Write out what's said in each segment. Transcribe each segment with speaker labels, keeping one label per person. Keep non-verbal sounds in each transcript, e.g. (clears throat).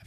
Speaker 1: hab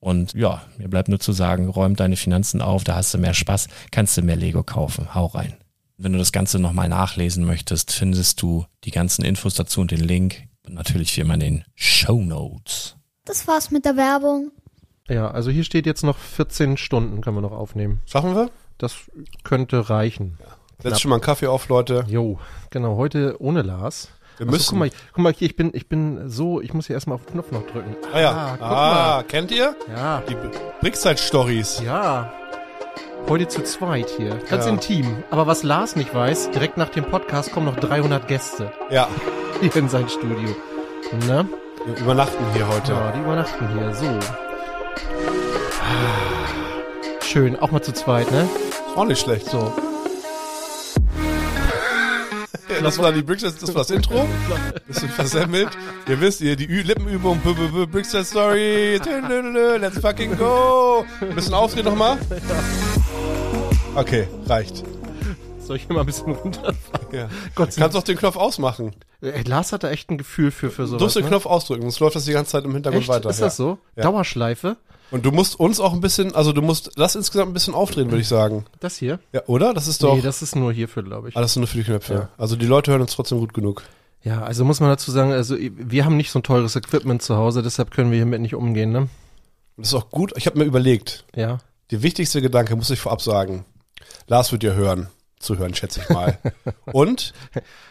Speaker 1: Und ja, mir bleibt nur zu sagen, räum deine Finanzen auf, da hast du mehr Spaß, kannst du mehr Lego kaufen. Hau rein. Wenn du das Ganze nochmal nachlesen möchtest, findest du die ganzen Infos dazu und den Link und natürlich wie immer in den Show Notes.
Speaker 2: Das war's mit der Werbung.
Speaker 3: Ja, also hier steht jetzt noch 14 Stunden können wir noch aufnehmen.
Speaker 4: Schaffen wir?
Speaker 3: Das könnte reichen.
Speaker 4: Setzt schon mal einen Kaffee auf, Leute.
Speaker 3: Jo, genau, heute ohne Lars.
Speaker 4: Wir
Speaker 3: Achso,
Speaker 4: müssen.
Speaker 3: guck, mal, guck mal, hier, ich bin, ich bin so, ich muss hier erstmal auf den Knopf noch drücken.
Speaker 4: ah ja.
Speaker 3: Ah,
Speaker 4: Ah,
Speaker 3: guck mal.
Speaker 4: kennt ihr?
Speaker 3: Ja,
Speaker 4: Die Brickzeit-Stories.
Speaker 3: ja. Heute zu zweit hier. Ganz
Speaker 4: Ja.
Speaker 3: intim. Aber was Lars nicht weiß, direkt nach dem Podcast kommen noch 300 Gäste
Speaker 4: Ja.
Speaker 3: hier in sein Studio. Ne?
Speaker 4: Wir übernachten hier heute.
Speaker 3: Ja, die übernachten hier. So. Schön, auch mal zu zweit, ne?
Speaker 4: Ist Auch nicht schlecht.
Speaker 3: So.
Speaker 4: Das war die Brickzeit, das war das Intro. Bisschen versemmelt. Ihr wisst, ihr, die Ü Lippenübung. B- b- b- Brickzeit Story. Dö, dö, dö, dö. Let's fucking go. Ein bisschen aufdrehen nochmal. Okay, reicht.
Speaker 3: Soll ich hier mal ein bisschen runter?
Speaker 4: Ja.
Speaker 3: Gott sei
Speaker 4: Kannst auch den Knopf ausmachen.
Speaker 3: Ey, Lars hat da echt ein Gefühl für, für
Speaker 4: Du
Speaker 3: sowas.
Speaker 4: musst den
Speaker 3: ne?
Speaker 4: Knopf ausdrücken, sonst läuft das die ganze Zeit im Hintergrund
Speaker 3: Echt?
Speaker 4: weiter.
Speaker 3: Ist
Speaker 4: ja.
Speaker 3: das so?
Speaker 4: Ja.
Speaker 3: Dauerschleife?
Speaker 4: Und du musst uns auch ein bisschen, also du musst das insgesamt ein bisschen aufdrehen, würde ich sagen.
Speaker 3: Das hier?
Speaker 4: Ja, oder? Das ist doch.
Speaker 3: Nee, das ist nur hierfür, glaube ich.
Speaker 4: Ah, das sind nur für die Knöpfe. Also die Leute hören uns trotzdem gut genug.
Speaker 3: Ja, also muss man dazu sagen, also wir haben nicht so ein teures Equipment zu Hause, deshalb können wir hiermit nicht umgehen, ne?
Speaker 4: Und das ist auch gut. Ich habe mir überlegt,
Speaker 3: Ja.
Speaker 4: der wichtigste Gedanke muss ich vorab sagen. Lars wird ja hören. zu hören, schätze
Speaker 3: (laughs)
Speaker 4: ich mal. Und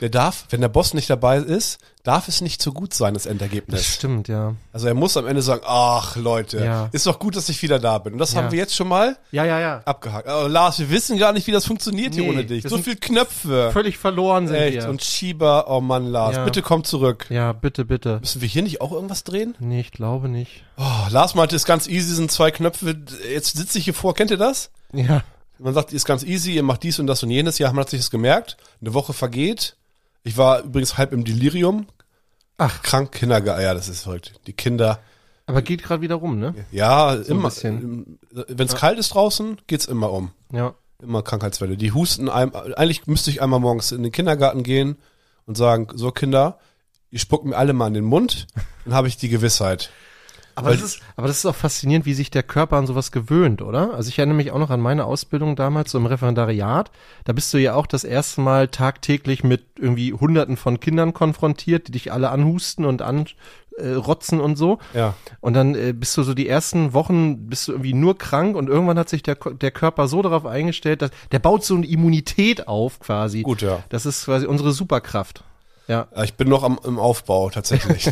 Speaker 4: der darf, wenn der Boss nicht dabei ist, darf es nicht so gut sein, das
Speaker 3: Das
Speaker 4: Endergebnis.
Speaker 3: stimmt, ja.
Speaker 4: Also er muss am Ende sagen, ach Leute,
Speaker 3: Ja.
Speaker 4: ist doch gut, dass ich wieder da bin. Und das
Speaker 3: Ja.
Speaker 4: haben wir jetzt schon mal
Speaker 3: Ja, ja, ja.
Speaker 4: abgehakt. Aber Lars, wir wissen gar nicht, wie das funktioniert hier
Speaker 3: Nee,
Speaker 4: ohne dich.
Speaker 3: wir
Speaker 4: So
Speaker 3: sind
Speaker 4: viel Knöpfe.
Speaker 3: Völlig verloren sind
Speaker 4: Echt.
Speaker 3: wir.
Speaker 4: Und Schieber, oh Mann, Lars,
Speaker 3: Ja.
Speaker 4: bitte komm zurück.
Speaker 3: ja, bitte, bitte.
Speaker 4: Müssen wir hier nicht auch irgendwas drehen?
Speaker 3: Nee, ich glaube nicht.
Speaker 4: Oh, Lars meinte, ist ganz easy, sind zwei Knöpfe. Jetzt sitze ich hier vor, kennt ihr das?
Speaker 3: Ja.
Speaker 4: Man sagt, ist ganz easy, ihr macht dies und das und jenes. Ja, man hat sich das gemerkt. Eine Woche vergeht. Ich war übrigens halb im Delirium.
Speaker 3: Ach.
Speaker 4: Krank Kindergeier, ja, das ist verrückt. Die Kinder.
Speaker 3: Aber geht gerade wieder rum, ne?
Speaker 4: Ja, immer.
Speaker 3: bisschen.
Speaker 4: Wenn es kalt ist draußen, geht's immer um.
Speaker 3: Ja.
Speaker 4: Immer Krankheitswelle. Die husten einem. Eigentlich müsste ich einmal morgens in den Kindergarten gehen und sagen, so Kinder, ihr spuckt mir alle mal in den Mund. Dann habe ich die Gewissheit.
Speaker 3: Aber
Speaker 4: Weil-
Speaker 3: das, ist, aber das ist auch faszinierend, wie sich der Körper an sowas gewöhnt, oder? Also ich erinnere mich auch noch an meine Ausbildung damals so im Referendariat. Da bist du ja auch das erste Mal tagtäglich mit irgendwie Hunderten von Kindern konfrontiert, die dich alle anhusten und anrotzen und so.
Speaker 4: Ja.
Speaker 3: Und dann äh, bist du so die ersten Wochen, bist du irgendwie nur krank und irgendwann hat sich der, Ko- der Körper so darauf eingestellt, dass der baut so eine Immunität auf quasi.
Speaker 4: Gut, ja.
Speaker 3: Das ist quasi unsere Superkraft. Ja.
Speaker 4: Äh, Ich bin noch am, im
Speaker 3: (laughs)
Speaker 4: Aufbau tatsächlich.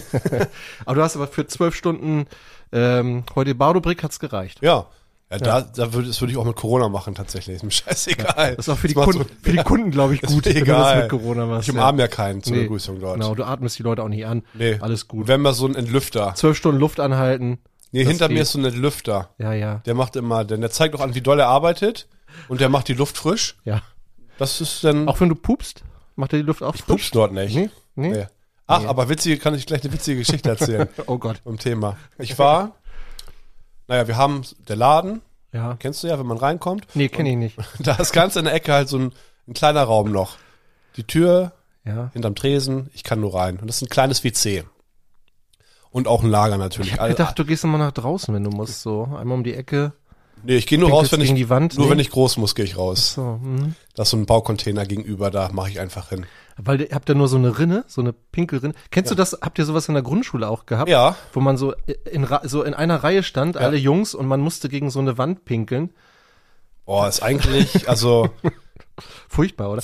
Speaker 3: Aber du hast aber für zwölf Stunden ähm, heute Bardobrick hat's gereicht.
Speaker 4: Ja. Ja, da, da würde, das würde ich auch mit Corona machen, tatsächlich. Ist mir (laughs) scheißegal.
Speaker 3: Das ist auch für die,
Speaker 4: macht
Speaker 3: Kunden,
Speaker 4: so-
Speaker 3: für die Kunden, glaube
Speaker 4: (laughs)
Speaker 3: ich,
Speaker 4: Ist mir
Speaker 3: gut, wenn du
Speaker 4: egal.
Speaker 3: das mit Corona machst.
Speaker 4: Ich umarme ja keinen zur
Speaker 3: Nee.
Speaker 4: Begrüßung dort.
Speaker 3: Genau, du atmest die Leute auch nicht an.
Speaker 4: Nee.
Speaker 3: Alles gut.
Speaker 4: Wenn wir so einen Entlüfter.
Speaker 3: Zwölf Stunden Luft anhalten.
Speaker 4: Nee,
Speaker 3: Das
Speaker 4: hinter mir
Speaker 3: geht.
Speaker 4: ist so ein Entlüfter.
Speaker 3: Ja, ja,
Speaker 4: Der macht immer, denn der zeigt auch an, wie doll er arbeitet. Und der macht die Luft frisch.
Speaker 3: ja.
Speaker 4: Das ist dann.
Speaker 3: Auch wenn du pupst, macht er die Luft auch frisch?
Speaker 4: pupst dort nicht.
Speaker 3: Nee, nee.
Speaker 4: Nee. Ach, aber witzige, kann ich gleich eine witzige
Speaker 3: (laughs)
Speaker 4: Geschichte erzählen.
Speaker 3: Oh Gott.
Speaker 4: Vom Thema. Ich war, naja, wir haben der Laden,
Speaker 3: Ja.
Speaker 4: kennst du ja, wenn man reinkommt. (laughs)
Speaker 3: Nee, kenne ich nicht.
Speaker 4: Da ist ganz in der Ecke halt so ein, ein kleiner Raum noch. Die Tür
Speaker 3: Ja.
Speaker 4: hinterm Tresen, ich kann nur rein. Und das ist ein kleines WC. Und auch ein Lager natürlich. Also,
Speaker 3: Ich dachte, du gehst immer nach draußen, wenn du musst. So einmal um die Ecke.
Speaker 4: nee, ich gehe nur
Speaker 3: Klingt
Speaker 4: raus,
Speaker 3: jetzt
Speaker 4: wenn ich,
Speaker 3: gegen die Wand,
Speaker 4: nur
Speaker 3: nee.
Speaker 4: wenn ich groß muss, gehe ich raus.
Speaker 3: So. Mhm.
Speaker 4: Da ist so ein Baucontainer gegenüber, da mache ich einfach hin.
Speaker 3: Weil ihr habt ja nur so eine Rinne, so eine Pinkelrinne. Kennst du das? Habt ihr sowas in der Grundschule auch gehabt?
Speaker 4: Ja.
Speaker 3: Wo man so in, Ra- so in einer Reihe stand, alle Jungs, und man musste gegen so eine Wand pinkeln.
Speaker 4: Boah, ist eigentlich, also
Speaker 3: Furchtbar, oder?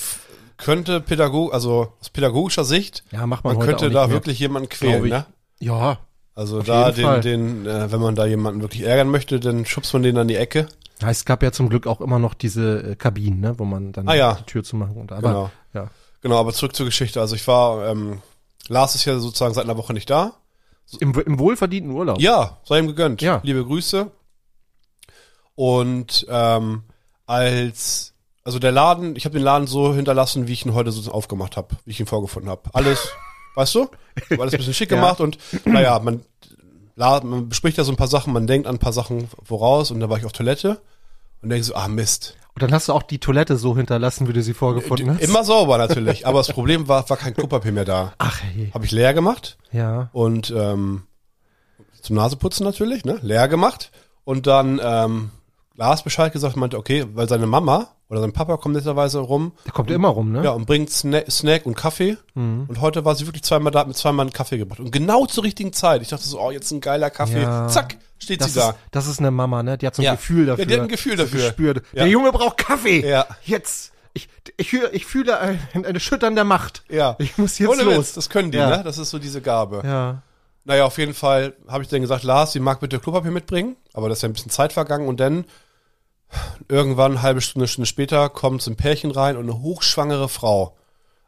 Speaker 4: könnte Pädagog, also aus pädagogischer Sicht,
Speaker 3: Ja, macht man
Speaker 4: man
Speaker 3: heute
Speaker 4: könnte
Speaker 3: auch nicht
Speaker 4: da
Speaker 3: mehr,
Speaker 4: wirklich jemanden
Speaker 3: glaub
Speaker 4: quälen,
Speaker 3: ich.
Speaker 4: ne?
Speaker 3: Ja,
Speaker 4: Also da
Speaker 3: jeden Fall.
Speaker 4: den, den äh, wenn man da jemanden wirklich ärgern möchte, dann schubst man den an die Ecke.
Speaker 3: Ja, es gab ja zum Glück auch immer noch diese äh, Kabinen, ne, wo man dann
Speaker 4: Ah, ja.
Speaker 3: die Tür zu machen und aber
Speaker 4: Genau.
Speaker 3: ja.
Speaker 4: Genau, aber zurück zur Geschichte. Also ich war, ähm, Lars ist ja sozusagen seit einer Woche nicht da.
Speaker 3: Im, im wohlverdienten Urlaub.
Speaker 4: Ja, sei ihm gegönnt.
Speaker 3: Ja.
Speaker 4: Liebe Grüße. Und ähm, als, also der Laden, ich habe den Laden so hinterlassen, wie ich ihn heute so aufgemacht habe, wie ich ihn vorgefunden habe.
Speaker 3: (laughs)
Speaker 4: Alles, weißt du? Ich hab Alles ein bisschen schick
Speaker 3: Ja.
Speaker 4: gemacht und naja, man, la- man bespricht ja so ein paar Sachen, man denkt an ein paar Sachen voraus und da war ich auf Toilette und denke so, ah Mist.
Speaker 3: Und dann hast du auch die Toilette so hinterlassen, wie du sie vorgefunden hast.
Speaker 4: Immer sauber natürlich, aber das Problem war, war kein Klopapier mehr da.
Speaker 3: Ach hey.
Speaker 4: Habe ich leer gemacht
Speaker 3: Ja.
Speaker 4: und ähm, zum Naseputzen natürlich, ne? Leer gemacht. Und dann ähm, Lars Bescheid gesagt, meinte, okay, weil seine Mama oder sein Papa kommt netterweise rum,
Speaker 3: Da kommt er immer rum, ne? Mhm.
Speaker 4: ja, und bringt Sna Snack und Kaffee. Und heute war sie wirklich zweimal da, hat mir zweimal einen Kaffee gebracht. Und genau zur richtigen Zeit. Ich dachte so, oh, jetzt ein geiler Kaffee.
Speaker 3: Ja.
Speaker 4: Zack, steht
Speaker 3: Das
Speaker 4: sie da.
Speaker 3: ist, das ist eine Mama, ne? Die hat so ein
Speaker 4: Ja.
Speaker 3: Gefühl
Speaker 4: Ja, die
Speaker 3: dafür.
Speaker 4: hat ein Gefühl
Speaker 3: So
Speaker 4: dafür.
Speaker 3: Gespürt.
Speaker 4: Ja.
Speaker 3: Der Junge braucht Kaffee.
Speaker 4: Ja.
Speaker 3: Jetzt. Ich, ich, höre- ich fühle ein, eine schütternde Macht.
Speaker 4: Ja.
Speaker 3: (laughs) Ich muss jetzt
Speaker 4: Ohne Witz,
Speaker 3: los.
Speaker 4: das können die,
Speaker 3: ja.
Speaker 4: ne? Das ist so diese Gabe.
Speaker 3: Ja.
Speaker 4: Naja, auf jeden Fall habe ich dann gesagt, Lars, sie mag bitte Klopapier mitbringen, aber das ist ja ein bisschen Zeit vergangen und dann irgendwann eine halbe Stunde, Stunde später kommt so ein Pärchen rein und eine hochschwangere Frau,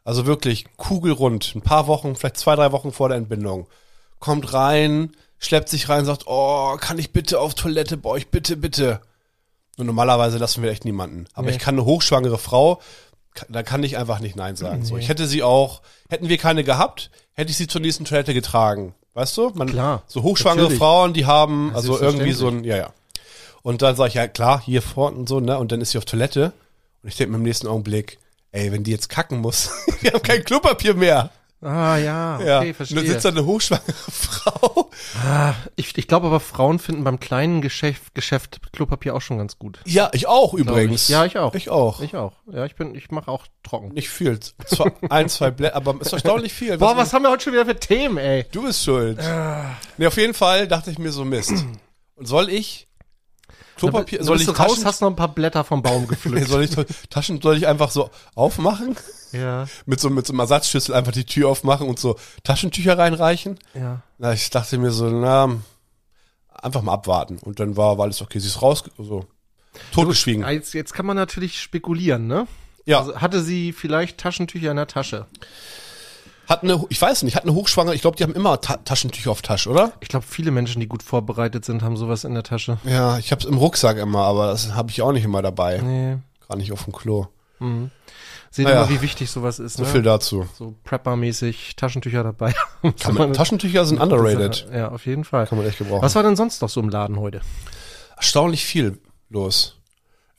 Speaker 4: also wirklich kugelrund, ein paar Wochen, vielleicht zwei, drei Wochen vor der Entbindung, kommt rein, schleppt sich rein, sagt, oh, kann ich bitte auf Toilette bei euch, bitte, bitte. Und normalerweise lassen wir echt niemanden. Aber ich kann eine hochschwangere Frau, ka- da kann ich einfach nicht Nein sagen. So, ich hätte sie auch, hätten wir keine gehabt, hätte ich sie zur nächsten Toilette getragen. Weißt du? Man,
Speaker 3: Klar,
Speaker 4: So hochschwangere
Speaker 3: natürlich.
Speaker 4: Frauen, die haben also irgendwie
Speaker 3: selbstverständlich.
Speaker 4: so ein, ja, ja. Und dann sage ich, ja klar, hier vorne und so, ne? Und dann ist sie auf Toilette. Und ich denke mir im nächsten Augenblick, ey, wenn die jetzt kacken muss, (laughs) wir haben kein Klopapier mehr.
Speaker 3: Ah ja,
Speaker 4: Ja.
Speaker 3: okay, verstehe.
Speaker 4: Und dann sitzt da eine hochschwangere (laughs) Frau.
Speaker 3: Ich, ich glaube aber, Frauen finden beim kleinen Geschäft, Geschäft Klopapier auch schon ganz gut.
Speaker 4: Ja, ich auch übrigens.
Speaker 3: ich. Ja, ich auch.
Speaker 4: Ich auch.
Speaker 3: Ich auch. Ja, ich bin, ich mache auch trocken.
Speaker 4: Nicht viel. Zwar ein, zwei Blätter, aber es ist erstaunlich viel.
Speaker 3: Boah, was Ah. haben wir heute schon wieder für Themen, ey?
Speaker 4: Du bist schuld. Nee, auf jeden Fall dachte ich mir so, Mist. Und soll ich Klopapier,
Speaker 3: Dann
Speaker 4: soll ich
Speaker 3: bist du raus,
Speaker 4: Taschen-
Speaker 3: hast noch ein paar Blätter vom
Speaker 4: (laughs)
Speaker 3: Baum gepflückt.
Speaker 4: soll ich Taschen soll ich einfach so aufmachen?
Speaker 3: ja,
Speaker 4: Mit so, mit so einem Ersatzschlüssel einfach die Tür aufmachen und so Taschentücher reinreichen?
Speaker 3: ja.
Speaker 4: Na, ich dachte mir so, na, einfach mal abwarten. Und dann war, war alles okay. Sie ist raus, so.
Speaker 3: Ah,
Speaker 4: Totgeschwiegen.
Speaker 3: Jetzt, jetzt kann man natürlich spekulieren, ne?
Speaker 4: Ja,
Speaker 3: Also hatte sie vielleicht Taschentücher in der Tasche?
Speaker 4: hat eine, ich weiß nicht, hat eine Hochschwangere, ich glaube, die haben immer Ta Taschentücher auf Tasche, oder?
Speaker 3: Ich glaube, viele Menschen, die gut vorbereitet sind, haben sowas in der Tasche.
Speaker 4: Ja, ich hab's im Rucksack immer, aber das habe ich auch nicht immer dabei.
Speaker 3: Nee.
Speaker 4: Gar nicht auf dem Klo.
Speaker 3: Seht ihr
Speaker 4: Naja.
Speaker 3: mal, wie wichtig sowas ist,
Speaker 4: So
Speaker 3: ne?
Speaker 4: viel dazu.
Speaker 3: So Prepper-mäßig Taschentücher dabei. (laughs)
Speaker 4: Kann man, Taschentücher sind underrated.
Speaker 3: Ja, auf jeden Fall.
Speaker 4: Kann man echt gebrauchen.
Speaker 3: Was war denn sonst noch so im Laden heute?
Speaker 4: erstaunlich viel los.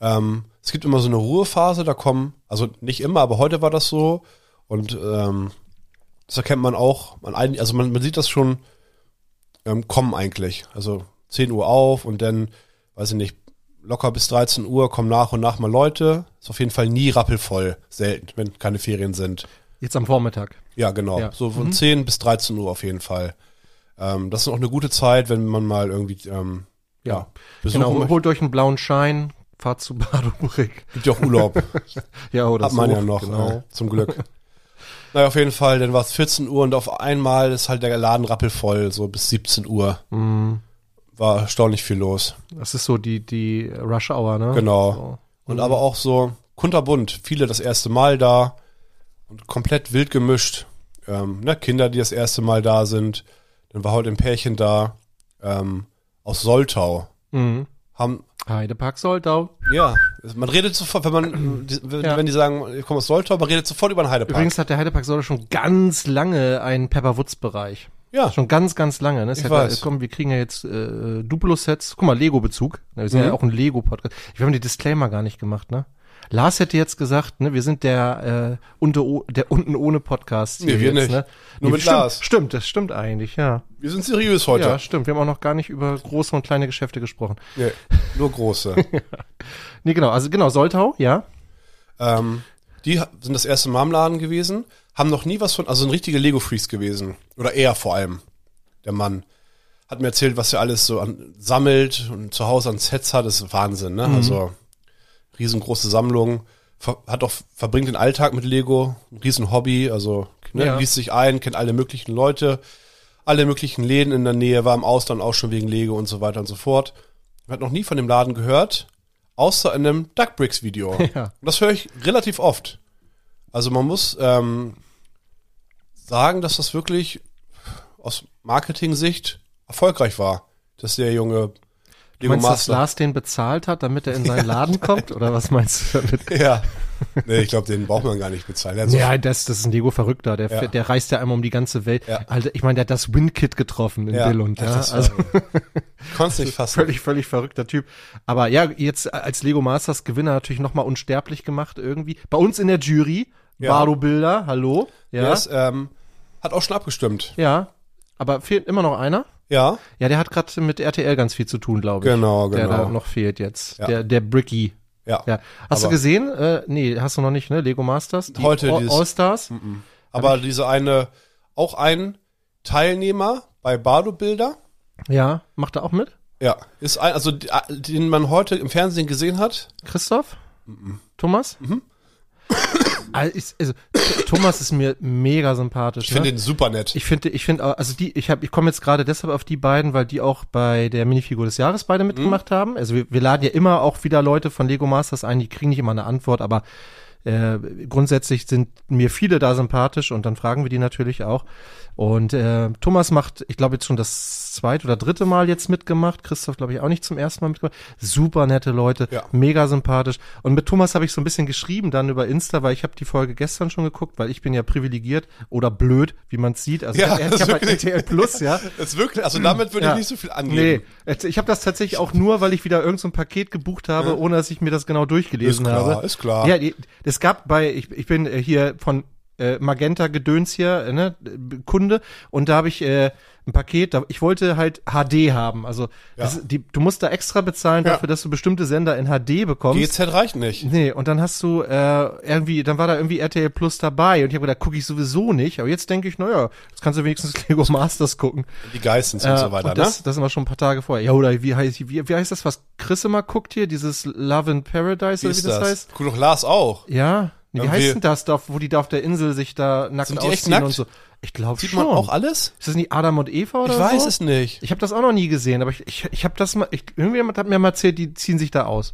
Speaker 4: Ähm, es gibt immer so eine Ruhephase, da kommen, also nicht immer, aber heute war das so. Und ähm, das erkennt man auch, an ein, also man, man sieht das schon ähm, kommen eigentlich. Also 10 Uhr auf und dann, weiß ich nicht, locker bis 13 Uhr kommen nach und nach mal Leute. Ist auf jeden Fall nie rappelvoll, selten, wenn keine Ferien sind.
Speaker 3: Jetzt am Vormittag.
Speaker 4: Ja, genau.
Speaker 3: Ja. Mhm.
Speaker 4: So von 10 bis 13 Uhr auf jeden Fall. Ähm, das ist auch eine gute Zeit, wenn man mal irgendwie ähm, ja, besuchen
Speaker 3: Genau,
Speaker 4: möchte.
Speaker 3: holt euch einen blauen Schein, fahrt zu (laughs) Badobrick.
Speaker 4: Gibt ja auch Urlaub.
Speaker 3: Ja, (laughs) oder
Speaker 4: Hat man
Speaker 3: so.
Speaker 4: ja noch,
Speaker 3: Genau.
Speaker 4: äh, zum Glück. naja, auf jeden Fall, dann war es 14 Uhr und auf einmal ist halt der Laden rappelvoll, so bis 17 Uhr.
Speaker 3: Mhm.
Speaker 4: War erstaunlich viel los.
Speaker 3: Das ist so die, die Rush Hour, ne?
Speaker 4: Genau.
Speaker 3: So.
Speaker 4: Und aber auch so kunterbunt. Viele das erste Mal da und komplett wild gemischt. Ähm, ne, Kinder, die das erste Mal da sind. Dann war heute ein Pärchen da ähm, aus Soltau.
Speaker 3: Mhm.
Speaker 4: Haben,
Speaker 3: Heidepark Soldau.
Speaker 4: ja, man redet sofort, wenn man, wenn,
Speaker 3: Ja.
Speaker 4: wenn die sagen, ich komme aus Soltau, man redet sofort über den Heidepark.
Speaker 3: Übrigens hat der Heidepark Soldau schon ganz lange einen Pepperwoods-Bereich.
Speaker 4: ja,
Speaker 3: Schon ganz, ganz lange. Ne? Es
Speaker 4: Ich
Speaker 3: hat,
Speaker 4: weiß.
Speaker 3: äh, Komm, wir kriegen ja jetzt äh, Duplo-Sets. Guck mal, Lego-Bezug. Ne, Wir sind ja
Speaker 4: Mhm.
Speaker 3: auch ein Lego-Podcast. Wir haben die Disclaimer gar nicht gemacht, ne? Lars hätte jetzt gesagt, ne, wir sind der, äh, unter, o- der unten ohne Podcast.
Speaker 4: Nee, wir
Speaker 3: jetzt,
Speaker 4: nicht.
Speaker 3: Ne?
Speaker 4: Nur mit
Speaker 3: stimmt,
Speaker 4: Lars.
Speaker 3: Stimmt, das stimmt eigentlich, ja.
Speaker 4: wir sind seriös heute.
Speaker 3: Ja, stimmt. Wir haben auch noch gar nicht über große und kleine Geschäfte gesprochen.
Speaker 4: Nee, nur große. (laughs)
Speaker 3: Nee, genau. Also genau, Soltau, ja.
Speaker 4: ähm, die ha- sind das erste Mal im Laden gewesen, haben noch nie was von, also sind richtige Lego-Freaks gewesen. Oder er vor allem, der Mann. Hat mir erzählt, was er alles so an, sammelt und zu Hause an Sets hat, ist Wahnsinn, ne?
Speaker 3: Mhm.
Speaker 4: Also riesengroße Sammlung. Ver, hat auch, verbringt den Alltag mit Lego, ein riesen Hobby, also ne,
Speaker 3: Ja.
Speaker 4: liest sich ein, kennt alle möglichen Leute, alle möglichen Läden in der Nähe, war im Ausland auch schon wegen Lego und so weiter und so fort. Hat noch nie von dem Laden gehört, außer in einem Duckbricks-Video.
Speaker 3: (laughs) Ja.
Speaker 4: Und Das höre ich relativ oft. Also man muss ähm, sagen, dass das wirklich aus Marketing-Sicht erfolgreich war, dass der junge
Speaker 3: Du meinst, dass Lars den bezahlt hat, damit er
Speaker 4: (laughs)
Speaker 3: in seinen Laden kommt? Oder was meinst du damit?
Speaker 4: Ja. Nee, ich glaube, den braucht man gar nicht bezahlen. Der hat so-
Speaker 3: Ja, das, das ist ein Lego-Verrückter. Der,
Speaker 4: Ja.
Speaker 3: der reist ja einmal um die ganze Welt.
Speaker 4: Ja.
Speaker 3: Alter, ich meine, der hat das Win-Kit getroffen in
Speaker 4: Ja,
Speaker 3: Billund. Ja?
Speaker 4: das war-
Speaker 3: Also
Speaker 4: Konnt's nicht fassen.
Speaker 3: völlig, völlig verrückter Typ. Aber ja, jetzt als Lego Masters Gewinner natürlich nochmal unsterblich gemacht irgendwie. Bei uns in der Jury,
Speaker 4: Ja.
Speaker 3: Bardo Bilder, hallo. Ja,
Speaker 4: Der ist, ähm, hat auch schon abgestimmt.
Speaker 3: ja. Aber fehlt immer noch einer?
Speaker 4: Ja,
Speaker 3: Ja, der hat gerade mit RTL ganz viel zu tun, glaube ich.
Speaker 4: genau,
Speaker 3: Der da
Speaker 4: genau.
Speaker 3: noch fehlt jetzt.
Speaker 4: Ja.
Speaker 3: Der, der Bricky.
Speaker 4: Ja.
Speaker 3: Ja. Hast du
Speaker 4: Aber-
Speaker 3: gesehen? Äh, nee, hast du noch nicht, ne? Lego Masters? Die
Speaker 4: Heute
Speaker 3: All-
Speaker 4: dieses-
Speaker 3: Allstars?
Speaker 4: Aber diese eine, auch ein Teilnehmer bei Bardo-Bilder,
Speaker 3: Ja. Macht er auch mit?
Speaker 4: ja, ist ein, also die- den man heute im Fernsehen gesehen hat,
Speaker 3: Christoph? Thomas?
Speaker 4: Mhm.
Speaker 3: Also, ich, also, Thomas ist mir mega sympathisch.
Speaker 4: ich finde
Speaker 3: ne?
Speaker 4: den super nett.
Speaker 3: ich finde, ich finde, auch- also die, ich habe, ich komme jetzt gerade deshalb auf die beiden, weil die auch bei der Minifigur des Jahres beide
Speaker 4: Mhm.
Speaker 3: mitgemacht haben. Also wir, wir laden ja immer auch wieder Leute von Lego Masters ein, die kriegen nicht immer eine Antwort, aber äh, grundsätzlich sind mir viele da sympathisch und dann fragen wir die natürlich auch. Und äh, Thomas macht, ich glaube jetzt schon das zweite oder dritte Mal jetzt mitgemacht. Christoph, glaube ich, auch nicht zum ersten Mal mitgemacht. Super nette Leute,
Speaker 4: Ja.
Speaker 3: mega sympathisch. Und mit Thomas habe ich so ein bisschen geschrieben dann über Insta, weil ich habe die Folge gestern schon geguckt, weil ich bin ja privilegiert oder blöd, wie man es sieht. Also
Speaker 4: Ja,
Speaker 3: ich habe halt
Speaker 4: wirklich.
Speaker 3: RTL Plus,
Speaker 4: (laughs)
Speaker 3: ja.
Speaker 4: Das ist wirklich, also damit würde
Speaker 3: Ja.
Speaker 4: ich nicht so viel
Speaker 3: Nee,
Speaker 4: angeben.
Speaker 3: jetzt- ich habe das tatsächlich auch nur, weil ich wieder irgend so ein Paket gebucht habe, ohne dass ich mir das genau durchgelesen
Speaker 4: Ist klar,
Speaker 3: habe.
Speaker 4: ist klar.
Speaker 3: Ja, die- es gab bei, ich, ich bin äh, hier von äh, Magenta-Gedöns hier, äh, ne, Kunde. Und da habe ich äh, ein Paket, da, ich wollte halt HD haben. Also das ist, die, du musst da extra bezahlen
Speaker 4: Ja.
Speaker 3: dafür, dass du bestimmte Sender in HD bekommst.
Speaker 4: GZ reicht nicht.
Speaker 3: Nee, und dann hast du äh, irgendwie, dann war da irgendwie RTL Plus dabei und ich habe gedacht, gucke ich sowieso nicht. Aber jetzt denke ich, naja, jetzt kannst du wenigstens Lego Masters gucken.
Speaker 4: Die Geistens
Speaker 3: Äh,
Speaker 4: und so weiter,
Speaker 3: und das,
Speaker 4: ne?
Speaker 3: das sind wir schon ein paar Tage vorher. Ja, oder wie heißt, wie, wie heißt das, was Chris immer guckt hier? Dieses Love in Paradise
Speaker 4: Wie
Speaker 3: oder wie
Speaker 4: ist
Speaker 3: das,
Speaker 4: das?
Speaker 3: heißt?
Speaker 4: Guck doch, Lars auch.
Speaker 3: Ja. Nee, wie
Speaker 4: Irgendwie-
Speaker 3: heißt denn das, da, wo die da auf der Insel sich da nackt
Speaker 4: Sind die
Speaker 3: ausziehen
Speaker 4: echt nackt?
Speaker 3: und so? Ich glaube
Speaker 4: Sieht
Speaker 3: schon.
Speaker 4: man auch alles?
Speaker 3: Ist das nicht Adam und Eva oder
Speaker 4: Ich weiß
Speaker 3: so?
Speaker 4: es nicht.
Speaker 3: Ich habe das auch noch nie gesehen, aber ich, ich, ich habe das mal, ich, irgendjemand hat mir mal erzählt, die ziehen sich da aus.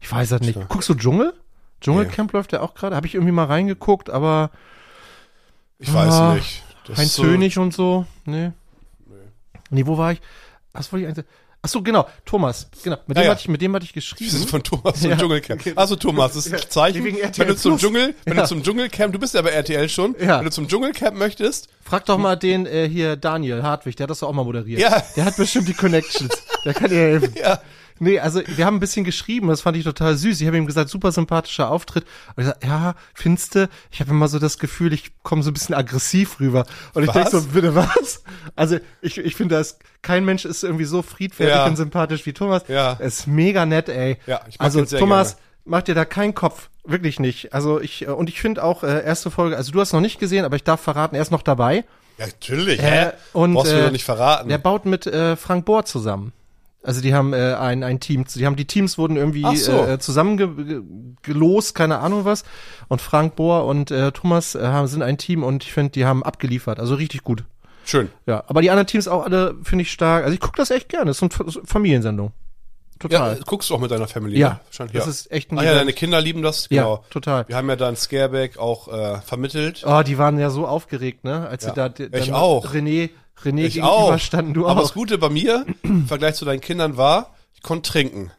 Speaker 3: Ich weiß das nicht. Guckst du Dschungel? Dschungelcamp läuft ja auch gerade. Habe ich irgendwie mal reingeguckt, aber
Speaker 4: Ich weiß
Speaker 3: Ah,
Speaker 4: nicht. Das
Speaker 3: Heinz
Speaker 4: ist so-
Speaker 3: Hönig und so, nee. Nee, wo war ich? Was wollte ich eigentlich? Ach so, genau, Thomas. Genau, mit,
Speaker 4: Ja,
Speaker 3: dem,
Speaker 4: ja.
Speaker 3: Hatte ich, mit dem hatte ich geschrieben.
Speaker 4: Wir sind von Thomas zum
Speaker 3: Ja.
Speaker 4: Dschungelcamp. Also Thomas, das ist ein Zeichen.
Speaker 3: Wegen RTL
Speaker 4: Wenn du zum
Speaker 3: Plus.
Speaker 4: Dschungel, wenn
Speaker 3: Ja.
Speaker 4: du zum Dschungelcamp, du bist ja bei RTL schon,
Speaker 3: Ja.
Speaker 4: wenn du zum Dschungelcamp möchtest,
Speaker 3: Frag doch mal den äh, hier Daniel Hartwig, der hat das doch auch mal moderiert.
Speaker 4: Ja.
Speaker 3: Der hat bestimmt die Connections. der kann dir helfen.
Speaker 4: (laughs) Ja.
Speaker 3: Nee, also wir haben ein bisschen geschrieben, das fand ich total süß. Ich habe ihm gesagt, super sympathischer Auftritt. Und ich sag, ja, finste, ich habe immer so das Gefühl, ich komme so ein bisschen aggressiv rüber. Und ich
Speaker 4: Was?
Speaker 3: denke so, bitte was? Also ich, ich finde, dass kein Mensch ist irgendwie so friedfertig
Speaker 4: Ja.
Speaker 3: und sympathisch wie Thomas.
Speaker 4: Ja.
Speaker 3: Er Ist mega nett, ey.
Speaker 4: Ja, ich mag
Speaker 3: Also
Speaker 4: ihn sehr
Speaker 3: Thomas,
Speaker 4: gerne.
Speaker 3: mach dir da keinen Kopf. Wirklich nicht. Also ich, äh, und ich finde auch, äh, erste Folge, also du hast noch nicht gesehen, aber ich darf verraten, er ist noch dabei.
Speaker 4: ja, natürlich,
Speaker 3: Äh,
Speaker 4: hä?
Speaker 3: und,
Speaker 4: Brauchst du mir
Speaker 3: äh,
Speaker 4: doch nicht verraten.
Speaker 3: Der baut mit äh, Frank Bohr zusammen. Also die haben äh, ein, ein Team, die haben die Teams wurden irgendwie
Speaker 4: Ach so.
Speaker 3: äh, zusammengelost, keine Ahnung was. Und Frank Bohr und äh, Thomas äh, haben, sind ein Team und ich finde, die haben abgeliefert. Also richtig gut.
Speaker 4: Schön.
Speaker 3: Ja, aber die anderen Teams auch alle finde ich stark. Also ich gucke das echt gerne. Das ist eine F- Familiensendung.
Speaker 4: Ja,
Speaker 3: Total.
Speaker 4: äh, guckst du auch mit deiner Family.
Speaker 3: Ja.
Speaker 4: ne? Wahrscheinlich,
Speaker 3: Das ist echt ein
Speaker 4: Ah ja,
Speaker 3: Event.
Speaker 4: deine Kinder lieben das,
Speaker 3: Ja,
Speaker 4: genau.
Speaker 3: total.
Speaker 4: Wir haben ja dann Scareback auch äh, vermittelt.
Speaker 3: Oh, die waren ja so aufgeregt, ne? Als sie
Speaker 4: Ja.
Speaker 3: da d-
Speaker 4: Ich auch.
Speaker 3: René, René
Speaker 4: Ich auch.
Speaker 3: standen du
Speaker 4: Aber
Speaker 3: auch.
Speaker 4: das Gute bei mir
Speaker 3: (clears throat)
Speaker 4: im Vergleich zu deinen Kindern war, ich konnte trinken.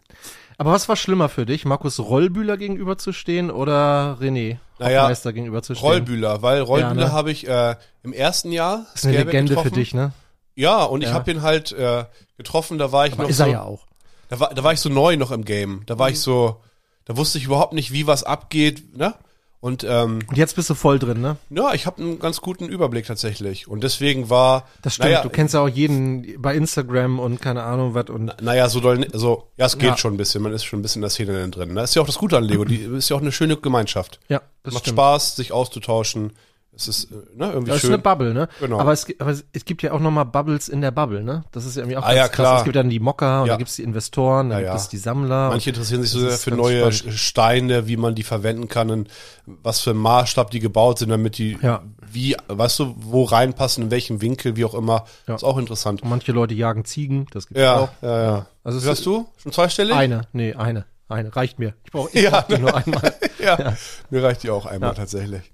Speaker 3: Aber was war schlimmer für dich, Markus Rollbühler gegenüberzustehen oder René
Speaker 4: Naja,
Speaker 3: Hoffmeister gegenüberzustehen?
Speaker 4: Rollbühler, weil Rollbühler
Speaker 3: Ja, ne?
Speaker 4: habe ich äh, im ersten Jahr
Speaker 3: ist eine
Speaker 4: Scareback
Speaker 3: Legende
Speaker 4: getroffen.
Speaker 3: für dich, ne?
Speaker 4: Ja, und ich
Speaker 3: Ja.
Speaker 4: habe ihn halt äh, getroffen, da war ich noch
Speaker 3: ist Mhm.
Speaker 4: so,
Speaker 3: er ja auch.
Speaker 4: da, war, da war ich so neu noch im Game. Da war ich so, da wusste ich überhaupt nicht, wie was abgeht, ne? Und ähm,
Speaker 3: Und jetzt bist du voll drin, ne?
Speaker 4: ja, ich habe einen ganz guten Überblick tatsächlich. Und deswegen war
Speaker 3: Das stimmt.
Speaker 4: naja,
Speaker 3: du kennst ja auch jeden bei Instagram und keine Ahnung was und
Speaker 4: Naja, so doll, ni- also, ja, es geht
Speaker 3: Ja.
Speaker 4: schon ein bisschen, man ist schon ein bisschen in der Szene drin. Das ist ja auch das Gute an Lego,
Speaker 3: (clears throat)
Speaker 4: die ist ja auch eine schöne Gemeinschaft.
Speaker 3: ja, das
Speaker 4: Macht
Speaker 3: stimmt.
Speaker 4: Spaß, sich auszutauschen. Es ist, äh, ne, irgendwie
Speaker 3: Das ist
Speaker 4: schön.
Speaker 3: eine Bubble, ne?
Speaker 4: Genau.
Speaker 3: Aber, es, gi- aber es es gibt ja auch nochmal Bubbles in der Bubble, ne? Das ist ja irgendwie auch
Speaker 4: Ah, ja, klar.
Speaker 3: Es gibt dann die Mocker und
Speaker 4: Ja.
Speaker 3: dann gibt's die Investoren, dann
Speaker 4: Ja,
Speaker 3: gibt
Speaker 4: ja.
Speaker 3: es die Sammler.
Speaker 4: Manche interessieren sich so
Speaker 3: Das
Speaker 4: sehr
Speaker 3: ist
Speaker 4: für
Speaker 3: ganz
Speaker 4: neue
Speaker 3: spannend.
Speaker 4: Sch- Steine, wie man die verwenden kann und was für einen Maßstab die gebaut sind, damit die,
Speaker 3: Ja.
Speaker 4: wie, weißt du, wo reinpassen, in welchem Winkel, wie auch immer.
Speaker 3: Ja.
Speaker 4: Ist auch interessant.
Speaker 3: und manche Leute jagen Ziegen, das gibt's
Speaker 4: Ja,
Speaker 3: auch.
Speaker 4: ja, ja.
Speaker 3: Also es
Speaker 4: Hörst du? Schon zweistellig?
Speaker 3: Eine, nee, eine, eine reicht mir. Ich brauche
Speaker 4: Ja.
Speaker 3: ja. brauch die nur
Speaker 4: (laughs)
Speaker 3: einmal.
Speaker 4: Ja. Mir reicht die auch einmal tatsächlich.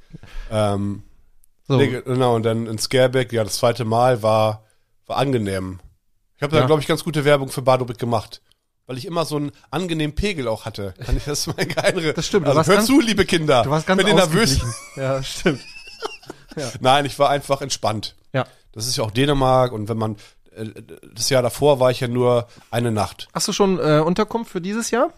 Speaker 4: Ähm,
Speaker 3: So.
Speaker 4: Nee, genau, und dann in Scareback, ja, das zweite Mal war, war angenehm. Ich habe da,
Speaker 3: Ja.
Speaker 4: glaube ich, ganz gute Werbung für Badobrick gemacht. Weil ich immer so einen angenehmen Pegel auch hatte. Kann ich das mal geheimere.
Speaker 3: Das stimmt, du warst
Speaker 4: Also, hört
Speaker 3: ganz-
Speaker 4: zu, liebe Kinder.
Speaker 3: Du warst ganz
Speaker 4: Wenn ihr nervös.
Speaker 3: ausgeglichen. Ja, stimmt.
Speaker 4: Nein, ich war einfach entspannt.
Speaker 3: Ja.
Speaker 4: Das ist ja auch Dänemark und wenn man, äh, das Jahr davor war ich ja nur eine Nacht.
Speaker 3: Hast du schon äh, Unterkunft für dieses Jahr?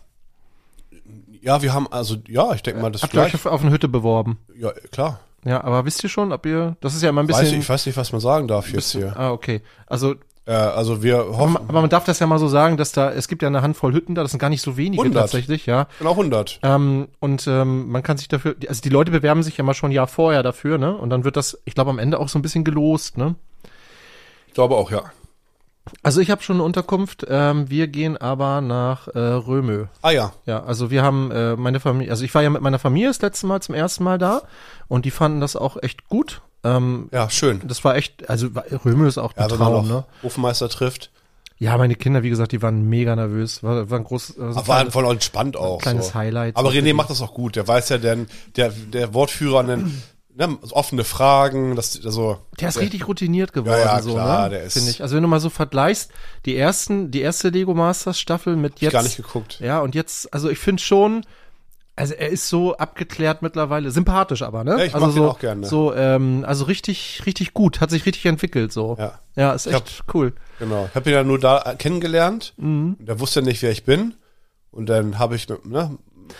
Speaker 4: Ja, wir haben, also, ja, ich denke mal, das
Speaker 3: Habt ihr euch
Speaker 4: gleiche.
Speaker 3: auf, auf eine Hütte beworben?
Speaker 4: Ja, klar.
Speaker 3: Ja, aber wisst ihr schon, ob ihr. Das ist ja immer ein bisschen.
Speaker 4: Weiß ich, ich weiß nicht, was man sagen darf jetzt hier.
Speaker 3: Ah, okay. Also,
Speaker 4: Äh, also, wir hoffen,
Speaker 3: aber man darf das ja mal so sagen, dass da, es gibt ja eine Handvoll Hütten da, das sind gar nicht so wenige
Speaker 4: 100.
Speaker 3: tatsächlich, ja.
Speaker 4: genau 100.
Speaker 3: Ähm, und ähm, man kann sich dafür, also die Leute bewerben sich ja mal schon ein Jahr vorher dafür, ne? Und dann wird das, ich glaube, am Ende auch so ein bisschen gelost, ne?
Speaker 4: Ich glaube auch, ja.
Speaker 3: Also ich habe schon eine Unterkunft, ähm, wir gehen aber nach äh, Römö.
Speaker 4: Ah, ja.
Speaker 3: Ja, also wir haben äh, meine Familie, also ich war ja mit meiner Familie das letzte Mal zum ersten Mal da und die fanden das auch echt gut. Ähm,
Speaker 4: Ja, schön.
Speaker 3: das war echt, also war- Römö ist auch ein
Speaker 4: Ja, wenn man
Speaker 3: Traum,
Speaker 4: noch
Speaker 3: ne?
Speaker 4: Hofmeister trifft.
Speaker 3: Ja, meine Kinder, wie gesagt, die waren mega nervös. War, war ein großes, war so ein
Speaker 4: Aber war
Speaker 3: kleines-
Speaker 4: voll entspannt auch.
Speaker 3: kleines
Speaker 4: so.
Speaker 3: Highlight.
Speaker 4: Aber René macht das auch gut. Der weiß ja, denn, der, der Wortführer, dann, (clears throat) ne, so offene Fragen, das, also, so.
Speaker 3: der ist richtig routiniert geworden,
Speaker 4: Ja, ja,
Speaker 3: so,
Speaker 4: klar,
Speaker 3: ne?
Speaker 4: der ist-
Speaker 3: Finde ich. Also wenn du mal so vergleichst, die ersten, die erste Lego Masters Staffel mit jetzt.
Speaker 4: gar nicht geguckt.
Speaker 3: Ja, und jetzt, also ich finde schon, also er ist so abgeklärt mittlerweile, sympathisch aber, ne?
Speaker 4: Ja, ich
Speaker 3: also
Speaker 4: mag
Speaker 3: so,
Speaker 4: den auch gerne.
Speaker 3: So, ähm, also richtig, richtig gut, hat sich richtig entwickelt, so.
Speaker 4: Ja.
Speaker 3: Ja, ist
Speaker 4: Ich hab-
Speaker 3: echt cool.
Speaker 4: Genau. Ich habe
Speaker 3: Mhm.
Speaker 4: ihn ja nur da kennengelernt. Der wusste ja nicht, wer ich bin. Und dann habe ich mit, ne,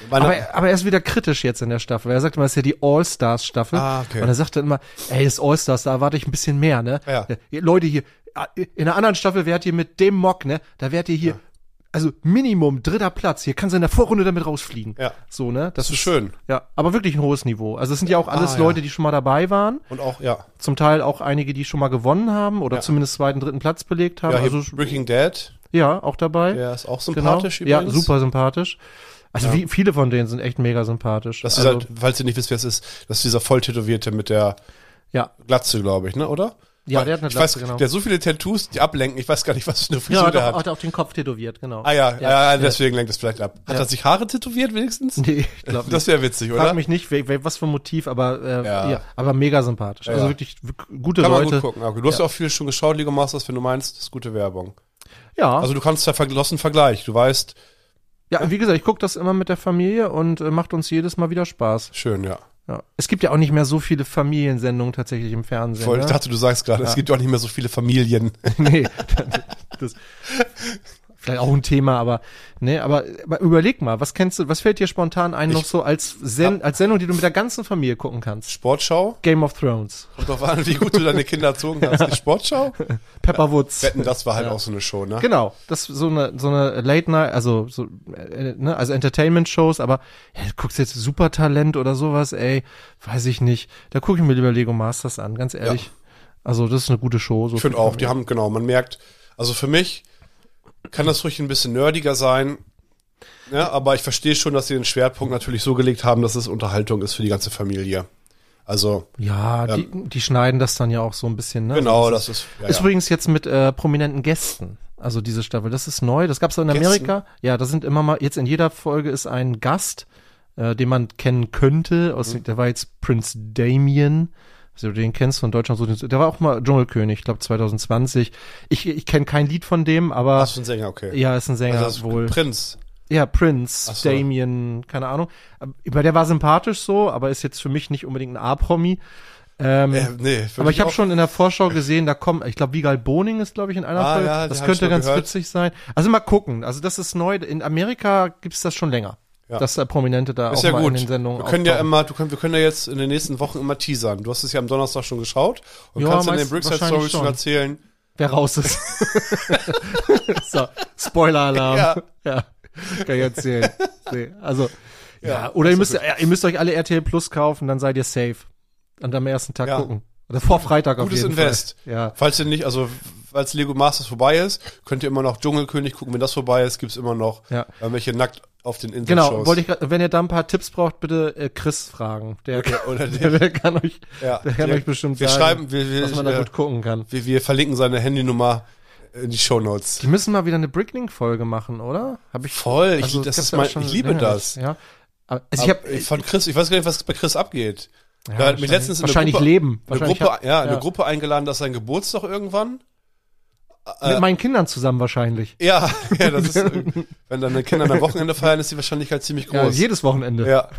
Speaker 4: Meine,
Speaker 3: Aber, äh, aber er ist wieder kritisch jetzt in der Staffel. Er sagt immer, es ist ja die All-Stars-Staffel.
Speaker 4: Ah, okay.
Speaker 3: Und er sagt dann immer, ey, das ist All-Stars, da erwarte ich ein bisschen mehr, ne?
Speaker 4: Ja.
Speaker 3: Leute hier, äh, in einer anderen Staffel wärt ihr mit dem Mock, ne? Da wärt ihr hier, also Minimum dritter Platz. Hier kannst du in der Vorrunde damit rausfliegen.
Speaker 4: Ja.
Speaker 3: So, ne? Das,
Speaker 4: ist schön.
Speaker 3: Ja, aber wirklich ein hohes Niveau. Also es sind ja auch alles
Speaker 4: Ah, ja.
Speaker 3: Leute, die schon mal dabei waren.
Speaker 4: und auch, ja.
Speaker 3: Zum Teil auch einige, die schon mal gewonnen haben oder
Speaker 4: Ja.
Speaker 3: zumindest zweiten, dritten Platz belegt haben.
Speaker 4: ja hier
Speaker 3: also
Speaker 4: Breaking Dead,
Speaker 3: ja, auch dabei.
Speaker 4: der ist auch
Speaker 3: Genau.
Speaker 4: sympathisch
Speaker 3: Ja,
Speaker 4: übrigens.
Speaker 3: super sympathisch. Also wie, viele von denen sind echt mega sympathisch.
Speaker 4: Das ist
Speaker 3: also,
Speaker 4: halt, falls ihr nicht wisst, wer es ist, das ist dieser volltätowierte mit der
Speaker 3: ja,
Speaker 4: Glatze, glaube ich, ne, oder?
Speaker 3: Ja,
Speaker 4: Weil
Speaker 3: der hat eine
Speaker 4: ich
Speaker 3: Glatze,
Speaker 4: weiß,
Speaker 3: genau.
Speaker 4: Der hat so viele Tattoos, die ablenken, ich weiß gar nicht, was für eine Frisur
Speaker 3: ja, Genau, hat,
Speaker 4: der
Speaker 3: auch,
Speaker 4: hat.
Speaker 3: hat auch den Kopf tätowiert, genau.
Speaker 4: Ah ja, ja, ja, deswegen lenkt es vielleicht ab. Hat er sich Haare tätowiert wenigstens?
Speaker 3: (laughs) Nee, ich glaube
Speaker 4: (laughs) das wäre witzig,
Speaker 3: Frag
Speaker 4: oder?
Speaker 3: mich nicht, wer, wer, was für ein Motiv, aber äh,
Speaker 4: Ja.
Speaker 3: ja. aber mega sympathisch.
Speaker 4: ja.
Speaker 3: Also wirklich w- gute
Speaker 4: Kann man
Speaker 3: Leute.
Speaker 4: gut gucken. Okay. Du hast ja auch viel schon geschaut, Lego Masters, wenn du meinst, das ist gute Werbung.
Speaker 3: Ja,
Speaker 4: Also du kannst ja verglossen Vergleich. Du weißt,
Speaker 3: ja, wie gesagt, ich gucke das immer mit der Familie und äh, macht uns jedes Mal wieder Spaß.
Speaker 4: schön, ja.
Speaker 3: Ja. Es gibt ja auch nicht mehr so viele Familiensendungen tatsächlich im Fernsehen.
Speaker 4: Voll,
Speaker 3: ne?
Speaker 4: ich
Speaker 3: (laughs)
Speaker 4: dachte, du sagst gerade, es gibt ja auch nicht mehr so viele Familien.
Speaker 3: nee, das vielleicht auch ein Thema, aber nee, aber, aber überleg mal, was kennst du, was fällt dir spontan ein noch so als Sen als Sendung, die du mit der ganzen Familie gucken kannst?
Speaker 4: Sportschau?
Speaker 3: Game of Thrones,
Speaker 4: Kommt drauf an, wie gut du deine Kinder erzogen hast. Die Sportschau?
Speaker 3: Pepper Woods.
Speaker 4: Wetten, das war halt auch so eine Show, ne?
Speaker 3: Genau, das ist so eine so eine Late Night, also so äh, ne, also Entertainment Shows, aber ja, du guckst jetzt Supertalent oder sowas, ey, weiß ich nicht. Da gucke ich mir lieber Lego Masters an, ganz ehrlich. Also, das ist eine gute Show so.
Speaker 4: Ich finde auch, die haben, genau, man merkt, also für mich kann das ruhig ein bisschen nerdiger sein. Ja, aber ich verstehe schon, dass sie den Schwerpunkt natürlich so gelegt haben, dass es Unterhaltung ist für die ganze Familie. Also,
Speaker 3: ja, die, die schneiden das dann ja auch so ein bisschen, ne?
Speaker 4: genau, das ist. Ja,
Speaker 3: Ist
Speaker 4: ja.
Speaker 3: übrigens jetzt mit äh, prominenten Gästen. Also diese Staffel, das ist neu. Das gab's auch in
Speaker 4: Gästen?
Speaker 3: Amerika. Ja, das sind immer mal, jetzt in jeder Folge ist ein Gast, äh, den man kennen könnte. Aus,
Speaker 4: Mhm.
Speaker 3: Der war jetzt Prince Damien. Also den kennst du in Deutschland so. Der war auch mal Dschungelkönig, ich glaube 2020. Ich, ich kenne kein Lied von dem, aber
Speaker 4: Ach, so ein Sänger, okay.
Speaker 3: ja, ist ein Sänger
Speaker 4: also, das ist
Speaker 3: wohl.
Speaker 4: Prinz.
Speaker 3: Ja, Prince,
Speaker 4: Ach so.
Speaker 3: Damien, keine Ahnung. Äh, Über der war sympathisch so, aber ist jetzt für mich nicht unbedingt ein A-Promi. Ähm,
Speaker 4: Äh, nee, für
Speaker 3: aber
Speaker 4: mich
Speaker 3: ich habe
Speaker 4: auch-
Speaker 3: schon in der Vorschau gesehen, da kommen, ich glaube, Vigal Boning ist, glaube ich, in einer
Speaker 4: Ah,
Speaker 3: Folge.
Speaker 4: ja, die
Speaker 3: das
Speaker 4: hab ich
Speaker 3: könnte
Speaker 4: schon
Speaker 3: ganz
Speaker 4: gehört.
Speaker 3: witzig sein. Also mal gucken. Also das ist neu. In Amerika gibt's das schon länger.
Speaker 4: Ja.
Speaker 3: Dass da Prominente da
Speaker 4: Ist
Speaker 3: auch
Speaker 4: ja
Speaker 3: mal
Speaker 4: gut.
Speaker 3: in den Sendungen
Speaker 4: wir können ja
Speaker 3: auftauchen.
Speaker 4: immer, du können, wir können ja jetzt in den nächsten Wochen immer teasern. Du hast es ja am Donnerstag schon geschaut und
Speaker 3: Ja,
Speaker 4: kannst in den
Speaker 3: meist-
Speaker 4: Brickside
Speaker 3: wahrscheinlich
Speaker 4: Stories schon
Speaker 3: schon.
Speaker 4: erzählen.
Speaker 3: Wer raus
Speaker 4: (laughs)
Speaker 3: ist. so, Spoiler-Alarm.
Speaker 4: Ja.
Speaker 3: Ja. Kann ich erzählen. Nee, also, ja. Oder
Speaker 4: also
Speaker 3: ihr müsst, ja, ihr müsst euch alle RTL Plus kaufen, dann seid ihr safe. Und am ersten Tag
Speaker 4: Ja.
Speaker 3: gucken. Oder vor Freitag auf
Speaker 4: Gutes
Speaker 3: jeden
Speaker 4: Invest.
Speaker 3: Fall. Ja.
Speaker 4: Falls ihr nicht, also als Lego Masters vorbei ist, könnt ihr immer noch Dschungelkönig gucken. Wenn das vorbei ist, gibt's immer noch
Speaker 3: Ja.
Speaker 4: irgendwelche nackt auf den Inseln
Speaker 3: Genau, wollte ich, grad- wenn ihr da ein paar Tipps braucht, bitte äh, Chris fragen. Der,
Speaker 4: oder den-
Speaker 3: der, der kann euch,
Speaker 4: Ja,
Speaker 3: der (laughs) kann
Speaker 4: wir-
Speaker 3: euch bestimmt
Speaker 4: wir
Speaker 3: sagen,
Speaker 4: schreiben- wir- wir-
Speaker 3: dass man da
Speaker 4: äh,
Speaker 3: gut gucken kann.
Speaker 4: wir, wir verlinken seine Handynummer in die Shownotes.
Speaker 3: Die müssen mal wieder eine Brickling-Folge machen, oder? Hab ich,
Speaker 4: Voll, ich,
Speaker 3: also,
Speaker 4: das
Speaker 3: gab's
Speaker 4: ist
Speaker 3: ja
Speaker 4: mein,
Speaker 3: schon
Speaker 4: ich liebe
Speaker 3: länger
Speaker 4: das.
Speaker 3: nicht, Ja. Aber, also ich
Speaker 4: Ich
Speaker 3: hab,
Speaker 4: von Chris, ich weiß gar nicht, was bei Chris
Speaker 3: ja,
Speaker 4: abgeht. da hat mich
Speaker 3: wahrscheinlich-
Speaker 4: letztens in eine
Speaker 3: wahrscheinlich
Speaker 4: Gruppe-
Speaker 3: leben.
Speaker 4: Eine
Speaker 3: Wahrscheinlich
Speaker 4: Gruppe,
Speaker 3: hab-
Speaker 4: ja, eine Gruppe eingeladen, dass sein Geburtstag irgendwann.
Speaker 3: mit meinen Kindern zusammen wahrscheinlich.
Speaker 4: Ja, (laughs) ja,
Speaker 3: (laughs)
Speaker 4: das ist, irgendwie- wenn deine Kinder am Wochenende feiern, ist die Wahrscheinlichkeit ziemlich
Speaker 3: Ja,
Speaker 4: groß.
Speaker 3: jedes Wochenende.
Speaker 4: Ja.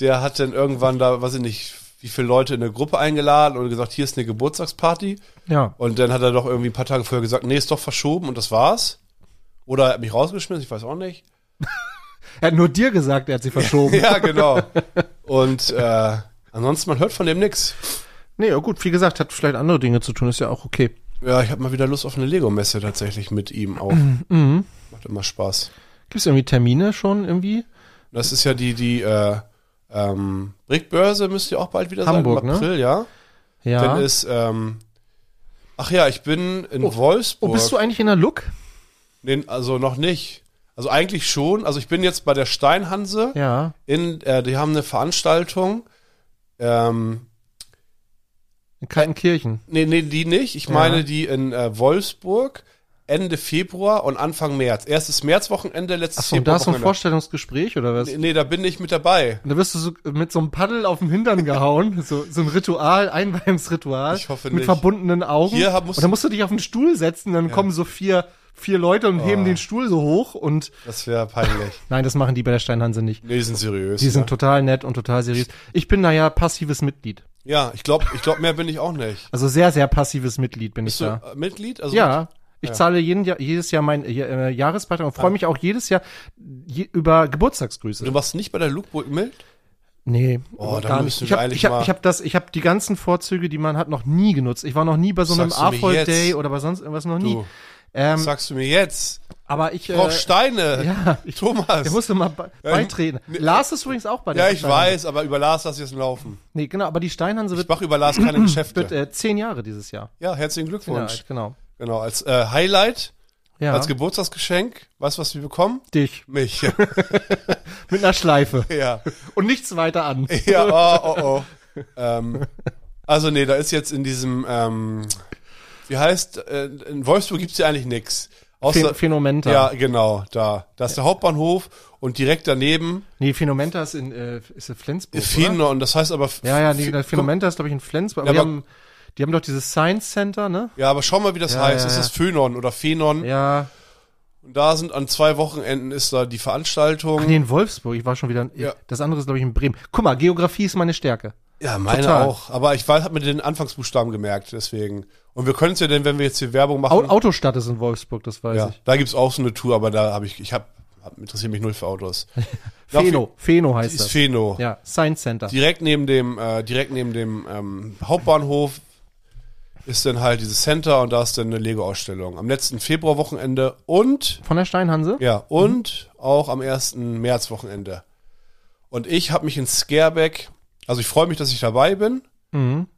Speaker 4: Der hat dann irgendwann da, weiß ich nicht, wie viele Leute in eine Gruppe eingeladen und gesagt, hier ist eine Geburtstagsparty.
Speaker 3: Ja.
Speaker 4: Und dann hat er doch irgendwie ein paar Tage vorher gesagt, nee, ist doch verschoben und das war's. Oder er hat mich rausgeschmissen, ich weiß auch nicht. (laughs)
Speaker 3: Er hat nur dir gesagt, er hat sie verschoben.
Speaker 4: Ja, genau. Und äh, ansonsten, man hört von dem nix.
Speaker 3: Nee, ja gut, wie gesagt, hat vielleicht andere Dinge zu tun, ist ja auch okay.
Speaker 4: Ja, ich habe mal wieder Lust auf eine Lego-Messe tatsächlich mit ihm auch.
Speaker 3: Mhm.
Speaker 4: Macht immer Spaß.
Speaker 3: Gibt's irgendwie Termine schon irgendwie?
Speaker 4: Das ist ja die, die äh, ähm, Brickbörse müsste ja auch bald wieder
Speaker 3: Hamburg,
Speaker 4: sein.
Speaker 3: ne?
Speaker 4: April, ja.
Speaker 3: Ja.
Speaker 4: Dann ist, ähm, ach ja, ich bin in Wolfsburg.
Speaker 3: oh, bist du eigentlich in der Look?
Speaker 4: nee, also noch nicht. Also eigentlich schon. Also ich bin jetzt bei der Steinhanse.
Speaker 3: Ja.
Speaker 4: In, äh, die haben eine Veranstaltung. Ähm,
Speaker 3: In Kaltenkirchen.
Speaker 4: nee, nee, die nicht. Ich
Speaker 3: Ja.
Speaker 4: meine die in äh, Wolfsburg Ende Februar und Anfang März. Erstes Märzwochenende, letztes
Speaker 3: Achso, und da hast du ein
Speaker 4: Februarwochenende.
Speaker 3: Vorstellungsgespräch oder was?
Speaker 4: Nee, nee, da bin ich mit dabei.
Speaker 3: Und da wirst du so mit so einem Paddel auf dem Hintern gehauen, (laughs) so, so ein Ritual, Einweihungsritual.
Speaker 4: Ich hoffe
Speaker 3: Mit
Speaker 4: nicht.
Speaker 3: verbundenen Augen.
Speaker 4: Hier hab- musst-
Speaker 3: und dann musst du dich auf den Stuhl setzen, dann kommen so vier, vier Leute und
Speaker 4: Oh.
Speaker 3: heben den Stuhl so hoch und
Speaker 4: Das
Speaker 3: (laughs)
Speaker 4: wäre peinlich.
Speaker 3: nein, das machen die bei der Steinhanse nicht.
Speaker 4: Nee, die sind seriös.
Speaker 3: Die sind
Speaker 4: ja.
Speaker 3: total nett und total seriös. Ich bin da ja passives Mitglied.
Speaker 4: ja, ich glaube, ich glaub, mehr bin ich auch nicht.
Speaker 3: Also sehr, sehr passives Mitglied bin
Speaker 4: Bist
Speaker 3: ich
Speaker 4: du
Speaker 3: da.
Speaker 4: äh, Mitglied? Also
Speaker 3: Ja. Ich zahle jeden Jahr, jedes Jahr meinen äh, Jahresbeitrag und freue mich auch jedes Jahr je, über Geburtstagsgrüße.
Speaker 4: Du warst nicht bei der Luke Mild?
Speaker 3: Nee,
Speaker 4: Oh,
Speaker 3: überhaupt
Speaker 4: da
Speaker 3: gar nicht.
Speaker 4: müssen
Speaker 3: Ich
Speaker 4: wir
Speaker 3: habe
Speaker 4: eigentlich
Speaker 3: ich hab,
Speaker 4: mal-
Speaker 3: ich hab das, ich habe die ganzen Vorzüge, die man hat, noch nie genutzt. Ich war noch nie bei so einem
Speaker 4: Sagst du mir
Speaker 3: Afol
Speaker 4: jetzt?
Speaker 3: Day oder bei sonst irgendwas noch nie.
Speaker 4: Du.
Speaker 3: Ähm,
Speaker 4: Sagst du mir jetzt?
Speaker 3: aber ich,
Speaker 4: Ich brauch
Speaker 3: äh,
Speaker 4: Steine.
Speaker 3: (laughs) ja, ich,
Speaker 4: Thomas.
Speaker 3: ich musste mal be
Speaker 4: Ja,
Speaker 3: beitreten. Lars ist übrigens auch bei der
Speaker 4: Ähm, ja, ich
Speaker 3: Steinhanse.
Speaker 4: weiß, aber über Lars lass ich es laufen.
Speaker 3: Nee, genau, aber die Steinhanse
Speaker 4: Ich
Speaker 3: wird,
Speaker 4: mache über Lars
Speaker 3: (clears throat)
Speaker 4: keine Geschäfte.
Speaker 3: wird äh, zehn Jahre dieses Jahr.
Speaker 4: Ja, herzlichen Glückwunsch.
Speaker 3: Ja, genau.
Speaker 4: Genau, als äh, Highlight,
Speaker 3: Ja,
Speaker 4: als Geburtstagsgeschenk, weißt du, was wir bekommen?
Speaker 3: dich.
Speaker 4: Mich.
Speaker 3: Mit einer Schleife.
Speaker 4: (laughs) ja.
Speaker 3: Und nichts weiter an.
Speaker 4: Ja, oh, oh, oh. ähm, also nee, da ist jetzt in diesem, ähm, wie heißt, äh, in Wolfsburg gibt's ja eigentlich nix.
Speaker 3: Phän
Speaker 4: Außer,
Speaker 3: Phänomenta.
Speaker 4: ja, genau, da. Da ist der Hauptbahnhof und direkt daneben
Speaker 3: Nee, Phänomenta ist in, äh, ist in Flensburg. oder?
Speaker 4: Fino, und das heißt aber...
Speaker 3: Ja, ja, nee,
Speaker 4: Fe-
Speaker 3: das Phänomenta ist, glaube ich, in Flensburg.
Speaker 4: Ja,
Speaker 3: Aber die,
Speaker 4: aber-
Speaker 3: haben, die haben doch dieses Science Center, ne?
Speaker 4: Ja, aber schau mal, wie das
Speaker 3: Ja,
Speaker 4: heißt.
Speaker 3: ja,
Speaker 4: ist
Speaker 3: ja.
Speaker 4: das Phenon oder Phenon?
Speaker 3: Ja.
Speaker 4: Und da sind an zwei Wochenenden ist da die Veranstaltung.
Speaker 3: Ach nee, in Wolfsburg. Ich war schon wieder. In,
Speaker 4: Um Ja.
Speaker 3: Das andere ist, glaube ich, in Bremen. Guck mal, Geografie ist meine Stärke.
Speaker 4: Ja, meine
Speaker 3: Total.
Speaker 4: auch. Aber ich weiß, hab mir den Anfangsbuchstaben gemerkt, deswegen. Und wir können es ja denn, wenn wir jetzt hier Werbung machen.
Speaker 3: Au Autostadt ist in Wolfsburg, das weiß
Speaker 4: ja,
Speaker 3: ich.
Speaker 4: da gibt's auch so eine Tour, aber da habe ich, ich hab, hab interessiert mich null
Speaker 3: (laughs)
Speaker 4: für Autos. Na,
Speaker 3: Pheno. Pheno heißt
Speaker 4: Ist
Speaker 3: das.
Speaker 4: Pheno.
Speaker 3: ja, Science Center.
Speaker 4: Direkt neben dem, äh, direkt neben dem ähm, Hauptbahnhof ist dann halt dieses Center und da ist dann eine Lego-Ausstellung. Am letzten Februarwochenende und
Speaker 3: Von der Steinhanse?
Speaker 4: Ja, und auch am 1. Märzwochenende. Und ich habe mich in Scareback, also ich freue mich, dass ich dabei bin.
Speaker 3: Mhm.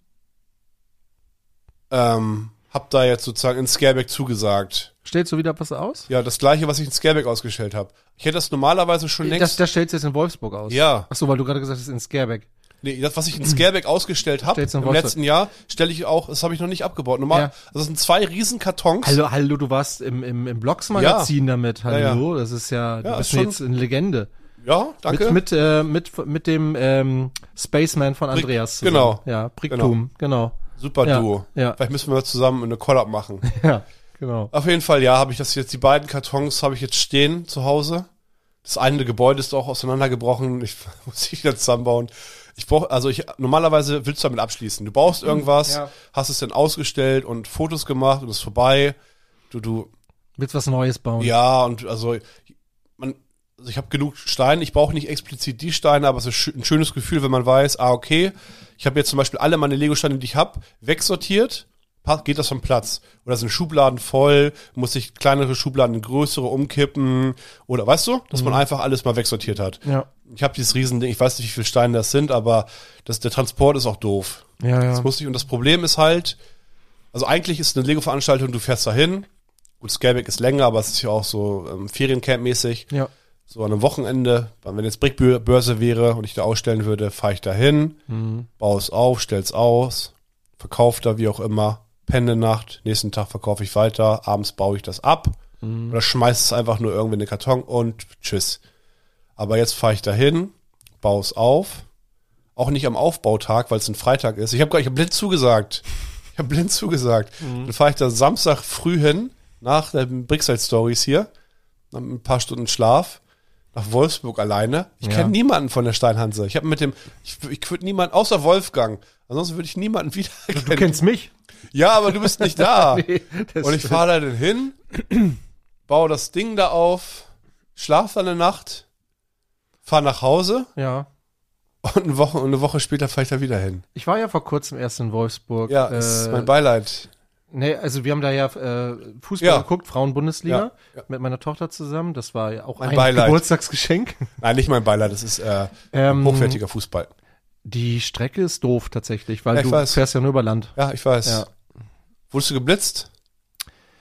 Speaker 4: Ähm, hab da jetzt sozusagen in Scareback zugesagt.
Speaker 3: Stellst du wieder was aus?
Speaker 4: Ja, das gleiche, was ich in Scareback ausgestellt habe. Ich hätte das normalerweise schon
Speaker 3: Das,
Speaker 4: längst.
Speaker 3: das stellst du jetzt in Wolfsburg aus.
Speaker 4: ja,
Speaker 3: Ach so, weil du gerade gesagt hast, in Skerbeck.
Speaker 4: nee, das, was ich in Scareback ausgestellt habe
Speaker 3: Stellst du
Speaker 4: im
Speaker 3: in Wolfsburg.
Speaker 4: letzten Jahr, stelle ich auch, das habe ich noch nicht abgebaut. Normal,
Speaker 3: Ja.
Speaker 4: also das sind zwei riesen Kartons.
Speaker 3: Hallo, hallo, du warst im, im, im Blogs-Magazin damit. Hallo,
Speaker 4: Ja,
Speaker 3: das ist ja, du
Speaker 4: Ja,
Speaker 3: bist
Speaker 4: ist schon-
Speaker 3: jetzt eine Legende.
Speaker 4: Ja, danke.
Speaker 3: Mit, mit, äh, mit, mit dem ähm, Spaceman von
Speaker 4: Brick-
Speaker 3: Andreas zusammen.
Speaker 4: genau.
Speaker 3: Ja, Bricktum, genau.
Speaker 4: Super
Speaker 3: Ja,
Speaker 4: Duo.
Speaker 3: ja.
Speaker 4: Vielleicht müssen wir zusammen eine Call-Up machen.
Speaker 3: Ja, genau. (laughs)
Speaker 4: Auf jeden Fall, ja, habe ich das jetzt, die beiden Kartons habe ich jetzt stehen zu Hause. Das eine Gebäude ist auch auseinandergebrochen. (laughs) Ich muss ich wieder zusammenbauen. Ich brauche, also ich, normalerweise willst du damit abschließen. Du brauchst irgendwas,
Speaker 3: ja.
Speaker 4: hast es dann ausgestellt und Fotos gemacht und ist vorbei. Du, du,
Speaker 3: Willst was Neues bauen?
Speaker 4: ja, und also, man, also ich habe genug Steine. Ich brauche nicht explizit die Steine, aber es ist schö- ein schönes Gefühl, wenn man weiß, ah, okay, ich habe jetzt zum Beispiel alle meine Lego-Steine, die ich habe, wegsortiert. pa- Geht das vom Platz? Oder sind Schubladen voll? Muss ich kleinere Schubladen in größere umkippen? Oder weißt du, dass man einfach alles mal wegsortiert hat?
Speaker 3: Ja,
Speaker 4: Ich habe dieses Riesending, ich weiß nicht, wie viele Steine das sind, aber das, der Transport ist auch doof.
Speaker 3: ja. ja.
Speaker 4: Das muss ich. Und das Problem ist halt, also eigentlich ist eine Lego-Veranstaltung, du fährst da hin. Gut, Scareback ist länger, aber es ist ja auch so ähm, Feriencamp-mäßig.
Speaker 3: ja.
Speaker 4: So an einem Wochenende, wenn jetzt Brickbörse wäre und ich da ausstellen würde, fahre ich da hin, baue es auf, stell's aus, verkaufe da wie auch immer, penne Nacht, nächsten Tag verkaufe ich weiter, abends baue ich das ab oder schmeiß es einfach nur irgendwie in den Karton und tschüss. Aber jetzt fahre ich da hin, baue es auf, auch nicht am Aufbautag, weil es ein Freitag ist. Ich habe ich hab blind zugesagt. Ich habe blind zugesagt.
Speaker 3: Mhm.
Speaker 4: Dann fahre ich da Samstag früh hin, nach den Brickside Stories hier, nach ein paar Stunden Schlaf, nach Wolfsburg alleine. Ich
Speaker 3: Ja.
Speaker 4: kenne niemanden von der Steinhanse. Ich habe mit dem, ich, ich würde niemanden, außer Wolfgang, ansonsten würde ich niemanden (laughs) wieder
Speaker 3: Du kennst mich.
Speaker 4: Ja, aber du bist
Speaker 3: (laughs)
Speaker 4: nicht da.
Speaker 3: Das-
Speaker 4: Und ich fahre da dann hin, baue das Ding da auf, schlafe eine Nacht, fahre nach Hause
Speaker 3: Ja.
Speaker 4: und eine Woche, und eine Woche später fahre ich da wieder hin.
Speaker 3: Ich war ja vor kurzem erst in Wolfsburg.
Speaker 4: Ja,
Speaker 3: äh,
Speaker 4: ist mein Beileid.
Speaker 3: nee, also wir haben da ja äh, Fußball
Speaker 4: Ja.
Speaker 3: geguckt, Frauenbundesliga,
Speaker 4: Ja, ja.
Speaker 3: mit meiner Tochter zusammen. Das war ja auch
Speaker 4: Mein
Speaker 3: ein
Speaker 4: Beileid. (laughs)
Speaker 3: Geburtstagsgeschenk.
Speaker 4: Nein, nicht mein Beileid, das ist äh,
Speaker 3: Ähm,
Speaker 4: hochwertiger Fußball.
Speaker 3: Die Strecke ist doof tatsächlich, weil
Speaker 4: Ja, ich
Speaker 3: du
Speaker 4: weiß.
Speaker 3: fährst ja nur über Land.
Speaker 4: Ja, ich weiß.
Speaker 3: Ja.
Speaker 4: Wurdest du geblitzt?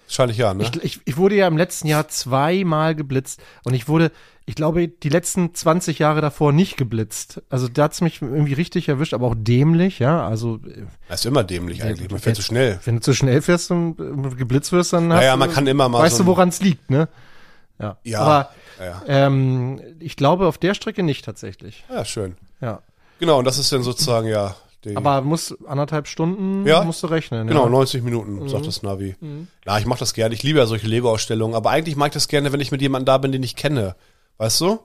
Speaker 4: Wahrscheinlich ja, ne?
Speaker 3: Ich, ich, ich wurde ja im letzten Jahr zweimal geblitzt und ich wurde, ich glaube, die letzten 20 Jahre davor nicht geblitzt. Also da hat's mich irgendwie richtig erwischt, aber auch dämlich, ja. Also äh,
Speaker 4: Das ist immer dämlich eigentlich, man fährt zu
Speaker 3: jetzt-
Speaker 4: schnell.
Speaker 3: wenn du zu schnell fährst und äh, geblitzt wirst, dann hast
Speaker 4: Naja,
Speaker 3: du-
Speaker 4: man kann immer mal
Speaker 3: weißt
Speaker 4: so
Speaker 3: du,
Speaker 4: ein-
Speaker 3: woran es liegt, ne? Ja.
Speaker 4: Ja,
Speaker 3: Aber
Speaker 4: ja.
Speaker 3: ähm, ich glaube auf der Strecke nicht tatsächlich.
Speaker 4: Ja, schön.
Speaker 3: Ja.
Speaker 4: Genau, und das ist dann sozusagen ja die,
Speaker 3: Aber muss anderthalb Stunden
Speaker 4: Mhm. Ja.
Speaker 3: musst du rechnen.
Speaker 4: Genau,
Speaker 3: ja. Mhm.
Speaker 4: 90 Minuten, sagt das Navi. Ja, ich mache das gerne. Ich liebe ja solche Lego-Ausstellungen, aber eigentlich mag ich das gerne, wenn ich mit jemandem da bin, den ich kenne. Weißt du?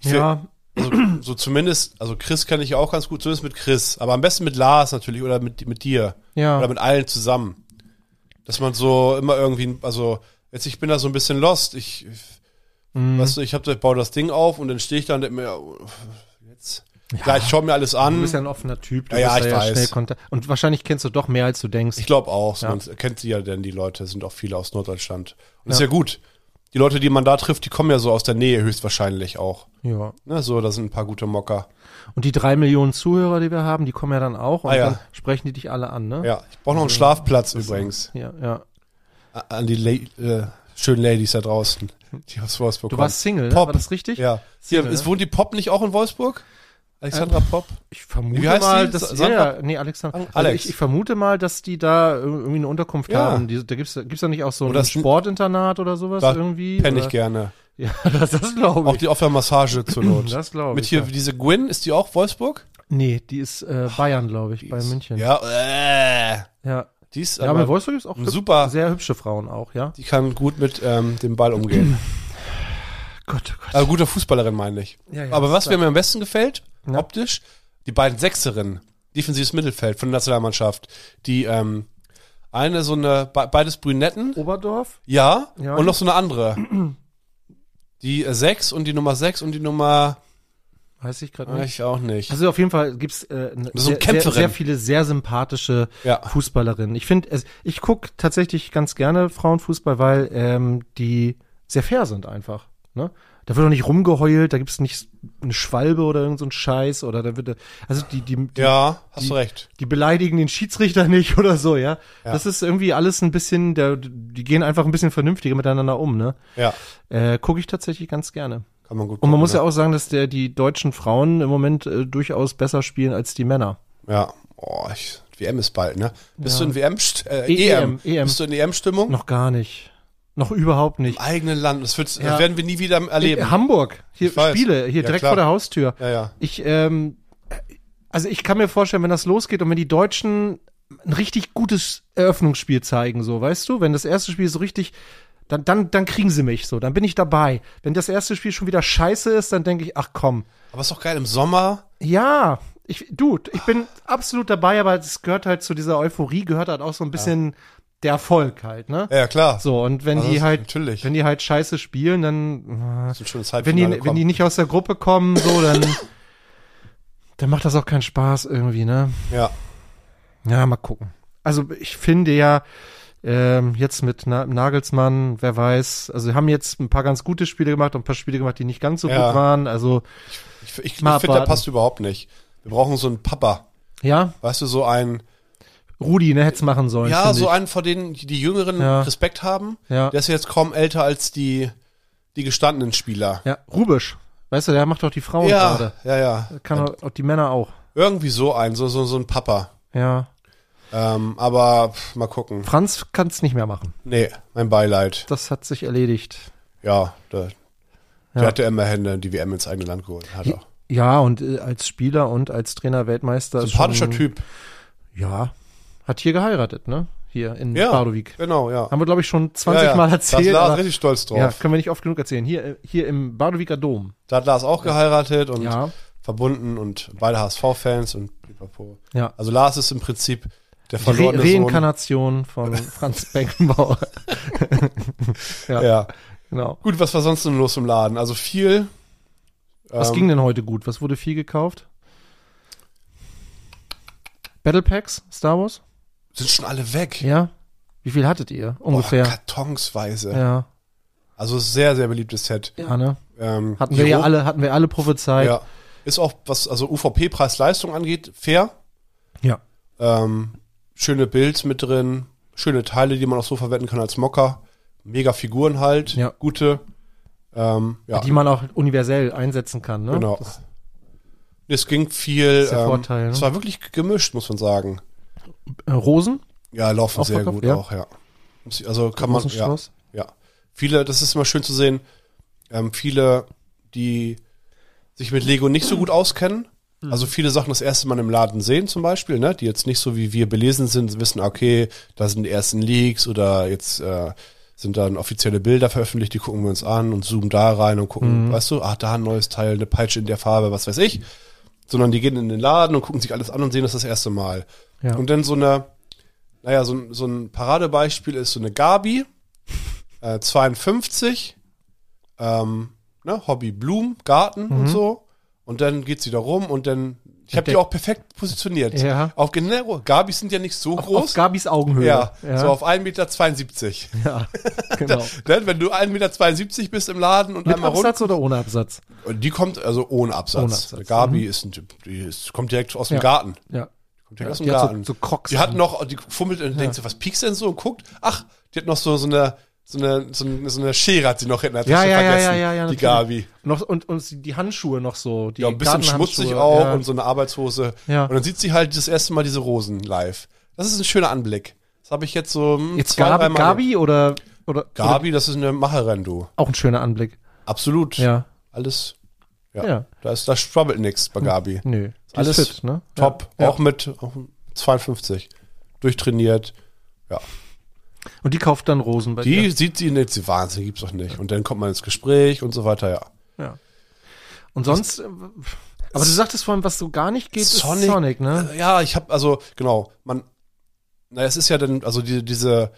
Speaker 4: Ich will-
Speaker 3: Ja,
Speaker 4: Also, so zumindest, also Chris kenne ich ja auch ganz gut, zumindest mit Chris. Aber am besten mit Lars natürlich oder mit, mit dir.
Speaker 3: ja.
Speaker 4: Oder mit allen zusammen. Dass man so immer irgendwie, also jetzt ich bin da so ein bisschen lost. Ich,
Speaker 3: Mhm.
Speaker 4: weißt du, ich hab, ich baue das Ding auf und dann stehe ich da und denk mir, ja, jetzt, klar, ich schaue mir alles an.
Speaker 3: Du bist ja ein offener Typ, du
Speaker 4: Ja, ja,
Speaker 3: bist
Speaker 4: ich
Speaker 3: da
Speaker 4: weiß.
Speaker 3: schnell Kontakt. Und wahrscheinlich kennst du doch mehr, als du denkst.
Speaker 4: Ich glaube auch. Man kennt sie ja denn die Leute, sind auch viele aus Norddeutschland. Und ist ja gut. Die Leute, die man da trifft, die kommen ja so aus der Nähe höchstwahrscheinlich auch.
Speaker 3: ja.
Speaker 4: Ne, so, da sind ein paar gute Mocker.
Speaker 3: Und die drei Millionen Zuhörer, die wir haben, die kommen ja dann auch und
Speaker 4: Ah, ja.
Speaker 3: dann sprechen die dich alle an, ne?
Speaker 4: Ja, ich brauche noch einen Schlafplatz übrigens.
Speaker 3: Ja, ja.
Speaker 4: A- An die La äh, schönen Ladies da draußen, die aus Wolfsburg
Speaker 3: Du
Speaker 4: kommen.
Speaker 3: warst Single, ne?
Speaker 4: Pop.
Speaker 3: war das richtig?
Speaker 4: Ja. Hier,
Speaker 3: Single,
Speaker 4: ist,
Speaker 3: ne? Ähm,
Speaker 4: wohnt die Pop nicht auch in Wolfsburg? Alexandra Pop?
Speaker 3: Ich vermute
Speaker 4: Wie heißt
Speaker 3: mal,
Speaker 4: die?
Speaker 3: dass
Speaker 4: Sa-
Speaker 3: ja,
Speaker 4: Sandra?
Speaker 3: ja, nee, Alexander.
Speaker 4: Alex.
Speaker 3: Also ich, ich vermute mal, dass die da irgendwie eine Unterkunft
Speaker 4: Ja.
Speaker 3: haben. Die, da gibt's gibt's da nicht auch so
Speaker 4: Oder
Speaker 3: ein
Speaker 4: das-
Speaker 3: Sportinternat oder sowas
Speaker 4: Da
Speaker 3: irgendwie?
Speaker 4: Penne ich
Speaker 3: Oder-
Speaker 4: gerne.
Speaker 3: Ja, das, das glaube
Speaker 4: Auch
Speaker 3: ich.
Speaker 4: die auf der Massage zur Not.
Speaker 3: Das glaube
Speaker 4: Mit
Speaker 3: ich,
Speaker 4: hier,
Speaker 3: ja.
Speaker 4: diese Gwyn, ist die auch Wolfsburg?
Speaker 3: Nee, die ist äh, Bayern, glaube ich, bei München.
Speaker 4: Ja, äh,
Speaker 3: ja.
Speaker 4: die ist
Speaker 3: Ja, aber in
Speaker 4: aber,
Speaker 3: Wolfsburg gibt's auch hüb-
Speaker 4: super.
Speaker 3: sehr hübsche Frauen auch, ja.
Speaker 4: die kann gut mit ähm, dem Ball umgehen.
Speaker 3: Gott, oh Gott.
Speaker 4: Also guter Fußballerin meine ich.
Speaker 3: Ja, ja,
Speaker 4: Aber
Speaker 3: ist
Speaker 4: was
Speaker 3: klar.
Speaker 4: mir am besten gefällt, optisch, die beiden Sechserinnen, defensives Mittelfeld von der Nationalmannschaft, die ähm, eine so eine, be beides Brünetten,
Speaker 3: Oberdorf?
Speaker 4: ja,
Speaker 3: Ja.
Speaker 4: und noch so eine andere. Die äh, sechs und die Nummer sechs und die Nummer,
Speaker 3: Weiß ich gerade
Speaker 4: Ah,
Speaker 3: nicht.
Speaker 4: ich auch nicht.
Speaker 3: Also auf jeden Fall gibt's äh, ne-
Speaker 4: So eine
Speaker 3: sehr, sehr,
Speaker 4: Kämpferin.
Speaker 3: sehr viele sehr sympathische
Speaker 4: Ja.
Speaker 3: Fußballerinnen. Ich finde, ich guck tatsächlich ganz gerne Frauenfußball, weil ähm, die sehr fair sind einfach. Ne? Da wird doch nicht rumgeheult, da gibt's nicht eine Schwalbe oder irgend so ein Scheiß oder da wird also die die, die
Speaker 4: Ja, hast du recht.
Speaker 3: die beleidigen den Schiedsrichter (laughs) nicht oder so, ja? Das ist irgendwie alles ein bisschen, der, die gehen einfach ein bisschen vernünftiger miteinander um, ne?
Speaker 4: Ja,
Speaker 3: Äh, gucke ich tatsächlich ganz gerne.
Speaker 4: kann man gut
Speaker 3: Und man
Speaker 4: gucken,
Speaker 3: muss
Speaker 4: ne?
Speaker 3: ja auch sagen, dass der, die deutschen Frauen im Moment äh, durchaus besser spielen als die Männer.
Speaker 4: Ja, oh, ich, WM ist bald, ne? Bist
Speaker 3: Ja.
Speaker 4: du in WM, st- äh,
Speaker 3: E-
Speaker 4: EM,
Speaker 3: EM, EM.
Speaker 4: Bist du in EM-Stimmung?
Speaker 3: Oh. Noch gar nicht. Noch überhaupt nicht.
Speaker 4: Eigenen Land, das, wird's,
Speaker 3: Ja.
Speaker 4: das werden wir nie wieder erleben.
Speaker 3: In Hamburg, hier
Speaker 4: Ich weiß.
Speaker 3: Spiele, hier
Speaker 4: Ja,
Speaker 3: direkt
Speaker 4: klar.
Speaker 3: vor der Haustür.
Speaker 4: Ja, ja.
Speaker 3: Ich, ähm, also ich kann mir vorstellen, wenn das losgeht und wenn die Deutschen ein richtig gutes Eröffnungsspiel zeigen, so, weißt du, wenn das erste Spiel so richtig, dann, dann, dann kriegen sie mich so, dann bin ich dabei. Wenn das erste Spiel schon wieder scheiße ist, dann denke ich, ach komm.
Speaker 4: Aber ist doch geil im Sommer.
Speaker 3: Ja, ich, du, ich bin absolut dabei, aber es gehört halt zu dieser Euphorie, gehört halt auch so ein bisschen der Erfolg halt, ne?
Speaker 4: Ja, ja, klar.
Speaker 3: So, und wenn
Speaker 4: Also
Speaker 3: die
Speaker 4: das-
Speaker 3: halt,
Speaker 4: natürlich.
Speaker 3: wenn die halt scheiße spielen, dann, äh,
Speaker 4: Das ist ein schönes
Speaker 3: wenn die,
Speaker 4: Halbfinale
Speaker 3: wenn die nicht aus der Gruppe kommen, so, dann, dann macht das auch keinen Spaß irgendwie, ne?
Speaker 4: Ja,
Speaker 3: Ja, mal gucken. Also ich finde ja, ähm, jetzt mit Na Nagelsmann, wer weiß, also wir haben jetzt ein paar ganz gute Spiele gemacht und ein paar Spiele gemacht, die nicht ganz so
Speaker 4: Ja.
Speaker 3: gut waren. Also,
Speaker 4: ich, ich, ich
Speaker 3: Mal
Speaker 4: finde, der
Speaker 3: abwarten.
Speaker 4: passt überhaupt nicht. Wir brauchen so einen Papa.
Speaker 3: ja,
Speaker 4: Weißt du, so einen,
Speaker 3: Rudi, ne, hätte es machen sollen.
Speaker 4: ja,
Speaker 3: finde
Speaker 4: so
Speaker 3: ich.
Speaker 4: einen, vor denen die Jüngeren
Speaker 3: Ja.
Speaker 4: Respekt haben.
Speaker 3: Ja.
Speaker 4: Der ist jetzt kaum älter als die, die gestandenen Spieler.
Speaker 3: Ja, Rubisch. Weißt du, der macht doch die Frauen
Speaker 4: Ja,
Speaker 3: gerade.
Speaker 4: ja, ja.
Speaker 3: Kann auch, auch die Männer auch.
Speaker 4: Irgendwie so einen, so, so, so ein Papa.
Speaker 3: Ja.
Speaker 4: Ähm, aber pff, mal gucken.
Speaker 3: Franz kann es nicht mehr machen.
Speaker 4: Nee, mein Beileid.
Speaker 3: Das hat sich erledigt.
Speaker 4: Ja, der,
Speaker 3: Ja.
Speaker 4: der hat ja immer Hände die WM ins eigene Land geholt. Hat er.
Speaker 3: Ja, und äh, als Spieler und als Trainer Weltmeister. ist
Speaker 4: Sympathischer
Speaker 3: schon-
Speaker 4: Typ.
Speaker 3: Ja. Hat hier geheiratet, ne? Hier in
Speaker 4: Ja,
Speaker 3: Badowik.
Speaker 4: genau, ja.
Speaker 3: Haben wir, glaube ich, schon 20
Speaker 4: ja, ja.
Speaker 3: Mal
Speaker 4: Da
Speaker 3: erzählt.
Speaker 4: ist Lars
Speaker 3: aber-
Speaker 4: richtig stolz drauf.
Speaker 3: ja, können wir nicht oft genug erzählen. Hier, äh, hier im Badowiker Dom.
Speaker 4: Da hat Lars auch geheiratet und
Speaker 3: Ja.
Speaker 4: verbunden und beide HSV-Fans und pipapo.
Speaker 3: Ja.
Speaker 4: Also Lars ist im Prinzip der
Speaker 3: Re
Speaker 4: verlorene Sohn.
Speaker 3: Reinkarnation
Speaker 4: (laughs)
Speaker 3: von Franz Beckenbauer.
Speaker 4: Ja.
Speaker 3: genau.
Speaker 4: Gut, was war sonst denn los im Laden? Also viel.
Speaker 3: Was
Speaker 4: ähm,
Speaker 3: ging denn heute gut? Was wurde viel gekauft? Battle Packs, Star Wars?
Speaker 4: Sind schon alle weg.
Speaker 3: Ja. Wie viel hattet ihr?
Speaker 4: Boah,
Speaker 3: Ungefähr.
Speaker 4: kartonsweise.
Speaker 3: ja.
Speaker 4: Also sehr, sehr beliebtes Set.
Speaker 3: Ja, ne?
Speaker 4: Ähm,
Speaker 3: Hatten wir ja
Speaker 4: Giro-
Speaker 3: alle, hatten wir alle prophezeit.
Speaker 4: Ja. Ist auch, was also UVP-Preis-Leistung angeht, fair.
Speaker 3: Ja.
Speaker 4: Ähm, schöne Builds mit drin, schöne Teile, die man auch so verwenden kann als Mocker. Mega Figuren halt,
Speaker 3: Ja.
Speaker 4: gute. Ähm, ja,
Speaker 3: Die man auch universell einsetzen kann, ne?
Speaker 4: genau.
Speaker 3: Das
Speaker 4: Es ging viel.
Speaker 3: der
Speaker 4: ähm,
Speaker 3: Vorteil, ne?
Speaker 4: Es war wirklich gemischt, muss man sagen.
Speaker 3: äh, Rosen?
Speaker 4: Ja, laufen sehr
Speaker 3: Ausverkauft,
Speaker 4: gut
Speaker 3: ja.
Speaker 4: auch, ja. Muss- Also kann man, ja,
Speaker 3: Rosenstrauß?
Speaker 4: ja. Viele, das ist immer schön zu sehen, ähm, viele, die sich mit Lego nicht so gut auskennen, also viele Sachen das erste Mal im Laden sehen zum Beispiel, ne, die jetzt nicht so wie wir belesen sind, wissen, okay, da sind die ersten Leaks oder jetzt äh, sind dann offizielle Bilder veröffentlicht, die gucken wir uns an und zoomen da rein und gucken, weißt du, ah, da ein neues Teil, eine Peitsche in der Farbe, was weiß ich. Sondern die gehen in den Laden und gucken sich alles an und sehen das das erste Mal.
Speaker 3: Ja.
Speaker 4: Und dann so eine Naja, so, ein- so ein Paradebeispiel ist so
Speaker 3: (laughs)
Speaker 4: eine Gabi, äh, 52, ähm, ne, Hobby Blumen, Garten
Speaker 3: Mhm.
Speaker 4: und so. Und dann geht sie da rum und dann, ich habe die auch perfekt positioniert.
Speaker 3: Ja.
Speaker 4: Auf genau, Gabis sind ja nicht so
Speaker 3: Auf,
Speaker 4: groß.
Speaker 3: auf Gabis Augenhöhe.
Speaker 4: ja, so auf 1,72
Speaker 3: (laughs)
Speaker 4: Meter.
Speaker 3: ja (laughs)
Speaker 4: (laughs)
Speaker 3: genau.
Speaker 4: Denn wenn du 1,72 Meter bist im Laden und
Speaker 3: Mit
Speaker 4: einmal rund,
Speaker 3: Absatz oder ohne Absatz?
Speaker 4: und die kommt also ohne Absatz.
Speaker 3: Ohne Absatz, Mhm.
Speaker 4: Gabi ist ein Typ, die ist, kommt direkt aus dem
Speaker 3: Ja.
Speaker 4: Garten.
Speaker 3: Ja.
Speaker 4: Kommt direkt aus dem
Speaker 3: Die hat
Speaker 4: Garten.
Speaker 3: so, so Crocs.
Speaker 4: die hat
Speaker 3: an.
Speaker 4: noch, die fummelt und denkt so, was piekst denn so und guckt, ach, die hat noch so, so eine, so eine, so eine, so eine Schere hat sie noch in der
Speaker 3: Ja,
Speaker 4: Tasche
Speaker 3: ja, ja,
Speaker 4: vergessen.
Speaker 3: ja, ja, ja,
Speaker 4: die
Speaker 3: natürlich.
Speaker 4: Gabi.
Speaker 3: noch und, und sie- die Handschuhe noch so. Die
Speaker 4: Ja, ein bisschen
Speaker 3: Gartenhandschuhe.
Speaker 4: schmutzig auch
Speaker 3: Ja.
Speaker 4: und so eine Arbeitshose.
Speaker 3: Ja.
Speaker 4: Und dann sieht sie halt das erste Mal diese Rosen live. Das ist ein schöner Anblick. Das habe ich jetzt so hm,
Speaker 3: Jetzt
Speaker 4: zwei,
Speaker 3: Gabi,
Speaker 4: dreimal-
Speaker 3: Gabi oder, oder
Speaker 4: Gabi, das ist eine Macherin, du.
Speaker 3: Oder auch ein schöner Anblick.
Speaker 4: Absolut.
Speaker 3: Ja.
Speaker 4: Alles. Ja.
Speaker 3: Ja.
Speaker 4: Da ist, da strubbelt nix bei Gabi.
Speaker 3: Nö. Die
Speaker 4: Alles
Speaker 3: ist fit, ne?
Speaker 4: Top.
Speaker 3: Ja.
Speaker 4: Auch mit auch 52. Durchtrainiert.
Speaker 3: Ja. Und die kauft dann Rosen bei
Speaker 4: Die
Speaker 3: dir.
Speaker 4: sieht sie nicht, sie Wahnsinn, gibt's doch nicht. Und dann kommt man ins Gespräch und so weiter, ja.
Speaker 3: Und sonst. äh, Aber du sagtest vorhin, was so gar nicht geht,
Speaker 4: Sonic-
Speaker 3: ist Sonic, ne?
Speaker 4: Äh, Ja, ich habe also genau, man na, es ist ja dann also die, diese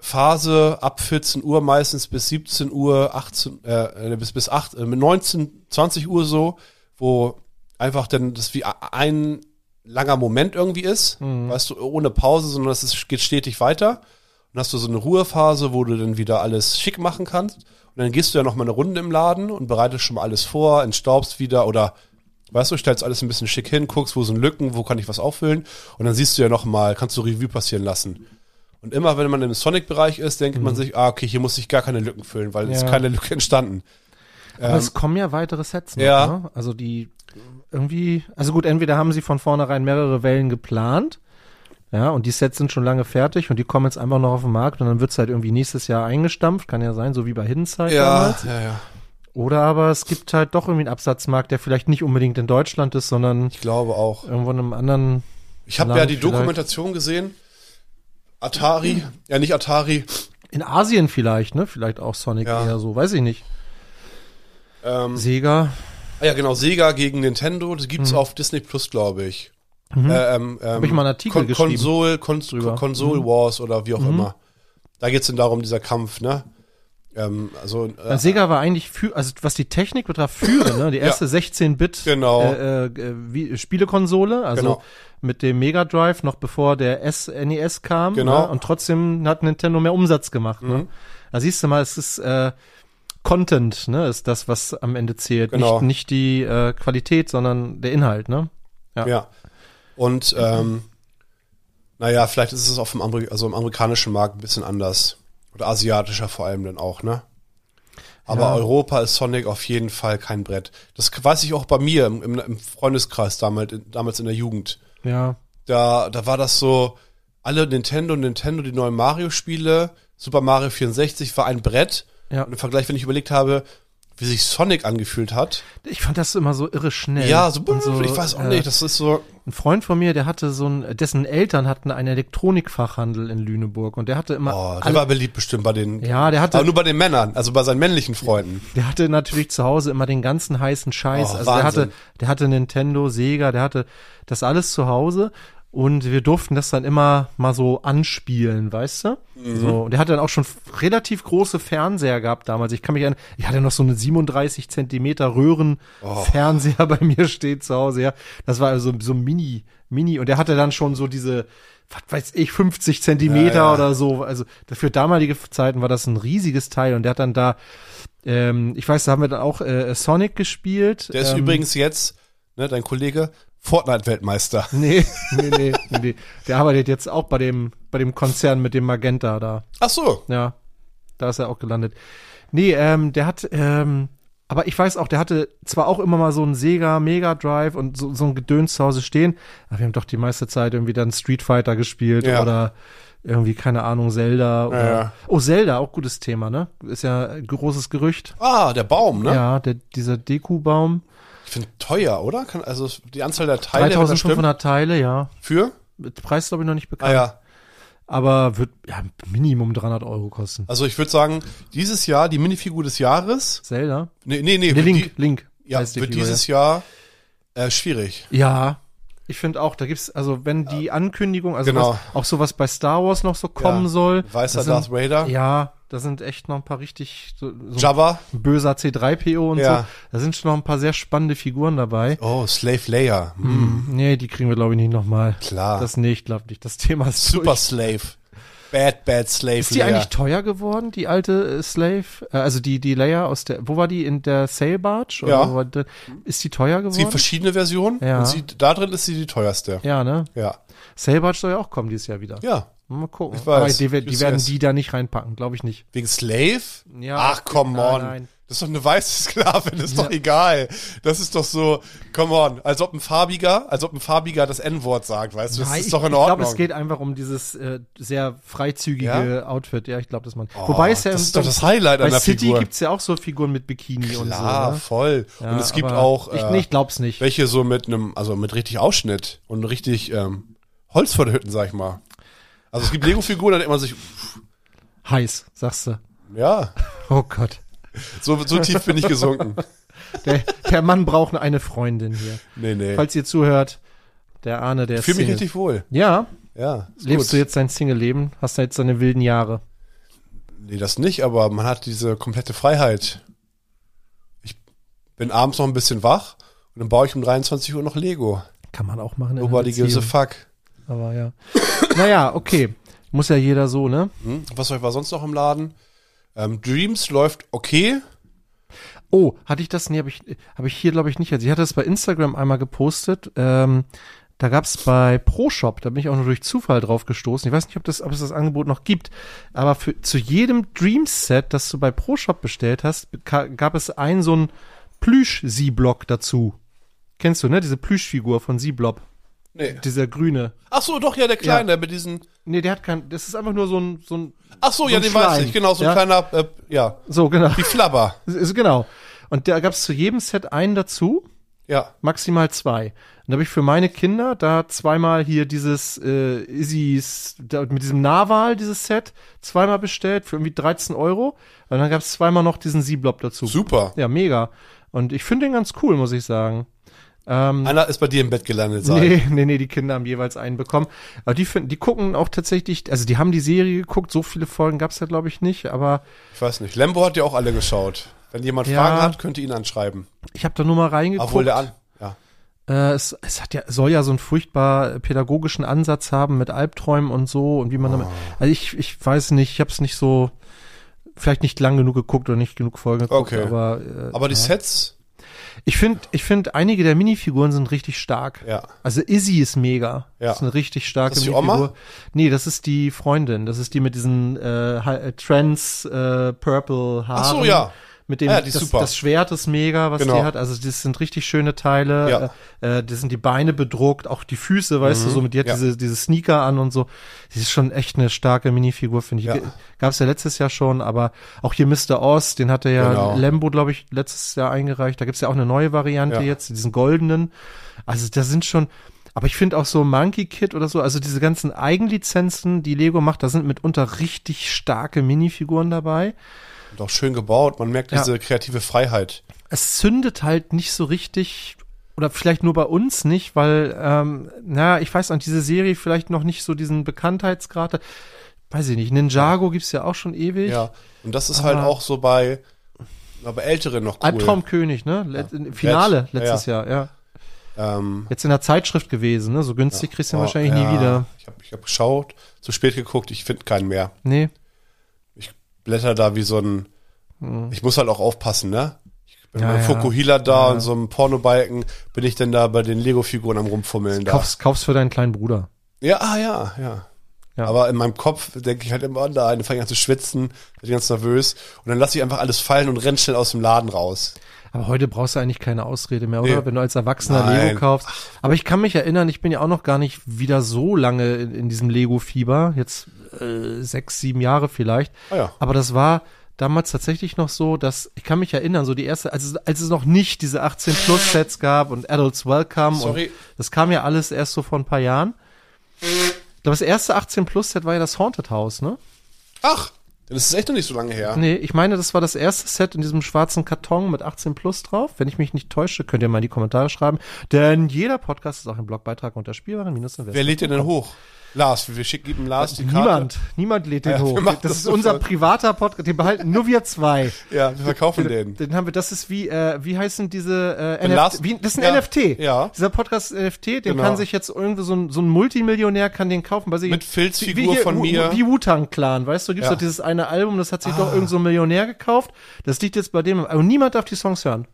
Speaker 4: Phase ab 14 Uhr meistens bis 17 Uhr, 18 äh, äh, bis bis 8 äh, mit 19 20 Uhr so, wo einfach dann das wie a- ein langer Moment irgendwie ist, weißt du, ohne Pause, sondern es ist, geht stetig weiter. Dann hast du so eine Ruhephase, wo du dann wieder alles schick machen kannst. Und dann gehst du ja noch mal eine Runde im Laden und bereitest schon mal alles vor, entstaubst wieder oder Weißt du, stellst alles ein bisschen schick hin, guckst, wo sind Lücken, wo kann ich was auffüllen und dann siehst du ja nochmal, kannst du Revue passieren lassen. Und immer, wenn man im Sonic-Bereich ist, denkt man sich, ah, okay, hier muss ich gar keine Lücken füllen, weil es ist
Speaker 3: Ja.
Speaker 4: keine Lücke entstanden.
Speaker 3: Aber es kommen ja weitere Sets noch,
Speaker 4: Ähm, ja.
Speaker 3: ne? Also die irgendwie, also gut, entweder haben sie von vornherein mehrere Wellen geplant, ja, und die Sets sind schon lange fertig und die kommen jetzt einfach noch auf den Markt und dann wird's halt irgendwie nächstes Jahr eingestampft, kann ja sein, so wie bei Hidden Side damals.
Speaker 4: ja, ja.
Speaker 3: Oder aber es gibt halt doch irgendwie einen Absatzmarkt, der vielleicht nicht unbedingt in Deutschland ist, sondern
Speaker 4: Ich glaube auch.
Speaker 3: irgendwo in einem anderen.
Speaker 4: Ich habe
Speaker 3: Land
Speaker 4: ja die
Speaker 3: vielleicht.
Speaker 4: Dokumentation gesehen. Atari, ja nicht Atari,
Speaker 3: In Asien vielleicht, ne? Vielleicht auch Sonic
Speaker 4: Ja.
Speaker 3: eher so, weiß ich nicht.
Speaker 4: ähm,
Speaker 3: Sega.
Speaker 4: ah ja genau, Sega gegen Nintendo, das gibt's auf Disney Plus, glaube ich. Äh, ähm, ähm,
Speaker 3: Mhm. Hab ich mal einen Artikel
Speaker 4: Kon
Speaker 3: geschrieben
Speaker 4: Konsol, Kon
Speaker 3: drüber. Mhm.
Speaker 4: Konsole Wars oder wie auch immer. Da geht's denn darum, dieser Kampf, ne? Ähm, also, äh,
Speaker 3: Weil Sega war eigentlich für, also was die Technik betraf, führend,
Speaker 4: (laughs)
Speaker 3: ne? Die erste 16-Bit
Speaker 4: Genau.
Speaker 3: äh, äh, wie, Spielekonsole, also
Speaker 4: Genau.
Speaker 3: mit dem Mega Drive noch bevor der SNES kam.
Speaker 4: Genau. Mhm.
Speaker 3: Ne? Und trotzdem hat Nintendo mehr Umsatz gemacht. Ne? Da siehst du mal, es ist äh, Content, ne, ist das, was am Ende zählt.
Speaker 4: Genau.
Speaker 3: Nicht, nicht die äh, Qualität, sondern der Inhalt, ne?
Speaker 4: Ja. Und ähm, naja, vielleicht ist es auf dem Ameri also im amerikanischen Markt ein bisschen anders. Oder asiatischer vor allem dann auch, ne? Aber
Speaker 3: Ja.
Speaker 4: Europa ist Sonic auf jeden Fall kein Brett. Das weiß ich auch bei mir im, im- im Freundeskreis damals, damals in der Jugend.
Speaker 3: Ja.
Speaker 4: Da, da war das so, alle Nintendo, Nintendo, die neuen Mario-Spiele, Super Mario 64 war ein Brett.
Speaker 3: Ja.
Speaker 4: Und im Vergleich, wenn ich überlegt habe, wie sich Sonic angefühlt hat.
Speaker 3: Ich fand das immer so irre schnell.
Speaker 4: Ja, so,
Speaker 3: Und
Speaker 4: ich weiß auch
Speaker 3: äh,
Speaker 4: nicht, das ist so,
Speaker 3: Ein Freund von mir, der hatte so ein, dessen Eltern hatten einen Elektronikfachhandel in Lüneburg und der hatte immer.
Speaker 4: Oh, der
Speaker 3: alle-
Speaker 4: war beliebt bestimmt bei den.
Speaker 3: ja, der hatte,
Speaker 4: Aber nur bei den Männern, also bei seinen männlichen Freunden.
Speaker 3: der hatte natürlich zu Hause immer den ganzen heißen Scheiß.
Speaker 4: Oh,
Speaker 3: also der
Speaker 4: Wahnsinn.
Speaker 3: hatte, der hatte Nintendo, Sega, der hatte das alles zu Hause und wir durften das dann immer mal so anspielen, weißt du?
Speaker 4: Mhm.
Speaker 3: So, und der hatte dann auch schon f- relativ große Fernseher gehabt damals. Ich kann mich erinnern, ich hatte noch so eine 37 Zentimeter
Speaker 4: Oh.
Speaker 3: Röhrenfernseher bei mir steht zu Hause, ja. Das war also so ein Mini, Mini und der hatte dann schon so diese was weiß ich, 50 Zentimeter
Speaker 4: Ja, ja.
Speaker 3: oder so. Also für damalige Zeiten war das ein riesiges Teil und der hat dann da ähm, ich weiß, da haben wir dann auch äh, Sonic gespielt.
Speaker 4: Der ist
Speaker 3: ähm,
Speaker 4: übrigens jetzt, ne, dein Kollege, Fortnite-Weltmeister.
Speaker 3: (laughs) Nee, nee, nee, nee, nee. Der arbeitet jetzt auch bei dem, bei dem Konzern mit dem Magenta da.
Speaker 4: Ach so.
Speaker 3: Ja, da ist er auch gelandet. Nee, ähm, der hat, ähm, aber ich weiß auch, der hatte zwar auch immer mal so einen Sega Mega Drive und so, so ein Gedöns zu Hause stehen, aber wir haben doch die meiste Zeit irgendwie dann Street Fighter gespielt
Speaker 4: Ja.
Speaker 3: oder irgendwie, keine Ahnung, Zelda oder.
Speaker 4: ja.
Speaker 3: Oh, Zelda, auch gutes Thema, ne? Ist ja ein großes Gerücht.
Speaker 4: Ah, der Baum, ne?
Speaker 3: Ja, der, dieser Deku-Baum.
Speaker 4: Ich finde teuer, oder? Kann, also die Anzahl der Teile wenn das stimmt,
Speaker 3: 3500 Teile, ja.
Speaker 4: für?
Speaker 3: Mit Preis glaube ich noch nicht bekannt.
Speaker 4: Ah ja.
Speaker 3: Aber wird ja, Minimum 300 Euro kosten.
Speaker 4: Also ich würde sagen, dieses Jahr die Minifigur des Jahres.
Speaker 3: Zelda?
Speaker 4: Nee, nee, nee,
Speaker 3: Nee,
Speaker 4: wird
Speaker 3: Link, Link.
Speaker 4: Die, ja,
Speaker 3: heißt die
Speaker 4: wird
Speaker 3: Figur,
Speaker 4: dieses Jahr äh, schwierig.
Speaker 3: ja. ja. Ich finde auch, da gibt's, also wenn die Ankündigung, also
Speaker 4: Genau.
Speaker 3: was, auch sowas bei Star Wars noch so kommen
Speaker 4: Ja.
Speaker 3: soll.
Speaker 4: Weißer
Speaker 3: das sind,
Speaker 4: Darth Vader.
Speaker 3: Ja, da sind echt noch ein paar richtig, so, so
Speaker 4: Jabba.
Speaker 3: ein böser C3PO und
Speaker 4: Ja.
Speaker 3: so. Da sind schon noch ein paar sehr spannende Figuren dabei.
Speaker 4: Oh, Slave Leia. Hm,
Speaker 3: Nee, die kriegen wir glaube ich nicht nochmal.
Speaker 4: Klar.
Speaker 3: Das nee, ich glaube nicht. Das Thema ist
Speaker 4: Super
Speaker 3: durch.
Speaker 4: Slave. Bad, bad Slave
Speaker 3: Ist die
Speaker 4: Leia.
Speaker 3: eigentlich teuer geworden, die alte äh, Slave? Äh, also die, die Leia aus der, wo war die? In der Sail Barge? Oder
Speaker 4: Ja.
Speaker 3: wo war die, ist die teuer
Speaker 4: Es gibt
Speaker 3: geworden?
Speaker 4: verschiedene Versionen
Speaker 3: Ja.
Speaker 4: und sie, da drin ist sie die teuerste.
Speaker 3: ja, ne?
Speaker 4: Ja.
Speaker 3: Sail Barge soll ja auch kommen dieses Jahr wieder.
Speaker 4: Ja.
Speaker 3: Mal gucken.
Speaker 4: Ich weiß.
Speaker 3: Aber die, wer- die
Speaker 4: Ist
Speaker 3: werden
Speaker 4: es.
Speaker 3: die da nicht reinpacken, glaube ich nicht.
Speaker 4: Wegen Slave?
Speaker 3: Ja.
Speaker 4: Ach, come
Speaker 3: Nein,
Speaker 4: on.
Speaker 3: nein.
Speaker 4: Das ist doch eine weiße Sklavin, das ist doch egal. Das ist doch so, come on, als ob ein farbiger, als ob ein farbiger das N-Wort sagt, weißt du, das
Speaker 3: Nein,
Speaker 4: ist doch in
Speaker 3: ich, ich
Speaker 4: Ordnung.
Speaker 3: glaube, es geht einfach um dieses äh, sehr freizügige Outfit. Ja, ich glaube, dass man.
Speaker 4: Oh,
Speaker 3: Wobei es ja
Speaker 4: das
Speaker 3: im-
Speaker 4: ist doch das Highlight
Speaker 3: bei
Speaker 4: einer
Speaker 3: City
Speaker 4: Figur.
Speaker 3: gibt's ja auch so Figuren mit Bikini und so.
Speaker 4: Klar,
Speaker 3: ne?
Speaker 4: voll.
Speaker 3: Ja,
Speaker 4: und es gibt
Speaker 3: aber
Speaker 4: auch
Speaker 3: ich,
Speaker 4: äh,
Speaker 3: nee, ich glaub's nicht.
Speaker 4: welche so mit einem, also mit richtig Ausschnitt und richtig ähm, Holz vor der Hütten, sag ich mal. Also es gibt Lego-Figuren, da denkt man sich,
Speaker 3: Heiß, sagst du.
Speaker 4: ja,
Speaker 3: Oh Gott.
Speaker 4: so, so tief bin ich
Speaker 3: (laughs)
Speaker 4: gesunken.
Speaker 3: Der, der Mann braucht eine Freundin hier.
Speaker 4: Nee, nee.
Speaker 3: Falls ihr zuhört, der Arne, der
Speaker 4: Ich
Speaker 3: ist
Speaker 4: fühle mich
Speaker 3: Single.
Speaker 4: richtig wohl.
Speaker 3: Ja,
Speaker 4: Ja. ist
Speaker 3: lebst
Speaker 4: gut.
Speaker 3: du jetzt dein Single-Leben? Hast du jetzt deine wilden Jahre?
Speaker 4: Nee, das nicht, aber man hat diese komplette Freiheit. Ich bin abends noch ein bisschen wach und dann baue ich um 23 Uhr noch Lego.
Speaker 3: Kann man auch machen. in einer
Speaker 4: Nobody gives a
Speaker 3: Beziehung.
Speaker 4: fuck.
Speaker 3: Aber ja. (coughs) naja, okay. Muss ja jeder so, ne?
Speaker 4: Hm? Was war sonst noch im Laden? Ähm, Dreams läuft okay.
Speaker 3: Oh, hatte ich das? Nee, habe ich, hab ich hier, glaube ich, nicht. Sie hatte das bei Instagram einmal gepostet. Ähm, da gab's bei ProShop, da bin ich auch nur durch Zufall drauf gestoßen. Ich weiß nicht, ob, das, ob es das Angebot noch gibt. Aber für, zu jedem Dream-Set, das du bei ProShop bestellt hast, ka- gab es einen so einen Plüsch-Sie-Block dazu. Kennst du, ne? Diese Plüschfigur von Sie-Blob.
Speaker 4: Nee.
Speaker 3: Dieser grüne.
Speaker 4: Ach so, doch, ja, der Kleine mit diesen.
Speaker 3: Nee, der hat kein. Das ist einfach nur so ein. So, ein,
Speaker 4: Ach so,
Speaker 3: So
Speaker 4: ja,
Speaker 3: ein
Speaker 4: den weiß
Speaker 3: Schleim.
Speaker 4: ich. Genau, so ein
Speaker 3: Ja.
Speaker 4: kleiner, äh, ja.
Speaker 3: so genau. (laughs)
Speaker 4: Die Flabber.
Speaker 3: Ist, ist, genau. Und da gab's zu jedem Set einen dazu.
Speaker 4: Ja.
Speaker 3: maximal zwei. Und da habe ich für meine Kinder da zweimal hier dieses äh, Isis, da, mit diesem Narwal, dieses Set, zweimal bestellt für irgendwie 13 Euro. Und dann gab es zweimal noch diesen Sieblob dazu.
Speaker 4: Super.
Speaker 3: Ja, mega. Und ich finde den ganz cool, muss ich sagen.
Speaker 4: Einer ist bei dir im Bett gelandet sein.
Speaker 3: Nee, (laughs) nee, nee, die Kinder haben jeweils einen bekommen. Aber die finden, die gucken auch tatsächlich, also die haben die Serie geguckt, so viele Folgen gab's ja, glaube ich, nicht, aber
Speaker 4: Ich weiß nicht. Lembo hat ja auch alle geschaut. Wenn jemand
Speaker 3: Ja.
Speaker 4: Fragen hat, könnt ihr ihn anschreiben.
Speaker 3: ich habe da nur mal reingeguckt.
Speaker 4: Obwohl der an. Ja.
Speaker 3: Äh, es, es hat ja, soll ja so einen furchtbar pädagogischen Ansatz haben mit Albträumen und so und wie man damit. Also ich, ich weiß nicht, ich habe es nicht so, vielleicht nicht lang genug geguckt oder nicht genug Folgen geguckt,
Speaker 4: Okay.
Speaker 3: aber äh,
Speaker 4: Aber die Sets,
Speaker 3: ich finde, ich finde, einige der Minifiguren sind richtig stark.
Speaker 4: ja.
Speaker 3: Also Izzy ist mega.
Speaker 4: Ja.
Speaker 3: Das ist eine richtig starke
Speaker 4: Ist das die Oma?
Speaker 3: Nee, das ist die Freundin. Das ist die mit diesen äh, ha- äh, trans äh, purple Haaren.
Speaker 4: Ach so, ja. Ah
Speaker 3: Mit dem
Speaker 4: Ja, die ist
Speaker 3: das,
Speaker 4: super.
Speaker 3: das Schwert ist mega, was
Speaker 4: Genau.
Speaker 3: die hat. Also das sind richtig schöne Teile.
Speaker 4: Ja. Mhm.
Speaker 3: Äh, äh, die sind die Beine bedruckt, auch die Füße, weißt du, so mit die hat
Speaker 4: Ja.
Speaker 3: diese, diese Sneaker an und so. Sie ist schon echt eine starke Minifigur, finde ich.
Speaker 4: Ja.
Speaker 3: Ge- Gab's ja letztes Jahr schon, aber auch hier Mr. Oz, den hatte ja
Speaker 4: Genau.
Speaker 3: Lembo, glaube ich, letztes Jahr eingereicht. Da gibt's ja auch eine neue Variante
Speaker 4: Ja.
Speaker 3: jetzt, diesen goldenen. Also da sind schon, aber ich finde auch so Monkey Kid oder so, also diese ganzen Eigenlizenzen, die Lego macht, da sind mitunter richtig starke Minifiguren dabei.
Speaker 4: Und auch schön gebaut. Man merkt
Speaker 3: Ja.
Speaker 4: diese kreative Freiheit.
Speaker 3: Es zündet halt nicht so richtig oder vielleicht nur bei uns nicht, weil, ähm, na, ich weiß an diese Serie vielleicht noch nicht so diesen Bekanntheitsgrad. hat. Weiß ich nicht, Ninjago gibt's ja auch schon ewig.
Speaker 4: Ja. Und das ist
Speaker 3: Aber-
Speaker 4: halt auch so bei, na, bei Älteren noch cool.
Speaker 3: Albtraumkönig, ne? Let Finale
Speaker 4: Letzt-
Speaker 3: letztes
Speaker 4: ja,
Speaker 3: Jahr, ja.
Speaker 4: Ähm,
Speaker 3: Jetzt in der Zeitschrift gewesen, ne? So günstig kriegst du ihn
Speaker 4: oh,
Speaker 3: wahrscheinlich
Speaker 4: ja.
Speaker 3: nie wieder.
Speaker 4: Ich habe ich hab geschaut, zu spät geguckt, ich finde keinen mehr.
Speaker 3: Nee.
Speaker 4: Blätter da wie so ein. Ich muss halt auch aufpassen, ne? Ich bin
Speaker 3: Hm. Ja,
Speaker 4: beim
Speaker 3: ja.
Speaker 4: Fukuhila da und so einem Pornobalken bin ich denn da bei den Lego-Figuren am rumfummeln da.
Speaker 3: Kauf's, kauf's für deinen kleinen Bruder.
Speaker 4: Ja, ah ja, ja.
Speaker 3: Ja.
Speaker 4: Aber in meinem Kopf denke ich halt immer an da, dann fange ich an zu schwitzen, bin ganz nervös und dann lasse ich einfach alles fallen und renn schnell aus dem Laden raus.
Speaker 3: Aber heute brauchst du eigentlich keine Ausrede mehr, oder?
Speaker 4: Nee.
Speaker 3: Wenn du als Erwachsener
Speaker 4: Nein.
Speaker 3: Lego kaufst. Aber ich kann mich erinnern, ich bin ja auch noch gar nicht wieder so lange in, in diesem Lego-Fieber. Jetzt äh, sechs, sieben Jahre vielleicht.
Speaker 4: Ah ja.
Speaker 3: Aber das war damals tatsächlich noch so, dass ich kann mich erinnern, so die erste, als es, als es noch nicht diese 18 Plus Sets gab und Adults Welcome
Speaker 4: Sorry.
Speaker 3: und das kam ja alles erst so vor ein paar Jahren. Ich glaube, das erste 18 Plus Set war ja das Haunted House, ne?
Speaker 4: Ach, Dann ist es echt noch nicht so lange her.
Speaker 3: Nee, ich meine, das war das erste Set in diesem schwarzen Karton mit 18 Plus drauf. Wenn ich mich nicht täusche, könnt ihr mal in die Kommentare schreiben. Denn jeder Podcast ist auch ein Blogbeitrag unter spielbaren minus
Speaker 4: Wer lädt den denn hoch? Lars, wir wir schicken ihm Lars die Karte.
Speaker 3: Niemand, niemand lädt den
Speaker 4: Ja, wir
Speaker 3: hoch.
Speaker 4: machen
Speaker 3: Das,
Speaker 4: das
Speaker 3: ist unser
Speaker 4: sofort.
Speaker 3: privater Podcast, den behalten nur wir zwei.
Speaker 4: Ja, wir verkaufen den.
Speaker 3: Den, den haben wir, das ist wie, äh, wie heißen diese äh,
Speaker 4: Wenn
Speaker 3: NFT?
Speaker 4: Lars-
Speaker 3: Wie, das ist ein
Speaker 4: Ja,
Speaker 3: NFT.
Speaker 4: ja.
Speaker 3: Dieser Podcast ist NFT, den
Speaker 4: Genau.
Speaker 3: kann sich jetzt irgendwie so ein, so ein Multimillionär kann den kaufen. Bei sich,
Speaker 4: Mit Filzfigur
Speaker 3: wie- wie
Speaker 4: von
Speaker 3: Wu-
Speaker 4: mir.
Speaker 3: Wie Wu-Tang-Clan, weißt du? Gibt's
Speaker 4: Ja. Ah.
Speaker 3: doch dieses eine Album, das hat sich doch irgend so ein Millionär gekauft. Das liegt jetzt bei dem. Aber niemand darf die Songs hören.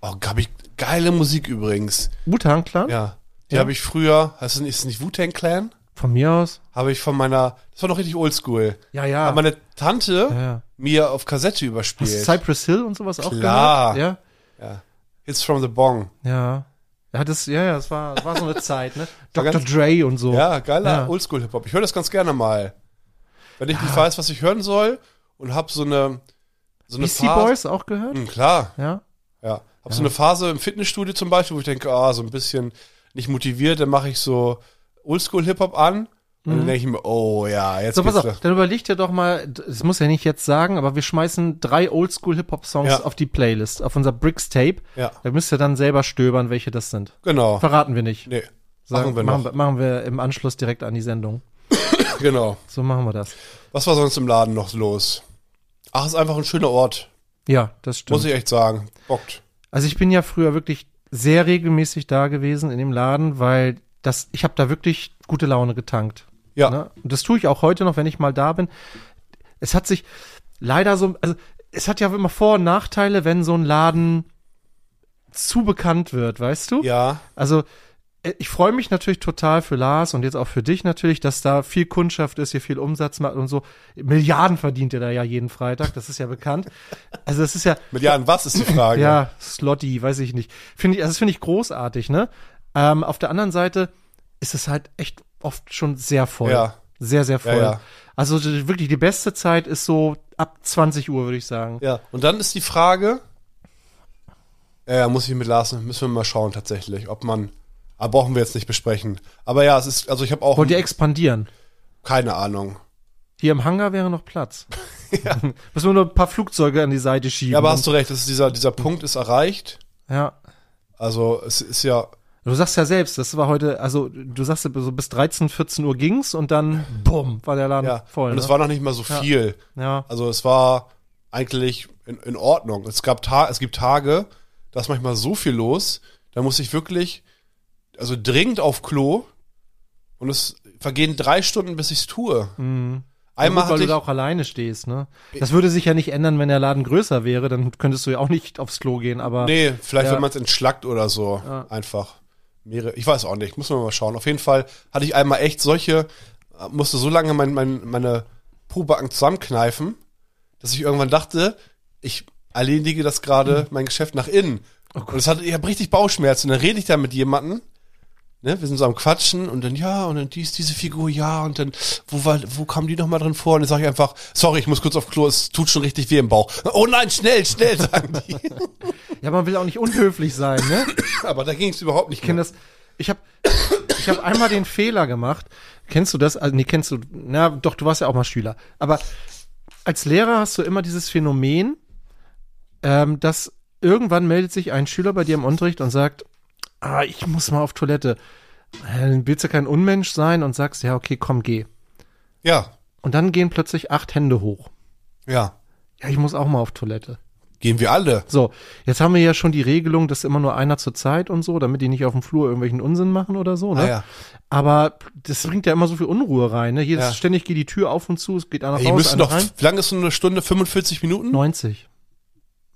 Speaker 4: Oh, hab ich geile Musik übrigens.
Speaker 3: Wu-Tang-Clan?
Speaker 4: Ja. Die
Speaker 3: Ja.
Speaker 4: habe ich früher, heißt es nicht, ist es nicht Wu-Tang Clan?
Speaker 3: Von mir aus.
Speaker 4: Habe ich von meiner, das war noch richtig oldschool.
Speaker 3: Ja, ja.
Speaker 4: Hat meine Tante
Speaker 3: Ja, ja.
Speaker 4: mir auf Kassette
Speaker 3: Hast du
Speaker 4: überspielt.
Speaker 3: Cypress Hill und sowas auch
Speaker 4: Klar.
Speaker 3: gehört?
Speaker 4: Hits from the Bong.
Speaker 3: Ja, ja. Ja, das, ja, ja, das war, das war
Speaker 4: (laughs)
Speaker 3: so eine Zeit, ne?
Speaker 4: War
Speaker 3: Dr.
Speaker 4: ganz-
Speaker 3: Dre und so.
Speaker 4: Ja, geiler
Speaker 3: Ja. Ah.
Speaker 4: Oldschool-Hip-Hop. Ich höre das ganz gerne mal. Wenn ich nicht weiß, was ich hören soll und hab so eine, so eine
Speaker 3: Beastie Boys auch gehört?
Speaker 4: Hm, klar,
Speaker 3: Ja.
Speaker 4: ja. Hab so eine Phase im Fitnessstudio zum Beispiel, wo ich denke, ah, so ein bisschen nicht motiviert, dann mache ich so Oldschool-Hip-Hop an. Und dann denke ich mir, oh ja, jetzt
Speaker 3: Mhm. So, pass
Speaker 4: geht's
Speaker 3: auf, dann überleg dir doch mal, das muss ja nicht jetzt sagen, aber wir schmeißen drei Oldschool-Hip-Hop-Songs
Speaker 4: Ja.
Speaker 3: auf die Playlist, auf unser Bricks-Tape.
Speaker 4: Ja.
Speaker 3: Da müsst ihr dann selber stöbern, welche das sind.
Speaker 4: Genau.
Speaker 3: Verraten wir nicht.
Speaker 4: Nee,
Speaker 3: Sagen-
Speaker 4: machen wir
Speaker 3: machen,
Speaker 4: noch.
Speaker 3: machen wir im Anschluss direkt an die Sendung.
Speaker 4: Genau.
Speaker 3: So machen wir das.
Speaker 4: Was war sonst im Laden noch los? Ach, ist einfach ein schöner Ort.
Speaker 3: Ja, das stimmt.
Speaker 4: Muss ich echt sagen. Bockt.
Speaker 3: Also ich bin ja früher wirklich sehr regelmäßig da gewesen in dem Laden, weil das, ich habe da wirklich gute Laune getankt.
Speaker 4: Ja.
Speaker 3: Ne? Und das tue ich auch heute noch, wenn ich mal da bin. Es hat sich leider so, also es hat ja immer Vor- und Nachteile, wenn so ein Laden zu bekannt wird, weißt du?
Speaker 4: Ja,
Speaker 3: Also äh, ich freue mich natürlich total für Lars und jetzt auch für dich natürlich, dass da viel Kundschaft ist, hier viel Umsatz macht und so. Milliarden verdient ihr da ja jeden Freitag, das ist ja bekannt. Also das ist ja,
Speaker 4: mit Jan, was ist die
Speaker 3: (laughs)
Speaker 4: Frage?
Speaker 3: ja, Slotty, weiß ich nicht. Finde ich, also das finde ich großartig, ne? Ähm, auf der anderen Seite ist es halt echt oft schon sehr voll.
Speaker 4: Ja.
Speaker 3: Sehr, sehr voll.
Speaker 4: ja.
Speaker 3: Also d- wirklich die beste Zeit ist so ab 20 Uhr, würde ich sagen.
Speaker 4: Ja, und dann ist die Frage, ja, ja, muss ich mit Lars, müssen wir mal schauen tatsächlich, ob man, aber brauchen wir jetzt nicht besprechen. Aber ja, es ist, also ich habe auch
Speaker 3: Wollt ihr expandieren?
Speaker 4: keine Ahnung.
Speaker 3: Hier im Hangar wäre noch
Speaker 4: (laughs)
Speaker 3: Platz. Müssen wir nur ein paar Flugzeuge an die Seite schieben.
Speaker 4: Ja, aber hast du recht, das ist dieser, dieser Punkt ist erreicht.
Speaker 3: ja.
Speaker 4: Also es ist ja,
Speaker 3: Du sagst ja selbst, das war heute, also du sagst so bis 13, 14 Uhr ging's und dann, bumm, war der Laden
Speaker 4: ja,
Speaker 3: voll.
Speaker 4: und
Speaker 3: ne?
Speaker 4: es war noch nicht mal so
Speaker 3: Ja.
Speaker 4: viel.
Speaker 3: ja.
Speaker 4: Also es war eigentlich in, in Ordnung. Es gab Ta es gibt Tage, da ist manchmal so viel los, da muss ich wirklich, also dringend auf Klo und es vergehen drei Stunden, bis ich es tue. Einmal
Speaker 3: Mhm. Ja, gut, weil
Speaker 4: hatte
Speaker 3: du
Speaker 4: ich,
Speaker 3: da auch alleine stehst, ne? Das würde sich ja nicht ändern, wenn der Laden größer wäre, dann könntest du ja auch nicht aufs Klo gehen, aber
Speaker 4: Nee, vielleicht
Speaker 3: Ja.
Speaker 4: wenn man es entschlackt oder so. Einfach. Mehrere, ich weiß auch nicht, muss man mal schauen. Auf jeden Fall hatte ich einmal echt solche, äh, musste so lange mein, mein, meine Pobacken zusammenkneifen, dass ich irgendwann dachte, ich erledige das
Speaker 3: Hm.
Speaker 4: gerade, mein Geschäft nach innen.
Speaker 3: Oh
Speaker 4: und das hatte, ich habe richtig Bauchschmerzen. Und dann rede ich da mit jemandem, ne, wir sind so am Quatschen und dann, ja, und dann dies, diese Figur, ja, und dann, wo war, wo kam die nochmal drin vor? Und dann sage ich einfach, sorry, ich muss kurz auf Klo, es tut schon richtig weh im Bauch. Oh nein, schnell, schnell, (laughs) sagen die.
Speaker 3: ja, man will auch nicht unhöflich sein, ne?
Speaker 4: Aber da ging es überhaupt nicht.
Speaker 3: Ich kenne das. Ich habe ich hab einmal den Fehler gemacht. Kennst du das? Also, nee, kennst du. Na, doch, du warst ja auch mal Schüler. Aber als Lehrer hast du immer dieses Phänomen, ähm, dass irgendwann meldet sich ein Schüler bei dir im Unterricht und sagt: Ah, ich muss mal auf Toilette. Äh, Dann willst du kein Unmensch sein und sagst: Ja, okay, komm, geh.
Speaker 4: Ja,
Speaker 3: Und dann gehen plötzlich acht Hände hoch.
Speaker 4: ja.
Speaker 3: Ja, ich muss auch mal auf Toilette.
Speaker 4: Gehen wir alle.
Speaker 3: So, jetzt haben wir ja schon die Regelung, dass immer nur einer zur Zeit und so, damit die nicht auf dem Flur irgendwelchen Unsinn machen oder so, ne?
Speaker 4: Ah, ja.
Speaker 3: Aber das bringt ja immer so viel Unruhe rein, ne? Jedes
Speaker 4: Ja.
Speaker 3: ständig geht die Tür auf und zu, es geht einer
Speaker 4: Ey,
Speaker 3: raus,
Speaker 4: wir müssen
Speaker 3: einer
Speaker 4: doch,
Speaker 3: rein.
Speaker 4: wie lange ist so eine Stunde? 45 Minuten?
Speaker 3: 90.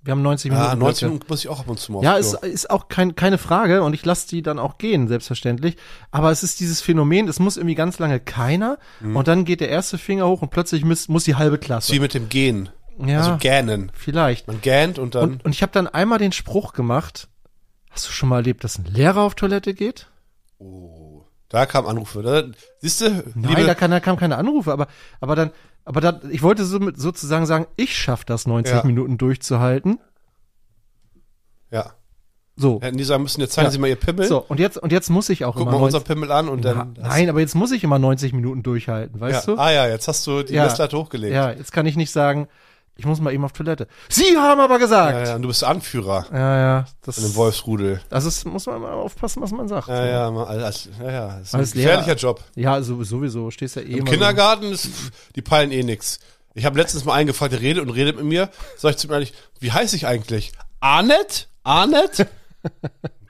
Speaker 3: Wir haben 90 Minuten.
Speaker 4: ah, 90
Speaker 3: Blöcke.
Speaker 4: Minuten muss ich auch ab und zu mal
Speaker 3: Ja,
Speaker 4: aufs
Speaker 3: ist,
Speaker 4: Klo.
Speaker 3: ist auch kein, keine Frage und ich lasse die dann auch gehen, selbstverständlich. Aber es ist dieses Phänomen, es muss irgendwie ganz lange keiner und dann geht der erste Finger hoch und plötzlich muss, muss die halbe
Speaker 4: ist Mhm. wie
Speaker 3: Klasse.
Speaker 4: mit dem Gehen.
Speaker 3: Ja.
Speaker 4: Also gähnen.
Speaker 3: Vielleicht.
Speaker 4: Man gähnt und dann.
Speaker 3: Und, und ich habe dann einmal den Spruch gemacht, hast du schon mal erlebt, dass ein Lehrer auf Toilette geht?
Speaker 4: da kamen Anrufe. Da, siehst du,
Speaker 3: Nein, da, kann, da kamen keine Anrufe, aber, aber dann, aber da, ich wollte so, mit- sozusagen sagen, ich schaff das 90
Speaker 4: Ja.
Speaker 3: Minuten durchzuhalten.
Speaker 4: ja.
Speaker 3: So.
Speaker 4: Hätten die sagen müssen, jetzt zeigen
Speaker 3: Ja.
Speaker 4: Sie mal Ihr Pimmel,
Speaker 3: So, und jetzt, und jetzt muss ich auch
Speaker 4: guck
Speaker 3: immer.
Speaker 4: mal unser
Speaker 3: 90,
Speaker 4: Pimmel an und dann.
Speaker 3: Na, nein, aber jetzt muss ich immer 90 Minuten durchhalten,
Speaker 4: ja.
Speaker 3: weißt du?
Speaker 4: Ah ja, jetzt hast du die
Speaker 3: Ja.
Speaker 4: Messlatte hochgelegt.
Speaker 3: Ja, jetzt kann ich nicht sagen, ich muss mal eben auf Toilette. Sie haben aber
Speaker 4: Ja,
Speaker 3: gesagt.
Speaker 4: ja, und du bist Anführer
Speaker 3: Ja, ja. das,
Speaker 4: in dem Wolfsrudel.
Speaker 3: also es muss man mal aufpassen, was man sagt.
Speaker 4: Ja, ja, mal als, als, ja, ja. Das ist
Speaker 3: Als
Speaker 4: ein gefährlicher
Speaker 3: Lehrer.
Speaker 4: Job.
Speaker 3: Ja, so- sowieso, stehst ja eh
Speaker 4: Im
Speaker 3: immer
Speaker 4: Kindergarten ist, die peilen eh nix. Ich habe letztens mal einen gefragt, der redet und redet mit mir. Sag ich zu ihm ehrlich, wie heiße ich eigentlich? Arnett?
Speaker 3: (laughs)
Speaker 4: Arnett?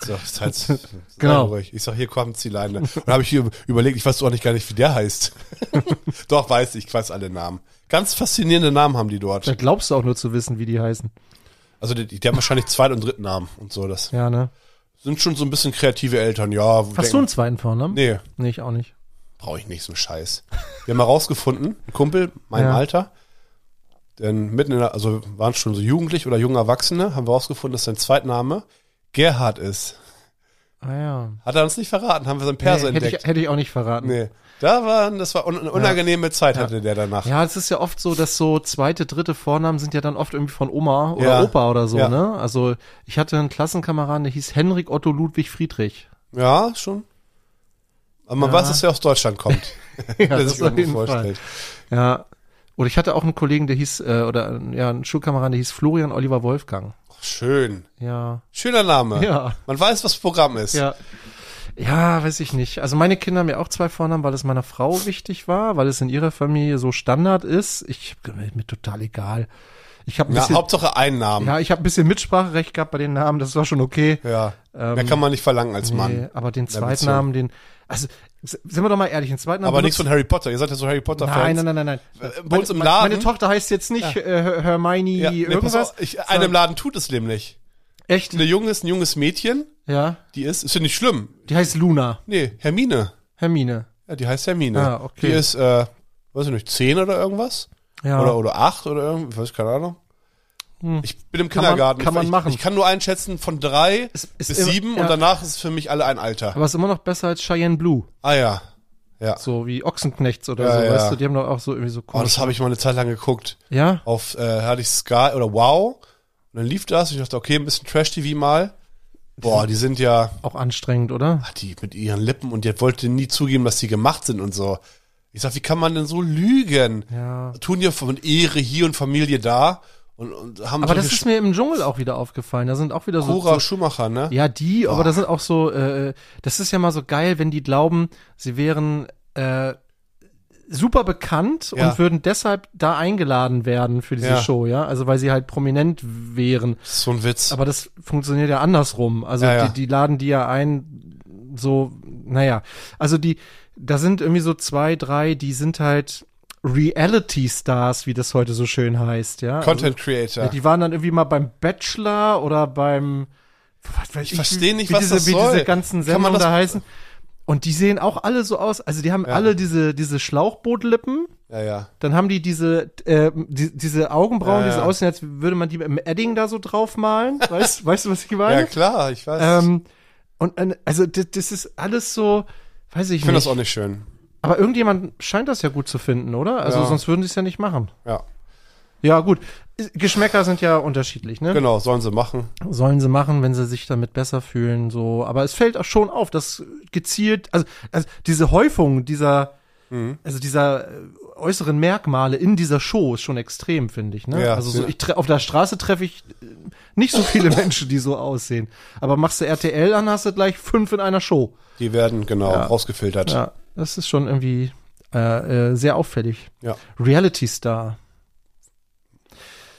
Speaker 4: So, ist halt, sei
Speaker 3: Genau.
Speaker 4: ruhig. Ich sag, hier kommt die Leine. Und habe ich hier überlegt, ich weiß doch nicht gar nicht, wie der heißt. (laughs) doch, weiß ich, ich weiß alle Namen. Ganz faszinierende Namen haben die
Speaker 3: So.
Speaker 4: dort.
Speaker 3: Dann glaubst du auch nur zu wissen, wie die heißen.
Speaker 4: Also die, die haben wahrscheinlich Zweit- und Drittnamen und so. Das
Speaker 3: Ja, ne?
Speaker 4: sind schon so ein bisschen kreative Eltern, ja.
Speaker 3: Hast du einen zweiten Vornamen?
Speaker 4: Nee.
Speaker 3: Nee, ich auch nicht.
Speaker 4: brauche ich nicht so einen Scheiß. Wir haben mal rausgefunden, ein Kumpel, meinem
Speaker 3: Ja.
Speaker 4: Alter, denn mitten in der, also waren schon so Jugendliche oder junge Erwachsene, haben wir rausgefunden, dass sein Zweitname Gerhard ist.
Speaker 3: Ah ja.
Speaker 4: Hat er uns nicht verraten, haben wir seinen Perser
Speaker 3: hätte, ich,
Speaker 4: entdeckt.
Speaker 3: hätte ich auch nicht verraten.
Speaker 4: nee. Da waren, das war un, eine unangenehme Zeit, hatte der danach.
Speaker 3: Ja, es ist ja oft so, dass so zweite, dritte Vornamen sind ja dann oft irgendwie von Oma oder
Speaker 4: Ja.
Speaker 3: Opa oder so,
Speaker 4: Ja.
Speaker 3: ne? Also ich hatte einen Klassenkameraden, der hieß Henrik Otto Ludwig
Speaker 4: (laughs)
Speaker 3: Friedrich.
Speaker 4: Ja, schon. Aber man
Speaker 3: Ja.
Speaker 4: weiß, dass er aus Deutschland kommt.
Speaker 3: (laughs) ja,
Speaker 4: der sich irgendwo vorstellt.
Speaker 3: Ja. Oder ich hatte auch einen Kollegen, der hieß, äh, oder äh, ja, einen Schulkameraden, der hieß Florian Oliver Wolfgang.
Speaker 4: Schön.
Speaker 3: Ja.
Speaker 4: Schöner Name.
Speaker 3: Ja.
Speaker 4: Man weiß, was Programm ist.
Speaker 3: Ja. Ja, weiß ich nicht. Also meine Kinder haben ja auch zwei Vornamen, weil es meiner Frau wichtig war, weil es in ihrer Familie so Standard ist. Ich mir total egal. Ich habe ein
Speaker 4: Ja,
Speaker 3: bisschen,
Speaker 4: Hauptsache einen Namen.
Speaker 3: ja, ich habe ein bisschen Mitspracherecht gehabt bei den Namen. Das war schon okay. Ähm,
Speaker 4: Ja. Mehr kann man nicht verlangen als
Speaker 3: Nee,
Speaker 4: Mann.
Speaker 3: aber den
Speaker 4: der
Speaker 3: Zweitnamen, den, also s- sind wir doch mal ehrlich, den Zweitnamen.
Speaker 4: Aber nichts
Speaker 3: benutzt-
Speaker 4: von Harry Potter. Ihr seid ja so Harry
Speaker 3: Nein,
Speaker 4: Potter-Fans.
Speaker 3: nein, nein, nein, nein.
Speaker 4: Äh, bei uns im
Speaker 3: Meine-
Speaker 4: Laden-
Speaker 3: Meine Tochter heißt jetzt nicht äh, Hermione
Speaker 4: Ja, nee, pass
Speaker 3: irgendwas. Hm.
Speaker 4: auf, ich, einem Laden tut es nämlich.
Speaker 3: Echt?
Speaker 4: Eine junge ist ein junges Mädchen,
Speaker 3: Ja.
Speaker 4: die ist, ist ja nicht schlimm.
Speaker 3: Die heißt Luna.
Speaker 4: Nee, Hermine.
Speaker 3: Hermine.
Speaker 4: Ja, die heißt Hermine.
Speaker 3: Ah, okay.
Speaker 4: Die ist, äh, weiß ich nicht, zehn oder irgendwas?
Speaker 3: Ja. Hm.
Speaker 4: Oder, oder acht oder irgendwas, weiß ich keine Ahnung. Ich bin im
Speaker 3: Kann man-
Speaker 4: Kindergarten.
Speaker 3: kann man
Speaker 4: ich,
Speaker 3: machen.
Speaker 4: Ich kann nur einschätzen von drei
Speaker 3: Es ist
Speaker 4: bis
Speaker 3: immer-
Speaker 4: sieben
Speaker 3: ja.
Speaker 4: und danach ist es für mich alle ein Alter.
Speaker 3: aber ist immer noch besser als Cheyenne Blue.
Speaker 4: Ah ja. Ja.
Speaker 3: So wie Ochsenknechts oder
Speaker 4: Ja,
Speaker 3: so,
Speaker 4: ja.
Speaker 3: weißt du? Die haben doch auch so irgendwie so
Speaker 4: Oh, das
Speaker 3: komisch.
Speaker 4: habe ich mal eine Zeit lang geguckt.
Speaker 3: ja?
Speaker 4: auf, äh, hatte ich Sky oder Wow. Und dann lief das und ich dachte, okay, ein bisschen Trash-TV mal. Boah, die sind ja,
Speaker 3: Auch anstrengend, oder?
Speaker 4: ach, die mit ihren Lippen und die wollte nie zugeben, dass die gemacht sind und so. Ich sag, wie kann man denn so lügen?
Speaker 3: Ja.
Speaker 4: Tun ja von Ehre hier und Familie da und, und haben
Speaker 3: Aber das
Speaker 4: solche
Speaker 3: ist mir im Dschungel auch wieder aufgefallen. Da sind auch wieder so.
Speaker 4: Cora
Speaker 3: so
Speaker 4: Schumacher, ne?
Speaker 3: Ja, die, aber das sind auch so, äh, das ist ja mal so geil, wenn die glauben, sie wären äh, super bekannt
Speaker 4: Ja.
Speaker 3: und würden deshalb da eingeladen werden für diese
Speaker 4: Ja.
Speaker 3: Show, ja. Also weil sie halt prominent wären.
Speaker 4: Das ist so ein Witz.
Speaker 3: Aber das funktioniert ja andersrum. Also
Speaker 4: Ja, ja.
Speaker 3: Die, die laden die ja ein, so, naja. Also die, da sind irgendwie so zwei, drei, die sind halt Reality-Stars, wie das heute so schön heißt, ja. Also-
Speaker 4: Content Creator.
Speaker 3: ja, die waren dann irgendwie mal beim Bachelor oder beim. was weiß
Speaker 4: Ich versteh nicht,
Speaker 3: wie
Speaker 4: was
Speaker 3: diese,
Speaker 4: das
Speaker 3: wie
Speaker 4: soll.
Speaker 3: diese ganzen
Speaker 4: Kann man
Speaker 3: Sendungen
Speaker 4: das-
Speaker 3: da heißen. Und die sehen auch alle so aus. Also die haben alle diese, diese Schlauchbootlippen.
Speaker 4: ja, ja.
Speaker 3: Dann haben die diese, äh, die, diese Augenbrauen,
Speaker 4: Ja,
Speaker 3: die so
Speaker 4: ja.
Speaker 3: aussehen, als würde man die im Edding da so drauf malen.
Speaker 4: (laughs)
Speaker 3: Weißt, weißt du, was ich
Speaker 4: Ja,
Speaker 3: meine?
Speaker 4: klar, ich weiß.
Speaker 3: ähm, und äh, also das, das ist alles so, weiß ich,
Speaker 4: ich finde
Speaker 3: nicht.
Speaker 4: das auch nicht schön.
Speaker 3: Aber irgendjemand scheint das ja gut zu finden, oder? Also
Speaker 4: Ja.
Speaker 3: sonst würden sie es ja nicht machen.
Speaker 4: Ja,
Speaker 3: Ja, gut. Geschmäcker sind ja unterschiedlich, ne?
Speaker 4: genau, sollen sie machen.
Speaker 3: sollen sie machen, wenn sie sich damit besser fühlen, so. Aber es fällt auch schon auf, dass gezielt, also, also diese Häufung dieser,
Speaker 4: Mhm.
Speaker 3: also dieser äh, äußeren Merkmale in dieser Show ist schon extrem, finde ich, ne?
Speaker 4: Ja,
Speaker 3: also so,
Speaker 4: ja.
Speaker 3: ich tre- auf der Straße treffe ich äh, nicht so
Speaker 4: (laughs)
Speaker 3: viele Menschen, die so aussehen. Aber machst du RTL an, hast du gleich fünf in einer Show.
Speaker 4: Die werden, genau, rausgefiltert.
Speaker 3: Ja, das ist schon irgendwie äh, äh, sehr auffällig.
Speaker 4: Ja.
Speaker 3: Reality Star.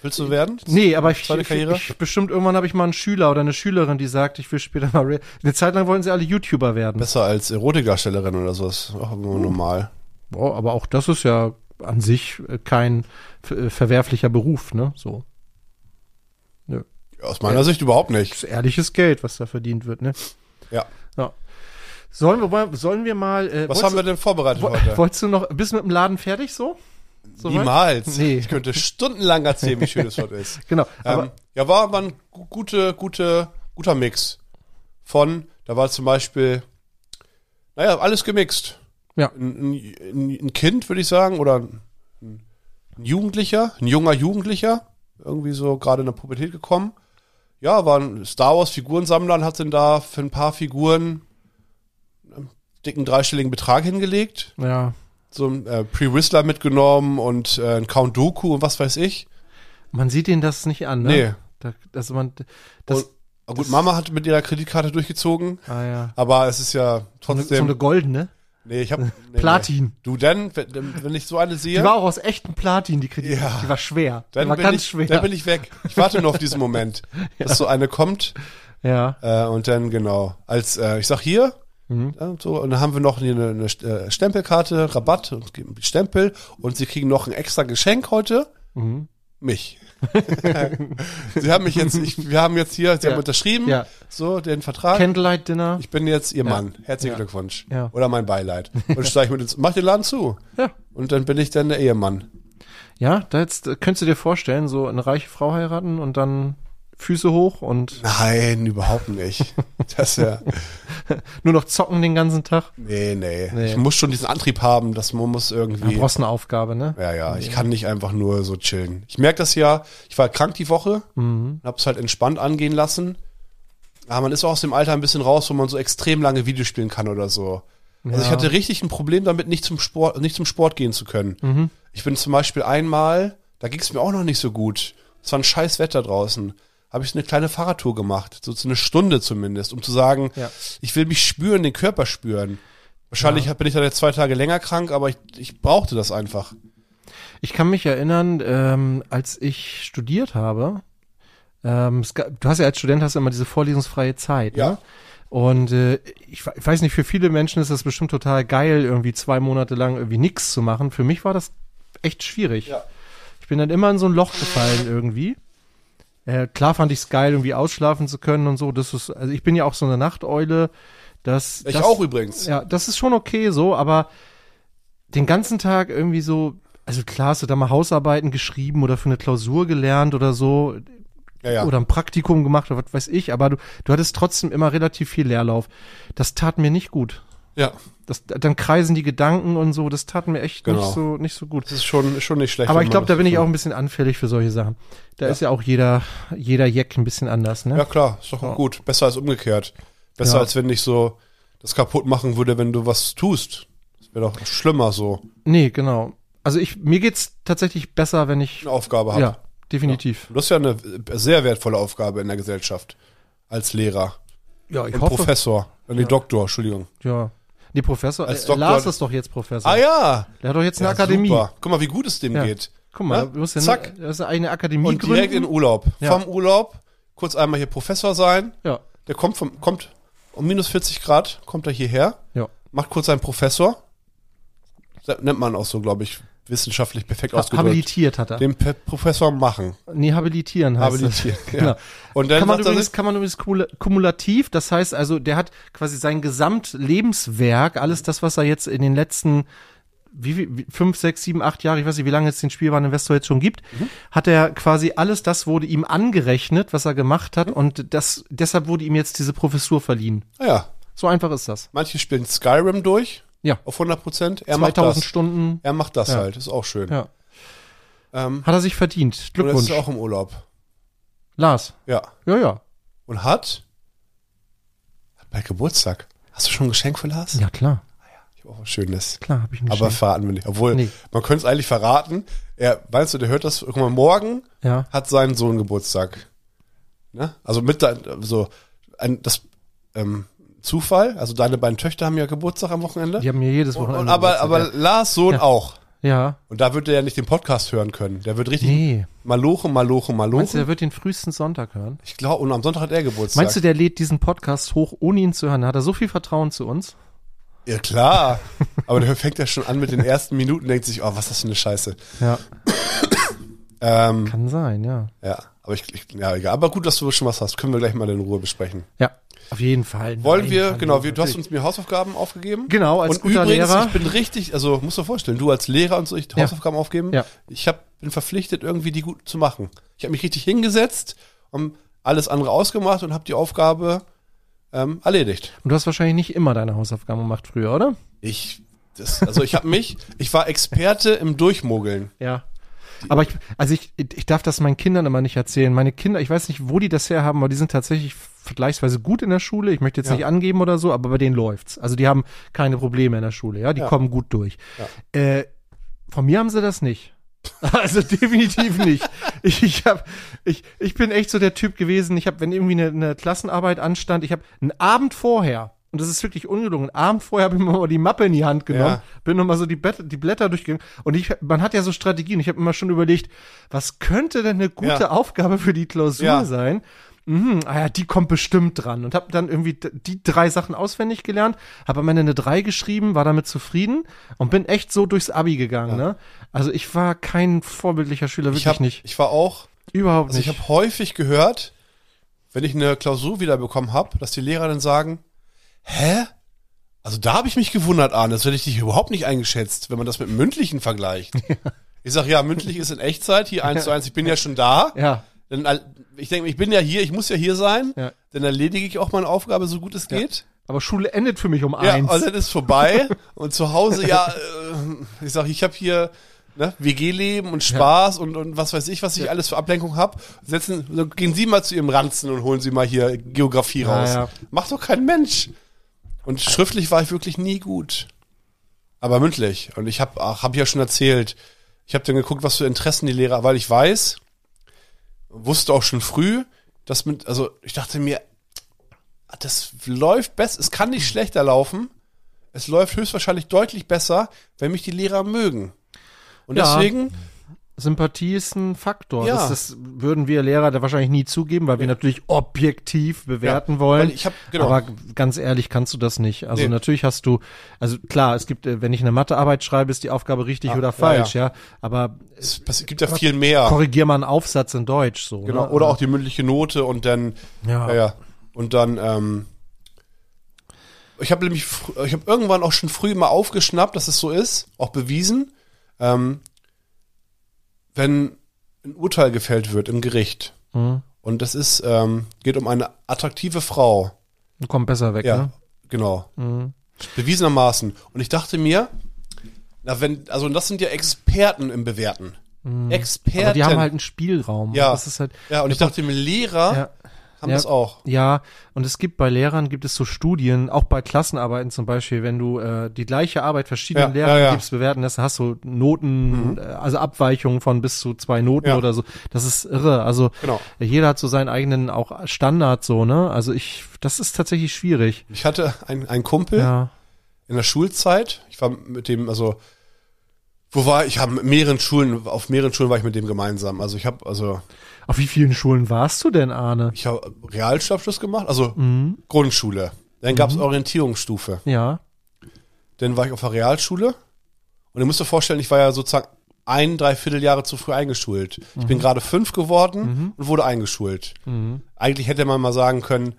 Speaker 4: Willst du werden?
Speaker 3: Nee, aber ich,
Speaker 4: Zweite
Speaker 3: ich,
Speaker 4: Karriere?
Speaker 3: ich bestimmt irgendwann habe ich mal einen Schüler oder eine Schülerin, die sagt, ich will später mal Re eine Zeit lang wollen sie alle YouTuber werden.
Speaker 4: Besser als Erotikdarstellerin oder so, ist auch immer normal.
Speaker 3: Boah, aber auch das ist ja an sich äh, kein äh, verwerflicher Beruf, ne? So
Speaker 4: Ja, Aus meiner Sicht überhaupt nicht.
Speaker 3: ist ehrliches Geld, was da verdient wird, ne?
Speaker 4: Ja.
Speaker 3: Ja. Sollen wir mal, sollen wir mal äh,
Speaker 4: Was haben wir denn vorbereitet heute?
Speaker 3: Wolltest du noch bist du mit dem Laden fertig so? Soweit?
Speaker 4: Niemals.
Speaker 3: Nee.
Speaker 4: Ich könnte stundenlang erzählen, wie schön es
Speaker 3: (laughs)
Speaker 4: heute ist.
Speaker 3: Genau, aber
Speaker 4: Ähm, ja, war aber ein gu- gute, gute, guter Mix. Von, da war zum Beispiel, naja, alles gemixt.
Speaker 3: Ja.
Speaker 4: Ein, ein, ein ein Kind, würde ich sagen, oder ein, ein Jugendlicher, ein junger Jugendlicher, irgendwie so gerade in der Pubertät gekommen, ja, war ein Star Wars Figurensammler und hat denn da für ein paar Figuren einen dicken dreistelligen Betrag hingelegt.
Speaker 3: Ja.
Speaker 4: So ein äh, Pre-Whistler mitgenommen und äh, ein Count Dooku und was weiß ich.
Speaker 3: Man sieht ihnen das nicht an, ne?
Speaker 4: Nee.
Speaker 3: Da, dass man, das,
Speaker 4: Und- Ah, gut, Mama hat mit ihrer Kreditkarte durchgezogen,
Speaker 3: ah ja.
Speaker 4: aber es ist ja
Speaker 3: So eine, so eine
Speaker 4: trotzdem.
Speaker 3: goldene.
Speaker 4: Nee, ich hab. Nee, nee.
Speaker 3: Platin.
Speaker 4: Du denn, wenn wenn ich so eine sehe.
Speaker 3: Die war auch aus echtem Platin, die Kredit.
Speaker 4: Ja.
Speaker 3: Die war schwer.
Speaker 4: Dann
Speaker 3: die war
Speaker 4: bin,
Speaker 3: ganz
Speaker 4: ich,
Speaker 3: schwer.
Speaker 4: dann bin ich weg. Ich warte nur auf
Speaker 3: (laughs)
Speaker 4: diesen Moment, dass so eine kommt
Speaker 3: ja.
Speaker 4: äh, und dann genau als äh, ich sag hier
Speaker 3: Mhm.
Speaker 4: ja, so und dann haben wir noch hier eine, eine äh, Stempelkarte, Rabatt und geben die Stempel und sie kriegen noch ein extra Geschenk heute.
Speaker 3: Mhm.
Speaker 4: Mich. (laughs) sie haben mich jetzt, ich, wir haben jetzt hier, sie
Speaker 3: Ja.
Speaker 4: haben unterschrieben,
Speaker 3: Ja.
Speaker 4: so den Vertrag.
Speaker 3: Candlelight Dinner.
Speaker 4: ich bin jetzt ihr Mann. Herzlichen Glückwunsch.
Speaker 3: Ja.
Speaker 4: Oder mein Beileid. Und steige mit ins, mach den Laden zu.
Speaker 3: Ja.
Speaker 4: Und dann bin ich dann der Ehemann.
Speaker 3: Ja, da jetzt äh, könntest du dir vorstellen, so eine reiche Frau heiraten und dann Füße hoch und
Speaker 4: Nein, überhaupt
Speaker 3: (laughs)
Speaker 4: nicht. Das ist ja.
Speaker 3: nur noch zocken den ganzen Tag.
Speaker 4: Nee, nee,
Speaker 3: Nee.
Speaker 4: Ich muss schon diesen Antrieb haben, dass man muss
Speaker 3: Du
Speaker 4: irgendwie.
Speaker 3: brauchst eine Aufgabe, ne?
Speaker 4: Ja, ja, ich kann nicht einfach nur so chillen. Ich merke das ja, ich war krank die Woche,
Speaker 3: Mhm.
Speaker 4: hab's halt entspannt angehen lassen. Aber man ist auch aus dem Alter ein bisschen raus, wo man so extrem lange Videospielen kann oder so. Also ich
Speaker 3: Ja.
Speaker 4: hatte richtig ein Problem damit, nicht zum Sport, nicht zum Sport gehen zu können.
Speaker 3: Mhm.
Speaker 4: Ich bin zum Beispiel einmal, da ging es mir auch noch nicht so gut. Es war ein scheiß Wetter draußen. Habe ich so eine kleine Fahrradtour gemacht, so zu eine Stunde zumindest, um zu sagen,
Speaker 3: Ja.
Speaker 4: ich will mich spüren, den Körper spüren. Wahrscheinlich bin ich dann jetzt zwei Tage länger krank, aber ich, ich brauchte das einfach.
Speaker 3: Ich kann mich erinnern, ähm, als ich studiert habe, ähm, es gab, du hast ja als Student hast du immer diese vorlesungsfreie Zeit,
Speaker 4: Ja.
Speaker 3: ne? Und äh, ich, we- ich weiß nicht, für viele Menschen ist das bestimmt total geil, irgendwie zwei Monate lang irgendwie nichts zu machen. Für mich war das echt schwierig.
Speaker 4: Ja.
Speaker 3: Ich bin dann immer in so ein Loch gefallen irgendwie. Äh, klar fand ich es geil, irgendwie ausschlafen zu können und so. Das ist, also ich bin ja auch so eine Nachteule. Dass,
Speaker 4: Ich
Speaker 3: dass,
Speaker 4: auch übrigens.
Speaker 3: ja, das ist schon okay so, aber den ganzen Tag irgendwie so, also klar hast du da mal Hausarbeiten geschrieben oder für eine Klausur gelernt oder so
Speaker 4: Ja, ja.
Speaker 3: oder ein Praktikum gemacht oder was weiß ich, aber du, du hattest trotzdem immer relativ viel Leerlauf. Das tat mir nicht gut.
Speaker 4: ja.
Speaker 3: Das, dann kreisen die Gedanken und so, das tat mir echt
Speaker 4: Genau.
Speaker 3: nicht, so, nicht so gut.
Speaker 4: Das ist schon, schon nicht schlecht.
Speaker 3: Aber
Speaker 4: wenn
Speaker 3: ich
Speaker 4: man
Speaker 3: glaube, da
Speaker 4: das
Speaker 3: bin ich
Speaker 4: so-
Speaker 3: auch ein bisschen anfällig für solche Sachen. Da ist ja auch jeder, jeder Jack ein bisschen anders, ne?
Speaker 4: Ja, klar, ist doch auch gut. Besser als umgekehrt. Besser
Speaker 3: Ja.
Speaker 4: als wenn ich so das kaputt machen würde, wenn du was tust. Das wäre doch schlimmer so,
Speaker 3: Nee, genau. Also ich, mir geht's tatsächlich besser, wenn ich,
Speaker 4: eine Aufgabe hat.
Speaker 3: ja, definitiv.
Speaker 4: Und Das ist ja eine sehr wertvolle Aufgabe in der Gesellschaft. Als Lehrer
Speaker 3: Ja, ich
Speaker 4: und
Speaker 3: hoffe.
Speaker 4: Professor. äh, Nee, Doktor, Entschuldigung.
Speaker 3: Ja. Nee, Professor.
Speaker 4: Als
Speaker 3: äh,
Speaker 4: Doktor-
Speaker 3: Lars ist doch jetzt Professor.
Speaker 4: Ah ja,
Speaker 3: Der hat doch jetzt eine
Speaker 4: Ja,
Speaker 3: Akademie.
Speaker 4: Super. Guck mal, wie gut es dem
Speaker 3: Ja.
Speaker 4: geht.
Speaker 3: Guck mal,
Speaker 4: Ne?
Speaker 3: du musst ja
Speaker 4: Zack.
Speaker 3: Eine, das ist eine Akademie
Speaker 4: Und direkt in
Speaker 3: gründen.
Speaker 4: den Urlaub.
Speaker 3: Ja.
Speaker 4: Vom Urlaub, kurz einmal hier Professor sein.
Speaker 3: ja.
Speaker 4: Der kommt vom, kommt um minus 40 Grad, kommt er hierher.
Speaker 3: Ja.
Speaker 4: macht kurz einen Professor. Das nennt man auch so, glaube ich, wissenschaftlich perfekt ausgedrückt.
Speaker 3: Habilitiert hat er.
Speaker 4: Den Pe Professor machen.
Speaker 3: nee, habilitieren heißt
Speaker 4: Habilitieren.
Speaker 3: (laughs) das.
Speaker 4: Ja.
Speaker 3: Genau.
Speaker 4: Und dann
Speaker 3: Kann man,
Speaker 4: sagt er
Speaker 3: übrigens,
Speaker 4: sich,
Speaker 3: kann man übrigens kumula- kumulativ, das heißt also, der hat quasi sein Gesamtlebenswerk, alles das, was er jetzt in den letzten wie, viel- wie, fünf, sechs, sieben, acht Jahre, ich weiß nicht, wie lange es den Spielwareninvestor jetzt schon gibt,
Speaker 4: Mhm.
Speaker 3: hat er quasi alles das wurde ihm angerechnet, was er gemacht
Speaker 4: Mhm.
Speaker 3: hat und das, deshalb wurde ihm jetzt diese Professur verliehen.
Speaker 4: naja,
Speaker 3: So einfach ist das.
Speaker 4: manche spielen Skyrim durch
Speaker 3: Ja.
Speaker 4: auf 100 Prozent. Er macht
Speaker 3: 2000
Speaker 4: das.
Speaker 3: Stunden.
Speaker 4: Er macht das
Speaker 3: Ja.
Speaker 4: halt, ist auch schön.
Speaker 3: Ja.
Speaker 4: Ähm,
Speaker 3: Hat er sich verdient.
Speaker 4: und das ist
Speaker 3: Glückwunsch.
Speaker 4: auch im Urlaub.
Speaker 3: Lars.
Speaker 4: Ja.
Speaker 3: Ja, ja.
Speaker 4: Und hat, hat bald Geburtstag. Hast du schon ein Geschenk für Lars?
Speaker 3: Ja, klar.
Speaker 4: Ich hab auch was Schönes.
Speaker 3: Klar, habe ich ihn
Speaker 4: Aber
Speaker 3: geschenkt.
Speaker 4: verraten wir nicht. Obwohl,
Speaker 3: Nee.
Speaker 4: man könnte es eigentlich verraten. Er, weißt du, der hört das, guck mal, morgen
Speaker 3: Ja.
Speaker 4: hat seinen Sohn Geburtstag. Ne? Also mit dein- so ein das ähm, Zufall, also deine beiden Töchter haben ja Geburtstag am Wochenende.
Speaker 3: Die haben mir jedes
Speaker 4: und,
Speaker 3: Wochenende.
Speaker 4: und aber aber
Speaker 3: Geburtstag,
Speaker 4: Lars Sohn
Speaker 3: Ja.
Speaker 4: auch.
Speaker 3: ja. ja.
Speaker 4: Und da wird er ja nicht den Podcast hören können. Der wird richtig
Speaker 3: Nee.
Speaker 4: Maloche, Maloche,
Speaker 3: Meinst du,
Speaker 4: Maloche.
Speaker 3: der wird den frühesten Sonntag hören?
Speaker 4: Ich glaube, und am Sonntag hat er Geburtstag.
Speaker 3: Meinst du, der lädt diesen Podcast hoch, ohne ihn zu hören? Hat er so viel Vertrauen zu uns? (laughs)
Speaker 4: Ja klar. aber der fängt ja schon an mit den ersten Minuten, denkt sich, oh, was ist das für eine Scheiße.
Speaker 3: Ja.
Speaker 4: (coughs) Ähm,
Speaker 3: Kann sein, ja.
Speaker 4: ja, aber ich, ich ja egal. Aber gut, dass du schon was hast. Können wir gleich mal in Ruhe besprechen.
Speaker 3: Ja. Auf jeden Fall.
Speaker 4: Wollen
Speaker 3: Nein,
Speaker 4: wir,
Speaker 3: Mann,
Speaker 4: genau, wir, du hast
Speaker 3: natürlich.
Speaker 4: uns mir Hausaufgaben aufgegeben.
Speaker 3: Genau, als
Speaker 4: und
Speaker 3: guter
Speaker 4: übrigens,
Speaker 3: Lehrer.
Speaker 4: ich bin richtig, also musst du dir vorstellen, du als Lehrer und so, ich
Speaker 3: Ja.
Speaker 4: Hausaufgaben aufgeben.
Speaker 3: Ja.
Speaker 4: Ich hab, bin verpflichtet, irgendwie die gut zu machen. Ich habe mich richtig hingesetzt, um alles andere ausgemacht und habe die Aufgabe ähm, erledigt.
Speaker 3: Und du hast wahrscheinlich nicht immer deine Hausaufgaben gemacht früher, oder?
Speaker 4: Ich, das, also ich habe mich, ich war Experte im Durchmogeln.
Speaker 3: Ja. Aber ich, also ich, ich darf das meinen Kindern immer nicht erzählen. Meine Kinder, ich weiß nicht, wo die das herhaben, aber die sind tatsächlich vergleichsweise gut in der Schule. Ich möchte jetzt
Speaker 4: Ja.
Speaker 3: nicht angeben oder so, aber bei denen läuft's. Also die haben keine Probleme in der Schule, ja, die
Speaker 4: Ja.
Speaker 3: kommen gut durch. Äh, von mir haben sie das nicht. (laughs) Also definitiv nicht. Ich, ich, hab, ich, ich bin echt so der Typ gewesen, ich habe, wenn irgendwie eine, eine Klassenarbeit anstand, ich habe einen Abend vorher, und das ist wirklich ungelungen, einen Abend vorher habe ich mir mal die Mappe in die Hand genommen,
Speaker 4: Ja.
Speaker 3: bin nochmal so die, Blätter- die Blätter durchgegangen. Und ich, man hat ja so Strategien. Ich habe immer schon überlegt, was könnte denn eine gute
Speaker 4: Ja.
Speaker 3: Aufgabe für die Klausur
Speaker 4: Ja.
Speaker 3: sein? Mhm, ah ja, die kommt bestimmt dran. Und habe dann irgendwie d- die drei Sachen auswendig gelernt, habe am Ende eine drei geschrieben, war damit zufrieden und bin echt so durchs Abi gegangen. Ne? Also ich war kein vorbildlicher Schüler, wirklich
Speaker 4: Ich, hab,
Speaker 3: nicht.
Speaker 4: ich war auch,
Speaker 3: Überhaupt
Speaker 4: also
Speaker 3: nicht.
Speaker 4: ich habe häufig gehört, wenn ich eine Klausur wiederbekommen habe, dass die Lehrer dann sagen, hä? Also da habe ich mich gewundert, Arne, das hätte ich dich überhaupt nicht eingeschätzt, wenn man das mit dem
Speaker 3: (laughs)
Speaker 4: mündlichen vergleicht. Ich sage, ja, mündlich ist in Echtzeit, hier eins zu eins, ich bin ja schon da.
Speaker 3: ja,
Speaker 4: Dann, al- ich denke, ich bin ja hier, ich muss ja hier sein,
Speaker 3: Ja.
Speaker 4: dann erledige ich auch meine Aufgabe so gut es geht.
Speaker 3: aber Schule endet für mich um
Speaker 4: Ja, also
Speaker 3: eins.
Speaker 4: und dann ist vorbei. und zu Hause, ja, äh, ich sag, ich habe hier ne, WG-Leben und Spaß und, und was weiß ich, was ich alles für Ablenkung habe. Setzen, so, gehen Sie mal zu Ihrem Ranzen und holen Sie mal hier Geografie
Speaker 3: Ja,
Speaker 4: raus.
Speaker 3: ja.
Speaker 4: Macht doch kein Mensch. Und schriftlich war ich wirklich nie gut. Aber mündlich. Und ich habe hab ja schon erzählt, ich habe dann geguckt, was für Interessen die Lehrer, weil ich weiß, wusste auch schon früh, dass mit, also ich dachte mir, das läuft besser, es kann nicht schlechter laufen. Es läuft höchstwahrscheinlich deutlich besser, wenn mich die Lehrer mögen. Und
Speaker 3: Ja.
Speaker 4: deswegen,
Speaker 3: Sympathie ist ein Faktor.
Speaker 4: Ja.
Speaker 3: Das, das würden wir Lehrer da wahrscheinlich nie zugeben, weil wir natürlich objektiv bewerten
Speaker 4: Ja,
Speaker 3: wollen.
Speaker 4: weil ich hab- genau.
Speaker 3: Aber g- ganz ehrlich kannst du das nicht. Also
Speaker 4: Nee.
Speaker 3: natürlich hast du, also klar, es gibt, äh, wenn ich eine Mathearbeit schreibe, ist die Aufgabe richtig
Speaker 4: Ah,
Speaker 3: oder
Speaker 4: ja,
Speaker 3: falsch, ja. Aber
Speaker 4: es passi- gibt ja viel mehr.
Speaker 3: korrigier mal einen Aufsatz in Deutsch so.
Speaker 4: Genau.
Speaker 3: Ne?
Speaker 4: Oder auch die mündliche Note und dann,
Speaker 3: Ja.
Speaker 4: ja, ja. Und dann, ähm, ich habe nämlich, fr- ich habe irgendwann auch schon früh mal aufgeschnappt, dass es so ist, auch bewiesen, ähm, wenn ein Urteil gefällt wird im Gericht.
Speaker 3: Mhm.
Speaker 4: Und das ist, ähm, geht um eine attraktive Frau.
Speaker 3: Du kommst besser weg,
Speaker 4: Ja,
Speaker 3: ne? Mhm.
Speaker 4: genau. Bewiesenermaßen. Und ich dachte mir, na wenn, also das sind ja Experten im Bewerten. Experten.
Speaker 3: Mhm. Aber die haben halt einen Spielraum.
Speaker 4: Ja.
Speaker 3: Das ist halt,
Speaker 4: ja, und ich dachte mir, Lehrer
Speaker 3: ja.
Speaker 4: haben
Speaker 3: Ja.
Speaker 4: das auch.
Speaker 3: Ja, und es gibt bei Lehrern, gibt es so Studien, auch bei Klassenarbeiten zum Beispiel, wenn du äh, die gleiche Arbeit verschiedenen
Speaker 4: Ja,
Speaker 3: Lehrern
Speaker 4: ja, ja.
Speaker 3: gibst, bewerten lässt, dann hast du Noten, äh, also Abweichungen von bis zu zwei Noten
Speaker 4: Ja.
Speaker 3: oder so. Das ist irre. Also
Speaker 4: Genau.
Speaker 3: jeder hat so seinen eigenen auch Standard so, ne? Also ich, das ist tatsächlich schwierig.
Speaker 4: Ich hatte einen, einen Kumpel
Speaker 3: Ja.
Speaker 4: in der Schulzeit. Ich war mit dem, also, wo war ich? Ich habe mit mehreren Schulen, auf mehreren Schulen war ich mit dem gemeinsam. Also ich habe, also,
Speaker 3: Auf wie vielen Schulen warst du denn, Arne?
Speaker 4: ich habe Realschulabschluss gemacht, also Grundschule. Dann gab es Orientierungsstufe.
Speaker 3: Ja.
Speaker 4: Dann war ich auf der Realschule. Und ihr müsst euch vorstellen, ich war ja sozusagen ein, dreiviertel Jahre zu früh eingeschult. Ich bin gerade fünf geworden und wurde eingeschult. Eigentlich hätte man mal sagen können,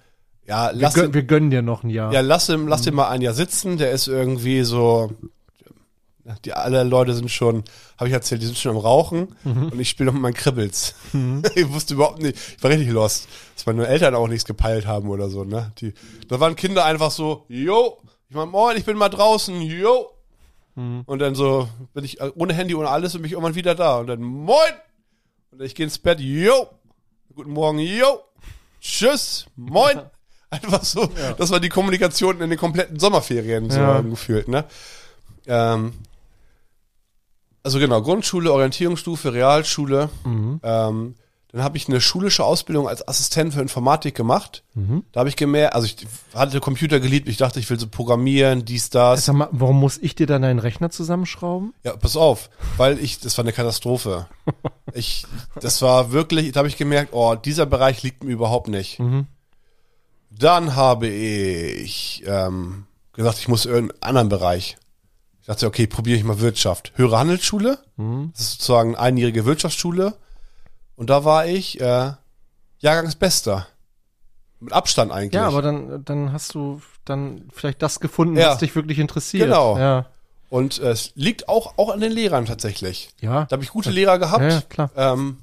Speaker 4: ja,
Speaker 3: Wir,
Speaker 4: lass,
Speaker 3: gön,
Speaker 4: ihn,
Speaker 3: wir gönnen dir noch ein Jahr.
Speaker 4: ja, lass, ihn, lass ihn mal ein Jahr sitzen. Der ist irgendwie so, die alle Leute sind schon, habe ich erzählt, die sind schon am Rauchen und ich spiele noch mit meinen Kribbels. (laughs) ich wusste überhaupt nicht, ich war richtig lost, dass meine Eltern auch nichts gepeilt haben oder so. Ne? Die, da waren Kinder einfach so, yo, ich mein, moin, ich bin mal draußen, yo. Und dann so bin ich äh, ohne Handy, ohne alles und bin ich irgendwann wieder da. Und dann moin. Und ich gehe ins Bett, yo. Guten Morgen, yo. Tschüss, moin. (laughs) Einfach so, das war die Kommunikation in den kompletten Sommerferien so
Speaker 3: Ja.
Speaker 4: gefühlt, ne? Ähm, also genau, Grundschule, Orientierungsstufe, Realschule. Ähm, dann habe ich eine schulische Ausbildung als Assistent für Informatik gemacht. Da habe ich gemerkt, also ich hatte Computer geliebt, ich dachte, ich will so programmieren, dies, das.
Speaker 3: Sag mal, warum muss ich dir dann deinen Rechner zusammenschrauben?
Speaker 4: Ja, pass auf, weil ich, das war eine Katastrophe. Ich, das war wirklich, da habe ich gemerkt, oh, dieser Bereich liegt mir überhaupt nicht.
Speaker 3: Mhm.
Speaker 4: Dann habe ich ähm, gesagt, ich muss in irgendeinen anderen Bereich. Ich dachte, okay, probiere ich mal Wirtschaft. Höhere Handelsschule,
Speaker 3: Mhm.
Speaker 4: das ist sozusagen eine einjährige Wirtschaftsschule. Und da war ich äh, Jahrgangsbester. Mit Abstand eigentlich.
Speaker 3: Ja, aber dann, dann hast du dann vielleicht das gefunden,
Speaker 4: Ja.
Speaker 3: was dich wirklich interessiert.
Speaker 4: Genau.
Speaker 3: Ja.
Speaker 4: Und äh, es liegt auch, auch an den Lehrern tatsächlich.
Speaker 3: Ja.
Speaker 4: Da habe ich gute Lehrer gehabt.
Speaker 3: Ja, ja, klar.
Speaker 4: Ähm,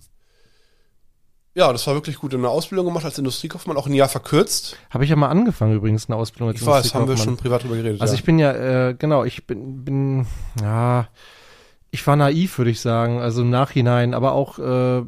Speaker 4: ja, das war wirklich gut. Eine Ausbildung gemacht als Industriekaufmann, auch ein Jahr verkürzt.
Speaker 3: Habe ich ja mal angefangen übrigens eine Ausbildung als Also
Speaker 4: Ich weiß, haben wir
Speaker 3: Industriekaufmann.
Speaker 4: schon privat drüber geredet.
Speaker 3: Also
Speaker 4: ja.
Speaker 3: ich bin ja äh, genau, ich bin bin ja ich war naiv, würde ich sagen, also im Nachhinein, aber auch äh,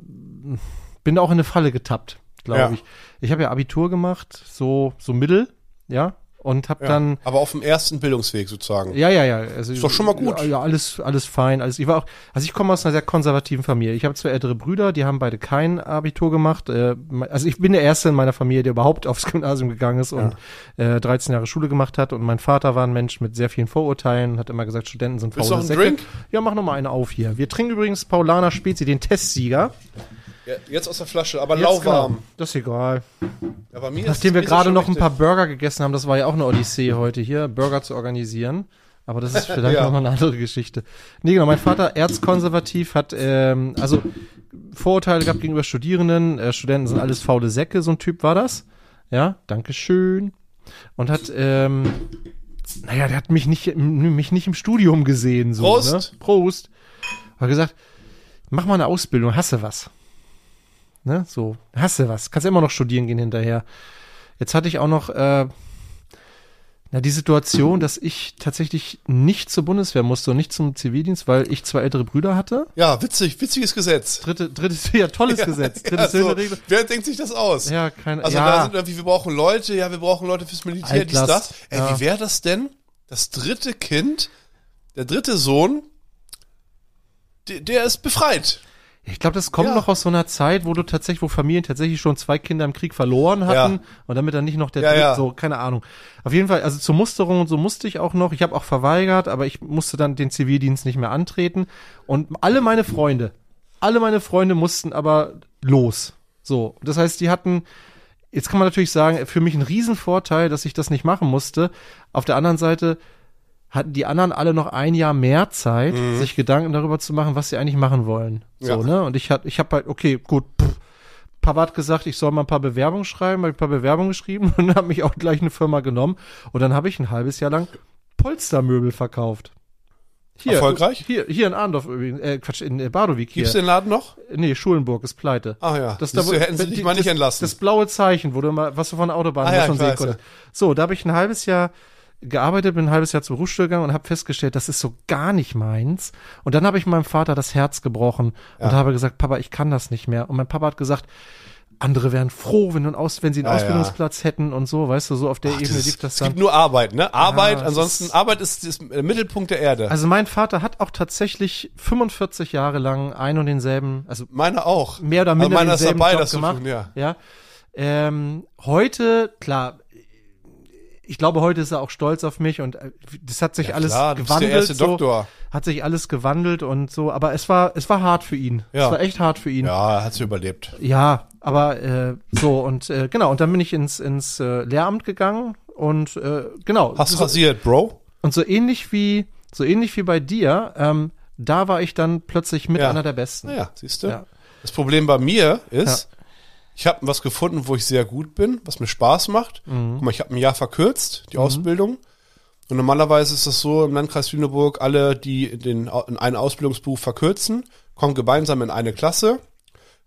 Speaker 3: bin auch in eine Falle getappt, glaube
Speaker 4: Ja.
Speaker 3: ich. Ich habe ja Abitur gemacht, so so mittel, ja, und habe
Speaker 4: Ja.
Speaker 3: dann
Speaker 4: aber auf dem ersten Bildungsweg sozusagen.
Speaker 3: ja, ja, ja. Also,
Speaker 4: Ist doch schon mal gut.
Speaker 3: Ja, ja alles, alles fein. Also ich war auch, also ich komme aus einer sehr konservativen Familie. Ich habe zwei ältere Brüder, die haben beide kein Abitur gemacht. Äh, me- Also ich bin der Erste in meiner Familie, der überhaupt (laughs) aufs Gymnasium gegangen ist und äh, 13 Jahre Schule gemacht hat. Und mein Vater war ein Mensch mit sehr vielen Vorurteilen, hat immer gesagt, Studenten sind
Speaker 4: Willst du
Speaker 3: faule
Speaker 4: noch einen
Speaker 3: Säcke.
Speaker 4: Drink?
Speaker 3: Ja, mach noch mal einen auf hier. Wir trinken übrigens Paulaner Spezi, den Testsieger.
Speaker 4: Ja, Jetzt aus der Flasche, aber
Speaker 3: Jetzt,
Speaker 4: lauwarm.
Speaker 3: genau. Das ist egal.
Speaker 4: Aber mir
Speaker 3: Nachdem
Speaker 4: ist,
Speaker 3: wir
Speaker 4: mir ist
Speaker 3: gerade
Speaker 4: schon
Speaker 3: noch ein
Speaker 4: wichtig.
Speaker 3: paar Burger gegessen haben, das war ja auch eine Odyssee heute hier, Burger zu organisieren. Aber das ist
Speaker 4: (laughs)
Speaker 3: vielleicht
Speaker 4: Ja.
Speaker 3: noch mal eine andere Geschichte. Nee, genau, mein Vater, erzkonservativ, hat ähm, also Vorurteile gehabt gegenüber Studierenden. Äh, Studenten sind alles faule Säcke, so ein Typ war das. Ja, Dankeschön. Und hat, ähm, naja, der hat mich nicht, m- mich nicht im Studium gesehen. So,
Speaker 4: Prost.
Speaker 3: Ne? Prost. Hat gesagt, mach mal eine Ausbildung, hasse was. Ne, so, hasse was. Kannst immer noch studieren gehen hinterher. Jetzt hatte ich auch noch äh, na, die Situation, dass ich tatsächlich nicht zur Bundeswehr musste und nicht zum Zivildienst, weil ich zwei ältere Brüder hatte.
Speaker 4: Ja, witzig, witziges Gesetz.
Speaker 3: Dritte, drittes, (laughs) ja, tolles Gesetz.
Speaker 4: Ja,
Speaker 3: Drittes
Speaker 4: so.
Speaker 3: Regel.
Speaker 4: Wer denkt sich das aus?
Speaker 3: Ja, keine
Speaker 4: Also da
Speaker 3: ja,
Speaker 4: sind irgendwie, wir brauchen Leute, ja, wir brauchen Leute fürs Militär, dies,
Speaker 3: Altlast,
Speaker 4: das. Ey,
Speaker 3: ja.
Speaker 4: wie wäre das denn? Das dritte Kind, der dritte Sohn, der, der ist befreit.
Speaker 3: ich glaube, das kommt
Speaker 4: Ja.
Speaker 3: noch aus so einer Zeit, wo du tatsächlich, wo Familien tatsächlich schon zwei Kinder im Krieg verloren hatten
Speaker 4: Ja.
Speaker 3: und damit dann nicht noch der
Speaker 4: Ja,
Speaker 3: dritte,
Speaker 4: ja.
Speaker 3: so, keine Ahnung. Auf jeden Fall, also zur Musterung und so musste ich auch noch. Ich habe auch verweigert, aber ich musste dann den Zivildienst nicht mehr antreten. Und alle meine Freunde, alle meine Freunde mussten aber los. So, das heißt, die hatten Jetzt kann man natürlich sagen, für mich ein Riesenvorteil, dass ich das nicht machen musste. Auf der anderen Seite hatten die anderen alle noch ein Jahr mehr Zeit, sich Gedanken darüber zu machen, was sie eigentlich machen wollen. So,
Speaker 4: Mhm. Ja.
Speaker 3: ne? Und ich hab, ich hab halt, okay, gut, pff, Pavard gesagt, ich soll mal ein paar Bewerbungen schreiben, habe ein paar Bewerbungen geschrieben (laughs) und habe mich auch gleich eine Firma genommen. Und dann habe ich ein halbes Jahr lang Polstermöbel verkauft. Hier,
Speaker 4: Erfolgreich?
Speaker 3: Hier, hier in Arndorf übrigens, äh, Quatsch, in äh, Badowik hier.
Speaker 4: Gibt's den Laden noch?
Speaker 3: Nee, Schulenburg ist pleite.
Speaker 4: Ah ja.
Speaker 3: Das da,
Speaker 4: Siehst du, hätten sie
Speaker 3: die-
Speaker 4: dich mal nicht
Speaker 3: das,
Speaker 4: entlassen.
Speaker 3: Das blaue Zeichen, wo du mal, was du von der Autobahn
Speaker 4: Ah
Speaker 3: ah,
Speaker 4: ja,
Speaker 3: schon
Speaker 4: ich
Speaker 3: sehen
Speaker 4: weiß,
Speaker 3: konntest. So, da habe ich ein halbes Jahr gearbeitet, bin ein halbes Jahr zur Berufsschule gegangen und habe festgestellt, das ist so gar nicht meins. Und dann habe ich meinem Vater das Herz gebrochen und habe gesagt, Papa, ich kann das nicht mehr. Und mein Papa hat gesagt, andere wären froh, wenn, du einen Aus wenn sie einen
Speaker 4: Ah ja.
Speaker 3: Ausbildungsplatz hätten und so, weißt du, so auf der Ebene liegt das
Speaker 4: es
Speaker 3: dann.
Speaker 4: gibt nur Arbeit, ne? Arbeit,
Speaker 3: Ja, es
Speaker 4: ansonsten,
Speaker 3: ist-
Speaker 4: Arbeit ist, ist der Mittelpunkt der Erde.
Speaker 3: Also mein Vater hat auch tatsächlich 45 Jahre lang ein und denselben, also
Speaker 4: meiner auch.
Speaker 3: mehr oder
Speaker 4: Aber
Speaker 3: minder
Speaker 4: meiner ist
Speaker 3: denselben
Speaker 4: dabei,
Speaker 3: Job
Speaker 4: das zu
Speaker 3: gemacht.
Speaker 4: tun, ja.
Speaker 3: Ähm, heute, klar, ich glaube, heute ist er auch stolz auf mich und äh, das hat sich alles
Speaker 4: klar, du bist der
Speaker 3: gewandelt.
Speaker 4: erste
Speaker 3: so,
Speaker 4: Doktor.
Speaker 3: Hat sich alles gewandelt und so, aber es war, es war hart für ihn.
Speaker 4: Ja.
Speaker 3: Es war echt hart für ihn.
Speaker 4: Ja, hat sie überlebt.
Speaker 3: Ja, aber äh, so und äh, genau, und dann bin ich ins, ins äh, Lehramt gegangen und äh, genau.
Speaker 4: Hast
Speaker 3: so,
Speaker 4: rasiert, Bro?
Speaker 3: und so ähnlich wie, so ähnlich wie bei dir, ähm, da war ich dann plötzlich mit
Speaker 4: Ja.
Speaker 3: einer der besten.
Speaker 4: Naja, siehst du?
Speaker 3: Ja.
Speaker 4: Das Problem bei mir ist, ich habe was gefunden, wo ich sehr gut bin, was mir Spaß macht. Guck mal, ich habe ein Jahr verkürzt, die Ausbildung. Und normalerweise ist das so im Landkreis Lüneburg, alle, die den, in einen Ausbildungsberuf verkürzen, kommen gemeinsam in eine Klasse,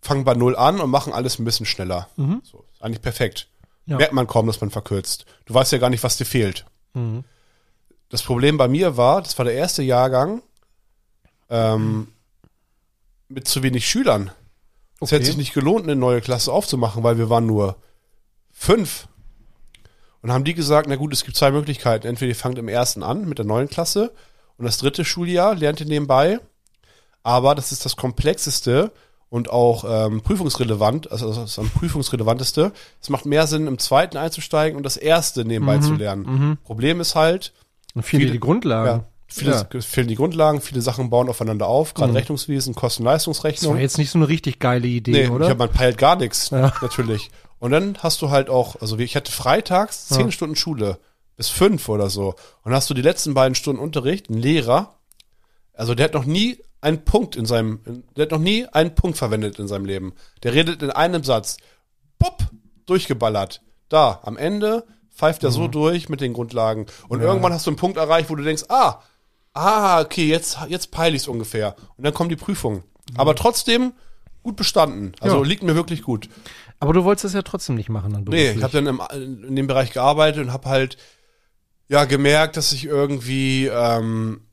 Speaker 4: fangen bei Null an und machen alles ein bisschen schneller. So, ist eigentlich perfekt.
Speaker 3: Ja.
Speaker 4: Merkt man kaum, dass man verkürzt. Du weißt ja gar nicht, was dir fehlt. Das Problem bei mir war, das war der erste Jahrgang, ähm, mit zu wenig Schülern. Es hätte sich nicht gelohnt, eine neue Klasse aufzumachen, weil wir waren nur fünf. Und haben die gesagt, na gut, es gibt zwei Möglichkeiten. Entweder ihr fangt im ersten an mit der neuen Klasse und das dritte Schuljahr lernt ihr nebenbei. Aber das ist das komplexeste und auch ähm, prüfungsrelevant, also das ist am prüfungsrelevanteste. Es macht mehr Sinn, im zweiten einzusteigen und das erste nebenbei zu lernen. Problem ist halt,
Speaker 3: Und viele,
Speaker 4: Viele-
Speaker 3: die Grundlagen.
Speaker 4: Mhm. ja, Mhm. viele, es fehlen die Grundlagen, viele Sachen bauen aufeinander auf, gerade Rechnungswesen,
Speaker 3: Das war
Speaker 4: Kosten-Leistungsrechnung.
Speaker 3: jetzt nicht so eine richtig geile Idee, oder?
Speaker 4: Ich hab, man peilt gar nichts,
Speaker 3: Ja. (laughs)
Speaker 4: natürlich. Und dann hast du halt auch, also wie- ich hatte freitags zehn Stunden Schule bis fünf oder so. Und dann hast du die letzten beiden Stunden Unterricht, einen Lehrer, also der hat noch nie einen Punkt in seinem, in- der hat noch nie einen Punkt verwendet in seinem Leben. Der redet in einem Satz, bupp, durchgeballert. Da, am Ende pfeift er so
Speaker 3: Mhm.
Speaker 4: durch mit den Grundlagen. Und irgendwann hast du einen Punkt erreicht, wo du denkst, ah, ah, okay, jetzt, jetzt peile ich es ungefähr. Und dann kommt die Prüfung. Aber trotzdem gut bestanden. Also
Speaker 3: Ja.
Speaker 4: liegt mir wirklich gut.
Speaker 3: Aber du wolltest es ja trotzdem nicht machen dann
Speaker 4: Nee,
Speaker 3: beruflich.
Speaker 4: ich habe dann im, in dem Bereich gearbeitet und habe halt ja gemerkt, dass ich irgendwie ähm,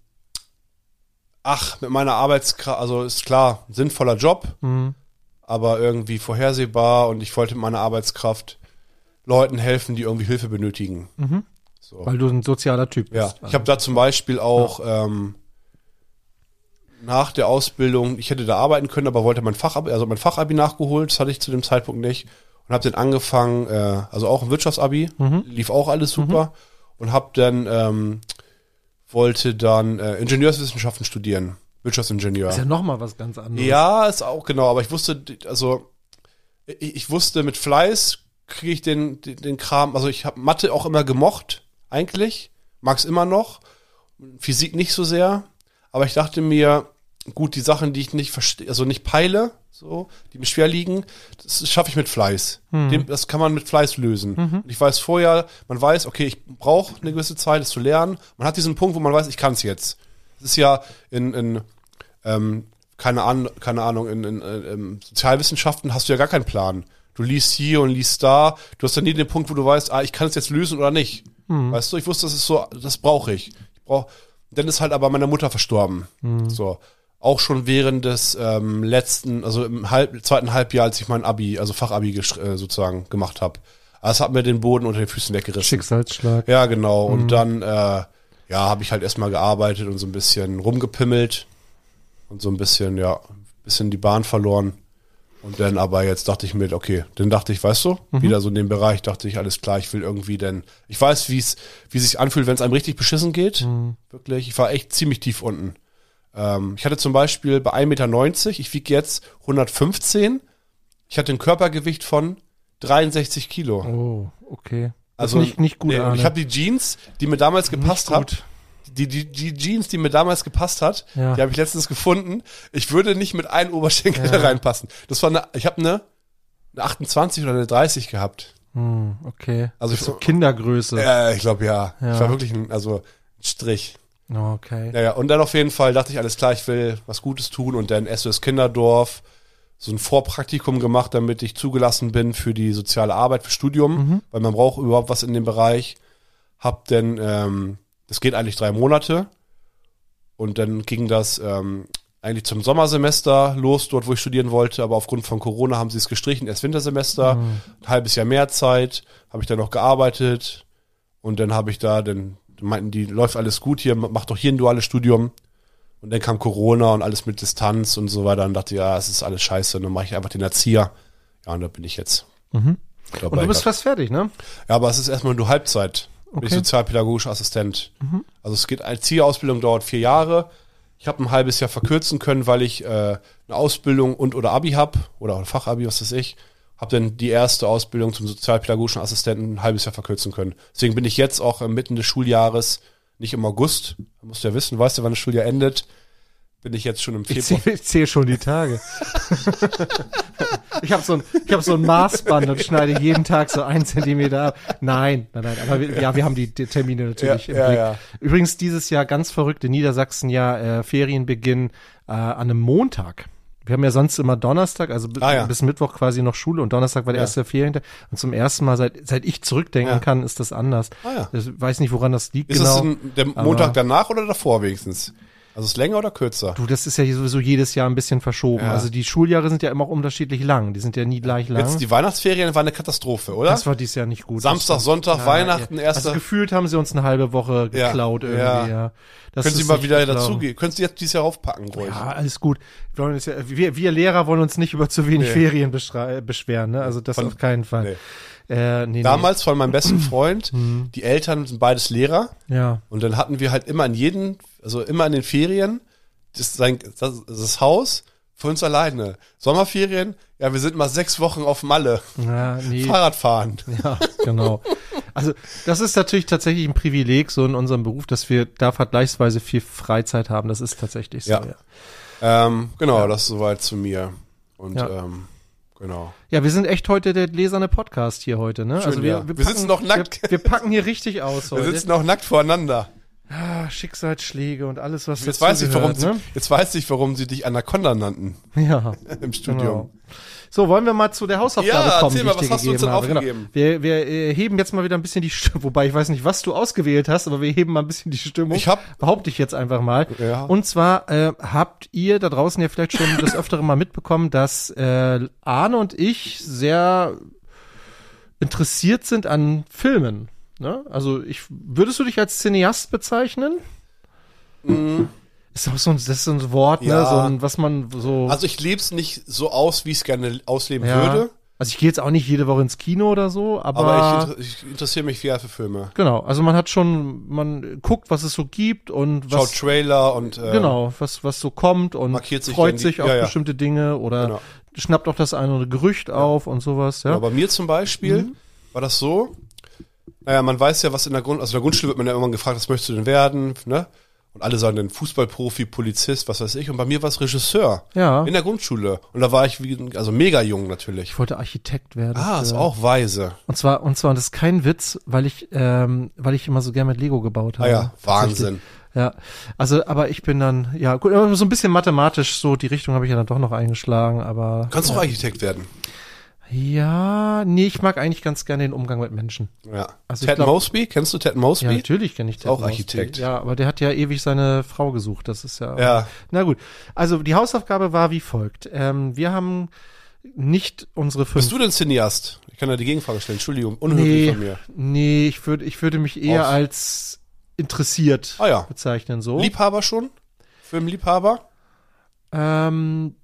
Speaker 4: ach, mit meiner Arbeitskraft, also ist klar, sinnvoller Job, aber irgendwie vorhersehbar und ich wollte mit meiner Arbeitskraft Leuten helfen, die irgendwie Hilfe benötigen. So.
Speaker 3: Weil du ein sozialer Typ
Speaker 4: Ja,
Speaker 3: bist.
Speaker 4: ich habe da zum Beispiel auch ähm, nach der Ausbildung, ich hätte da arbeiten können, aber wollte mein Fachabi, also mein Fachabi nachgeholt, das hatte ich zu dem Zeitpunkt nicht und habe dann angefangen, äh, also auch ein Wirtschaftsabi,
Speaker 3: Mhm.
Speaker 4: lief auch alles super und habe dann ähm, wollte dann äh, Ingenieurswissenschaften studieren, Wirtschaftsingenieur.
Speaker 3: Ist ja nochmal was ganz anderes.
Speaker 4: Ja, ist auch genau, aber ich wusste, also ich, ich wusste, mit Fleiß kriege ich den, den, den Kram, also ich habe Mathe auch immer gemocht, eigentlich, mag's immer noch, Physik nicht so sehr, aber ich dachte mir, gut, die Sachen, die ich nicht verstehe, also nicht peile, so, die mir schwer liegen, das schaffe ich mit Fleiß. Dem, das kann man mit Fleiß lösen. Und ich weiß vorher, man weiß, okay, ich brauche eine gewisse Zeit, es zu lernen. Man hat diesen Punkt, wo man weiß, ich kann es jetzt. Das ist ja in, in ähm, keine, Ahn- keine Ahnung, in, in, äh, ähm, Sozialwissenschaften hast du ja gar keinen Plan. Du liest hier und liest da. Du hast ja nie den Punkt, wo du weißt, ah, ich kann es jetzt lösen oder nicht. Weißt du, ich wusste, das ist so, das brauche ich. ich brauch, dann ist halt aber meine Mutter verstorben. So. Auch schon während des ähm, letzten, also im halb, zweiten Halbjahr, als ich mein Abi, also Fachabi gesch- äh, sozusagen gemacht habe. Das hat mir den Boden unter den Füßen weggerissen.
Speaker 3: Schicksalsschlag.
Speaker 4: Ja, genau. Und dann, äh, ja, habe ich halt erstmal gearbeitet und so ein bisschen rumgepimmelt und so ein bisschen, ja, bisschen die Bahn verloren. Und dann aber jetzt dachte ich mir, okay, dann dachte ich, weißt du, wieder so in dem Bereich, dachte ich, alles klar, ich will irgendwie denn, ich weiß, wie es, wie es sich anfühlt, wenn es einem richtig beschissen geht. Wirklich, ich war echt ziemlich tief unten. Ähm, ich hatte zum Beispiel bei 1,90 Meter, ich wiege jetzt 115, ich hatte ein Körpergewicht von 63 Kilo.
Speaker 3: Oh, okay. Das
Speaker 4: Also
Speaker 3: ist nicht, nicht gut,
Speaker 4: nee, und
Speaker 3: Arne.
Speaker 4: ich habe die Jeans, die mir damals gepasst
Speaker 3: gut. Ah.
Speaker 4: hat. Die, die, die Jeans, die mir damals gepasst hat,
Speaker 3: Ja.
Speaker 4: die habe ich letztens gefunden. Ich würde nicht mit einem Oberschenkel da reinpassen. Das war eine, ich habe eine, eine 28 oder eine 30 gehabt.
Speaker 3: hm, okay.
Speaker 4: Also
Speaker 3: Das ist so
Speaker 4: ich-
Speaker 3: Kindergröße.
Speaker 4: Ja, ich glaube ja.
Speaker 3: Ja.
Speaker 4: Ich war wirklich ein, also ein Strich.
Speaker 3: Oh, okay.
Speaker 4: Naja, und dann auf jeden Fall dachte ich, alles klar, ich will was Gutes tun und dann SOS Kinderdorf, so ein Vorpraktikum gemacht, damit ich zugelassen bin für die soziale Arbeit, für Studium, weil man braucht überhaupt was in dem Bereich. Hab dann, ähm, das geht eigentlich drei Monate und dann ging das ähm, eigentlich zum Sommersemester los, dort wo ich studieren wollte, aber aufgrund von Corona haben sie es gestrichen, erst Wintersemester, ein halbes Jahr mehr Zeit, habe ich dann noch gearbeitet, und dann habe ich da, dann meinten die, läuft alles gut hier, mach doch hier ein duales Studium. Und dann kam Corona und alles mit Distanz und so weiter. Und dachte, ja, es ist alles scheiße. Und dann mache ich einfach den Erzieher. Ja, und da bin ich jetzt. Dabei
Speaker 3: Mhm. Und du bist
Speaker 4: grad.
Speaker 3: fast fertig, ne?
Speaker 4: ja, aber es ist erstmal nur Halbzeit. Bin ich
Speaker 3: Okay. Mhm.
Speaker 4: sozialpädagogischer Assistent. Also es geht, Erzieherausbildung dauert vier Jahre. Ich habe ein halbes Jahr verkürzen können, weil ich äh, eine Ausbildung und oder Abi habe oder Fachabi, was weiß ich. Habe dann die erste Ausbildung zum sozialpädagogischen Assistenten ein halbes Jahr verkürzen können. Deswegen bin ich jetzt auch äh, mitten des Schuljahres, nicht im August, musst du ja wissen, weißt du, wann das Schuljahr endet, bin ich jetzt schon im
Speaker 3: Ich
Speaker 4: Februar.
Speaker 3: zähle zähl schon die Tage. (laughs) ich habe so, ein- ich hab so ein Maßband und schneide jeden Tag so einen Zentimeter ab. Nein, nein, nein. Aber wir, ja, wir haben die, die Termine natürlich
Speaker 4: Ja,
Speaker 3: im
Speaker 4: ja,
Speaker 3: Blick.
Speaker 4: ja.
Speaker 3: Übrigens dieses Jahr ganz verrückt in Niedersachsen ja äh, Ferienbeginn äh, an einem Montag. Wir haben ja sonst immer Donnerstag, also bi-
Speaker 4: Ah, ja.
Speaker 3: bis Mittwoch quasi noch Schule und Donnerstag war der
Speaker 4: Ja.
Speaker 3: erste Ferientag. Und zum ersten Mal, seit, seit ich zurückdenken
Speaker 4: Ja.
Speaker 3: kann, ist das anders.
Speaker 4: Ah, ja.
Speaker 3: Ich weiß nicht, woran das liegt
Speaker 4: Ist
Speaker 3: genau.
Speaker 4: es ein, der
Speaker 3: aber-
Speaker 4: Montag danach oder davor wenigstens? Also ist es länger oder kürzer?
Speaker 3: Du, das ist ja sowieso jedes Jahr ein bisschen verschoben.
Speaker 4: Ja.
Speaker 3: Also die Schuljahre sind ja immer auch unterschiedlich lang. Die sind ja nie gleich lang.
Speaker 4: Jetzt die Weihnachtsferien war eine Katastrophe, oder?
Speaker 3: das war dieses Jahr nicht gut.
Speaker 4: Samstag,
Speaker 3: Das-
Speaker 4: Sonntag, Weihnachten,
Speaker 3: ja.
Speaker 4: erster.
Speaker 3: Also gefühlt haben sie uns eine halbe Woche
Speaker 4: Ja,
Speaker 3: geklaut
Speaker 4: ja.
Speaker 3: irgendwie. Ja. Das
Speaker 4: können Sie
Speaker 3: ist
Speaker 4: mal
Speaker 3: nicht
Speaker 4: wieder
Speaker 3: zu glauben.
Speaker 4: dazugehen? Können Sie jetzt dieses Jahr aufpacken, ruhig?
Speaker 3: Ja, alles gut. Wir, wollen uns ja, wir, wir Lehrer wollen uns nicht über zu wenig
Speaker 4: Nee.
Speaker 3: Ferien beschrei- beschweren. Ne? Also das
Speaker 4: Von-
Speaker 3: auf keinen Fall. Äh, nee,
Speaker 4: Damals von meinem
Speaker 3: (clears throat)
Speaker 4: besten Freund,
Speaker 3: Mhm.
Speaker 4: die Eltern sind beides Lehrer
Speaker 3: Nee. Ja.
Speaker 4: und dann hatten wir halt immer in jeden, also immer in den Ferien, das, sein, das, das Haus für uns alleine. Sommerferien, ja, wir sind mal sechs Wochen auf Malle,
Speaker 3: ja, nee.
Speaker 4: Fahrrad fahren.
Speaker 3: Ja, genau. Also das ist natürlich tatsächlich ein Privileg so in unserem Beruf, dass wir da vergleichsweise viel Freizeit haben. Das ist tatsächlich so.
Speaker 4: Ja.
Speaker 3: Ja,
Speaker 4: Ähm, genau, das soweit zu mir. Und
Speaker 3: Ja.
Speaker 4: ähm, genau.
Speaker 3: ja wir sind echt heute der gläserne Podcast hier heute. Ne?
Speaker 4: Schön,
Speaker 3: also wir,
Speaker 4: ja. Wir sitzen noch nackt.
Speaker 3: Wir, wir packen hier richtig aus
Speaker 4: Wir
Speaker 3: heute.
Speaker 4: sitzen auch nackt voreinander.
Speaker 3: ja, Schicksalsschläge und alles, was
Speaker 4: Jetzt
Speaker 3: dazu
Speaker 4: weiß, ich, warum
Speaker 3: gehört,
Speaker 4: sie, jetzt weiß ich, warum sie dich Anaconda nannten (laughs)
Speaker 3: ne? Ja.
Speaker 4: im
Speaker 3: Genau.
Speaker 4: Studium.
Speaker 3: So, wollen wir mal zu der Hausaufgabe
Speaker 4: Ja,
Speaker 3: kommen,
Speaker 4: erzähl
Speaker 3: die
Speaker 4: mal,
Speaker 3: ich dir
Speaker 4: was hast du uns
Speaker 3: gegeben
Speaker 4: denn
Speaker 3: habe. Genau.
Speaker 4: aufgegeben?
Speaker 3: Wir, wir äh, heben jetzt mal wieder ein bisschen die Stimmung, wobei ich weiß nicht, was du ausgewählt hast, aber wir heben mal ein bisschen die Stimmung.
Speaker 4: Ich hab-
Speaker 3: behaupte ich jetzt einfach mal.
Speaker 4: Ja.
Speaker 3: Und zwar äh, habt ihr da draußen ja vielleicht schon
Speaker 4: (coughs)
Speaker 3: das öftere mal mitbekommen, dass äh, Arne und ich sehr interessiert sind an Filmen. Ne? Also ich würdest du dich als Cineast bezeichnen? Ist auch so ein, das ist so ein Wort, ne?
Speaker 4: Mhm. Ja.
Speaker 3: so ein, was man so.
Speaker 4: Also ich lebe es nicht so aus, wie ich es gerne ausleben
Speaker 3: Ja.
Speaker 4: würde,
Speaker 3: Also ich gehe jetzt auch nicht jede Woche ins Kino oder so, aber,
Speaker 4: aber ich, inter- ich interessiere mich viel für Filme.
Speaker 3: genau. Also man hat schon, man guckt, was es so gibt und
Speaker 4: Schaut
Speaker 3: was
Speaker 4: Trailer und äh,
Speaker 3: genau, was was so kommt und
Speaker 4: Markiert sich
Speaker 3: freut
Speaker 4: dann die-
Speaker 3: sich auf
Speaker 4: ja, ja.
Speaker 3: bestimmte Dinge oder
Speaker 4: Genau.
Speaker 3: schnappt auch das eine oder Gerücht auf und sowas. Ja, Mhm.
Speaker 4: Aber bei mir zum Beispiel war das so, naja, man weiß ja, was in der Grund, also in der Grundschule wird man ja irgendwann gefragt, was möchtest du denn werden, ne? Und alle sagen dann Fußballprofi, Polizist, was weiß ich. Und bei mir war es Regisseur.
Speaker 3: Ja.
Speaker 4: In der Grundschule. Und da war ich wie, also mega jung natürlich.
Speaker 3: ich wollte Architekt werden.
Speaker 4: Ah, ist
Speaker 3: Äh,
Speaker 4: auch weise.
Speaker 3: Und zwar und zwar und das ist kein Witz, weil ich ähm, weil ich immer so gern mit Lego gebaut habe.
Speaker 4: Ah ja,
Speaker 3: Tatsächlich.
Speaker 4: Wahnsinn.
Speaker 3: Ja, also aber ich bin dann ja gut, aber so ein bisschen mathematisch so die Richtung habe ich ja dann doch noch eingeschlagen, aber
Speaker 4: Kannst auch Architekt werden.
Speaker 3: Ja, nee, ich mag eigentlich ganz gerne den Umgang mit Menschen.
Speaker 4: Ja.
Speaker 3: Also ich
Speaker 4: Ted
Speaker 3: glaub-
Speaker 4: Mosby, kennst du Ted Mosby?
Speaker 3: Ja, natürlich kenne ich Ted
Speaker 4: auch
Speaker 3: Mosby.
Speaker 4: Architekt.
Speaker 3: Ja, aber der hat ja ewig seine Frau gesucht. Das ist ja.
Speaker 4: Ja.
Speaker 3: Na gut. Also die Hausaufgabe war wie folgt. Ähm, wir haben nicht unsere fünf.
Speaker 4: Bist du denn Cineast? Ich kann da die Gegenfrage stellen. Entschuldigung, unhöflich
Speaker 3: Hm. nee,
Speaker 4: von mir.
Speaker 3: nee, ich würde ich würde mich eher
Speaker 4: Auf-
Speaker 3: als interessiert
Speaker 4: Ah ja.
Speaker 3: bezeichnen so.
Speaker 4: Liebhaber schon? Filmliebhaber?
Speaker 3: Ähm,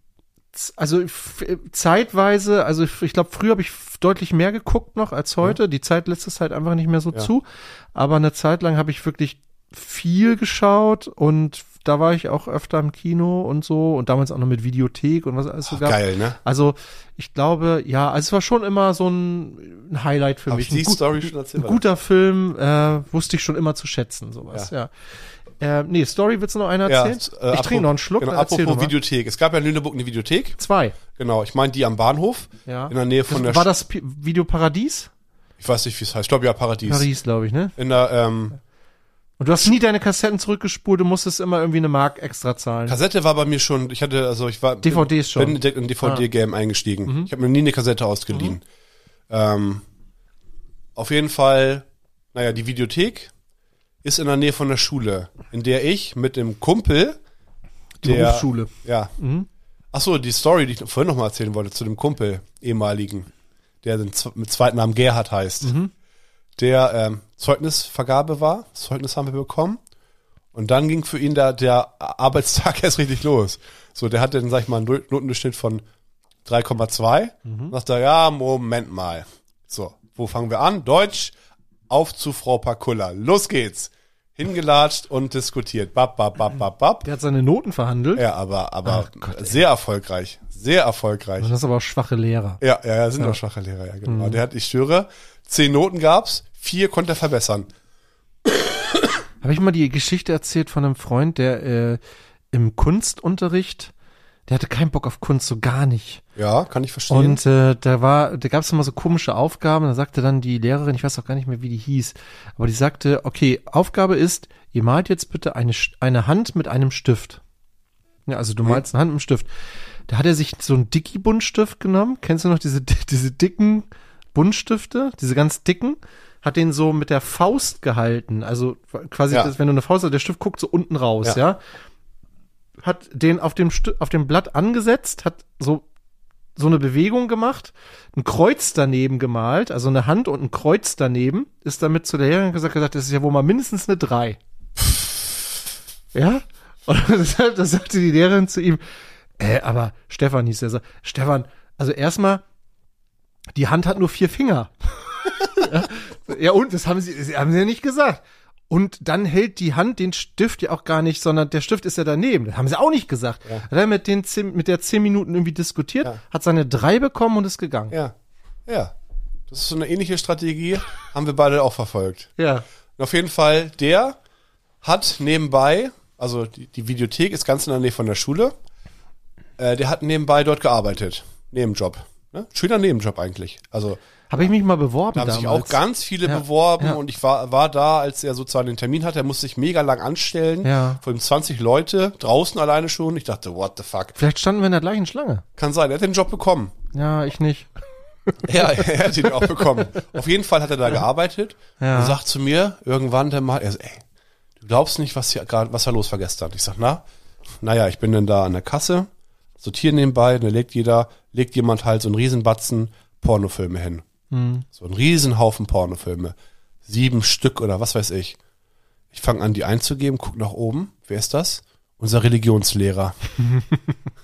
Speaker 3: z- also f- zeitweise, also f- ich glaube, früher habe ich f- deutlich mehr geguckt noch als heute. Die Zeit lässt es halt einfach nicht mehr so
Speaker 4: Ja.
Speaker 3: zu. Aber eine Zeit lang habe ich wirklich viel geschaut und da war ich auch öfter im Kino und so und damals auch noch mit Videothek und was alles so
Speaker 4: Ach,
Speaker 3: gab.
Speaker 4: geil, ne?
Speaker 3: Also ich glaube, ja, also es war schon immer so ein, ein Highlight für
Speaker 4: Hab
Speaker 3: mich.
Speaker 4: ich die
Speaker 3: ein gut-
Speaker 4: Story schon erzählt?
Speaker 3: Ein guter Film, äh, wusste ich schon immer zu schätzen, sowas, ja. Äh, nee, Story willst du noch einer
Speaker 4: Ja,
Speaker 3: erzählen?
Speaker 4: äh,
Speaker 3: ich trinke noch einen Schluck,
Speaker 4: Genau,
Speaker 3: dann erzähl du
Speaker 4: apropos
Speaker 3: mal.
Speaker 4: Videothek. Es gab ja in Lüneburg eine Videothek.
Speaker 3: Zwei.
Speaker 4: Genau, ich meine die am Bahnhof.
Speaker 3: Ja.
Speaker 4: In der Nähe von der
Speaker 3: war
Speaker 4: Sch-
Speaker 3: das Pi Video Paradies?
Speaker 4: Ich weiß nicht, wie es heißt. Ich glaube ja Paradies.
Speaker 3: Paris, glaube ich, ne?
Speaker 4: In der ähm,
Speaker 3: Und du hast nie deine Kassetten zurückgespult, du musstest immer irgendwie eine Mark extra zahlen.
Speaker 4: Kassette war bei mir schon, ich hatte, also ich war
Speaker 3: DVDs schon.
Speaker 4: bin direkt in DVD-Game eingestiegen. Ich habe mir nie eine Kassette ausgeliehen. Ähm, auf jeden Fall, naja, die Videothek ist in der Nähe von der Schule, in der ich mit dem Kumpel der, Ja. Ach so, die Story, die ich vorhin noch mal erzählen wollte, zu dem Kumpel, ehemaligen, der den Z mit zweiten Namen Gerhard heißt, der ähm, Zeugnisvergabe war, das Zeugnis haben wir bekommen. Und dann ging für ihn der, der Arbeitstag (laughs) erst richtig los. So, der hatte dann, sag ich mal, einen Not- Notendurchschnitt von 3,2. Mhm. Dachte, er, ja, Moment mal. So, wo fangen wir an? Deutsch, auf zu Frau Pakulla. Los geht's. Hingelatscht und diskutiert. Bap, bap, bap, bap, bap.
Speaker 3: Der hat seine Noten verhandelt.
Speaker 4: Ja, aber, aber
Speaker 3: Ach Gott, ey.
Speaker 4: sehr erfolgreich. Sehr erfolgreich.
Speaker 3: Das ist aber auch schwache Lehrer.
Speaker 4: Ja, ja, ja, sind auch schwache Lehrer, ja,
Speaker 3: Mhm.
Speaker 4: genau. Der hat, ich schwöre, zehn Noten gab's, vier konnte er verbessern.
Speaker 3: Habe ich mal die Geschichte erzählt von einem Freund, der äh, im Kunstunterricht, der hatte keinen Bock auf Kunst, so gar nicht.
Speaker 4: Ja, kann ich verstehen.
Speaker 3: Und äh, da war, da gab es immer so komische Aufgaben. Da sagte dann die Lehrerin, ich weiß auch gar nicht mehr, wie die hieß, aber die sagte, okay, Aufgabe ist, ihr malt jetzt bitte eine Sch- eine Hand mit einem Stift. Ja, also du malst eine Hand mit einem Stift. Da hat er sich so einen dicky Buntstift genommen. Kennst du noch diese (laughs) di- diese dicken Buntstifte, diese ganz dicken? Hat den so mit der Faust gehalten. Also quasi,
Speaker 4: Ja.
Speaker 3: das, wenn du eine Faust hast, der Stift guckt so unten raus, ja?
Speaker 4: Ja.
Speaker 3: Hat den auf dem, Sti- auf dem Blatt angesetzt, hat so so eine Bewegung gemacht, ein Kreuz daneben gemalt, also eine Hand und ein Kreuz daneben, ist damit zu der Lehrerin gesagt, gesagt, das ist ja wohl mal mindestens eine 3. ja? (laughs) Und deshalb, da sagte die Lehrerin zu ihm, äh, aber Stefan hieß er so, Stefan, also erstmal, die Hand hat nur vier Finger. (laughs) ja, ja, und, das haben sie, das haben sie ja nicht gesagt. Und dann hält die Hand den Stift ja auch gar nicht, sondern der Stift ist ja daneben. Das haben sie auch nicht gesagt. Hat er mit, den zehn, mit der zehn Minuten irgendwie diskutiert, hat seine drei bekommen und ist gegangen.
Speaker 4: ja, ja. Das ist so eine ähnliche Strategie, haben wir beide auch verfolgt.
Speaker 3: Ja.
Speaker 4: Und auf jeden Fall, der hat nebenbei, also die, die Videothek ist ganz in der Nähe von der Schule, äh, der hat nebenbei dort gearbeitet. Nebenjob. Ne? Schöner Nebenjob eigentlich. Also
Speaker 3: Habe ich mich mal beworben
Speaker 4: Da haben
Speaker 3: damals.
Speaker 4: sich auch ganz viele
Speaker 3: Ja,
Speaker 4: beworben
Speaker 3: ja.
Speaker 4: und ich war, war da, als er sozusagen den Termin hatte. Er musste sich mega lang anstellen.
Speaker 3: Ja.
Speaker 4: Vor ihm 20 Leute, draußen alleine schon. Ich dachte, what the fuck?
Speaker 3: Vielleicht standen wir in der gleichen Schlange.
Speaker 4: Kann sein, er hat den Job bekommen.
Speaker 3: Ja, ich nicht.
Speaker 4: Ja, (laughs) er hat ihn auch bekommen. Auf jeden Fall hat er da gearbeitet
Speaker 3: Ja.
Speaker 4: und sagt zu mir irgendwann dann mal, er so, ey, du glaubst nicht, was hier gerade, was da los war gestern. Ich sag, na, naja, ich bin dann da an der Kasse, sortiere nebenbei, und da legt jeder, legt jemand halt so einen Riesenbatzen Pornofilme hin. So einen Riesenhaufen Pornofilme. Sieben Stück oder was weiß ich. Ich fange an, die einzugeben, guck nach oben. Wer ist das? Unser Religionslehrer. (laughs)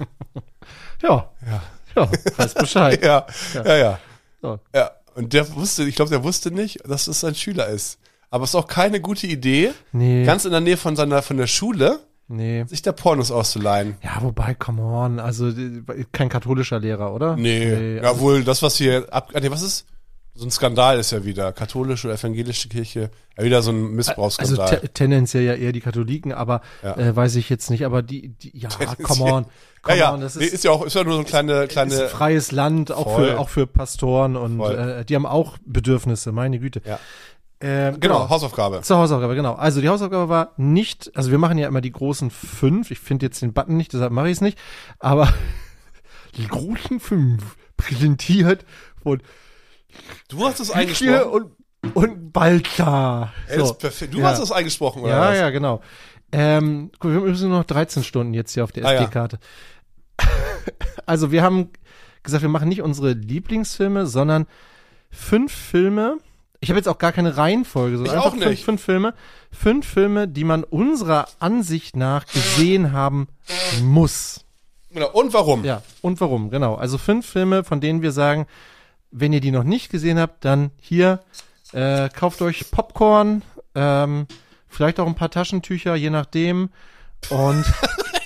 Speaker 3: Ja. Ja. Ja, weiß Bescheid.
Speaker 4: (laughs) Ja, ja, ja.
Speaker 3: So.
Speaker 4: Ja, und der wusste, ich glaube, der wusste nicht, dass es sein Schüler ist. Aber es ist auch keine gute Idee,
Speaker 3: Nee.
Speaker 4: ganz in der Nähe von seiner von der Schule,
Speaker 3: Nee.
Speaker 4: sich da Pornos auszuleihen.
Speaker 3: Ja, wobei, come on. Also, die- kein katholischer Lehrer, oder?
Speaker 4: Nee,
Speaker 3: also-
Speaker 4: jawohl, das, was hier ab. ah, Nee, was ist? So ein Skandal ist ja wieder. Katholische oder evangelische Kirche. Ja, wieder so ein
Speaker 3: Also
Speaker 4: Missbrauchsskandal.
Speaker 3: te tendenziell ja eher die Katholiken, aber
Speaker 4: Ja.
Speaker 3: äh, weiß ich jetzt nicht. Aber die, die
Speaker 4: (laughs)
Speaker 3: ja, come on, come
Speaker 4: ja, ja.
Speaker 3: on, das
Speaker 4: nee,
Speaker 3: ist,
Speaker 4: ist ja auch, ist ja nur so ein kleine,
Speaker 3: ist ein
Speaker 4: kleine.
Speaker 3: freies Land, auch
Speaker 4: Voll.
Speaker 3: für auch für Pastoren und
Speaker 4: Voll.
Speaker 3: äh, die haben auch Bedürfnisse. Meine Güte.
Speaker 4: Ja.
Speaker 3: Ähm,
Speaker 4: Genau, Hausaufgabe.
Speaker 3: Zur Hausaufgabe, genau. Also die Hausaufgabe war nicht, also wir machen ja immer die großen fünf. Ich finde jetzt den Button nicht, deshalb mache ich es nicht. Aber (laughs) die großen fünf präsentiert von
Speaker 4: Du hast es
Speaker 3: Kiel
Speaker 4: eingesprochen.
Speaker 3: und, und Balta.
Speaker 4: Ey, das ist perfekt. Du
Speaker 3: Ja.
Speaker 4: hast es eingesprochen, oder?
Speaker 3: Ja,
Speaker 4: was?
Speaker 3: ja, genau. Ähm, gut, wir haben übrigens nur noch 13 Stunden jetzt hier auf der
Speaker 4: Ah, ja.
Speaker 3: SD-Karte. (laughs) also wir haben gesagt, wir machen nicht unsere Lieblingsfilme, sondern fünf Filme. Ich habe jetzt auch gar keine Reihenfolge, sondern
Speaker 4: Ich auch
Speaker 3: einfach Fünf,
Speaker 4: nicht.
Speaker 3: fünf Filme. Fünf Filme, die man unserer Ansicht nach gesehen haben muss.
Speaker 4: Genau. Und warum?
Speaker 3: Ja, und warum, genau. Also fünf Filme, von denen wir sagen, wenn ihr die noch nicht gesehen habt, dann hier, äh, kauft euch Popcorn, ähm, vielleicht auch ein paar Taschentücher, je nachdem.
Speaker 4: (laughs)
Speaker 3: Und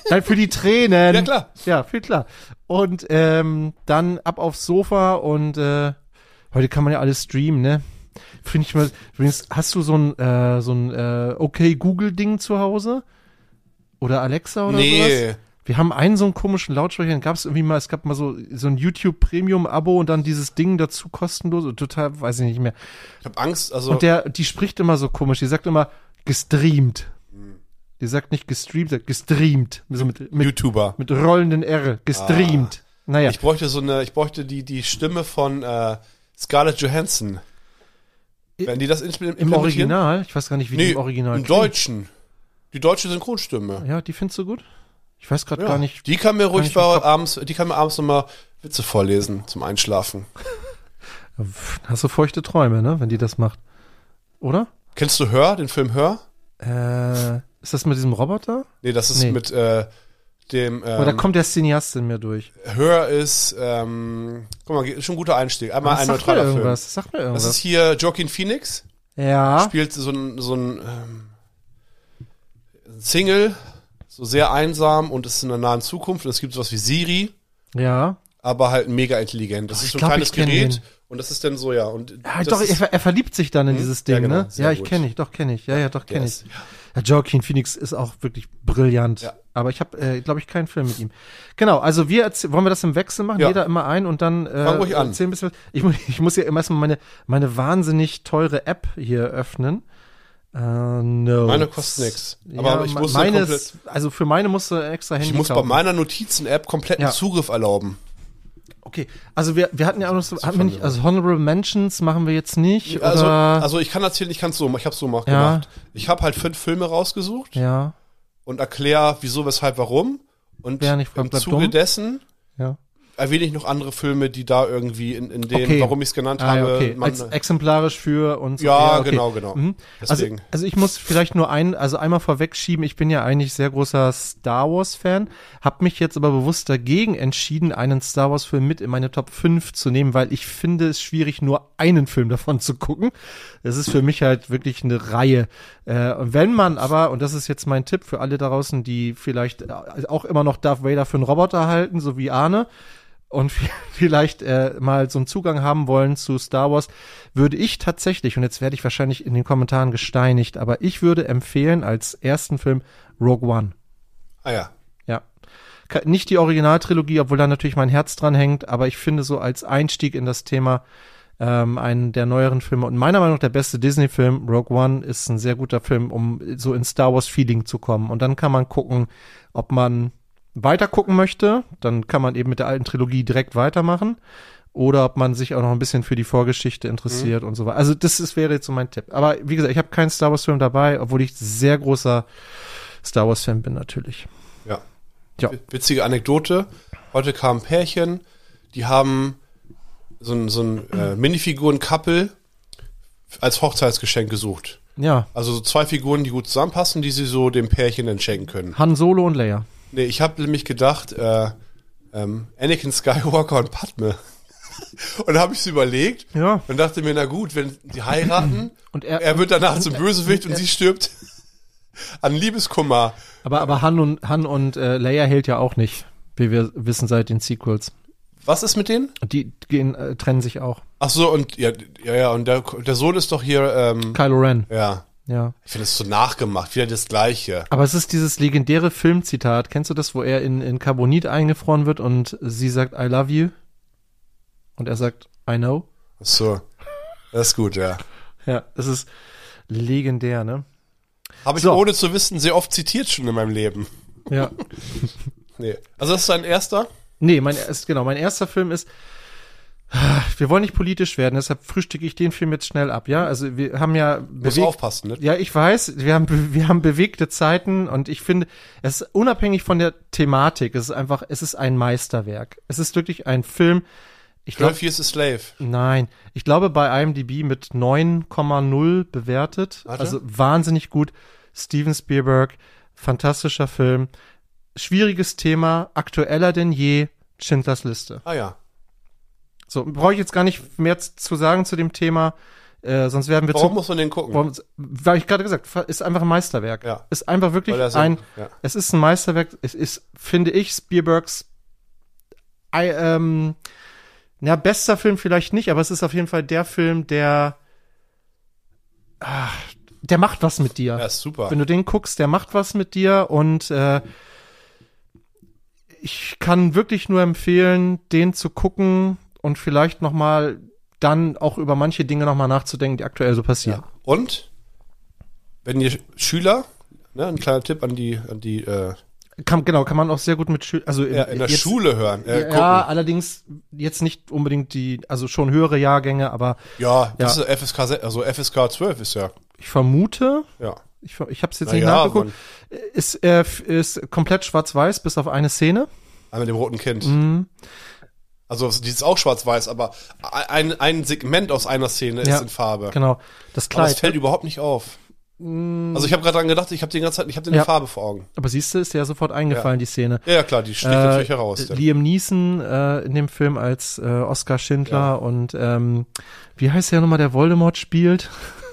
Speaker 3: dann für die Tränen.
Speaker 4: Ja, klar.
Speaker 3: Ja, viel klar. Und ähm, dann ab aufs Sofa und äh, heute kann man ja alles streamen, ne? Finde ich mal. Übrigens, hast du so ein, äh, so ein äh, okay Google-Ding zu Hause? Oder Alexa oder sowas?
Speaker 4: nee.
Speaker 3: Wir haben einen so einen komischen Lautsprecher, den gab es irgendwie mal, es gab mal so, so ein YouTube-Premium-Abo und dann dieses Ding dazu kostenlos und total, weiß ich nicht mehr.
Speaker 4: Ich habe Angst, also.
Speaker 3: Und der, die spricht immer so komisch, die sagt immer gestreamt. Die sagt nicht gestreamt, sagt gestreamt. So mit, mit,
Speaker 4: YouTuber.
Speaker 3: mit rollenden R, gestreamt. Naja,
Speaker 4: Ah. Ich bräuchte so eine, ich bräuchte die, die Stimme von äh, Scarlett Johansson. Wenn die das implementieren.
Speaker 3: im Original, ich weiß gar nicht, wie
Speaker 4: Nee,
Speaker 3: die im Original
Speaker 4: im
Speaker 3: klingt.
Speaker 4: Deutschen. Die deutsche Synchronstimme.
Speaker 3: Ja, die findest du gut? Ich weiß gerade
Speaker 4: Ja.
Speaker 3: gar nicht.
Speaker 4: die kann mir ruhig
Speaker 3: nicht im
Speaker 4: mal abends, die kann mir abends nochmal Witze vorlesen zum Einschlafen.
Speaker 3: Pff, Hast du feuchte Träume, ne, wenn die das macht. Oder?
Speaker 4: Kennst du Hör, den Film Hör?
Speaker 3: Äh, ist das mit diesem Roboter?
Speaker 4: Nee, das ist
Speaker 3: Nee.
Speaker 4: mit äh, dem ähm,
Speaker 3: Oder kommt der Cineast in mir durch?
Speaker 4: Hör ist, ähm, guck mal, schon ein guter Einstieg. Einmal
Speaker 3: Das
Speaker 4: ein
Speaker 3: sagt mir
Speaker 4: neutraler Film.
Speaker 3: irgendwas. das Sagt mir irgendwas.
Speaker 4: Das ist hier Joaquin Phoenix.
Speaker 3: ja.
Speaker 4: spielt so ein, so ein ähm, Single, so sehr einsam und ist in der nahen Zukunft. Und es gibt sowas wie Siri,
Speaker 3: Ja.
Speaker 4: aber halt mega intelligent. Das
Speaker 3: Ach,
Speaker 4: ist
Speaker 3: ich
Speaker 4: so ein
Speaker 3: glaub,
Speaker 4: kleines
Speaker 3: ich kenn
Speaker 4: Gerät
Speaker 3: den.
Speaker 4: und das ist dann so, ja. Und
Speaker 3: ja
Speaker 4: das
Speaker 3: doch, er,
Speaker 4: ist,
Speaker 3: ver- er verliebt sich dann in dieses Ding,
Speaker 4: Ja, genau,
Speaker 3: ne?
Speaker 4: sehr
Speaker 3: Ja, ich
Speaker 4: gut.
Speaker 3: kenne ich, doch kenne ich. Ja, ja, doch
Speaker 4: der
Speaker 3: kenne
Speaker 4: ist-
Speaker 3: ich. Ja, Joaquin Phoenix ist auch wirklich brillant.
Speaker 4: Ja.
Speaker 3: Aber ich habe, äh, glaube ich, keinen Film mit ihm. Genau, also wir erzäh- wollen wir das im Wechsel machen,
Speaker 4: Ja.
Speaker 3: jeder immer ein und dann äh,
Speaker 4: Fang ruhig an.
Speaker 3: erzählen ein bisschen. was. Ich, mu- ich muss ja immer erstmal meine, meine wahnsinnig teure App hier öffnen. Äh, no.
Speaker 4: Meine kostet nix. Aber
Speaker 3: ja,
Speaker 4: ich
Speaker 3: me-
Speaker 4: musste
Speaker 3: meine
Speaker 4: komplett-
Speaker 3: ist, also für meine musst du ein extra Handy
Speaker 4: ich muss bei
Speaker 3: kaufen.
Speaker 4: meiner Notizen-App kompletten
Speaker 3: Ja.
Speaker 4: Zugriff erlauben.
Speaker 3: Okay, also wir, wir hatten ja auch noch so, hatten wir nicht, also Honorable Mentions machen wir jetzt nicht,
Speaker 4: Also,
Speaker 3: oder?
Speaker 4: also ich kann erzählen, ich kann es so machen. Ich habe so mach-
Speaker 3: Ja.
Speaker 4: gemacht. Ich habe halt fünf Filme rausgesucht
Speaker 3: ja,
Speaker 4: und erkläre, wieso, weshalb, warum. Und
Speaker 3: Wer nicht fragt,
Speaker 4: im
Speaker 3: bleibt
Speaker 4: Zuge
Speaker 3: dumm.
Speaker 4: dessen
Speaker 3: ja.
Speaker 4: erwähne ich noch andere Filme, die da irgendwie in, in dem,
Speaker 3: Okay.
Speaker 4: warum ich es genannt
Speaker 3: Ah,
Speaker 4: habe.
Speaker 3: ja, okay,
Speaker 4: man-
Speaker 3: als exemplarisch für uns.
Speaker 4: Ja, genau, genau.
Speaker 3: Mhm. Also,
Speaker 4: Deswegen.
Speaker 3: also ich muss vielleicht nur ein, also einmal vorwegschieben, ich bin ja eigentlich sehr großer Star Wars Fan, habe mich jetzt aber bewusst dagegen entschieden, einen Star Wars Film mit in meine Top 5 zu nehmen, weil ich finde es schwierig, nur einen Film davon zu gucken. Das ist für mich halt wirklich eine Reihe. Äh, und wenn man aber, und das ist jetzt mein Tipp für alle da draußen, die vielleicht äh, auch immer noch Darth Vader für einen Roboter halten, so wie Arne, und (laughs) vielleicht äh, mal so einen Zugang haben wollen zu Star Wars, würde ich tatsächlich, und jetzt werde ich wahrscheinlich in den Kommentaren gesteinigt, aber ich würde empfehlen als ersten Film Rogue One.
Speaker 4: ah ja.
Speaker 3: Ja. Ke- Nicht die Originaltrilogie, obwohl da natürlich mein Herz dran hängt, aber ich finde so als Einstieg in das Thema ähm, einen der neueren Filme und meiner Meinung nach der beste Disney-Film, Rogue One, ist ein sehr guter Film, um so ins Star Wars-Feeling zu kommen. Und dann kann man gucken, ob man weiter gucken möchte, dann kann man eben mit der alten Trilogie direkt weitermachen. Oder ob man sich auch noch ein bisschen für die Vorgeschichte interessiert und so weiter. Also das ist, wäre jetzt so mein Tipp. Aber wie gesagt, ich habe keinen Star Wars-Film dabei, obwohl ich sehr großer Star Wars-Fan bin natürlich.
Speaker 4: Ja.
Speaker 3: Ja.
Speaker 4: Witzige Anekdote. Heute kam ein Pärchen, die haben so ein, so ein äh, Minifiguren-Couple als Hochzeitsgeschenk gesucht.
Speaker 3: Ja,
Speaker 4: Also so zwei Figuren, die gut zusammenpassen, die sie so dem Pärchen dann schenken können.
Speaker 3: Han Solo und Leia.
Speaker 4: Nee, ich habe nämlich gedacht, äh, ähm, Anakin Skywalker und Padme. (laughs) und da habe ich es überlegt
Speaker 3: Ja.
Speaker 4: und dachte mir, na gut, wenn die heiraten
Speaker 3: Und er-
Speaker 4: er wird danach zum Bösewicht und sie stirbt (laughs) an Liebeskummer.
Speaker 3: Aber, aber Han und, Han und äh, Leia hält ja auch nicht, wie wir wissen seit den Sequels.
Speaker 4: Was ist mit denen?
Speaker 3: Die gehen, äh, trennen sich auch.
Speaker 4: Ach so, und ja, ja, ja und der, der Sohn ist doch hier, ähm,
Speaker 3: Kylo Ren,
Speaker 4: ja,
Speaker 3: ja.
Speaker 4: ich finde es so nachgemacht, wieder das Gleiche.
Speaker 3: Aber es ist dieses legendäre Filmzitat. Kennst du das, wo er in, in Carbonit eingefroren wird und sie sagt, I love you? Und er sagt, I know?
Speaker 4: Ach So, das ist gut, ja.
Speaker 3: Ja, es ist legendär, ne?
Speaker 4: Habe ich
Speaker 3: So.
Speaker 4: ohne zu wissen sehr oft zitiert schon in meinem Leben.
Speaker 3: Ja.
Speaker 4: Nee. Also das ist dein erster?
Speaker 3: Nee, mein, erst, genau, mein erster Film ist, wir wollen nicht politisch werden, deshalb frühstücke ich den Film jetzt schnell ab, ja? Also wir haben ja
Speaker 4: Muss
Speaker 3: bewegt-
Speaker 4: aufpassen, ne?
Speaker 3: Ja, ich weiß, wir haben, be- wir haben bewegte Zeiten und ich finde, es ist unabhängig von der Thematik, es ist einfach, es ist ein Meisterwerk. Es ist wirklich ein Film, ich glaube,
Speaker 4: 12 Years a Slave.
Speaker 3: nein, ich glaube bei IMDb mit 9,0 bewertet,
Speaker 4: Warte.
Speaker 3: also wahnsinnig gut. Steven Spielberg, fantastischer Film, schwieriges Thema, aktueller denn je, Schindlers Liste.
Speaker 4: Ah ja.
Speaker 3: So, brauche ich jetzt gar nicht mehr z- zu sagen zu dem Thema, äh, sonst werden wir
Speaker 4: Warum
Speaker 3: zu
Speaker 4: muss man den gucken?
Speaker 3: Warum, weil ich gerade gesagt, ist einfach ein Meisterwerk.
Speaker 4: Ja.
Speaker 3: Ist einfach wirklich
Speaker 4: Weil er so-
Speaker 3: ein,
Speaker 4: ja.
Speaker 3: es ist ein Meisterwerk. Es ist, finde ich, Spielbergs, ei- ähm, na, bester Film vielleicht nicht, aber es ist auf jeden Fall der Film, der, ach, der macht was mit dir.
Speaker 4: Ja, ist super.
Speaker 3: Wenn du den guckst, der macht was mit dir und äh, ich kann wirklich nur empfehlen, den zu gucken und vielleicht noch mal dann auch über manche Dinge noch mal nachzudenken, die aktuell so passieren.
Speaker 4: ja. Und wenn ihr Schüler, ne, ein kleiner Tipp an die, an die äh,
Speaker 3: Kann, genau, kann man auch sehr gut mit Schülern, also im-
Speaker 4: ja, in der
Speaker 3: jetzt,
Speaker 4: Schule hören. Äh,
Speaker 3: Ja,
Speaker 4: ja,
Speaker 3: allerdings jetzt nicht unbedingt die, also schon höhere Jahrgänge, aber
Speaker 4: ja, das
Speaker 3: Ja.
Speaker 4: ist FSK, se- also FSK 12 ist ja.
Speaker 3: ich vermute,
Speaker 4: Ja.
Speaker 3: ich, ver- ich habe es jetzt
Speaker 4: Na
Speaker 3: nicht
Speaker 4: ja,
Speaker 3: nachgeguckt, ist, äh, f- ist komplett schwarz-weiß bis auf eine Szene.
Speaker 4: Ah, Mit dem roten
Speaker 3: Mhm.
Speaker 4: Kind. Also die ist auch schwarz-weiß, aber ein, ein Segment aus einer Szene
Speaker 3: Ja,
Speaker 4: ist in Farbe.
Speaker 3: Genau, das
Speaker 4: Aber das
Speaker 3: Kleid. Mm.
Speaker 4: fällt überhaupt nicht auf. Also ich habe gerade dran gedacht, ich habe die ganze Zeit, ich habe eine
Speaker 3: Ja.
Speaker 4: Farbe vor Augen.
Speaker 3: Aber siehst du, ist dir ja sofort eingefallen, die Szene.
Speaker 4: Ja, ja, klar, die sticht
Speaker 3: Äh,
Speaker 4: natürlich heraus. Dann.
Speaker 3: Liam Neeson äh, in dem Film als äh, Oskar Schindler
Speaker 4: Ja.
Speaker 3: und ähm, wie heißt der nochmal, der Voldemort spielt? (laughs)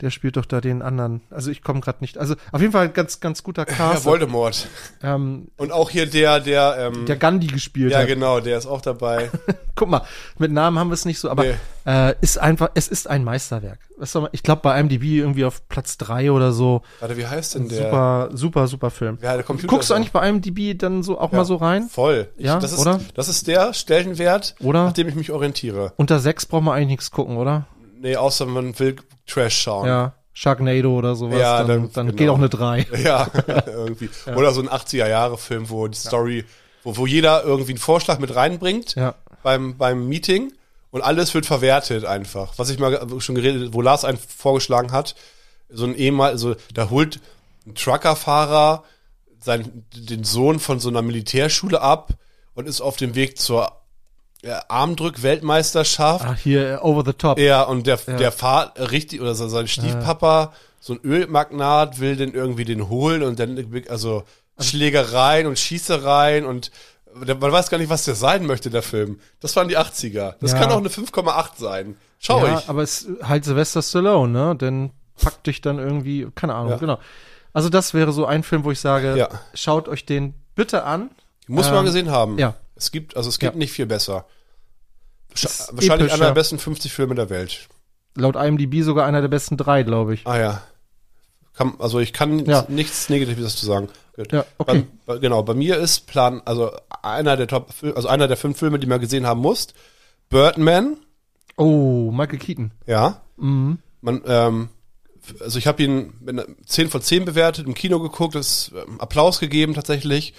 Speaker 3: der spielt doch da den anderen. Also ich komme gerade nicht. Also auf jeden Fall ein ganz, ganz guter
Speaker 4: Ja,
Speaker 3: Cast.
Speaker 4: Voldemort.
Speaker 3: ähm,
Speaker 4: Und auch hier der, der, ähm,
Speaker 3: der Gandhi gespielt
Speaker 4: ja
Speaker 3: hat.
Speaker 4: genau, der ist auch dabei.
Speaker 3: Guck mal, mit Namen haben wir es nicht so, aber
Speaker 4: Nee.
Speaker 3: äh, ist einfach, es ist ein Meisterwerk. Was soll man, ich glaube bei IMDb irgendwie auf Platz drei oder so.
Speaker 4: Warte, wie heißt denn der?
Speaker 3: Super, super, super Film.
Speaker 4: Ja, der Computer.
Speaker 3: Guckst du eigentlich bei IMDb dann so auch mal so rein?
Speaker 4: Voll.
Speaker 3: Ja,
Speaker 4: das ist,
Speaker 3: oder?
Speaker 4: Das ist der Stellenwert,
Speaker 3: Oder?
Speaker 4: nach dem ich mich orientiere.
Speaker 3: Unter sechs braucht man eigentlich nichts gucken, oder?
Speaker 4: Nee, außer man will Trash schauen.
Speaker 3: Ja, Sharknado oder sowas.
Speaker 4: Ja,
Speaker 3: dann,
Speaker 4: dann-
Speaker 3: dann,
Speaker 4: genau.
Speaker 3: geht auch eine 3.
Speaker 4: (laughs) Ja, irgendwie. Oder so ein 80er-Jahre-Film, wo die Story, wo, wo jeder irgendwie einen Vorschlag mit reinbringt
Speaker 3: Ja.
Speaker 4: beim, beim Meeting und alles wird verwertet einfach. Was ich mal ge- schon geredet, wo Lars einen vorgeschlagen hat, so ein ehemal, so, da holt ein Truckerfahrer sein, den Sohn von so einer Militärschule ab und ist auf dem Weg zur äh, Armdrück-Weltmeisterschaft.
Speaker 3: Ach, hier, äh, Over the Top.
Speaker 4: Ja, und der,
Speaker 3: Ja.
Speaker 4: der Fahrt richtig, oder so- sein Stiefpapa, so ein Ölmagnat, will den irgendwie den holen und dann, also Schlägereien und Schießereien und der- man weiß gar nicht, was der sein möchte, der Film. Das waren die 80er. Das
Speaker 3: Ja.
Speaker 4: kann auch eine 5,8 sein. Schau
Speaker 3: ja,
Speaker 4: ich.
Speaker 3: aber es ist halt Sylvester Stallone, ne? Denn packt dich dann irgendwie, keine Ahnung,
Speaker 4: Ja.
Speaker 3: genau. Also das wäre so ein Film, wo ich sage,
Speaker 4: Ja.
Speaker 3: schaut euch den bitte an.
Speaker 4: Muss man
Speaker 3: ähm,
Speaker 4: gesehen haben.
Speaker 3: ja.
Speaker 4: Es gibt, also es gibt
Speaker 3: Ja.
Speaker 4: nicht viel besser. Scha-
Speaker 3: Ist
Speaker 4: Wahrscheinlich
Speaker 3: episch,
Speaker 4: einer
Speaker 3: ja.
Speaker 4: der besten 50 Filme der Welt.
Speaker 3: Laut IMDb sogar einer der besten drei, glaube ich.
Speaker 4: Ah ja. Kann, also ich kann
Speaker 3: Ja.
Speaker 4: nichts Negatives dazu sagen. Gut.
Speaker 3: Ja, okay.
Speaker 4: Bei, bei, genau, bei mir ist Plan, also einer der Top, also einer der fünf Filme, die man gesehen haben muss, Birdman,
Speaker 3: Oh, Michael Keaton.
Speaker 4: Ja.
Speaker 3: Mhm.
Speaker 4: Man, ähm, f- also ich habe ihn mit einer 10 von 10 bewertet, im Kino geguckt, es ähm, Applaus gegeben tatsächlich.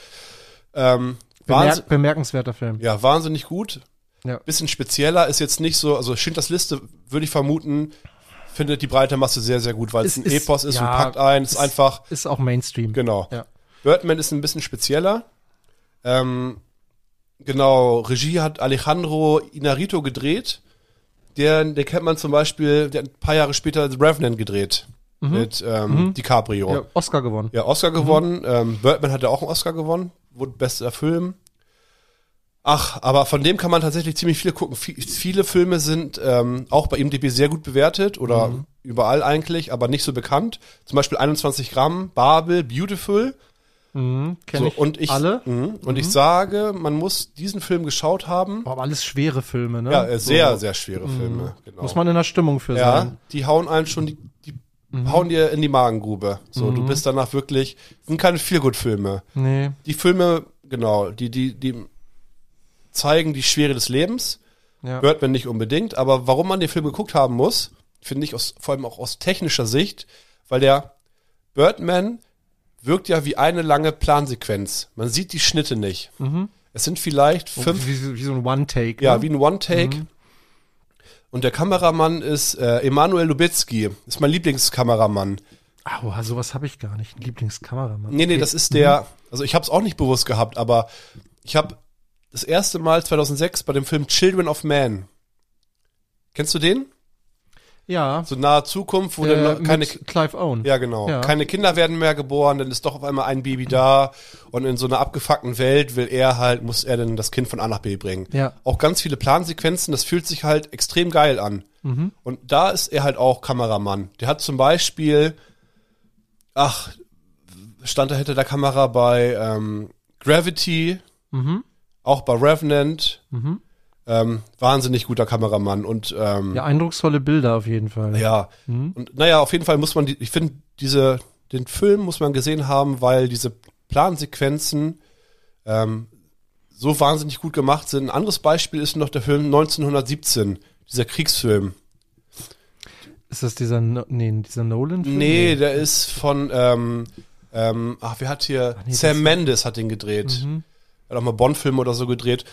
Speaker 4: Ähm, wahns
Speaker 3: Bemerk bemerkenswerter Film.
Speaker 4: ja, wahnsinnig gut.
Speaker 3: Ja.
Speaker 4: Bisschen spezieller ist jetzt nicht so, also Schindlers Liste würde ich vermuten, findet die breite Masse sehr, sehr gut, weil es
Speaker 3: Es
Speaker 4: ein
Speaker 3: ist-
Speaker 4: Epos ist und
Speaker 3: ja,
Speaker 4: packt ein, ist
Speaker 3: es-
Speaker 4: einfach,
Speaker 3: Ist auch Mainstream.
Speaker 4: genau.
Speaker 3: Ja.
Speaker 4: Birdman ist ein bisschen spezieller. Ähm, genau, Regie hat Alejandro Inarito gedreht. Der, den kennt man zum Beispiel, der hat ein paar Jahre später The Revenant gedreht. Mit ähm, DiCaprio.
Speaker 3: Mhm. Ja,
Speaker 4: Ja,
Speaker 3: Oscar gewonnen.
Speaker 4: Oscar gewonnen. Ähm, Birdman hat ja auch einen Oscar gewonnen. Wurde bester Film. Ach, aber von dem kann man tatsächlich ziemlich viele gucken. Vi- viele Filme sind ähm, auch bei IMDb sehr gut bewertet oder
Speaker 3: Mhm.
Speaker 4: überall eigentlich, aber nicht so bekannt. Zum Beispiel 21 Gramm, Babel, Beautiful.
Speaker 3: Mhm, kenn
Speaker 4: So,
Speaker 3: ich
Speaker 4: und ich,
Speaker 3: alle.
Speaker 4: Mhm. Und ich sage, man muss diesen Film geschaut haben.
Speaker 3: Boah, aber alles schwere Filme, ne?
Speaker 4: Ja, äh, sehr,
Speaker 3: So,
Speaker 4: sehr schwere Filme. Genau.
Speaker 3: Mhm. Muss man in der Stimmung für
Speaker 4: ja,
Speaker 3: sein.
Speaker 4: die hauen einen schon, die, die
Speaker 3: Mhm.
Speaker 4: hauen dir in die Magengrube. So, du bist danach wirklich, sind keine Feelgood-Filme.
Speaker 3: Nee.
Speaker 4: Die Filme, genau, die, die, die zeigen die Schwere des Lebens.
Speaker 3: Ja.
Speaker 4: Birdman nicht unbedingt, aber warum man den Film geguckt haben muss, finde ich aus, vor allem auch aus technischer Sicht, weil der Birdman wirkt ja wie eine lange Plansequenz. Man sieht die Schnitte nicht. Es sind vielleicht fünf,
Speaker 3: Mhm. Oh, Wie, so- wie so ein One-Take.
Speaker 4: ja,
Speaker 3: ne?
Speaker 4: wie ein One-Take. Und der Kameramann ist äh, Emanuel Lubitski, ist mein Lieblingskameramann.
Speaker 3: Aua, sowas habe ich gar nicht. Ein Lieblingskameramann.
Speaker 4: Nee, nee, das ist der, also ich habe es auch nicht bewusst gehabt, aber ich habe das erste Mal 2006 bei dem Film Children of Man. Kennst du den?
Speaker 3: Ja.
Speaker 4: So nahe Zukunft, wo dann noch
Speaker 3: Äh, mit
Speaker 4: keine,
Speaker 3: Clive Owen.
Speaker 4: ja genau,
Speaker 3: Ja.
Speaker 4: keine Kinder werden mehr geboren, dann ist doch auf einmal ein Baby da und in so einer abgefuckten Welt will er halt, muss er dann das Kind von A nach B bringen.
Speaker 3: Ja.
Speaker 4: Auch ganz viele Plansequenzen, das fühlt sich halt extrem geil an.
Speaker 3: Mhm.
Speaker 4: Und da ist er halt auch Kameramann. Der hat zum Beispiel, ach, stand da hinter der Kamera bei ähm, Gravity,
Speaker 3: Mhm.
Speaker 4: auch bei Revenant. Ähm, wahnsinnig guter Kameramann und ähm,
Speaker 3: Ja, eindrucksvolle Bilder auf jeden Fall.
Speaker 4: ja.
Speaker 3: Mhm.
Speaker 4: Und naja, auf jeden Fall muss man, die, ich finde, diese, den Film muss man gesehen haben, weil diese Plansequenzen ähm, so wahnsinnig gut gemacht sind. Ein anderes Beispiel ist noch der Film 1917, dieser Kriegsfilm.
Speaker 3: Ist das dieser, no nee, dieser Nolan-Film?
Speaker 4: Nee, der ist von, ähm, ähm, ach, wer hat hier,
Speaker 3: Ah, nee, das- Mhm.
Speaker 4: Sam Mendes hat den gedreht. Er hat auch mal Bond-Filme oder so gedreht.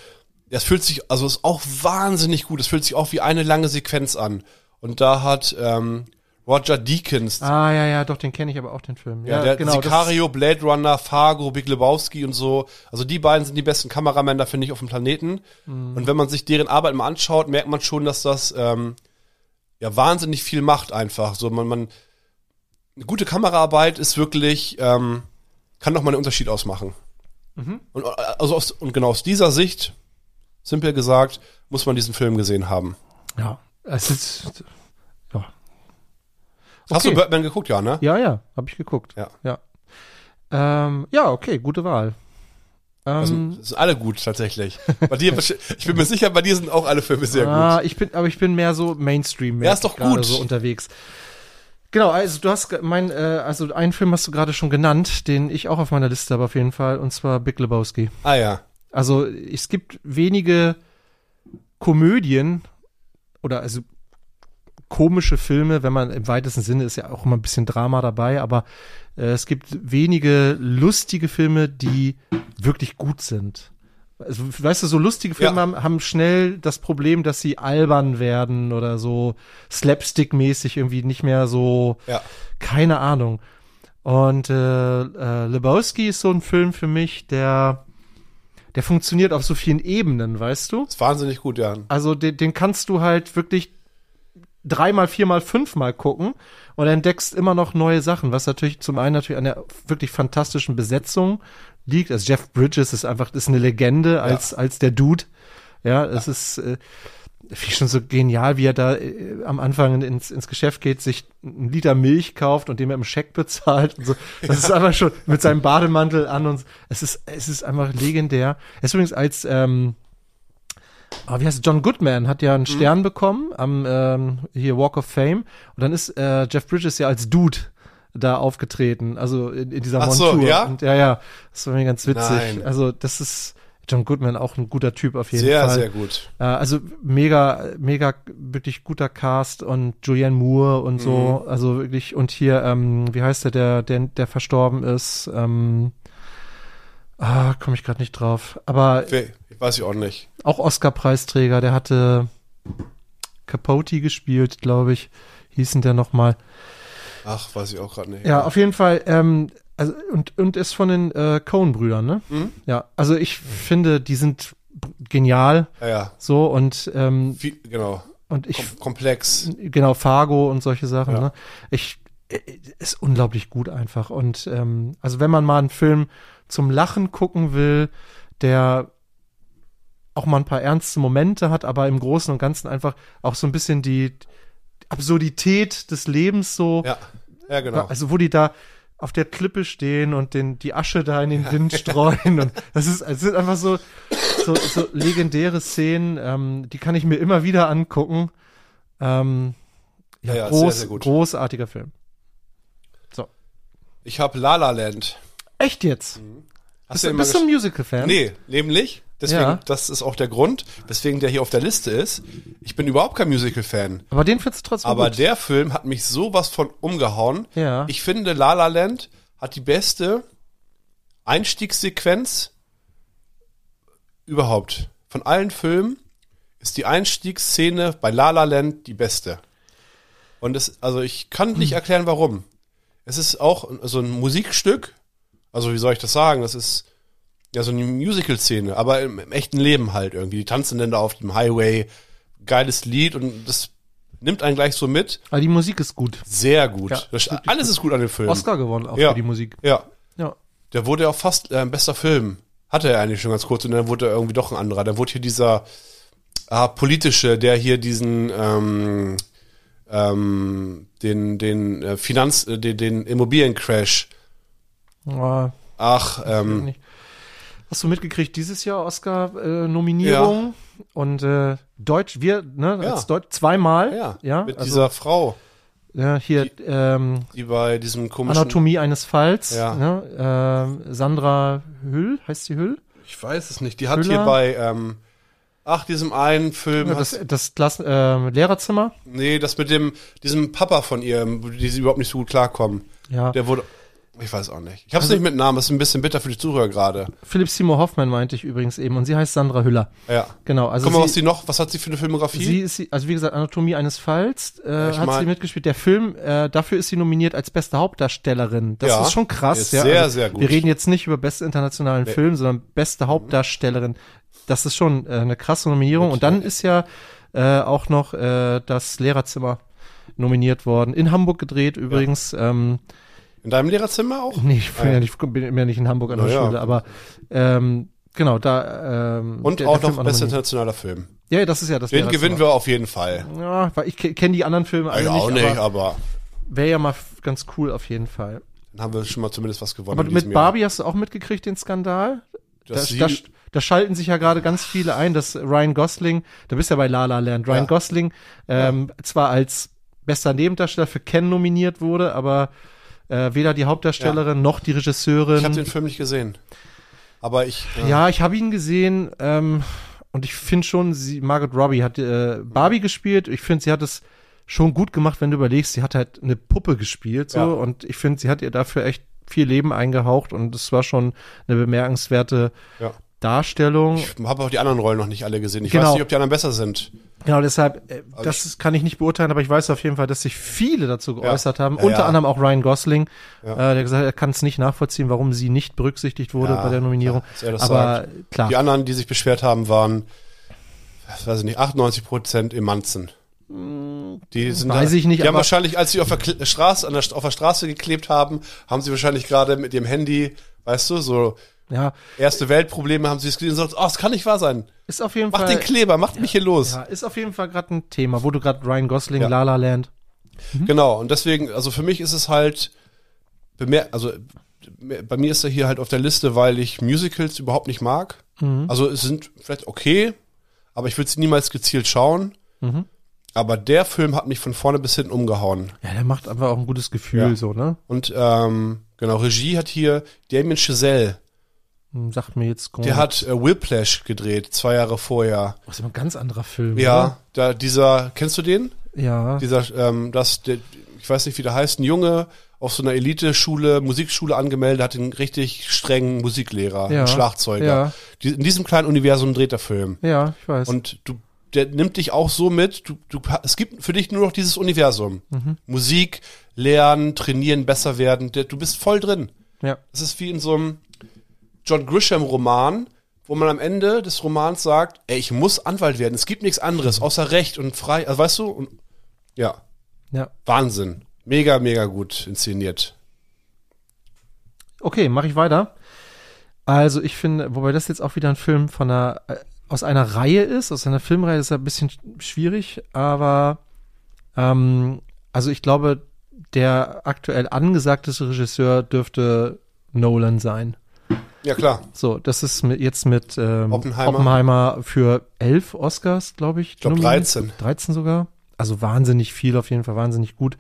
Speaker 4: Das fühlt sich, also ist auch wahnsinnig gut. Es fühlt sich auch wie eine lange Sequenz an. Und da hat ähm, Roger Deakins
Speaker 3: Ah, ja, ja, doch, den kenne ich aber auch, den Film.
Speaker 4: Ja,
Speaker 3: Ja,
Speaker 4: der
Speaker 3: genau.
Speaker 4: Sicario, Blade Runner, Fargo, Big Lebowski und so. Also die beiden sind die besten Kameramänner, finde ich, auf dem Planeten.
Speaker 3: Mhm.
Speaker 4: Und wenn man sich deren Arbeit mal anschaut, merkt man schon, dass das ähm, ja wahnsinnig viel macht einfach. So man, man eine gute Kameraarbeit ist wirklich ähm, kann doch mal einen Unterschied ausmachen.
Speaker 3: Mhm.
Speaker 4: Und äh, also aus, und genau aus dieser Sicht, simpel gesagt, muss man diesen Film gesehen haben.
Speaker 3: Das, ja, es ist. Ja,
Speaker 4: Hast du
Speaker 3: Okay.
Speaker 4: Birdman geguckt, ja, ne?
Speaker 3: ja, ja habe ich geguckt.
Speaker 4: Ja.
Speaker 3: Ja, ähm, ja okay, gute Wahl.
Speaker 4: Das
Speaker 3: Ähm,
Speaker 4: Also, sind, das sind alle gut tatsächlich. Bei dir, ich bin mir sicher, bei dir sind auch alle Filme sehr gut.
Speaker 3: ah, ich bin, aber ich bin mehr so Mainstream.
Speaker 4: Ja, ist doch
Speaker 3: merke ich gerade
Speaker 4: gut.
Speaker 3: So unterwegs. Genau, also du hast ge- mein, äh, also einen Film hast du gerade schon genannt, den ich auch auf meiner Liste habe auf jeden Fall, und zwar Big Lebowski.
Speaker 4: Ah ja.
Speaker 3: Also es gibt wenige Komödien oder also komische Filme, wenn man im weitesten Sinne ist ja auch immer ein bisschen Drama dabei, aber äh, es gibt wenige lustige Filme, die wirklich gut sind. Also, weißt du, so lustige Filme
Speaker 4: Ja.
Speaker 3: haben, haben schnell das Problem, dass sie albern werden oder so slapstick-mäßig irgendwie nicht mehr so
Speaker 4: Ja.
Speaker 3: keine Ahnung. Und äh, äh, Lebowski ist so ein Film für mich, der, der funktioniert auf so vielen Ebenen, weißt du?
Speaker 4: Ist wahnsinnig gut, ja.
Speaker 3: Also den, den kannst du halt wirklich dreimal, viermal, fünfmal gucken und entdeckst immer noch neue Sachen, was natürlich zum einen natürlich an der wirklich fantastischen Besetzung liegt. Also Jeff Bridges ist einfach, ist eine Legende als, als der Dude. Ja, es ist äh, finde ich schon so genial, wie er da äh, am Anfang ins, ins Geschäft geht, sich einen Liter Milch kauft und den er im Scheck bezahlt und so. Das ist einfach schon mit seinem Bademantel an und so. es ist, es ist einfach legendär. Er ist übrigens als, ähm, Ah, wie heißt es? John Goodman hat ja einen
Speaker 4: Mhm.
Speaker 3: Stern bekommen am ähm, hier Walk of Fame und dann ist äh, Jeff Bridges ja als Dude da aufgetreten, also in, in dieser
Speaker 4: Ach so,
Speaker 3: Montur.
Speaker 4: ja?
Speaker 3: Und, ja, ja, das war mir ganz witzig.
Speaker 4: Nein.
Speaker 3: Also das ist John Goodman auch ein guter Typ auf jeden
Speaker 4: Sehr,
Speaker 3: Fall.
Speaker 4: sehr gut.
Speaker 3: Äh, Also mega, mega wirklich guter Cast und Julianne Moore und so.
Speaker 4: Mhm.
Speaker 3: Also wirklich, und hier, ähm, wie heißt der, der, der, der verstorben ist? Ähm, ah, komme ich gerade nicht drauf. Aber
Speaker 4: Okay, Ich weiß ich auch nicht.
Speaker 3: auch Oscar-Preisträger, der hatte Capote gespielt, glaube ich. Hießen der nochmal.
Speaker 4: Ach, weiß ich auch gerade nicht.
Speaker 3: Ja, auf jeden Fall. Ähm, also, und, und ist von den äh, Cohen-Brüdern, ne?
Speaker 4: Mhm.
Speaker 3: Ja, also ich finde, die sind genial
Speaker 4: Ja, Ah ja.
Speaker 3: so und ähm,
Speaker 4: Viel, genau.
Speaker 3: und ich
Speaker 4: Kom komplex.
Speaker 3: genau Fargo und solche Sachen.
Speaker 4: Ja.
Speaker 3: Ne? Ich äh, ist unglaublich gut einfach und ähm, also wenn man mal einen Film zum Lachen gucken will, der auch mal ein paar ernste Momente hat, aber im Großen und Ganzen einfach auch so ein bisschen die Absurdität des Lebens so
Speaker 4: Ja. Ja,
Speaker 3: da-
Speaker 4: genau.
Speaker 3: Also wo die da auf der Klippe stehen und den, die Asche da in
Speaker 4: (laughs)
Speaker 3: den Wind streuen. Und das ist, das sind einfach so, so, so legendäre Szenen, ähm, die kann ich mir immer wieder angucken. Ähm, ja,
Speaker 4: Ja, ja,
Speaker 3: groß,
Speaker 4: sehr, sehr gut.
Speaker 3: großartiger Film.
Speaker 4: Ich habe La La Land.
Speaker 3: Echt jetzt?
Speaker 4: Mhm. Hast
Speaker 3: bist
Speaker 4: du
Speaker 3: du,
Speaker 4: immer
Speaker 3: bist du ein Musical-Fan?
Speaker 4: Nee, nämlich, deswegen,
Speaker 3: Ja.
Speaker 4: das ist auch der Grund, weswegen der hier auf der Liste ist. Ich bin überhaupt kein Musical-Fan.
Speaker 3: Aber den findest du trotzdem
Speaker 4: Aber
Speaker 3: gut.
Speaker 4: der Film hat mich sowas von umgehauen.
Speaker 3: Ja.
Speaker 4: Ich finde, La La Land hat die beste Einstiegssequenz überhaupt. Von allen Filmen ist die Einstiegsszene bei La La Land die beste. Und es, also ich kann nicht erklären, warum. Es ist auch so ein Musikstück. Also wie soll ich das sagen? Das ist ja so eine Musical-Szene, aber im, im echten Leben halt irgendwie. Die tanzen dann da auf dem Highway. Geiles Lied und das nimmt einen gleich so mit.
Speaker 3: Aber die Musik ist gut.
Speaker 4: Sehr gut.
Speaker 3: Ja,
Speaker 4: das,
Speaker 3: wirklich
Speaker 4: alles ist gut an dem Film.
Speaker 3: Oscar gewonnen auch
Speaker 4: Ja.
Speaker 3: für die Musik.
Speaker 4: Ja.
Speaker 3: Ja.
Speaker 4: Der wurde ja auch fast äh, bester Film. Hatte er eigentlich schon ganz kurz und dann wurde er irgendwie doch ein anderer. Dann wurde hier dieser ah, politische, der hier diesen ähm, ähm, den den äh, Finanz äh, den, den Immobiliencrash.
Speaker 3: Ah,
Speaker 4: Ach, ähm,
Speaker 3: nicht. Hast du mitgekriegt, dieses Jahr Oscar-Nominierung und äh, Deutsch, wir, ne,
Speaker 4: Ja.
Speaker 3: als Deutsch zweimal.
Speaker 4: ja,
Speaker 3: ja
Speaker 4: mit
Speaker 3: also-
Speaker 4: dieser Frau,
Speaker 3: Ja, hier ähm,
Speaker 4: die bei diesem komischen
Speaker 3: Anatomie eines Falls.
Speaker 4: Ja.
Speaker 3: Ne? Ähm, Sandra Hüll, heißt sie Hüll?
Speaker 4: Ich weiß es nicht. Die hat
Speaker 3: Thriller?
Speaker 4: hier bei ähm, ach diesem einen Film hat-
Speaker 3: Das, das Klassen, ähm, Lehrerzimmer.
Speaker 4: nee, das mit dem diesem Papa von ihr, die sie überhaupt nicht so gut klarkommen.
Speaker 3: Ja.
Speaker 4: Der wurde. Ich weiß auch nicht. Ich
Speaker 3: Also
Speaker 4: hab's nicht mit Namen, das ist ein bisschen bitter für die Zuhörer gerade.
Speaker 3: Philipp Seymour Hoffmann meinte ich übrigens eben und sie heißt Sandra Hüller.
Speaker 4: Ja.
Speaker 3: Genau, also
Speaker 4: Guck mal, was
Speaker 3: sie,
Speaker 4: sie noch, was hat sie für eine Filmografie?
Speaker 3: sie ist, sie- also wie gesagt, Anatomie eines Falls äh,
Speaker 4: ich
Speaker 3: hat
Speaker 4: mein-
Speaker 3: sie mitgespielt. Der Film, äh, dafür ist sie nominiert als beste Hauptdarstellerin. Das
Speaker 4: Ja.
Speaker 3: ist schon krass.
Speaker 4: Ist
Speaker 3: ja. Also,
Speaker 4: sehr, sehr gut.
Speaker 3: Wir reden jetzt nicht über beste internationalen Film, sondern beste Hauptdarstellerin. Das ist schon äh, eine krasse Nominierung. Und dann ist ja äh, auch noch äh, das Lehrerzimmer nominiert worden. In Hamburg gedreht übrigens. Ähm, (laughs)
Speaker 4: In deinem Lehrerzimmer auch?
Speaker 3: nee, ich bin,
Speaker 4: Ah,
Speaker 3: ja.
Speaker 4: ja.
Speaker 3: nicht, bin ja nicht in Hamburg an der
Speaker 4: Naja.
Speaker 3: Schule, aber ähm, genau, da ähm,
Speaker 4: Und
Speaker 3: der-
Speaker 4: auch
Speaker 3: der Film
Speaker 4: noch bester
Speaker 3: nominiert.
Speaker 4: internationaler Film.
Speaker 3: Ja, das ist ja das
Speaker 4: Den gewinnen
Speaker 3: Lehrerzimmer.
Speaker 4: wir auf jeden Fall.
Speaker 3: Ja, weil ich kenne die anderen Filme alle
Speaker 4: ja, auch
Speaker 3: nicht,
Speaker 4: nicht,
Speaker 3: aber
Speaker 4: aber
Speaker 3: wäre ja mal f- ganz cool auf jeden Fall.
Speaker 4: dann haben wir schon mal zumindest was gewonnen.
Speaker 3: Aber
Speaker 4: in
Speaker 3: mit
Speaker 4: diesem Jahr.
Speaker 3: Barbie hast du auch mitgekriegt den Skandal?
Speaker 4: Dass
Speaker 3: da,
Speaker 4: sie-
Speaker 3: da, da schalten sich ja gerade ganz viele ein, dass Ryan Gosling, da bist ja bei La La Land, Ryan
Speaker 4: Ja.
Speaker 3: Gosling ähm, zwar als bester Nebendarsteller für Ken nominiert wurde, aber äh, weder die Hauptdarstellerin noch die Regisseurin.
Speaker 4: Ich habe den Film nicht gesehen. Aber ich. äh,
Speaker 3: ja, ich habe ihn gesehen ähm, und ich finde schon, sie, Margaret Robbie hat äh, Barbie gespielt. Ich finde, sie hat es schon gut gemacht, wenn du überlegst, sie hat halt eine Puppe gespielt so
Speaker 4: Ja.
Speaker 3: und ich finde, sie hat ihr dafür echt viel Leben eingehaucht und es war schon eine bemerkenswerte
Speaker 4: Ja.
Speaker 3: Darstellung.
Speaker 4: Ich habe auch die anderen Rollen noch nicht alle gesehen. Ich
Speaker 3: Genau.
Speaker 4: weiß nicht, ob die anderen besser sind.
Speaker 3: Genau, deshalb, äh,
Speaker 4: Also
Speaker 3: das kann ich nicht beurteilen, aber ich weiß auf jeden Fall, dass sich viele dazu geäußert haben,
Speaker 4: Ja,
Speaker 3: unter
Speaker 4: ja.
Speaker 3: anderem auch Ryan Gosling,
Speaker 4: Ja.
Speaker 3: äh, der gesagt hat, er kann es nicht nachvollziehen, warum sie nicht berücksichtigt wurde
Speaker 4: Ja,
Speaker 3: bei der Nominierung.
Speaker 4: klar, dass er das
Speaker 3: aber klar,
Speaker 4: Die anderen, die sich beschwert haben, waren, weiß ich nicht, 98 Prozent Emanzen. Die sind
Speaker 3: Hm, Weiß
Speaker 4: da,
Speaker 3: ich nicht,
Speaker 4: Die haben
Speaker 3: aber-
Speaker 4: wahrscheinlich, als sie auf der Kle- Straße, an der, St- auf der Straße geklebt haben, haben sie wahrscheinlich gerade mit ihrem Handy, weißt du, so
Speaker 3: ja,
Speaker 4: erste Weltprobleme haben sie es gesehen und gesagt, oh, das kann nicht wahr sein.
Speaker 3: ist auf jeden
Speaker 4: Macht
Speaker 3: Fall,
Speaker 4: den Kleber, macht mich hier los.
Speaker 3: ja, ist auf jeden Fall gerade ein Thema, wo du gerade Ryan Gosling,
Speaker 4: Ja.
Speaker 3: La La Land,
Speaker 4: Genau, und deswegen, also für mich ist es halt, bemer also bei mir ist er hier halt auf der Liste, weil ich Musicals überhaupt nicht mag. Also es sind vielleicht okay, aber ich würde sie niemals gezielt schauen. Aber der Film hat mich von vorne bis hinten umgehauen.
Speaker 3: ja, der macht einfach auch ein gutes Gefühl,
Speaker 4: Ja.
Speaker 3: so, ne?
Speaker 4: Und ähm, genau, Regie hat hier Damien Chazelle.
Speaker 3: Hm, Sagt mir jetzt
Speaker 4: Der hat äh, Whiplash gedreht, zwei Jahre vorher.
Speaker 3: Oh, ist immer ein ganz anderer Film.
Speaker 4: Ja, da, dieser, kennst du den?
Speaker 3: Oder? Ja.
Speaker 4: Dieser, ähm, das, der, ich weiß nicht, wie der heißt, ein Junge auf so einer Elite-Schule, Musikschule angemeldet, hat einen richtig strengen Musiklehrer,
Speaker 3: Ja,
Speaker 4: einen Schlagzeuger.
Speaker 3: ja.
Speaker 4: Die, in diesem kleinen Universum dreht der Film.
Speaker 3: Ja, ich weiß.
Speaker 4: Und du, der nimmt dich auch so mit, du, du, es gibt für dich nur noch dieses Universum.
Speaker 3: Mhm.
Speaker 4: Musik, lernen, trainieren, besser werden, der, du bist voll drin.
Speaker 3: ja.
Speaker 4: Es ist wie in so einem John Grisham-Roman, wo man am Ende des Romans sagt, ey, ich muss Anwalt werden. Es gibt nichts anderes, außer Recht und frei. Also weißt du, und, ja,
Speaker 3: Ja.
Speaker 4: Wahnsinn. Mega, mega gut inszeniert.
Speaker 3: Okay, mache ich weiter. Also ich finde, wobei das jetzt auch wieder ein Film von einer, äh, aus einer Reihe ist, aus einer Filmreihe ist ja ein bisschen sch- schwierig, aber ähm, also ich glaube, der aktuell angesagteste Regisseur dürfte Nolan sein.
Speaker 4: Ja, klar.
Speaker 3: So, das ist mit, jetzt mit ähm,
Speaker 4: Oppenheimer.
Speaker 3: Oppenheimer. für elf Oscars, glaube ich. Ich
Speaker 4: glaub, 13.
Speaker 3: 13 sogar. Also wahnsinnig viel, auf jeden Fall wahnsinnig gut.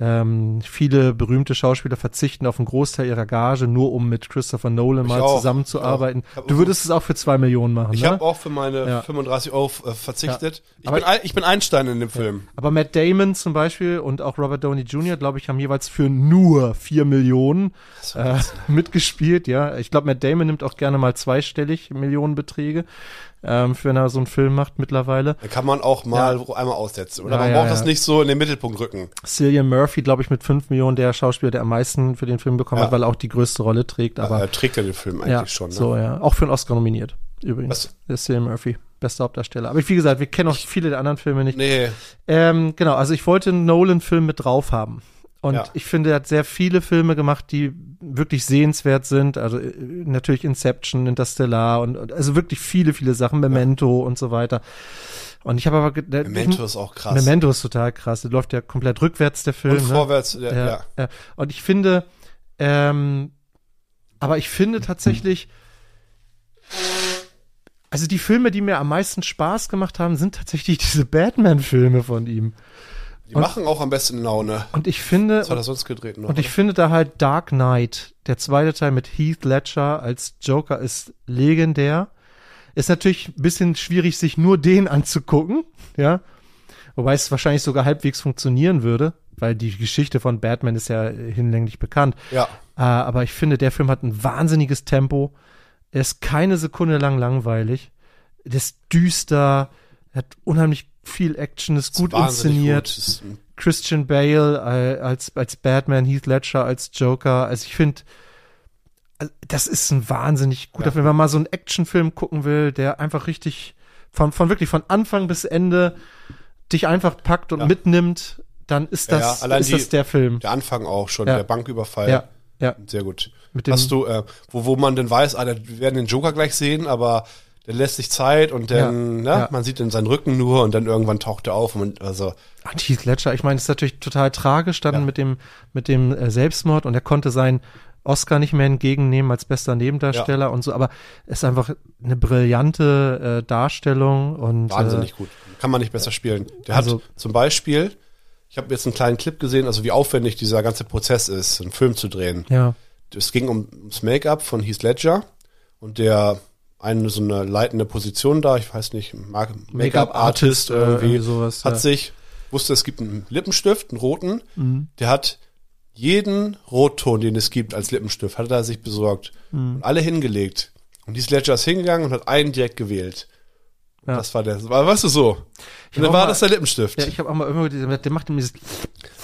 Speaker 3: Ähm, viele berühmte Schauspieler verzichten auf einen Großteil ihrer Gage, nur um mit Christopher Nolan mal
Speaker 4: auch,
Speaker 3: zusammenzuarbeiten.
Speaker 4: ich auch. Ich hab
Speaker 3: Du würdest es auch für zwei Millionen machen,
Speaker 4: Ich
Speaker 3: ne?
Speaker 4: habe auch für meine
Speaker 3: Ja.
Speaker 4: 35 Euro äh, verzichtet. Ich,
Speaker 3: Aber-
Speaker 4: bin, ein- ich bin Einstein in dem Film.
Speaker 3: Aber Matt Damon zum Beispiel und auch Robert Downey Jr., glaube ich, haben jeweils für nur vier Millionen äh, (laughs) mitgespielt, ja. Ich glaube, Matt Damon nimmt auch gerne mal zweistellig Millionenbeträge, ähm, für wenn er so einen Film macht mittlerweile.
Speaker 4: Da kann man auch mal einmal aussetzen. Oder
Speaker 3: Ja,
Speaker 4: man
Speaker 3: ja,
Speaker 4: braucht
Speaker 3: ja.
Speaker 4: das nicht so in den Mittelpunkt rücken.
Speaker 3: Cillian Murphy, glaube ich, mit fünf Millionen der Schauspieler, der am meisten für den Film bekommen
Speaker 4: Ja.
Speaker 3: hat, weil er auch die größte Rolle trägt. Aber
Speaker 4: äh, trägt er den Film eigentlich
Speaker 3: ja,
Speaker 4: schon. Ne?
Speaker 3: so ja, auch für einen Oscar nominiert übrigens.
Speaker 4: Was?
Speaker 3: Der Cillian Murphy, bester Hauptdarsteller. Aber wie gesagt, wir kennen auch viele der anderen Filme nicht.
Speaker 4: Nee,
Speaker 3: Ähm, genau, also ich wollte einen Nolan-Film mit drauf haben. Und
Speaker 4: Ja.
Speaker 3: ich finde, er hat sehr viele Filme gemacht, die wirklich sehenswert sind. Also äh, natürlich Inception, Interstellar und und- also wirklich viele, viele Sachen, Memento und so weiter. Und ich habe aber ge-
Speaker 4: Memento ist auch krass.
Speaker 3: Memento ist total krass. Der läuft ja komplett rückwärts der Film.
Speaker 4: Und
Speaker 3: ne?
Speaker 4: vorwärts, ja,
Speaker 3: ja,
Speaker 4: ja.
Speaker 3: ja. Und ich finde, ähm, aber ich finde tatsächlich, also die Filme, die mir am meisten Spaß gemacht haben, sind tatsächlich (laughs) diese Batman-Filme von ihm.
Speaker 4: Die
Speaker 3: Und-
Speaker 4: machen auch am besten Laune.
Speaker 3: Und ich finde,
Speaker 4: Was hat er sonst gedreht noch? ne?
Speaker 3: und ich finde da halt Dark Knight, der zweite Teil mit Heath Ledger als Joker, ist legendär. Ist natürlich ein bisschen schwierig, sich nur den (laughs) anzugucken, ja. Wobei es wahrscheinlich sogar halbwegs funktionieren würde, weil die Geschichte von Batman ist ja hinlänglich bekannt.
Speaker 4: ja.
Speaker 3: Äh, aber ich finde, der Film hat ein wahnsinniges Tempo. Er ist keine Sekunde lang langweilig. Der ist düster, er hat unheimlich viel Action, ist gut
Speaker 4: wahnsinnig
Speaker 3: inszeniert.
Speaker 4: gut. Ist ein-
Speaker 3: Christian Bale äh, als, als Batman, Heath Ledger als Joker. Also ich finde, also das ist ein wahnsinnig guter
Speaker 4: Ja.
Speaker 3: Film. Wenn man mal so einen Actionfilm gucken will, der einfach richtig von, von wirklich von Anfang bis Ende dich einfach packt und
Speaker 4: Ja.
Speaker 3: mitnimmt, dann ist
Speaker 4: Ja,
Speaker 3: das,
Speaker 4: ja, allein
Speaker 3: ist
Speaker 4: die-
Speaker 3: das der Film.
Speaker 4: Der Anfang auch schon,
Speaker 3: Ja.
Speaker 4: der Banküberfall.
Speaker 3: Ja, ja.
Speaker 4: Sehr gut.
Speaker 3: Mit dem-
Speaker 4: Hast du, äh, wo, wo man denn weiß, ah, wir werden den Joker gleich sehen, aber der lässt sich Zeit und dann,
Speaker 3: Ja,
Speaker 4: ne,
Speaker 3: ja.
Speaker 4: man sieht dann seinen Rücken nur und dann irgendwann taucht er auf und also,
Speaker 3: Und Heath Ledger, ich meine, ist natürlich total tragisch dann mit dem, mit dem äh, Selbstmord und er konnte seinen Oscar nicht mehr entgegennehmen als bester Nebendarsteller und so, aber es ist einfach eine brillante äh, Darstellung und
Speaker 4: wahnsinnig
Speaker 3: äh,
Speaker 4: gut. Kann man nicht besser spielen. Der
Speaker 3: also-
Speaker 4: hat zum Beispiel, ich habe jetzt einen kleinen Clip gesehen, also wie aufwendig dieser ganze Prozess ist, einen Film zu drehen.
Speaker 3: äh, ja,
Speaker 4: es ging um, ums Make-up von Heath Ledger und der eine so eine leitende Position da, ich weiß nicht, Mark- Make-up-Artist
Speaker 3: Make-up-Artist, äh,
Speaker 4: irgendwie,
Speaker 3: irgendwie sowas,
Speaker 4: hat
Speaker 3: ja.
Speaker 4: sich, wusste, es gibt einen Lippenstift, einen roten,
Speaker 3: Mhm.
Speaker 4: der hat jeden Rotton, den es gibt als Lippenstift, hat er sich besorgt
Speaker 3: Mhm.
Speaker 4: und alle hingelegt. Und Heath Ledger ist hingegangen und hat einen direkt gewählt.
Speaker 3: Ja.
Speaker 4: Das war der, war, weißt du so. Und
Speaker 3: hab
Speaker 4: dann war
Speaker 3: mal-
Speaker 4: das der Lippenstift.
Speaker 3: ja, ich habe auch mal immer gesagt, der macht immer dieses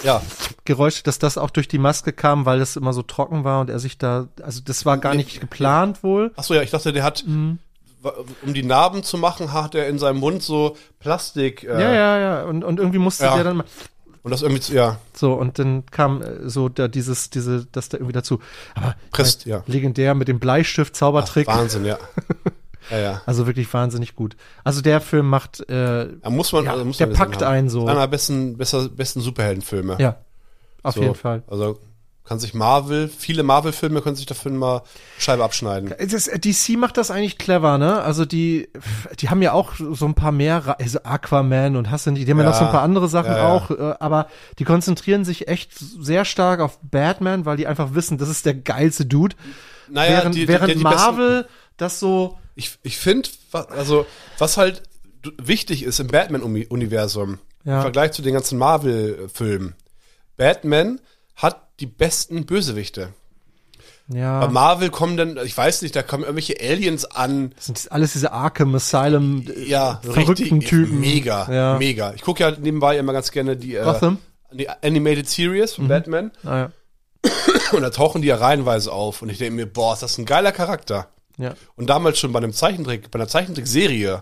Speaker 4: ja.
Speaker 3: Geräusch, dass das auch durch die Maske kam, weil das immer so trocken war und er sich da, also das war gar nicht geplant wohl.
Speaker 4: Achso, ja, ich dachte, der hat,
Speaker 3: Mhm.
Speaker 4: wa- um die Narben zu machen, hat er in seinem Mund so Plastik. Äh,
Speaker 3: Ja, ja, ja. Und, und irgendwie musste
Speaker 4: Ja.
Speaker 3: der dann mal.
Speaker 4: Und das irgendwie, zu, ja,
Speaker 3: So, und dann kam äh, so da dieses, diese, das da irgendwie dazu. Aber
Speaker 4: presst,
Speaker 3: äh,
Speaker 4: ja.
Speaker 3: legendär mit dem Bleistift, Zaubertrick. (laughs)
Speaker 4: Wahnsinn, ja. ja, ja.
Speaker 3: also wirklich wahnsinnig gut. Also der Film macht, äh,
Speaker 4: Da muss man,
Speaker 3: Ja,
Speaker 4: also muss
Speaker 3: der
Speaker 4: man gesehen
Speaker 3: packt
Speaker 4: haben.
Speaker 3: einen so.
Speaker 4: Einer der besten, besser, besten Superheldenfilme.
Speaker 3: ja, auf
Speaker 4: So,
Speaker 3: jeden Fall.
Speaker 4: Also kann sich Marvel, viele Marvel-Filme können sich dafür mal Scheibe abschneiden.
Speaker 3: Das, äh, DC macht das eigentlich clever, ne? Also die, pff, die haben ja auch so ein paar mehr, Ra- also Aquaman und hast du nicht, die haben ja,
Speaker 4: Ja,
Speaker 3: noch so ein paar andere Sachen
Speaker 4: ja, ja.
Speaker 3: auch, äh, aber die konzentrieren sich echt sehr stark auf Batman, weil die einfach wissen, das ist der geilste Dude.
Speaker 4: Naja,
Speaker 3: während
Speaker 4: die- die-
Speaker 3: während
Speaker 4: die- die
Speaker 3: Marvel das so
Speaker 4: Ich, ich finde, also, was halt d- wichtig ist im Batman-Universum,
Speaker 3: Ja.
Speaker 4: im Vergleich zu den ganzen Marvel-Filmen, Batman hat die besten Bösewichte.
Speaker 3: ja.
Speaker 4: Bei Marvel kommen dann, ich weiß nicht, da kommen irgendwelche Aliens an.
Speaker 3: Das sind alles diese Arkham Asylum äh,
Speaker 4: Ja,
Speaker 3: verrückten
Speaker 4: richtig,
Speaker 3: Typen.
Speaker 4: Mega,
Speaker 3: Ja.
Speaker 4: mega. Ich gucke ja nebenbei immer ganz gerne die, äh,
Speaker 3: Gotham.
Speaker 4: die Animated Series von Batman
Speaker 3: Ah, ja.
Speaker 4: und da tauchen die ja reihenweise auf. Und ich denke mir, boah, ist das ein geiler Charakter.
Speaker 3: ja.
Speaker 4: Und damals schon bei einem Zeichentrick, bei einer Zeichentrickserie,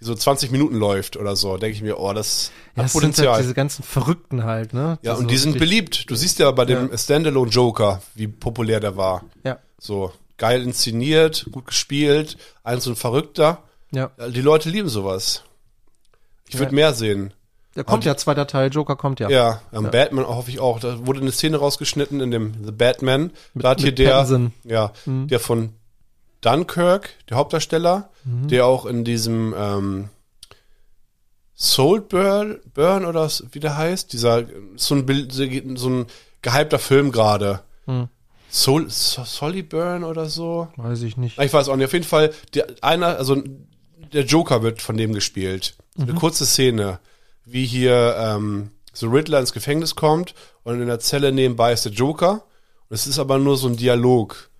Speaker 4: die so 20 Minuten läuft oder so, denke ich mir, oh, das
Speaker 3: Ja,
Speaker 4: hat
Speaker 3: das sind
Speaker 4: Potenzial.
Speaker 3: halt diese ganzen Verrückten halt, ne?
Speaker 4: ja,
Speaker 3: Das
Speaker 4: und
Speaker 3: ist
Speaker 4: die sind
Speaker 3: wirklich-
Speaker 4: beliebt. Du siehst ja bei dem Standalone Joker, wie populär der war.
Speaker 3: Ja,
Speaker 4: So geil inszeniert, gut gespielt, ein so ein Verrückter.
Speaker 3: ja.
Speaker 4: Die Leute lieben sowas. Ich würde
Speaker 3: Ja.
Speaker 4: mehr sehen.
Speaker 3: Der kommt ja, zweiter Teil, Joker kommt ja.
Speaker 4: Ja, am Batman hoffe ich auch. Da wurde eine Szene rausgeschnitten in dem The Batman. da hat hier
Speaker 3: mit
Speaker 4: der,
Speaker 3: Pattinson.
Speaker 4: ja, der von Dunkirk, der Hauptdarsteller, der auch in diesem ähm, Soulburn Burn oder s- wie der heißt, dieser so ein Bild, so ein gehypter Film gerade. Soul, so, Soliburn oder so.
Speaker 3: Weiß ich nicht.
Speaker 4: Ich weiß auch nicht. Auf jeden Fall, der, einer, also der Joker wird von dem gespielt. Eine kurze Szene, wie hier ähm, so Riddler ins Gefängnis kommt und in der Zelle nebenbei ist der Joker. Und es ist aber nur so ein Dialog.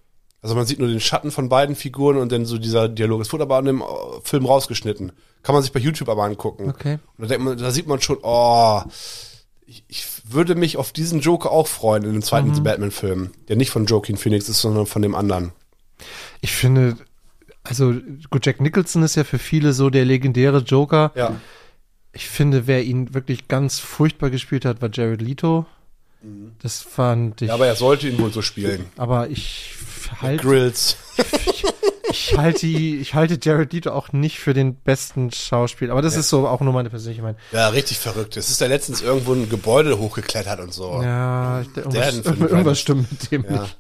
Speaker 4: Also man sieht nur den Schatten von beiden Figuren und dann so dieser Dialog. Es wurde aber an dem äh, Film rausgeschnitten. Kann man sich bei YouTube aber angucken.
Speaker 3: Okay.
Speaker 4: Und da, denkt man, da sieht man schon, oh, ich, ich würde mich auf diesen Joker auch freuen in dem zweiten Batman-Film, der nicht von Joaquin Phoenix ist, sondern von dem anderen.
Speaker 3: Ich finde, also gut, Jack Nicholson ist ja für viele so der legendäre Joker.
Speaker 4: Ja.
Speaker 3: Ich finde, wer ihn wirklich ganz furchtbar gespielt hat, war Jared Leto. Das fand ich.
Speaker 4: Ja, aber er sollte ihn wohl so spielen.
Speaker 3: aber ich halte,
Speaker 4: Grills.
Speaker 3: (laughs) ich halte, ihn- ich halte Jared Leto auch nicht für den besten Schauspieler. Aber das ist so auch nur meine persönliche Meinung.
Speaker 4: Ja, richtig verrückt. Es ist ja letztens irgendwo ein Gebäude hochgeklettert und so.
Speaker 3: Ja, ich- irgendwas,
Speaker 4: denn für den
Speaker 3: irgendwas
Speaker 4: Preis?
Speaker 3: stimmt mit dem
Speaker 4: Ja.
Speaker 3: nicht.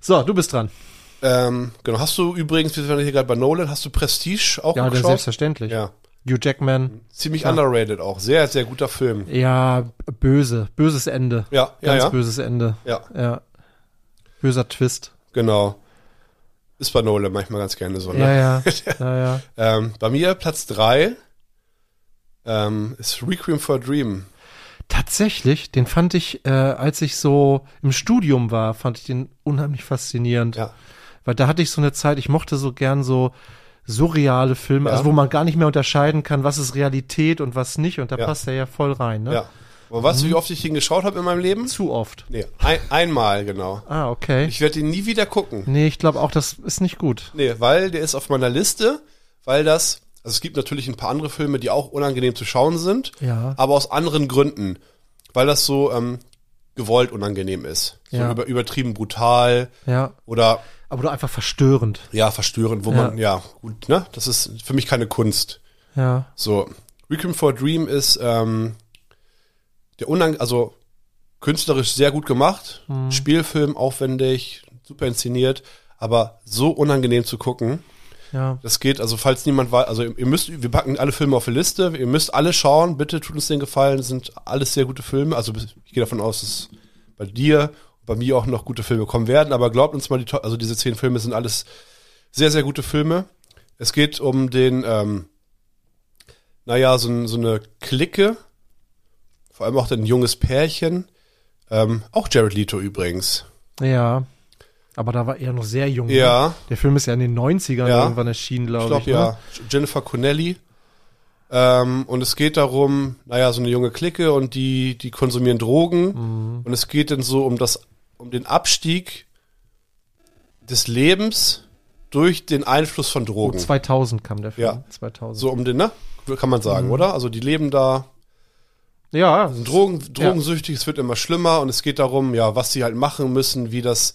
Speaker 3: So, du bist dran.
Speaker 4: Ähm, genau. Hast du übrigens, wir sind ja hier gerade bei Nolan, hast du Prestige auch
Speaker 3: Ja, dann
Speaker 4: geschaut?
Speaker 3: selbstverständlich.
Speaker 4: Ja.
Speaker 3: Hugh Jackman.
Speaker 4: Ziemlich underrated auch. Sehr, sehr guter Film.
Speaker 3: Ja, böse. Böses Ende.
Speaker 4: Ja, ja,
Speaker 3: Ganz
Speaker 4: ja.
Speaker 3: böses Ende.
Speaker 4: Ja,
Speaker 3: Ja. Böser Twist.
Speaker 4: genau. Ist bei Nolan manchmal ganz gerne so, ne?
Speaker 3: Ja,
Speaker 4: (laughs)
Speaker 3: ja. ja, ja.
Speaker 4: Ähm, bei mir Platz drei ähm, ist Requiem for a Dream.
Speaker 3: Tatsächlich, den fand ich, äh, als ich so im Studium war, fand ich den unheimlich faszinierend.
Speaker 4: Ja.
Speaker 3: Weil da hatte ich so eine Zeit, ich mochte so gern so surreale Filme,
Speaker 4: Ja.
Speaker 3: also wo man gar nicht mehr unterscheiden kann, was ist Realität und was nicht. Und da
Speaker 4: Ja.
Speaker 3: passt er ja voll rein, ne?
Speaker 4: Ja. Mhm. Aber weißt du, wie oft ich ihn geschaut habe in meinem Leben?
Speaker 3: Zu oft.
Speaker 4: Nee, ein, einmal, genau.
Speaker 3: Ah, okay.
Speaker 4: Ich werde ihn nie wieder gucken.
Speaker 3: nee, ich glaube auch, das ist nicht gut.
Speaker 4: Nee, weil der ist auf meiner Liste, weil das, also es gibt natürlich ein paar andere Filme, die auch unangenehm zu schauen sind,
Speaker 3: Ja.
Speaker 4: aber aus anderen Gründen. Weil das so ähm, gewollt unangenehm ist.
Speaker 3: Ja.
Speaker 4: So über, übertrieben brutal
Speaker 3: Ja.
Speaker 4: oder
Speaker 3: Aber doch einfach verstörend.
Speaker 4: ja, verstörend, wo
Speaker 3: Ja.
Speaker 4: man, ja, gut, ne? Das ist für mich keine Kunst.
Speaker 3: Ja.
Speaker 4: So, Requiem for a Dream ist ähm, der unang also künstlerisch sehr gut gemacht,
Speaker 3: Mhm.
Speaker 4: Spielfilm aufwendig, super inszeniert, aber so unangenehm zu gucken.
Speaker 3: Ja.
Speaker 4: Das geht, also falls niemand weiß, also ihr müsst, wir packen alle Filme auf die Liste, ihr müsst alle schauen, bitte tut uns den Gefallen, das sind alles sehr gute Filme, also ich gehe davon aus, dass bei dir und bei mir auch noch gute Filme kommen werden, aber glaubt uns mal, die, to- also diese zehn Filme sind alles sehr, sehr gute Filme. Es geht um den, ähm, naja, so, ein- so eine Clique, vor allem auch ein junges Pärchen, ähm, auch Jared Leto übrigens.
Speaker 3: Ja. Aber da war er noch sehr jung. Ne?
Speaker 4: Ja.
Speaker 3: Der Film ist ja in den 90ern
Speaker 4: Ja.
Speaker 3: irgendwann erschienen, glaube ich.
Speaker 4: Ich glaube,
Speaker 3: ne?
Speaker 4: ja. Jennifer Connelly. Ähm, und es geht darum, naja, so eine junge Clique und die, die konsumieren
Speaker 3: Mhm.
Speaker 4: Drogen. Und es geht dann so um das, um den Abstieg des Lebens durch den Einfluss von
Speaker 3: Oh,
Speaker 4: Drogen.
Speaker 3: 2000 kam der Film.
Speaker 4: Ja.
Speaker 3: 2000.
Speaker 4: so um den, ne? Kann man sagen,
Speaker 3: Mhm.
Speaker 4: oder? Also die leben da.
Speaker 3: Ja. es ist-
Speaker 4: Drogen, drogensüchtig, es wird immer schlimmer und es geht darum, ja, was sie halt machen müssen, wie das.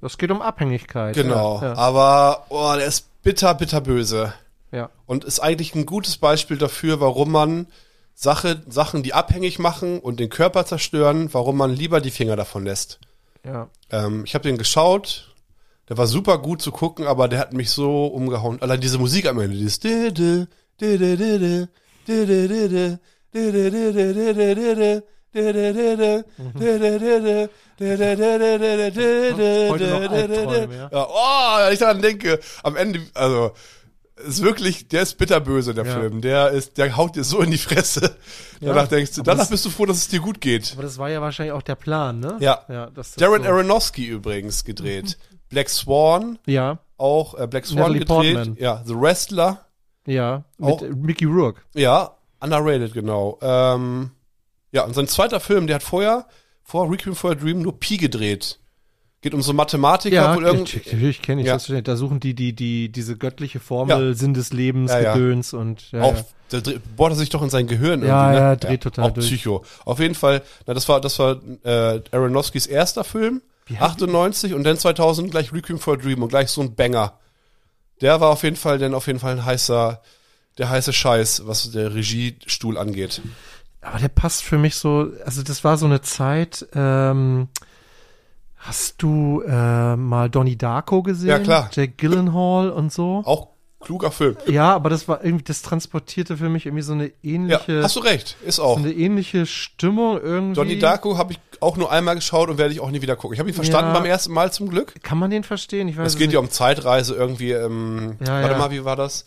Speaker 3: Das geht um Abhängigkeit.
Speaker 4: Genau.
Speaker 3: Ja. Ja.
Speaker 4: Aber, oh, der ist bitter, bitter böse.
Speaker 3: ja.
Speaker 4: und ist eigentlich ein gutes Beispiel dafür, warum man Sache, Sachen, die abhängig machen und den Körper zerstören, warum man lieber die Finger davon lässt.
Speaker 3: ja.
Speaker 4: Ähm, ich habe den geschaut, der war super gut zu gucken, aber der hat mich so umgehauen. Allein diese Musik am Ende, dieses di- di- di- di- di- di- di- di- di- di- di- di- di- di- di- di- di-
Speaker 3: Albträume, ja.
Speaker 4: Ja, oh, wenn ich daran denke, am Ende, also, ist wirklich, der ist bitterböse, der
Speaker 3: Ja.
Speaker 4: Film. Der ist, der haut dir so in die Fresse. Danach denkst du, danach
Speaker 3: das-
Speaker 4: bist du froh, dass es dir gut geht.
Speaker 3: Aber das war ja wahrscheinlich auch der Plan, ne?
Speaker 4: Ja.
Speaker 3: ja dass das
Speaker 4: Darren
Speaker 3: so-
Speaker 4: Aronofsky übrigens gedreht. Black Swan,
Speaker 3: Ja,
Speaker 4: auch, äh, Black Swan
Speaker 3: Natalie
Speaker 4: gedreht.
Speaker 3: Portman.
Speaker 4: Ja, The Wrestler.
Speaker 3: ja.
Speaker 4: Auch-
Speaker 3: Mit äh, Mickey Rourke.
Speaker 4: Ja, underrated, genau. Ähm, ja, und sein zweiter Film, der hat vorher, vor Requiem for a Dream, nur Pi gedreht. Geht um so Mathematiker,
Speaker 3: Ja,
Speaker 4: wo irgend
Speaker 3: natürlich natürlich kenne ich
Speaker 4: Ja.
Speaker 3: das. Da suchen die, die, die, diese göttliche Formel, Sinn des Lebens,
Speaker 4: Ja, ja.
Speaker 3: Gedöns und ja,
Speaker 4: auch,
Speaker 3: ja.
Speaker 4: da dre- bohrt er sich doch in sein Gehirn
Speaker 3: Ja,
Speaker 4: irgendwie, ne?
Speaker 3: ja, dreht total
Speaker 4: Auch
Speaker 3: durch.
Speaker 4: Psycho. Auf jeden Fall, na, das war, das war äh, Aronofskis erster Film, 98 und dann 2000 gleich Requiem for a Dream und gleich so ein Banger. Der war auf jeden Fall, denn auf jeden Fall ein heißer, der heiße Scheiß, was der Regiestuhl angeht.
Speaker 3: Aber der passt für mich so, also das war so eine Zeit, ähm, hast du äh, mal Donnie Darko gesehen?
Speaker 4: Ja, klar.
Speaker 3: Jack Gyllenhaal und so.
Speaker 4: Auch kluger Film.
Speaker 3: Ja, aber das war irgendwie, das transportierte für mich irgendwie so eine
Speaker 4: Ja,
Speaker 3: ähnliche,
Speaker 4: hast du recht, ist
Speaker 3: so
Speaker 4: auch.
Speaker 3: eine ähnliche Stimmung irgendwie.
Speaker 4: Donnie Darko habe ich auch nur einmal geschaut und werde ich auch nie wieder gucken. Ich habe ihn verstanden
Speaker 3: Ja.
Speaker 4: beim ersten Mal zum Glück.
Speaker 3: Kann man den verstehen? Ich weiß
Speaker 4: Es geht
Speaker 3: nicht.
Speaker 4: ja um Zeitreise irgendwie. Ähm,
Speaker 3: Ja,
Speaker 4: warte
Speaker 3: ja.
Speaker 4: mal, wie war das?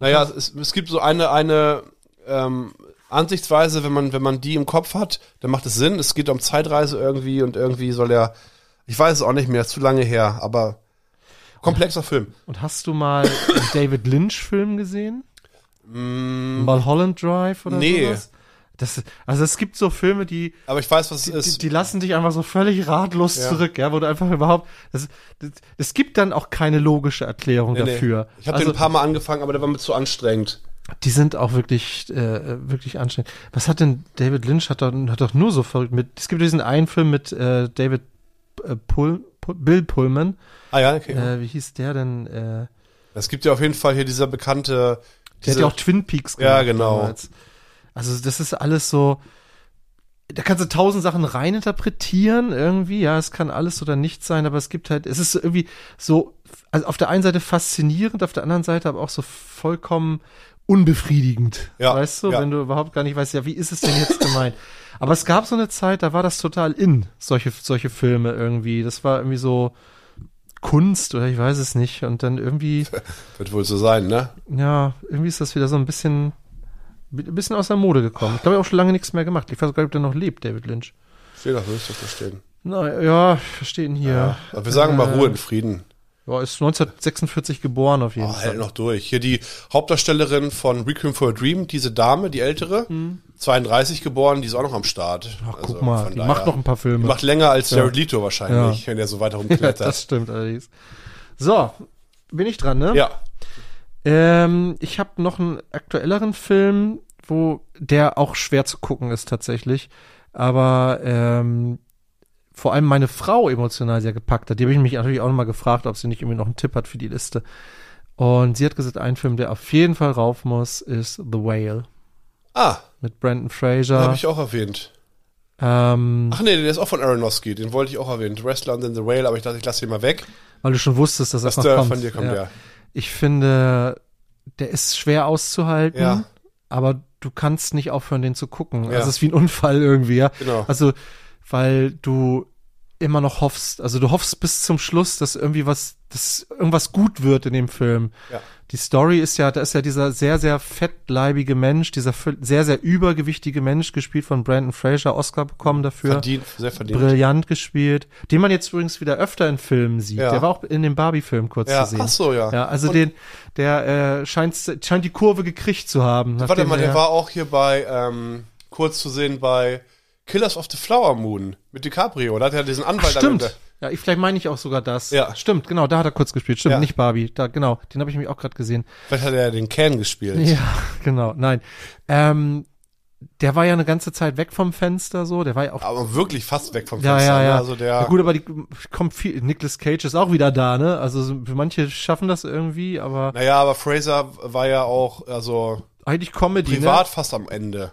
Speaker 4: Naja, es, es gibt so eine, eine ähm, Ansichtsweise, wenn man, wenn man die im Kopf hat, dann macht es Sinn. Es geht um Zeitreise irgendwie und irgendwie soll er. Ich weiß es auch nicht mehr, ist zu lange her, aber komplexer Film.
Speaker 3: Und hast du mal
Speaker 4: (coughs)
Speaker 3: einen David Lynch-Film gesehen?
Speaker 4: Mm,
Speaker 3: Mulholland Drive oder
Speaker 4: Nee.
Speaker 3: sowas? Das, also es gibt so Filme, die,
Speaker 4: aber ich weiß, was es
Speaker 3: die,
Speaker 4: ist.
Speaker 3: die lassen dich einfach so völlig ratlos
Speaker 4: Ja.
Speaker 3: zurück, ja, wo du einfach überhaupt. Das, das, es gibt dann auch keine logische Erklärung
Speaker 4: Nee, nee.
Speaker 3: dafür.
Speaker 4: Ich habe
Speaker 3: also,
Speaker 4: den ein paar Mal angefangen, aber der war mir zu anstrengend.
Speaker 3: die sind auch wirklich, äh, wirklich anstrengend. Was hat denn David Lynch hat doch, hat doch nur so verrückt mit. Es gibt diesen einen Film mit äh, David äh, Pull, Pull, Bill Pullman.
Speaker 4: Ah ja, okay.
Speaker 3: Äh, wie hieß der denn? Äh,
Speaker 4: Es gibt ja auf jeden Fall hier dieser bekannte.
Speaker 3: Der hat
Speaker 4: diese-
Speaker 3: ja auch Twin Peaks
Speaker 4: Ja, genau.
Speaker 3: Also das ist alles so, da kannst du tausend Sachen reininterpretieren irgendwie. Ja, es kann alles oder nichts sein, aber es gibt halt, es ist irgendwie so, also auf der einen Seite faszinierend, auf der anderen Seite aber auch so vollkommen unbefriedigend.
Speaker 4: Ja,
Speaker 3: weißt du,
Speaker 4: ja.
Speaker 3: wenn du überhaupt gar nicht weißt, ja, wie ist es denn jetzt gemeint? Aber es gab so eine Zeit, da war das total in, solche, solche Filme irgendwie. Das war irgendwie so Kunst oder ich weiß es nicht. Und dann irgendwie
Speaker 4: Wird wohl so sein, ne?
Speaker 3: ja, irgendwie ist das wieder so ein bisschen, ein bisschen aus der Mode gekommen. Ich glaube, er hat auch schon lange nichts mehr gemacht. Ich weiß gar nicht, ob der noch lebt, David Lynch.
Speaker 4: Steht doch, wirst du verstehen.
Speaker 3: Na, ja, ich verstehe ihn hier.
Speaker 4: Aber wir sagen mal
Speaker 3: Äh,
Speaker 4: Ruhe in Frieden.
Speaker 3: Ja, ist 1946 geboren auf jeden
Speaker 4: Oh,
Speaker 3: Fall.
Speaker 4: hält noch durch. Hier die Hauptdarstellerin von Requiem for a Dream, diese Dame, die ältere, 32 geboren, die ist auch noch am Start.
Speaker 3: Ach, guck mal, die macht noch ein paar Filme.
Speaker 4: Die also
Speaker 3: (laughs)
Speaker 4: macht länger als Jared Leto wahrscheinlich,
Speaker 3: Ja.
Speaker 4: wenn er so weiter
Speaker 3: ja,
Speaker 4: rumklettert.
Speaker 3: (laughs)
Speaker 4: Ja,
Speaker 3: das stimmt allerdings. So, bin ich dran, ne?
Speaker 4: ja.
Speaker 3: Ähm, ich habe noch einen aktuelleren Film, wo der auch schwer zu gucken ist tatsächlich, aber ähm, vor allem meine Frau emotional sehr gepackt hat. Die habe ich mich natürlich auch nochmal gefragt, ob sie nicht irgendwie noch einen Tipp hat für die Liste. Und sie hat gesagt, ein Film, der auf jeden Fall rauf muss, ist The Whale
Speaker 4: Ah,
Speaker 3: mit Brandon
Speaker 4: den
Speaker 3: Fraser.
Speaker 4: habe ich auch erwähnt.
Speaker 3: Ähm,
Speaker 4: Ach nee, der ist auch von Aronofsky, den wollte ich auch erwähnen. The Wrestler and then the Rail, aber ich dachte, ich lasse ihn mal weg.
Speaker 3: weil du schon wusstest, dass das
Speaker 4: Dass
Speaker 3: noch
Speaker 4: der
Speaker 3: kommt.
Speaker 4: von dir kommt, ja.
Speaker 3: Ich finde, der ist schwer auszuhalten,
Speaker 4: Ja.
Speaker 3: aber du kannst nicht aufhören, den zu gucken.
Speaker 4: Ja.
Speaker 3: Also es ist wie ein Unfall irgendwie, ja.
Speaker 4: Genau.
Speaker 3: Also, weil du immer noch hoffst, also du hoffst bis zum Schluss, dass irgendwie was, dass irgendwas gut wird in dem Film.
Speaker 4: Ja.
Speaker 3: Die Story ist ja, da ist ja dieser sehr, sehr fettleibige Mensch, dieser fe- sehr, sehr übergewichtige Mensch, gespielt von Brandon Fraser, Oscar bekommen dafür.
Speaker 4: Verdient, sehr verdient.
Speaker 3: Brillant gespielt, den man jetzt übrigens wieder öfter in Filmen sieht.
Speaker 4: Ja.
Speaker 3: Der war auch in dem Barbie-Film kurz
Speaker 4: Ja,
Speaker 3: zu sehen.
Speaker 4: ach so, ja.
Speaker 3: Ja, also
Speaker 4: Und-
Speaker 3: den, der äh, scheint, scheint die Kurve gekriegt zu haben.
Speaker 4: Warte
Speaker 3: nachdem
Speaker 4: mal, der
Speaker 3: er-
Speaker 4: war auch hier bei, ähm, kurz zu sehen bei Killers of the Flower Moon mit DiCaprio. Da hat er diesen
Speaker 3: Ach,
Speaker 4: Anwalt am Ende.
Speaker 3: stimmt. Ja, ich, vielleicht meine ich auch sogar das.
Speaker 4: Ja.
Speaker 3: Stimmt, genau, da hat er kurz gespielt. Stimmt,
Speaker 4: Ja.
Speaker 3: nicht Barbie. Da, genau, den habe ich nämlich auch gerade gesehen.
Speaker 4: Vielleicht hat er ja den Can gespielt.
Speaker 3: Ja, (laughs) genau, nein. Ähm, der war ja eine ganze Zeit weg vom Fenster so. Der war ja auch.
Speaker 4: Aber wirklich fast weg vom
Speaker 3: Ja,
Speaker 4: Fenster.
Speaker 3: ja,
Speaker 4: ne?
Speaker 3: ja.
Speaker 4: Also der,
Speaker 3: ja, gut, aber die kommt viel. Nicolas Cage ist auch wieder da, ne? Also so- manche schaffen das irgendwie, aber
Speaker 4: Naja, aber Fraser war ja auch, also
Speaker 3: eigentlich Comedy.
Speaker 4: privat
Speaker 3: ne?
Speaker 4: fast am Ende.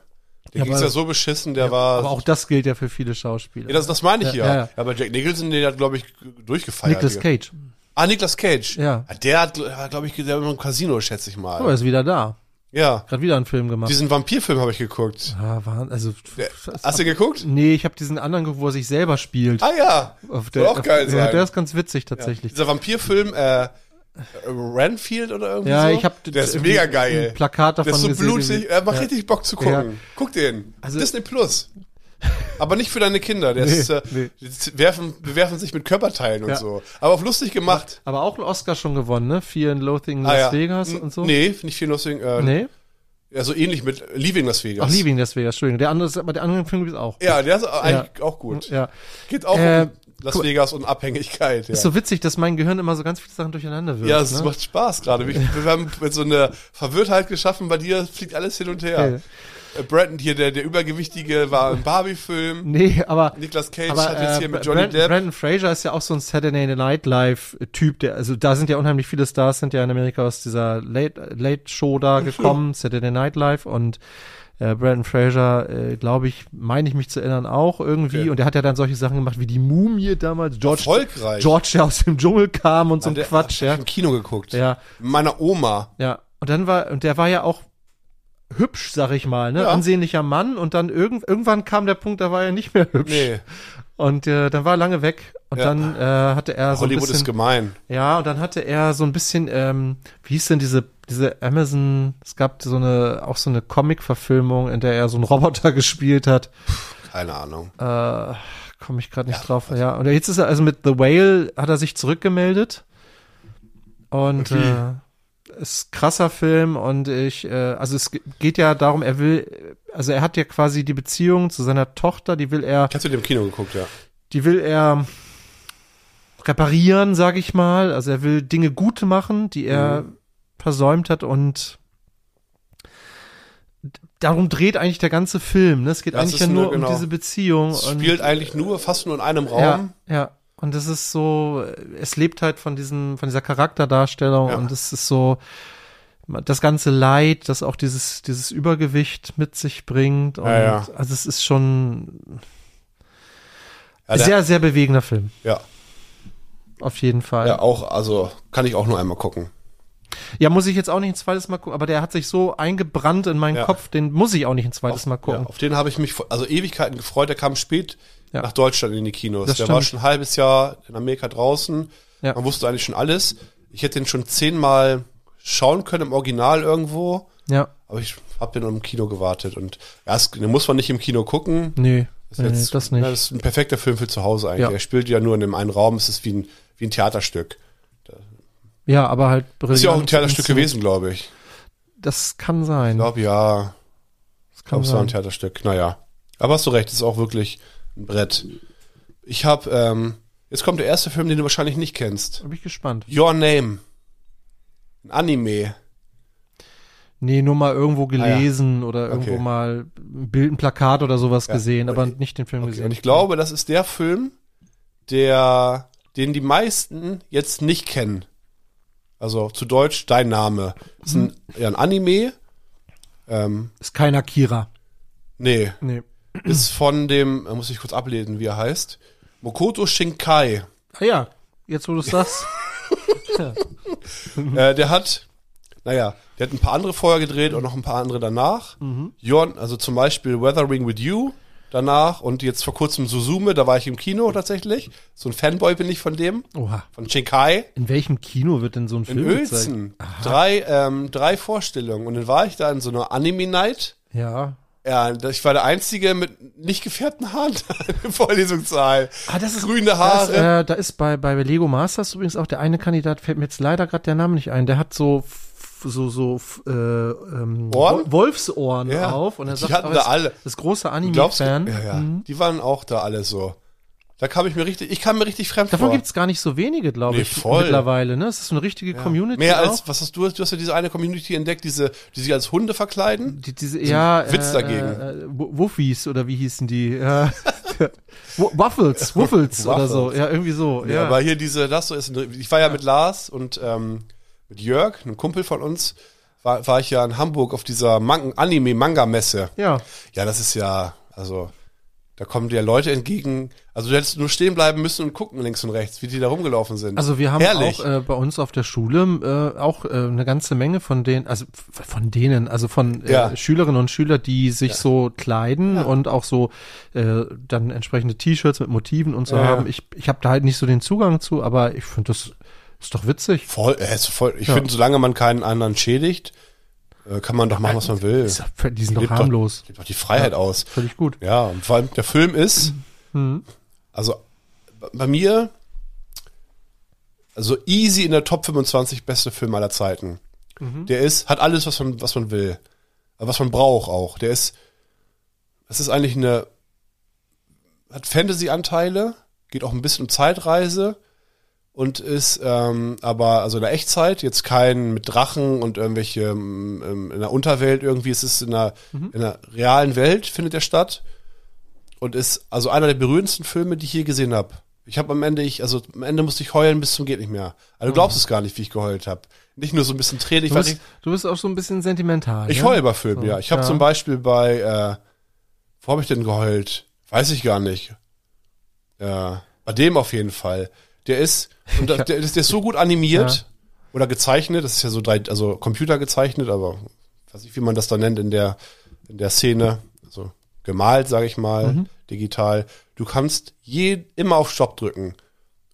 Speaker 3: Ja,
Speaker 4: Der ging's
Speaker 3: aber-
Speaker 4: ja so beschissen, der war.
Speaker 3: Aber auch das gilt ja für viele Schauspieler.
Speaker 4: ja, das, das meine ich
Speaker 3: Ja,
Speaker 4: ja.
Speaker 3: ja,
Speaker 4: Ja,
Speaker 3: ja.
Speaker 4: Aber Jack Nicholson, der hat, glaube ich, durchgefeiert.
Speaker 3: Nicolas
Speaker 4: hier.
Speaker 3: Cage.
Speaker 4: Ah, Niklas Cage.
Speaker 3: Ja.
Speaker 4: Der hat, glaube ich, der war im Casino, schätze ich mal.
Speaker 3: Oh, er ist wieder da.
Speaker 4: Ja.
Speaker 3: Gerade wieder einen Film gemacht.
Speaker 4: Diesen Vampirfilm habe ich geguckt.
Speaker 3: ah, war, also,
Speaker 4: Hast du geguckt?
Speaker 3: nee, ich habe diesen anderen geguckt, wo er sich selber spielt.
Speaker 4: Ah ja.
Speaker 3: Auf
Speaker 4: soll auch geil
Speaker 3: auf,
Speaker 4: sein.
Speaker 3: Ja, der ist ganz witzig tatsächlich.
Speaker 4: Dieser Vampirfilm, äh, Renfield oder irgendwie
Speaker 3: Ja,
Speaker 4: so?
Speaker 3: ich hab
Speaker 4: Der ist
Speaker 3: irgendwie
Speaker 4: mega
Speaker 3: ein
Speaker 4: geil.
Speaker 3: Plakat davon
Speaker 4: Der ist so
Speaker 3: gesehen,
Speaker 4: blutig.
Speaker 3: irgendwie.
Speaker 4: Er macht
Speaker 3: Ja.
Speaker 4: richtig Bock zu gucken.
Speaker 3: Ja.
Speaker 4: Guck den.
Speaker 3: Also-
Speaker 4: Disney Plus. Aber nicht für deine Kinder. Der
Speaker 3: (laughs) Nee,
Speaker 4: ist, äh,
Speaker 3: nee.
Speaker 4: die z- werfen, bewerfen sich mit Körperteilen und
Speaker 3: Ja.
Speaker 4: so. Aber auf lustig gemacht.
Speaker 3: Aber auch einen Oscar schon gewonnen, ne? Fear and Loathing in
Speaker 4: Ah,
Speaker 3: Las
Speaker 4: ja.
Speaker 3: Vegas
Speaker 4: N-
Speaker 3: und so.
Speaker 4: Nee, nicht viel lustig. Äh,
Speaker 3: Nee?
Speaker 4: Ja, so ähnlich mit Leaving Las Vegas.
Speaker 3: Ach, Leaving Las Vegas, Entschuldigung. Der andere, ist- aber der andere Film gibt es auch.
Speaker 4: Ja, der ist eigentlich auch gut.
Speaker 3: Ja.
Speaker 4: Geht auch
Speaker 3: Äh,
Speaker 4: um Las Vegas und Abhängigkeit. Ja.
Speaker 3: Ist so witzig, dass mein Gehirn immer so ganz viele Sachen durcheinander wirft.
Speaker 4: Ja, es
Speaker 3: ne?
Speaker 4: macht Spaß gerade. Wir, wir haben mit so eine Verwirrtheit geschaffen, bei dir fliegt alles hin und her. Äh, Brandon hier, der, der Übergewichtige, war im
Speaker 3: (laughs)
Speaker 4: Barbie-Film.
Speaker 3: Nee, aber.
Speaker 4: Nicolas Cage
Speaker 3: aber, äh,
Speaker 4: hat jetzt hier mit
Speaker 3: Bra-
Speaker 4: Johnny
Speaker 3: Brand-
Speaker 4: Depp.
Speaker 3: Brandon Fraser ist ja auch so ein Saturday Night Live-Typ, der, also da sind ja unheimlich viele Stars, sind ja in Amerika aus dieser Late, Late Show
Speaker 4: (laughs)
Speaker 3: da gekommen, Saturday Night Live und äh, Brandon Fraser, äh, glaube ich, meine ich mich zu erinnern, auch irgendwie.
Speaker 4: Okay.
Speaker 3: Und der hat ja dann solche Sachen gemacht wie die Mumie damals, George,
Speaker 4: Erfolgreich. Ah,
Speaker 3: George, der aus dem Dschungel kam und so ein
Speaker 4: Der-
Speaker 3: Quatsch,
Speaker 4: hab
Speaker 3: ja.
Speaker 4: ich Im Kino geguckt.
Speaker 3: Ja,
Speaker 4: Mit Meiner Oma.
Speaker 3: ja. Und dann war, und der war ja auch hübsch, sag ich mal, ne?
Speaker 4: Ja.
Speaker 3: Ansehnlicher Mann und dann irgend, irgendwann kam der Punkt, da war er nicht mehr hübsch.
Speaker 4: Nee,
Speaker 3: Und äh, dann war er lange weg und
Speaker 4: Ja.
Speaker 3: dann äh, hatte er so ein
Speaker 4: Hollywood ist
Speaker 3: bisschen,
Speaker 4: gemein.
Speaker 3: ja und dann hatte er so ein bisschen ähm, wie hieß denn diese diese Amazon es gab so eine auch so eine Comic Verfilmung in der er so einen Roboter (laughs) gespielt hat
Speaker 4: Keine Ahnung.
Speaker 3: äh, komme ich gerade nicht drauf ja und jetzt ist er also mit The Whale hat er sich zurückgemeldet und äh, ist krasser Film und ich äh, also es ge- geht ja darum er will also er hat ja quasi die Beziehung zu seiner Tochter die will er
Speaker 4: Ich hab zu dem Kino geguckt, ja.
Speaker 3: die will er reparieren, sag ich mal. Also er will Dinge gut machen, die er
Speaker 4: Mhm.
Speaker 3: versäumt hat und d- darum dreht eigentlich der ganze Film. Ne? Es geht
Speaker 4: Das
Speaker 3: eigentlich
Speaker 4: ist
Speaker 3: ja
Speaker 4: nur-
Speaker 3: nur,
Speaker 4: genau.
Speaker 3: um diese Beziehung.
Speaker 4: Es
Speaker 3: und,
Speaker 4: spielt eigentlich nur, fast nur in einem Raum.
Speaker 3: ja, ja. Und das ist so, es lebt halt von diesem, von dieser Charakterdarstellung
Speaker 4: Ja.
Speaker 3: und es ist so, das ganze Leid, das auch dieses, dieses Übergewicht mit sich bringt. Und
Speaker 4: Ja, ja.
Speaker 3: Also es ist schon
Speaker 4: Ja, der-
Speaker 3: sehr, sehr bewegender Film.
Speaker 4: ja.
Speaker 3: Auf jeden Fall.
Speaker 4: ja,
Speaker 3: Ja.
Speaker 4: auch, also kann ich auch nur einmal gucken.
Speaker 3: muss ich jetzt auch nicht ein zweites Mal gucken, aber der hat sich so eingebrannt in meinen
Speaker 4: Ja.
Speaker 3: Kopf, den muss ich auch nicht ein zweites Mal
Speaker 4: Ja,
Speaker 3: gucken.
Speaker 4: auf den habe ich mich vor- also Ewigkeiten gefreut. Der kam spät
Speaker 3: Ja.
Speaker 4: nach Deutschland in die Kinos.
Speaker 3: Das
Speaker 4: der
Speaker 3: stimmt.
Speaker 4: war schon ein halbes Jahr in Amerika draußen.
Speaker 3: Ja.
Speaker 4: Man wusste eigentlich schon alles. Ich hätte den schon zehnmal schauen können im Original irgendwo,
Speaker 3: Ja.
Speaker 4: aber ich habe den im Kino gewartet. Und ja, es, den muss man nicht im Kino gucken.
Speaker 3: Nee, nee,
Speaker 4: jetzt-
Speaker 3: das nicht.
Speaker 4: Ja, das ist ein perfekter Film für zu Hause eigentlich.
Speaker 3: Ja.
Speaker 4: Er spielt ja nur in dem einen Raum. Es ist wie ein, wie ein Theaterstück.
Speaker 3: ja, aber halt brillant.
Speaker 4: Ist ja auch ein Theaterstück
Speaker 3: inszeniert.
Speaker 4: gewesen, glaube ich.
Speaker 3: Das kann sein.
Speaker 4: Ich glaube, ja.
Speaker 3: das
Speaker 4: Ich
Speaker 3: kann
Speaker 4: glaube, es war
Speaker 3: sein.
Speaker 4: ein Theaterstück. Naja. Aber hast du recht, es ist auch wirklich ein Brett. Ich habe, ähm, jetzt kommt der erste Film, den du wahrscheinlich nicht kennst.
Speaker 3: Bin ich gespannt.
Speaker 4: Your Name. Ein Anime.
Speaker 3: Nee, nur mal irgendwo gelesen oder irgendwo
Speaker 4: Ah, Okay.
Speaker 3: mal ein Bild, ein Plakat oder sowas
Speaker 4: Ja,
Speaker 3: gesehen, aber
Speaker 4: okay.
Speaker 3: nicht den Film
Speaker 4: Okay.
Speaker 3: gesehen.
Speaker 4: Und ich glaube, das ist der Film, der, den die meisten jetzt nicht kennen. Also zu Deutsch, dein Name. Ist ein, ja, ein Anime. Ähm,
Speaker 3: ist kein Akira.
Speaker 4: nee.
Speaker 3: Nee.
Speaker 4: Ist von dem, da muss ich kurz ablesen, wie er heißt. Mokoto Shinkai.
Speaker 3: Ah ja, jetzt
Speaker 4: (laughs)
Speaker 3: wo du es sagst.
Speaker 4: Äh, der hat, naja, der hat ein paar andere vorher gedreht und noch ein paar andere danach. Jorn, also zum Beispiel Weathering with You danach und jetzt vor kurzem Suzume, da war ich im Kino tatsächlich. So ein Fanboy bin ich von dem,
Speaker 3: Oha.
Speaker 4: von Shinkai.
Speaker 3: In welchem Kino wird denn so ein
Speaker 4: In
Speaker 3: Film gezeigt?
Speaker 4: Uelzen. Drei, ähm, drei Vorstellungen. Und dann war ich da in so einer Anime-Night.
Speaker 3: Ja.
Speaker 4: Ja, ich war der Einzige mit nicht gefärbten Haaren (laughs) im Vorlesungssaal. Ah, Grüne Haare.
Speaker 3: Ah, Das, äh, da ist bei, bei Lego Masters übrigens auch der eine Kandidat, fällt mir jetzt leider gerade der Name nicht ein, der hat so f- so so f- äh, ähm,
Speaker 4: Ohren?
Speaker 3: Wolfsohren
Speaker 4: Ja.
Speaker 3: auf und er
Speaker 4: Die
Speaker 3: sagt
Speaker 4: hatten
Speaker 3: auch,
Speaker 4: da
Speaker 3: das-
Speaker 4: alle.
Speaker 3: das große
Speaker 4: Glaubst du? Ja,
Speaker 3: Anime-Fan.
Speaker 4: ja.
Speaker 3: Mhm.
Speaker 4: Die waren auch da alle so. Da kam ich mir richtig, ich kam mir richtig fremd
Speaker 3: Davon
Speaker 4: vor.
Speaker 3: gibt's gar nicht so wenige, glaube
Speaker 4: Nee,
Speaker 3: ich,
Speaker 4: voll.
Speaker 3: mittlerweile. Ne? Es ist eine richtige Community.
Speaker 4: Mehr
Speaker 3: auch.
Speaker 4: als, was hast du, du hast ja diese eine Community entdeckt, diese, die sich als Hunde verkleiden.
Speaker 3: Die, diese, ja,
Speaker 4: Witz
Speaker 3: äh,
Speaker 4: dagegen.
Speaker 3: Äh, Wu- Wuffies oder wie hießen die? Ja. (laughs) Wu- Waffles, Wuffles oder so. Ja, irgendwie so.
Speaker 4: Ja.
Speaker 3: Ja,
Speaker 4: Aber hier diese, das so ist, ein- ich war ja, mit Lars und ähm, mit Jörg, einem Kumpel von uns, war, war ich ja in Hamburg auf dieser Man Anime-Manga-Messe.
Speaker 3: ja.
Speaker 4: Ja, das ist ja, also, Da kommen dir Leute entgegen. Also du hättest nur stehen bleiben müssen und gucken links und rechts, wie die da rumgelaufen sind.
Speaker 3: Also wir haben
Speaker 4: Hm. Herrlich.
Speaker 3: auch äh, bei uns auf der Schule äh, auch äh, eine ganze Menge von denen, also f- von denen, also von äh,
Speaker 4: Ja.
Speaker 3: Schülerinnen und Schülern, die sich so kleiden und auch so äh, dann entsprechende T-Shirts mit Motiven und so
Speaker 4: Ja.
Speaker 3: haben. Ich, ich habe da halt nicht so den Zugang zu, aber ich finde das ist doch witzig.
Speaker 4: voll, äh, ist voll. Ich
Speaker 3: Ja.
Speaker 4: finde, solange man keinen anderen schädigt, äh, kann man doch machen, was man will.
Speaker 3: Ist doch- Die sind doch
Speaker 4: Lebt doch-
Speaker 3: harmlos.
Speaker 4: Lebt doch die Freiheit aus.
Speaker 3: Völlig gut.
Speaker 4: Ja, und vor allem der Film ist,
Speaker 3: Mhm.
Speaker 4: also b- bei mir, also easy in der Top 25 beste Film aller Zeiten.
Speaker 3: Mhm.
Speaker 4: Der ist, hat alles, was man, was man will. Aber Was man braucht auch. Der ist, es ist eigentlich eine, hat Fantasy-Anteile, geht auch ein bisschen um Zeitreise und ist ähm, aber, also in der Echtzeit, jetzt kein mit Drachen und irgendwelche ähm, ähm, in der Unterwelt irgendwie, es ist in der, in der realen Welt findet der statt und ist also einer der berührendsten Filme, die ich je gesehen habe. Ich habe am Ende, ich, also am Ende musste ich heulen bis zum geht nicht mehr. Also du glaubst es gar nicht, wie ich geheult habe. Nicht nur so ein bisschen Tränen, ich
Speaker 3: Du
Speaker 4: war
Speaker 3: bist, du bist auch so ein bisschen sentimental.
Speaker 4: ich
Speaker 3: ne?
Speaker 4: heule bei Filmen, ja. Ich habe
Speaker 3: ja.
Speaker 4: zum Beispiel bei, äh, wo habe ich denn geheult? Weiß ich gar nicht. Ja, bei dem auf jeden Fall. Der ist,
Speaker 3: (laughs)
Speaker 4: und der, der ist der ist so gut animiert oder gezeichnet, das ist ja so drei, also Computer gezeichnet, aber weiß nicht, wie man das da nennt in der, in der Szene, also gemalt, sage ich mal,
Speaker 3: Mhm.
Speaker 4: digital. Du kannst je, immer auf Stopp drücken.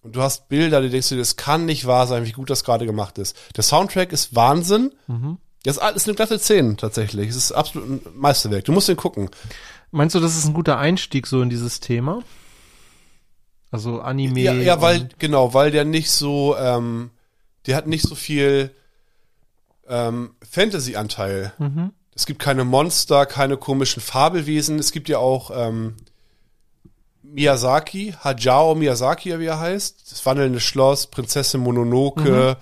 Speaker 4: Und du hast Bilder, die denkst du, dir, das kann nicht wahr sein, wie gut das gerade gemacht ist. Der Soundtrack ist Wahnsinn. Das ist alles eine glatte 10 tatsächlich. Es ist absolut ein Meisterwerk. Du musst den gucken.
Speaker 3: Meinst du, das ist ein guter Einstieg so in dieses Thema? Also Anime.
Speaker 4: ja, ja, weil,
Speaker 3: und-
Speaker 4: genau, weil der nicht so, ähm, der hat nicht so viel ähm, Fantasy-Anteil. Es gibt keine Monster, keine komischen Fabelwesen. Es gibt ja auch ähm, Miyazaki, Hajao Miyazaki, wie er heißt. Das wandelnde Schloss, Prinzessin Mononoke.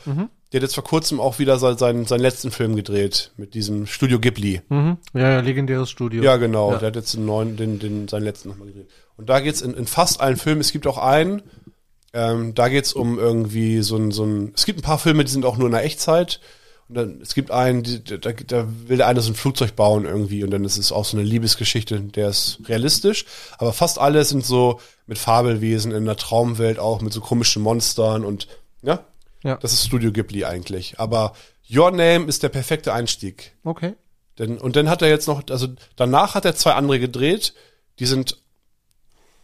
Speaker 4: Der hat jetzt vor kurzem auch wieder sein- seinen, seinen letzten Film gedreht mit diesem Studio Ghibli.
Speaker 3: Mhm. Ja, ja, legendäres Studio.
Speaker 4: Ja, genau.
Speaker 3: Ja.
Speaker 4: Der hat jetzt den neuen, den, den, seinen letzten nochmal gedreht. Und da geht's in, in fast allen Filmen. Es gibt auch einen, ähm, da geht's um irgendwie so ein, so ein. Es gibt ein paar Filme, die sind auch nur in der Echtzeit. Und dann, es gibt einen, die, da, da will der eine so ein Flugzeug bauen irgendwie und dann ist es auch so eine Liebesgeschichte, der ist realistisch. Aber fast alle sind so mit Fabelwesen in der Traumwelt auch, mit so komischen Monstern und ja.
Speaker 3: Ja.
Speaker 4: Das ist Studio Ghibli eigentlich. Aber Your Name ist der perfekte Einstieg.
Speaker 3: Okay.
Speaker 4: Denn, und dann hat er jetzt noch, also danach hat er zwei andere gedreht, die sind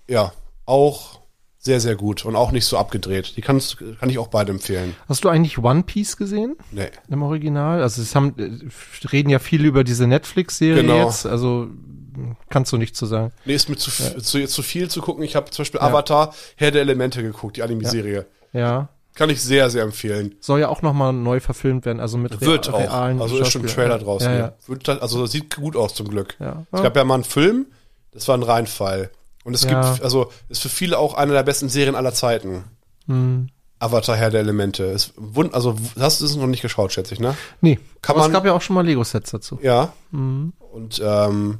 Speaker 4: ja auch sehr, sehr gut und auch nicht so abgedreht. Die kannst, kann ich auch beide empfehlen.
Speaker 3: Hast du eigentlich One Piece gesehen
Speaker 4: Nee.
Speaker 3: im Original? Also es haben äh, reden ja viel über diese Netflix-Serie
Speaker 4: Genau.
Speaker 3: jetzt. Also mh, kannst du nichts zu sagen.
Speaker 4: Nee, ist mir zu, f- zu, zu viel zu gucken. Ich habe zum Beispiel Avatar, Herr der Elemente geguckt, die Anime-Serie.
Speaker 3: Ja.
Speaker 4: Kann ich sehr, sehr empfehlen.
Speaker 3: Soll ja auch nochmal neu verfilmt werden, also mit rea-
Speaker 4: Wird auch.
Speaker 3: realen
Speaker 4: Also ist schon ein
Speaker 3: Schauspielern.
Speaker 4: Trailer draußen.
Speaker 3: Ja,
Speaker 4: ne?
Speaker 3: ja.
Speaker 4: Wird da- also sieht gut aus zum Glück.
Speaker 3: Ja.
Speaker 4: Es gab ja mal einen Film, das war ein Reinfall. Und es
Speaker 3: Ja.
Speaker 4: gibt, also ist für viele auch eine der besten Serien aller Zeiten.
Speaker 3: Mhm.
Speaker 4: Avatar Herr der Elemente. Ist wund also w- hast du es noch nicht geschaut, schätze ich, ne?
Speaker 3: Nee.
Speaker 4: Kann
Speaker 3: Aber
Speaker 4: man-
Speaker 3: es gab ja auch schon mal Lego-Sets dazu.
Speaker 4: Ja.
Speaker 3: Mhm.
Speaker 4: Und ähm,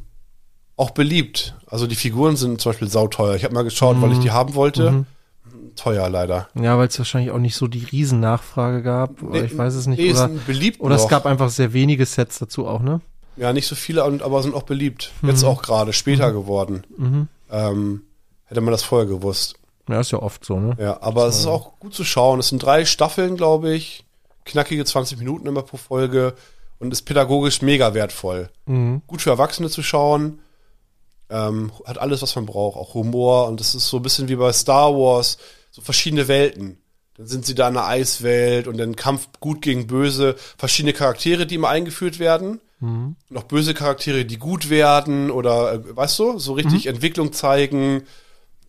Speaker 4: auch beliebt. Also die Figuren sind zum Beispiel sauteuer. Ich habe mal geschaut, weil ich
Speaker 3: Mhm.
Speaker 4: die haben wollte. Teuer leider.
Speaker 3: Ja, weil es wahrscheinlich auch nicht so die Riesennachfrage gab. oder
Speaker 4: Nee,
Speaker 3: ich weiß es nicht.
Speaker 4: nee,
Speaker 3: oder
Speaker 4: sind beliebt
Speaker 3: oder es
Speaker 4: noch.
Speaker 3: gab einfach sehr wenige Sets dazu auch, ne?
Speaker 4: Ja, nicht so viele, und- aber sind auch beliebt.
Speaker 3: Mhm.
Speaker 4: Jetzt auch gerade, später geworden. Ähm, hätte man das vorher gewusst.
Speaker 3: Ja, ist ja oft so, ne?
Speaker 4: Ja, aber es ist auch gut zu schauen. Es sind drei Staffeln, glaube ich. Knackige 20 Minuten immer pro Folge und ist pädagogisch mega wertvoll.
Speaker 3: Mhm.
Speaker 4: Gut für Erwachsene zu schauen. Ähm, hat alles, was man braucht, auch Humor. Und das ist so ein bisschen wie bei Star Wars, so verschiedene Welten. Dann sind sie da in einer Eiswelt und dann Kampf gut gegen böse, verschiedene Charaktere, die immer eingeführt werden. Noch böse Charaktere, die gut werden oder, äh, weißt du, so richtig Entwicklung zeigen.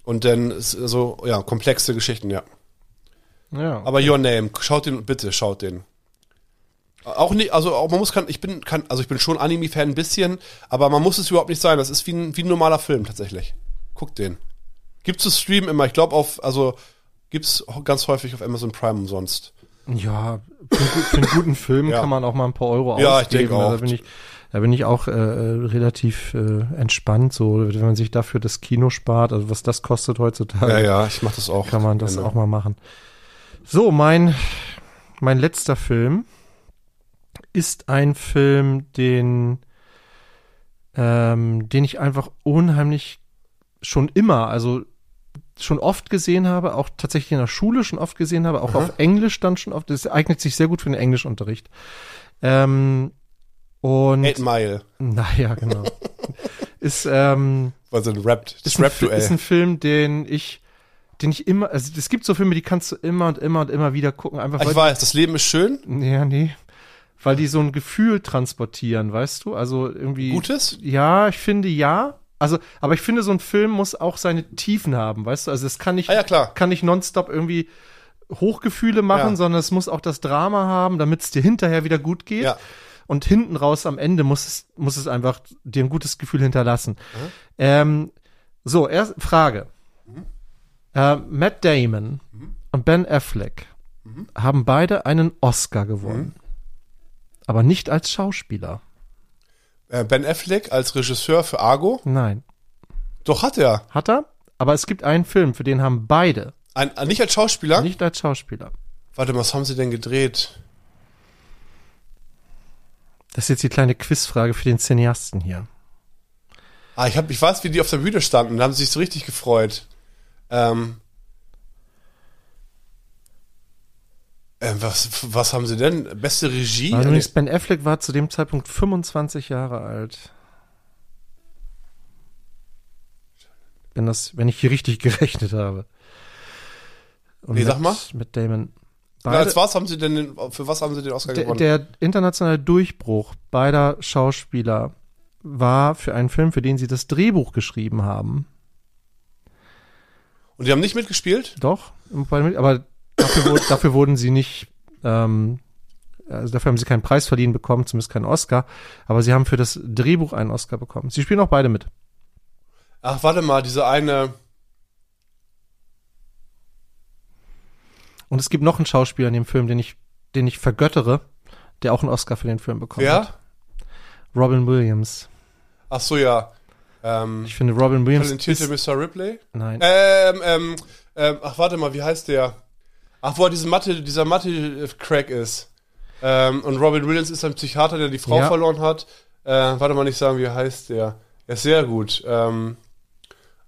Speaker 4: Und dann ist so, ja, komplexe Geschichten, ja.
Speaker 3: Ja.
Speaker 4: Aber Your Name, schaut den, bitte, schaut den. Auch nicht, also auch, man muss kann, ich bin, kann, also ich bin schon Anime-Fan ein bisschen, aber man muss es überhaupt nicht sein. Das ist wie ein, wie ein normaler Film tatsächlich. Guckt den. Gibt's zu streamen immer, ich glaube auf, also gibt's auch ganz häufig auf Amazon Prime umsonst.
Speaker 3: Ja, für, einen gu- für einen guten Film
Speaker 4: (laughs) Ja.
Speaker 3: kann man auch mal ein paar Euro ausgeben.
Speaker 4: Ja, ich denke
Speaker 3: Also
Speaker 4: auch.
Speaker 3: Da bin ich, da bin ich auch äh, äh, relativ äh, entspannt, so wenn man sich dafür das Kino spart, also was das kostet heutzutage,
Speaker 4: ja, ich mach das auch.
Speaker 3: kann man das auch mal machen. So, mein, mein letzter Film ist ein Film, den, ähm, den ich einfach unheimlich schon immer, also schon oft gesehen habe, auch tatsächlich in der Schule schon oft gesehen habe, auch auf Englisch dann schon oft. Das eignet sich sehr gut für den Englischunterricht. Ähm, und (laughs)
Speaker 4: Eight Mile,
Speaker 3: naja, genau. ist, ähm,
Speaker 4: weil so ein äh. Rap, das
Speaker 3: ist, ein, Fi- ist
Speaker 4: Rap-Duell.
Speaker 3: ein Film, den ich, den ich immer, also es gibt so Filme, die kannst du immer und immer und immer wieder gucken, einfach
Speaker 4: Ah, Ich
Speaker 3: weil,
Speaker 4: weiß, das Leben ist schön.
Speaker 3: ja, nee, weil die so ein Gefühl transportieren, weißt du? Also irgendwie
Speaker 4: Gutes?
Speaker 3: Ja, ich finde ja. Also, aber ich finde, so ein Film muss auch seine Tiefen haben, weißt du? Also, es kann nicht,
Speaker 4: Ah ja, klar.
Speaker 3: kann nicht nonstop irgendwie Hochgefühle machen,
Speaker 4: Ja.
Speaker 3: sondern es muss auch das Drama haben, damit es dir hinterher wieder gut geht.
Speaker 4: Ja.
Speaker 3: Und hinten raus am Ende muss es, muss es einfach dir ein gutes Gefühl hinterlassen.
Speaker 4: Mhm.
Speaker 3: Ähm, so, erst Frage. Äh, Matt Damon
Speaker 4: Mhm.
Speaker 3: und Ben Affleck haben beide einen Oscar
Speaker 4: Mhm.
Speaker 3: gewonnen. Aber nicht als Schauspieler.
Speaker 4: Äh, Ben Affleck als Regisseur für Argo.
Speaker 3: Nein.
Speaker 4: Doch hat er.
Speaker 3: Hat er? Aber es gibt einen Film, für den haben beide,
Speaker 4: Ein, äh, nicht als Schauspieler.
Speaker 3: nicht als Schauspieler.
Speaker 4: Warte mal, was haben sie denn gedreht?
Speaker 3: Das ist jetzt die kleine Quizfrage für den Cineasten hier.
Speaker 4: Ah, ich, hab, ich weiß, wie die auf der Bühne standen. Da haben sie sich so richtig gefreut. Ähm, äh, was, was haben sie denn? Beste Regie? Äh,
Speaker 3: Weil
Speaker 4: Nee.
Speaker 3: übrigens Ben Affleck war zu dem Zeitpunkt 25 Jahre alt. Wenn, das, wenn ich hier richtig (laughs) gerechnet habe. Und
Speaker 4: Nee, sag mal.
Speaker 3: Mit Damon.
Speaker 4: Na,
Speaker 3: Beide,
Speaker 4: als was haben sie denn den, für was haben sie den Oscar
Speaker 3: der,
Speaker 4: gewonnen?
Speaker 3: der internationale Durchbruch beider Schauspieler war für einen Film, für den sie das Drehbuch geschrieben haben.
Speaker 4: Und die haben nicht mitgespielt?
Speaker 3: Doch, aber dafür,
Speaker 4: (coughs)
Speaker 3: wurde, dafür wurden sie nicht, ähm, also dafür haben sie keinen Preis verliehen bekommen, zumindest keinen Oscar, aber sie haben für das Drehbuch einen Oscar bekommen. Sie spielen auch beide mit.
Speaker 4: Ach, warte mal, diese eine.
Speaker 3: Und es gibt noch einen Schauspieler in dem Film, den ich, den ich vergöttere, der auch einen Oscar für den Film bekommen hat.
Speaker 4: Wer?
Speaker 3: Robin Williams.
Speaker 4: Ach so, ja. Ähm,
Speaker 3: Ich finde Robin Williams.
Speaker 4: talentierte Mr. Ripley?
Speaker 3: Nein.
Speaker 4: Ähm, ähm, ähm, ach, warte mal, wie heißt der? Ach, wo er diese Mathe, dieser Mathe-Crack ist. Ähm, und Robin Williams ist ein Psychiater, der die Frau
Speaker 3: Ja.
Speaker 4: verloren hat. Äh, warte mal, nicht sagen, wie heißt der? Er ist sehr gut. Ähm,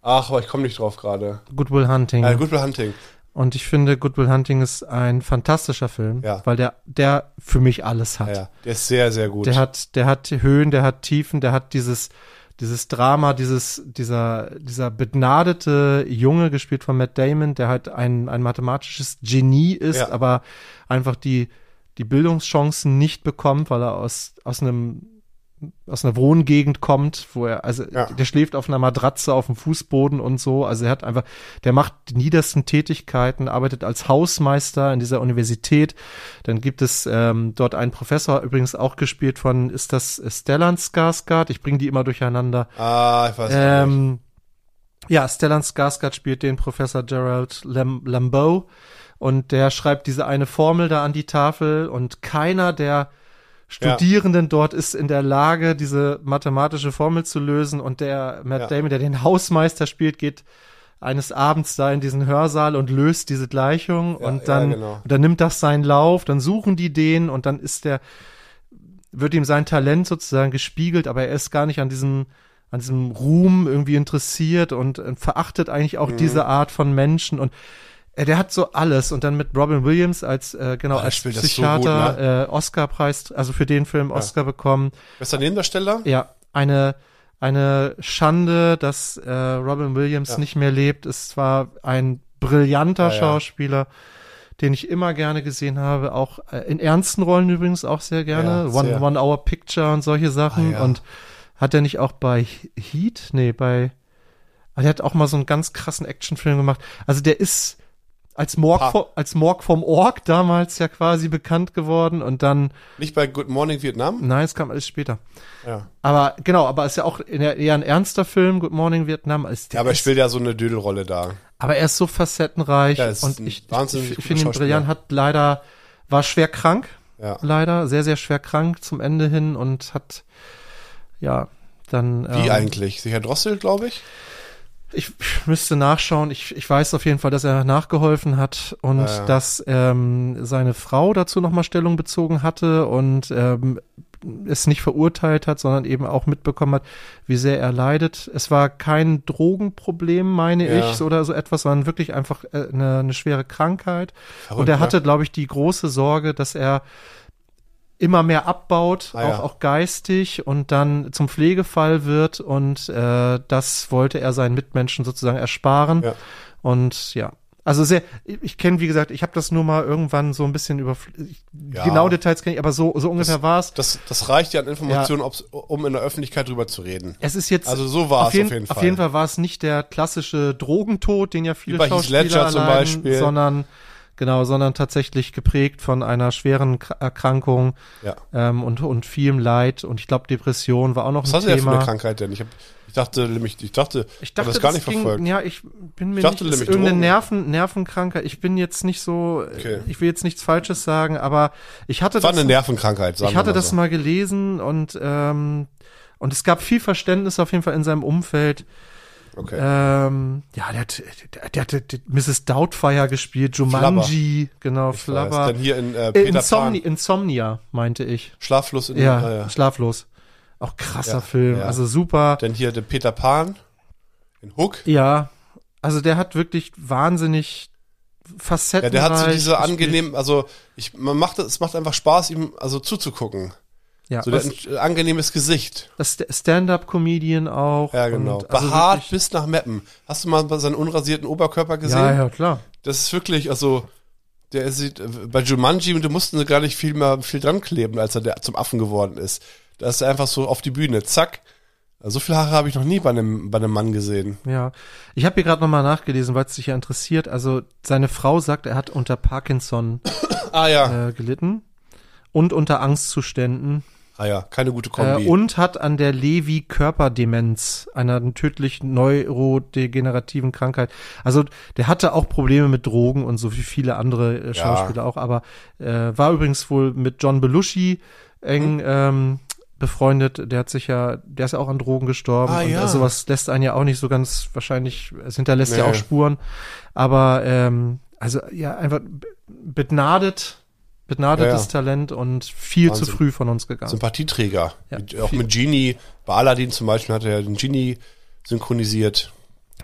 Speaker 4: ach, aber ich komme nicht drauf gerade.
Speaker 3: Good Will Hunting.
Speaker 4: Äh, Good Will Hunting.
Speaker 3: Und ich finde, Good Will Hunting ist ein fantastischer Film,
Speaker 4: Ja.
Speaker 3: weil der, der für mich alles hat.
Speaker 4: Ja, ja, der ist sehr, sehr gut.
Speaker 3: Der hat, der hat Höhen, der hat Tiefen, der hat dieses, dieses Drama, dieses, dieser, dieser begnadete Junge, gespielt von Matt Damon, der halt ein, ein mathematisches Genie ist,
Speaker 4: Ja.
Speaker 3: aber einfach die, die Bildungschancen nicht bekommt, weil er aus, aus einem aus einer Wohngegend kommt, wo er, also
Speaker 4: Ja.
Speaker 3: der schläft auf einer Matratze auf dem Fußboden und so. Also er hat einfach, der macht die niedersten Tätigkeiten, arbeitet als Hausmeister in dieser Universität. Dann gibt es ähm, dort einen Professor, übrigens auch gespielt von, ist das Stellan Skarsgård? Ich bringe die immer durcheinander.
Speaker 4: ah, ich weiß nicht.
Speaker 3: Ähm, ja, Stellan Skarsgård spielt den Professor Gerald Lam Lambeau und der schreibt diese eine Formel da an die Tafel und keiner der Studierenden dort ist in der Lage, diese mathematische Formel zu lösen und der Matt
Speaker 4: Ja.
Speaker 3: Damon, der den Hausmeister spielt, geht eines Abends da in diesen Hörsaal und löst diese Gleichung
Speaker 4: Ja, ja,
Speaker 3: und dann,
Speaker 4: genau.
Speaker 3: und dann nimmt das seinen Lauf, dann suchen die den und dann ist der, wird ihm sein Talent sozusagen gespiegelt, aber er ist gar nicht an diesem, an diesem Ruhm irgendwie interessiert und äh, verachtet eigentlich
Speaker 4: Mhm.
Speaker 3: auch diese Art von Menschen und äh, der hat so alles und dann mit Robin Williams als äh, genau
Speaker 4: Ah, der
Speaker 3: als
Speaker 4: spielt
Speaker 3: Psychiater
Speaker 4: das so gut, ne?
Speaker 3: äh, Oscar-Preis, also für den Film Oscar bekommen.
Speaker 4: Bester Nebendarsteller?
Speaker 3: Ja, eine eine Schande, dass äh, Robin Williams
Speaker 4: Ja.
Speaker 3: nicht mehr lebt. Ist zwar ein brillanter
Speaker 4: Ja, ja.
Speaker 3: Schauspieler, den ich immer gerne gesehen habe, auch äh, in ernsten Rollen übrigens auch sehr gerne.
Speaker 4: Ja,
Speaker 3: One,
Speaker 4: sehr.
Speaker 3: One Hour Picture und solche Sachen.
Speaker 4: Ah, ja.
Speaker 3: Und hat er nicht auch bei Heat? Nee, bei. ah, Der hat auch mal so einen ganz krassen Actionfilm gemacht. Also der ist als Morg,
Speaker 4: Pa-
Speaker 3: vo- als Morg vom Org damals ja quasi bekannt geworden und dann,
Speaker 4: Nicht bei Good Morning Vietnam?
Speaker 3: nein, es kam alles später.
Speaker 4: Ja.
Speaker 3: Aber genau, aber ist ja auch in der, eher ein ernster Film, Good Morning Vietnam. Ist
Speaker 4: ja aber er
Speaker 3: ist,
Speaker 4: spielt ja so eine Dödelrolle da.
Speaker 3: aber er ist so facettenreich
Speaker 4: Ja, es ist
Speaker 3: und
Speaker 4: ein
Speaker 3: ich, ich,
Speaker 4: wahnsinnig
Speaker 3: ich, ich
Speaker 4: guter
Speaker 3: finde ihn
Speaker 4: Schauspieler.
Speaker 3: brillant, hat leider, war schwer krank,
Speaker 4: Ja.
Speaker 3: leider, sehr, sehr schwer krank zum Ende hin und hat, ja, dann.
Speaker 4: Wie
Speaker 3: ähm,
Speaker 4: eigentlich? Sicher Drossel, glaube ich.
Speaker 3: Ich müsste nachschauen. Ich, ich weiß auf jeden Fall, dass er nachgeholfen hat und
Speaker 4: Ah, ja.
Speaker 3: dass ähm, seine Frau dazu nochmal Stellung bezogen hatte und ähm, es nicht verurteilt hat, sondern eben auch mitbekommen hat, wie sehr er leidet. Es war kein Drogenproblem, meine
Speaker 4: Ja.
Speaker 3: ich, oder so etwas, sondern wirklich einfach äh, eine, eine schwere Krankheit.
Speaker 4: Verrückt,
Speaker 3: und er
Speaker 4: ne?
Speaker 3: hatte, glaube ich, die große Sorge, dass er immer mehr abbaut,
Speaker 4: Ah,
Speaker 3: auch,
Speaker 4: ja.
Speaker 3: auch geistig und dann zum Pflegefall wird und äh, das wollte er seinen Mitmenschen sozusagen ersparen.
Speaker 4: Ja.
Speaker 3: Und ja. Also sehr, ich ich kenne, wie gesagt, ich habe das nur mal irgendwann so ein bisschen über
Speaker 4: Ja.
Speaker 3: genau Details kenne ich, aber so, so ungefähr war es.
Speaker 4: Das, das reicht ja an Informationen, ob's- um in der Öffentlichkeit drüber zu reden.
Speaker 3: Es ist jetzt
Speaker 4: Also so war es
Speaker 3: jeden,
Speaker 4: auf jeden Fall.
Speaker 3: Auf jeden Fall war es nicht der klassische Drogentod, den ja viele
Speaker 4: Wie bei Heath
Speaker 3: Schauspieler
Speaker 4: Ledger zum
Speaker 3: erleiden,
Speaker 4: Beispiel.
Speaker 3: sondern genau, sondern tatsächlich geprägt von einer schweren Kr- Erkrankung
Speaker 4: Ja.
Speaker 3: ähm, und und vielem Leid und ich glaube Depression war auch noch
Speaker 4: Was
Speaker 3: ein
Speaker 4: hast du
Speaker 3: Thema.
Speaker 4: denn für eine Krankheit denn? Ich, hab, ich dachte nämlich, ich dachte,
Speaker 3: Ich dachte,
Speaker 4: hab das gar nicht
Speaker 3: ging,
Speaker 4: verfolgt.
Speaker 3: Ja, ich bin mir
Speaker 4: Ich dachte
Speaker 3: nicht, ist
Speaker 4: nämlich
Speaker 3: irgendeine
Speaker 4: Drogen.
Speaker 3: Nerven, Nervenkrankheit. Ich bin jetzt nicht so,
Speaker 4: Okay.
Speaker 3: ich will jetzt nichts Falsches sagen, aber ich hatte
Speaker 4: War
Speaker 3: das,
Speaker 4: eine Nervenkrankheit, sagen
Speaker 3: ich hatte
Speaker 4: wir mal
Speaker 3: das
Speaker 4: so.
Speaker 3: mal gelesen und, ähm, und es gab viel Verständnis auf jeden Fall in seinem Umfeld.
Speaker 4: Okay.
Speaker 3: Ähm, ja, der hat, der, der hat Mrs. Doubtfire gespielt, Jumanji, genau,
Speaker 4: Ich weiß.
Speaker 3: Flubber.
Speaker 4: Dann hier in äh,
Speaker 3: Äh,
Speaker 4: Peter
Speaker 3: Insomni
Speaker 4: Pan.
Speaker 3: Insomnia, meinte ich.
Speaker 4: Schlaflos in
Speaker 3: Ja,
Speaker 4: äh,
Speaker 3: schlaflos. Auch krasser
Speaker 4: Ja,
Speaker 3: Film,
Speaker 4: ja.
Speaker 3: also super.
Speaker 4: Dann hier der Peter Pan in Hook.
Speaker 3: Ja, also der hat wirklich wahnsinnig Facetten.
Speaker 4: Ja, der hat so diese
Speaker 3: gespielt.
Speaker 4: angenehmen, also ich, man macht es macht einfach Spaß, ihm also zuzugucken.
Speaker 3: ja,
Speaker 4: So der
Speaker 3: was-
Speaker 4: hat ein äh, angenehmes Gesicht.
Speaker 3: das St- Stand-up-Comedian auch.
Speaker 4: Ja, genau.
Speaker 3: und also
Speaker 4: Behaart
Speaker 3: wirklich-
Speaker 4: bis nach Meppen. Hast du mal seinen unrasierten Oberkörper gesehen?
Speaker 3: Ja, ja, klar.
Speaker 4: Das ist wirklich, also der sieht äh, bei Jumanji und da mussten sie gar nicht viel mehr viel dran kleben, als er der, zum Affen geworden ist. Da ist er einfach so auf die Bühne, zack. Also, So viel Haare habe ich noch nie bei einem bei einem Mann gesehen.
Speaker 3: Ja. Ich habe hier gerade nochmal nachgelesen, weil es dich ja interessiert. Also seine Frau sagt, er hat unter Parkinson
Speaker 4: Ah ja,
Speaker 3: äh, gelitten und unter Angstzuständen
Speaker 4: ah ja, keine gute Kombi.
Speaker 3: äh, und hat an der Levi-Körperdemenz, einer tödlichen neurodegenerativen Krankheit. Also der hatte auch Probleme mit Drogen und so wie viele andere äh, Schauspieler auch, aber äh, war übrigens wohl mit John Belushi eng
Speaker 4: Hm.
Speaker 3: ähm, befreundet. Der hat sich ja, der ist ja auch an Drogen gestorben
Speaker 4: Ah,
Speaker 3: und äh,
Speaker 4: ja.
Speaker 3: sowas lässt einen ja auch nicht so ganz wahrscheinlich, es hinterlässt ja
Speaker 4: Nee.
Speaker 3: auch Spuren. Aber ähm, also ja, einfach be- begnadet. Begnadetes
Speaker 4: Ja, ja.
Speaker 3: Talent und viel zu
Speaker 4: Wahnsinn.
Speaker 3: früh von uns gegangen.
Speaker 4: Sympathieträger.
Speaker 3: Ja.
Speaker 4: Mit, auch mit Genie. Bei Aladdin zum Beispiel hat er ja den Genie synchronisiert.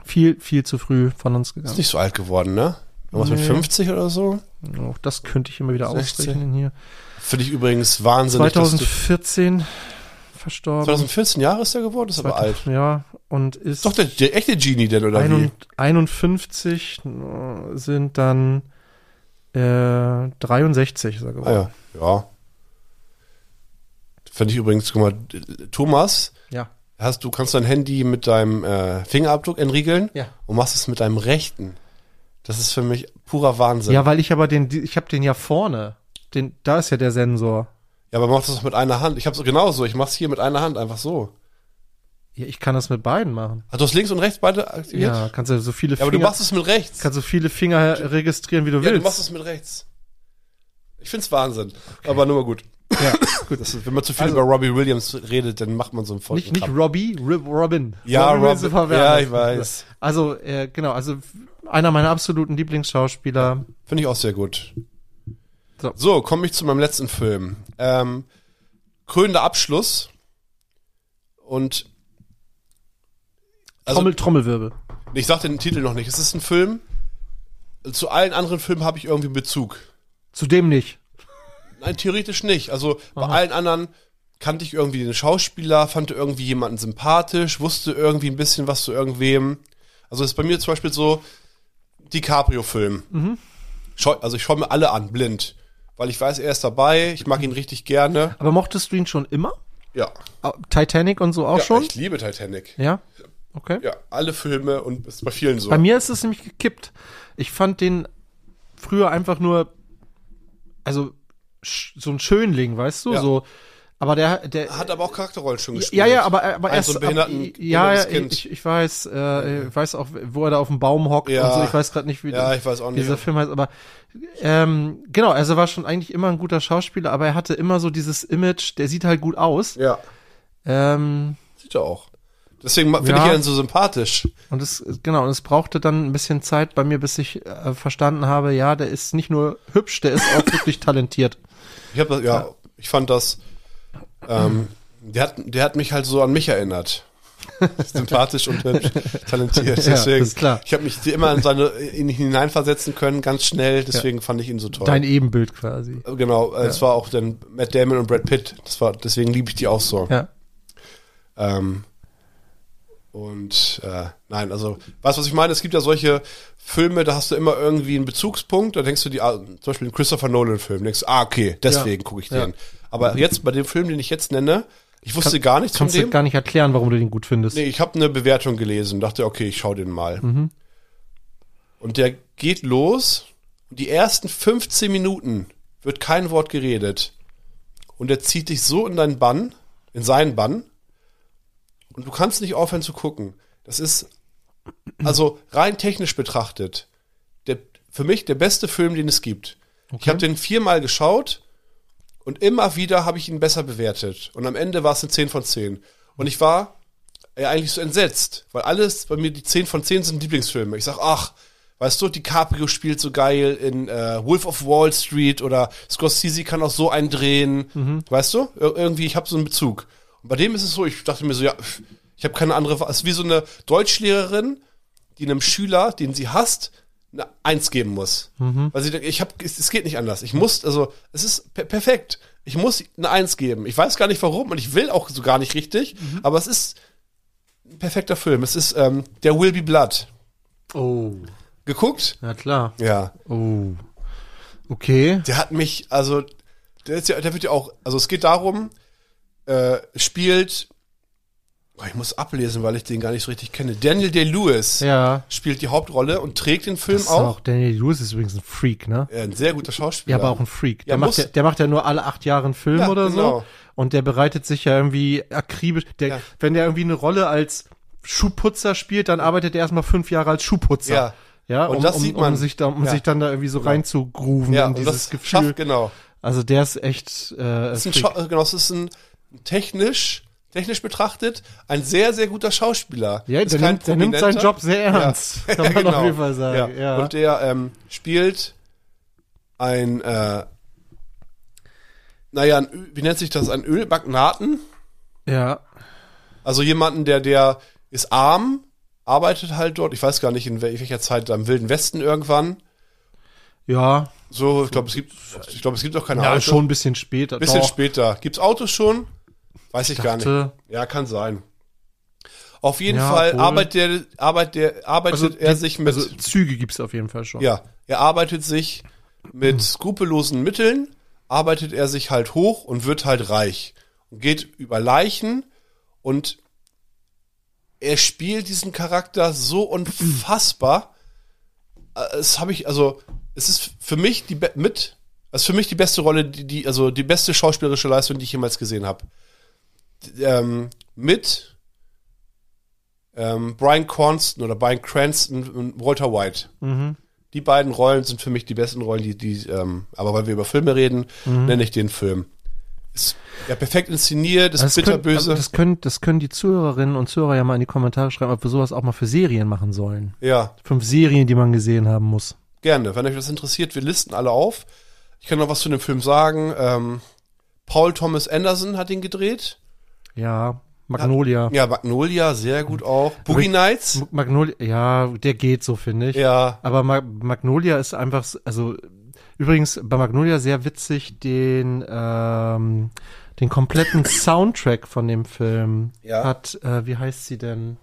Speaker 3: viel, viel zu früh von uns
Speaker 4: Ist
Speaker 3: gegangen.
Speaker 4: nicht so alt geworden, ne? Irgendwas
Speaker 3: Nee.
Speaker 4: mit 50 oder so?
Speaker 3: Auch Oh, das könnte ich immer wieder
Speaker 4: 16.
Speaker 3: ausrechnen hier.
Speaker 4: Finde ich übrigens wahnsinnig. Also dass du-
Speaker 3: 2014 verstorben.
Speaker 4: 2014 Jahre ist er geworden, ist aber alt.
Speaker 3: Ja, und ist
Speaker 4: Ist doch der, der echte Genie denn, oder wie?
Speaker 3: 51 äh, sind dann äh, 63 ist er
Speaker 4: Ah,
Speaker 3: geworden.
Speaker 4: ja. ja. Finde ich übrigens, guck mal, Thomas,
Speaker 3: ja.
Speaker 4: hast du kannst dein Handy mit deinem äh, Fingerabdruck entriegeln
Speaker 3: Ja.
Speaker 4: und machst es mit deinem rechten. Das ist für mich purer Wahnsinn.
Speaker 3: Ja, weil ich aber den, die- ich habe den ja vorne. Den, da ist ja der Sensor.
Speaker 4: Ja, aber mach das doch mit einer Hand. Ich hab's genauso. Ich mach's hier mit einer Hand, einfach so.
Speaker 3: Ja, ich kann das mit beiden machen.
Speaker 4: Hast du es links und rechts beide aktiviert?
Speaker 3: Ja, kannst du so viele
Speaker 4: Ja, aber
Speaker 3: Finger,
Speaker 4: du machst es mit rechts.
Speaker 3: kannst so viele Finger registrieren, wie du
Speaker 4: ja, du
Speaker 3: willst.
Speaker 4: machst es mit rechts. Ich find's Wahnsinn. Aber nur mal gut. (coughs)
Speaker 3: Ja,
Speaker 4: gut. Das ist, wenn man zu viel
Speaker 3: Also-
Speaker 4: über Robbie Williams redet, dann macht man so einen vollen
Speaker 3: Nicht, nicht
Speaker 4: Kram.
Speaker 3: Robbie, Rib, Robin.
Speaker 4: Ja,
Speaker 3: Robin
Speaker 4: Rob,
Speaker 3: Wilson war
Speaker 4: ja,
Speaker 3: Werner.
Speaker 4: ich weiß.
Speaker 3: Also, äh, genau, also einer meiner absoluten Lieblingsschauspieler.
Speaker 4: Finde ich auch sehr gut.
Speaker 3: So.
Speaker 4: So, komme ich zu meinem letzten Film. Ähm, krönender Abschluss. Und also,
Speaker 3: Trommel, Trommelwirbel.
Speaker 4: ich sag den Titel noch nicht. Es ist ein Film. Zu allen anderen Filmen habe ich irgendwie einen Bezug.
Speaker 3: Zudem nicht.
Speaker 4: Nein, theoretisch nicht. Also bei allen anderen kannte ich irgendwie den Schauspieler, fand irgendwie jemanden sympathisch, wusste irgendwie ein bisschen was zu irgendwem. Also ist bei mir zum Beispiel so DiCaprio-Film.
Speaker 3: Mhm.
Speaker 4: Schau, also ich schaue mir alle an, blind. Weil ich weiß, er ist dabei, ich mag ihn richtig gerne.
Speaker 3: Aber mochtest du ihn schon immer?
Speaker 4: Ja.
Speaker 3: Ah, Titanic und so auch
Speaker 4: ja
Speaker 3: schon?
Speaker 4: Ich liebe Titanic.
Speaker 3: Ja. Okay.
Speaker 4: Ja, alle Filme und ist bei vielen so.
Speaker 3: Bei mir ist es nämlich gekippt. Ich fand den früher einfach nur, also sch- so ein Schönling, weißt du?
Speaker 4: Ja. Ah,
Speaker 3: So, aber der, der
Speaker 4: Hat aber auch Charakterrollen schon gespielt.
Speaker 3: Ja, ja, aber, äh, aber
Speaker 4: Ein
Speaker 3: erst
Speaker 4: so ein behinderten-
Speaker 3: ab, ja, ja,
Speaker 4: behindertes Kind.
Speaker 3: ich, ich weiß, äh, ich weiß auch, wo er da auf dem Baum hockt
Speaker 4: Ja.
Speaker 3: und so. Ich weiß gerade nicht, wie,
Speaker 4: Ja,
Speaker 3: der-
Speaker 4: ich weiß auch
Speaker 3: wie
Speaker 4: nicht.
Speaker 3: dieser Film heißt, aber ähm, genau, also er war schon eigentlich immer ein guter Schauspieler, aber er hatte immer so dieses Image, der sieht halt gut aus.
Speaker 4: Ja,
Speaker 3: Ähm,
Speaker 4: sieht er auch. Deswegen ma- finde
Speaker 3: Ja.
Speaker 4: ich ihn so sympathisch.
Speaker 3: und es genau, und es brauchte dann ein bisschen Zeit bei mir, bis ich äh, verstanden habe, ja, der ist nicht nur hübsch, der ist auch wirklich talentiert.
Speaker 4: Ich hab das, ja, ich fand das. Ähm, der, hat, der hat mich halt so an
Speaker 3: (laughs)
Speaker 4: mich erinnert. Sympathisch und hübsch, talentiert.
Speaker 3: Ja,
Speaker 4: Deswegen,
Speaker 3: das ist klar.
Speaker 4: ich habe mich immer in seine in ihn hineinversetzen können, ganz schnell. Deswegen fand ich ihn so toll.
Speaker 3: Dein Ebenbild quasi.
Speaker 4: genau, äh, es war auch dann Matt Damon und Brad Pitt. Das war, deswegen liebe ich die auch so.
Speaker 3: Ja.
Speaker 4: Ähm, und äh, nein, also, weißt du, was ich meine? Es gibt ja solche Filme, da hast du immer irgendwie einen Bezugspunkt, da denkst du die, ah, zum Beispiel einen Christopher Nolan-Film, denkst, ah, okay, deswegen gucke ich
Speaker 3: Ja.
Speaker 4: den. Aber jetzt bei dem Film, den ich jetzt nenne, ich wusste gar nichts von
Speaker 3: Kannst du
Speaker 4: dem.
Speaker 3: gar nicht erklären, warum du den gut findest.
Speaker 4: Nee, ich habe eine Bewertung gelesen, dachte, okay, ich schau den mal. Und der geht los, und die ersten 15 Minuten wird kein Wort geredet. Und er zieht dich so in deinen Bann, in seinen Bann, und du kannst nicht aufhören zu gucken. Das ist, also rein technisch betrachtet, der, für mich der beste Film, den es gibt. Ich habe den viermal geschaut und immer wieder habe ich ihn besser bewertet. Und am Ende war es eine 10 von 10. Und ich war äh, eigentlich so entsetzt, weil alles bei mir die 10 von 10 sind Lieblingsfilme. Ich sag, ach, weißt du, DiCaprio spielt so geil in äh, Wolf of Wall Street oder Scorsese kann auch so einen drehen, weißt du? Ir irgendwie, ich habe so einen Bezug. Und bei dem ist es so, ich dachte mir so, ja, pff, ich habe keine andere, Wa- es ist wie so eine Deutschlehrerin, die einem Schüler, den sie hasst, eine Eins geben muss. Weil sie denkt, ich hab, es, es geht nicht anders. Ich muss, also, es ist per perfekt. Ich muss eine Eins geben. Ich weiß gar nicht warum und ich will auch so gar nicht richtig, aber es ist, ein perfekter Film. Es ist ähm, der Will Be Blood.
Speaker 3: Oh.
Speaker 4: Geguckt?
Speaker 3: Na klar.
Speaker 4: Ja.
Speaker 3: Oh. Okay.
Speaker 4: Der hat mich, also, der, ist ja, der wird ja auch, also es geht darum, äh, spielt, oh, ich muss ablesen, weil ich den gar nicht so richtig kenne. Daniel Day-Lewis
Speaker 3: Ja.
Speaker 4: spielt die Hauptrolle und trägt den Film
Speaker 3: Das ist
Speaker 4: auch.
Speaker 3: auch. Daniel Lewis ist übrigens ein Freak, ne?
Speaker 4: Ja, ein sehr guter Schauspieler.
Speaker 3: Ja, aber auch ein Freak. Der,
Speaker 4: Ja, muss-
Speaker 3: macht, ja, der macht ja nur alle acht Jahre einen Film
Speaker 4: Ja,
Speaker 3: oder
Speaker 4: genau.
Speaker 3: so. Und der bereitet sich ja irgendwie akribisch. Der,
Speaker 4: Ja.
Speaker 3: Wenn der irgendwie eine Rolle als Schuhputzer spielt, dann arbeitet er erstmal fünf Jahre als Schuhputzer.
Speaker 4: Ja.
Speaker 3: Ja,
Speaker 4: Und
Speaker 3: um,
Speaker 4: das
Speaker 3: um,
Speaker 4: sieht man.
Speaker 3: Um, sich, da, um
Speaker 4: Ja. Genau.
Speaker 3: sich dann da irgendwie so reinzugrooven
Speaker 4: ja,
Speaker 3: in
Speaker 4: und
Speaker 3: dieses
Speaker 4: das
Speaker 3: Gefühl.
Speaker 4: schafft, genau.
Speaker 3: also der ist echt äh,
Speaker 4: Das ist ein
Speaker 3: Freak.
Speaker 4: Schau- genau, es ist ein technisch, technisch betrachtet, ein sehr, sehr guter Schauspieler.
Speaker 3: Ja,
Speaker 4: Ist
Speaker 3: der
Speaker 4: kein
Speaker 3: nimmt, der nimmt seinen
Speaker 4: Prominenter. Genau.
Speaker 3: Job sehr
Speaker 4: (laughs)
Speaker 3: ernst. Kann man auf jeden Fall sagen. Ja.
Speaker 4: Und der ähm, spielt ein, äh, naja, ein, Ö- wie nennt sich das? Ein Ölmagnaten?
Speaker 3: ja.
Speaker 4: Also jemanden, der, der ist arm, arbeitet halt dort, ich weiß gar nicht in wel- welcher Zeit, am Wilden Westen irgendwann.
Speaker 3: Ja,
Speaker 4: So, ich glaube, es gibt, ich glaube, es gibt auch keine
Speaker 3: ja
Speaker 4: Autos.
Speaker 3: schon ein bisschen später.
Speaker 4: also Bisschen
Speaker 3: Doch.
Speaker 4: später. Gibt's Autos schon? Weiß ich gar
Speaker 3: dachte-
Speaker 4: nicht. Ja, kann sein. Auf jeden
Speaker 3: Ja,
Speaker 4: Fall
Speaker 3: obwohl-
Speaker 4: arbeitet, der, arbeitet, der, arbeitet er
Speaker 3: die-
Speaker 4: sich mit.
Speaker 3: also Züge gibt's auf jeden Fall schon.
Speaker 4: Ja, er arbeitet sich mit skrupellosen Mitteln, arbeitet er sich halt hoch und wird halt reich. Und geht über Leichen und er spielt diesen Charakter so unfassbar. Äh, Es habe ich, also, es ist für mich die be- mit, es ist für mich die beste Rolle, die, die, also die beste schauspielerische Leistung, die ich jemals gesehen habe. D- Ähm, mit ähm, Brian Cranston oder Brian Cranston und Walter White
Speaker 3: Mhm.
Speaker 4: die beiden Rollen sind für mich die besten Rollen, die, die ähm, aber weil wir über Filme reden,
Speaker 3: Mhm.
Speaker 4: nenne ich den Film. Ist ja perfekt inszeniert, ist
Speaker 3: Also Das,
Speaker 4: bitterböse.
Speaker 3: können, das, können, das können die Zuhörerinnen und Zuhörer ja mal in die Kommentare schreiben, ob wir sowas auch mal für Serien machen sollen.
Speaker 4: ja,
Speaker 3: Fünf Serien, die man gesehen haben muss.
Speaker 4: gerne. Wenn euch das interessiert, wir listen alle auf. Ich kann noch was zu dem Film sagen. Ähm, Paul Thomas Anderson hat ihn gedreht.
Speaker 3: Ja, Mhm. Magnolia.
Speaker 4: Ja, Magnolia, sehr gut auch. Boogie
Speaker 3: ich-
Speaker 4: Nights.
Speaker 3: M- Magnolia, ja, der geht so, finde ich.
Speaker 4: Ja,
Speaker 3: Aber Ma Magnolia ist einfach, s- also übrigens bei Magnolia sehr witzig, den, ähm, den kompletten
Speaker 4: (coughs)
Speaker 3: Soundtrack von dem Film
Speaker 4: Ja.
Speaker 3: hat, äh, wie heißt sie denn?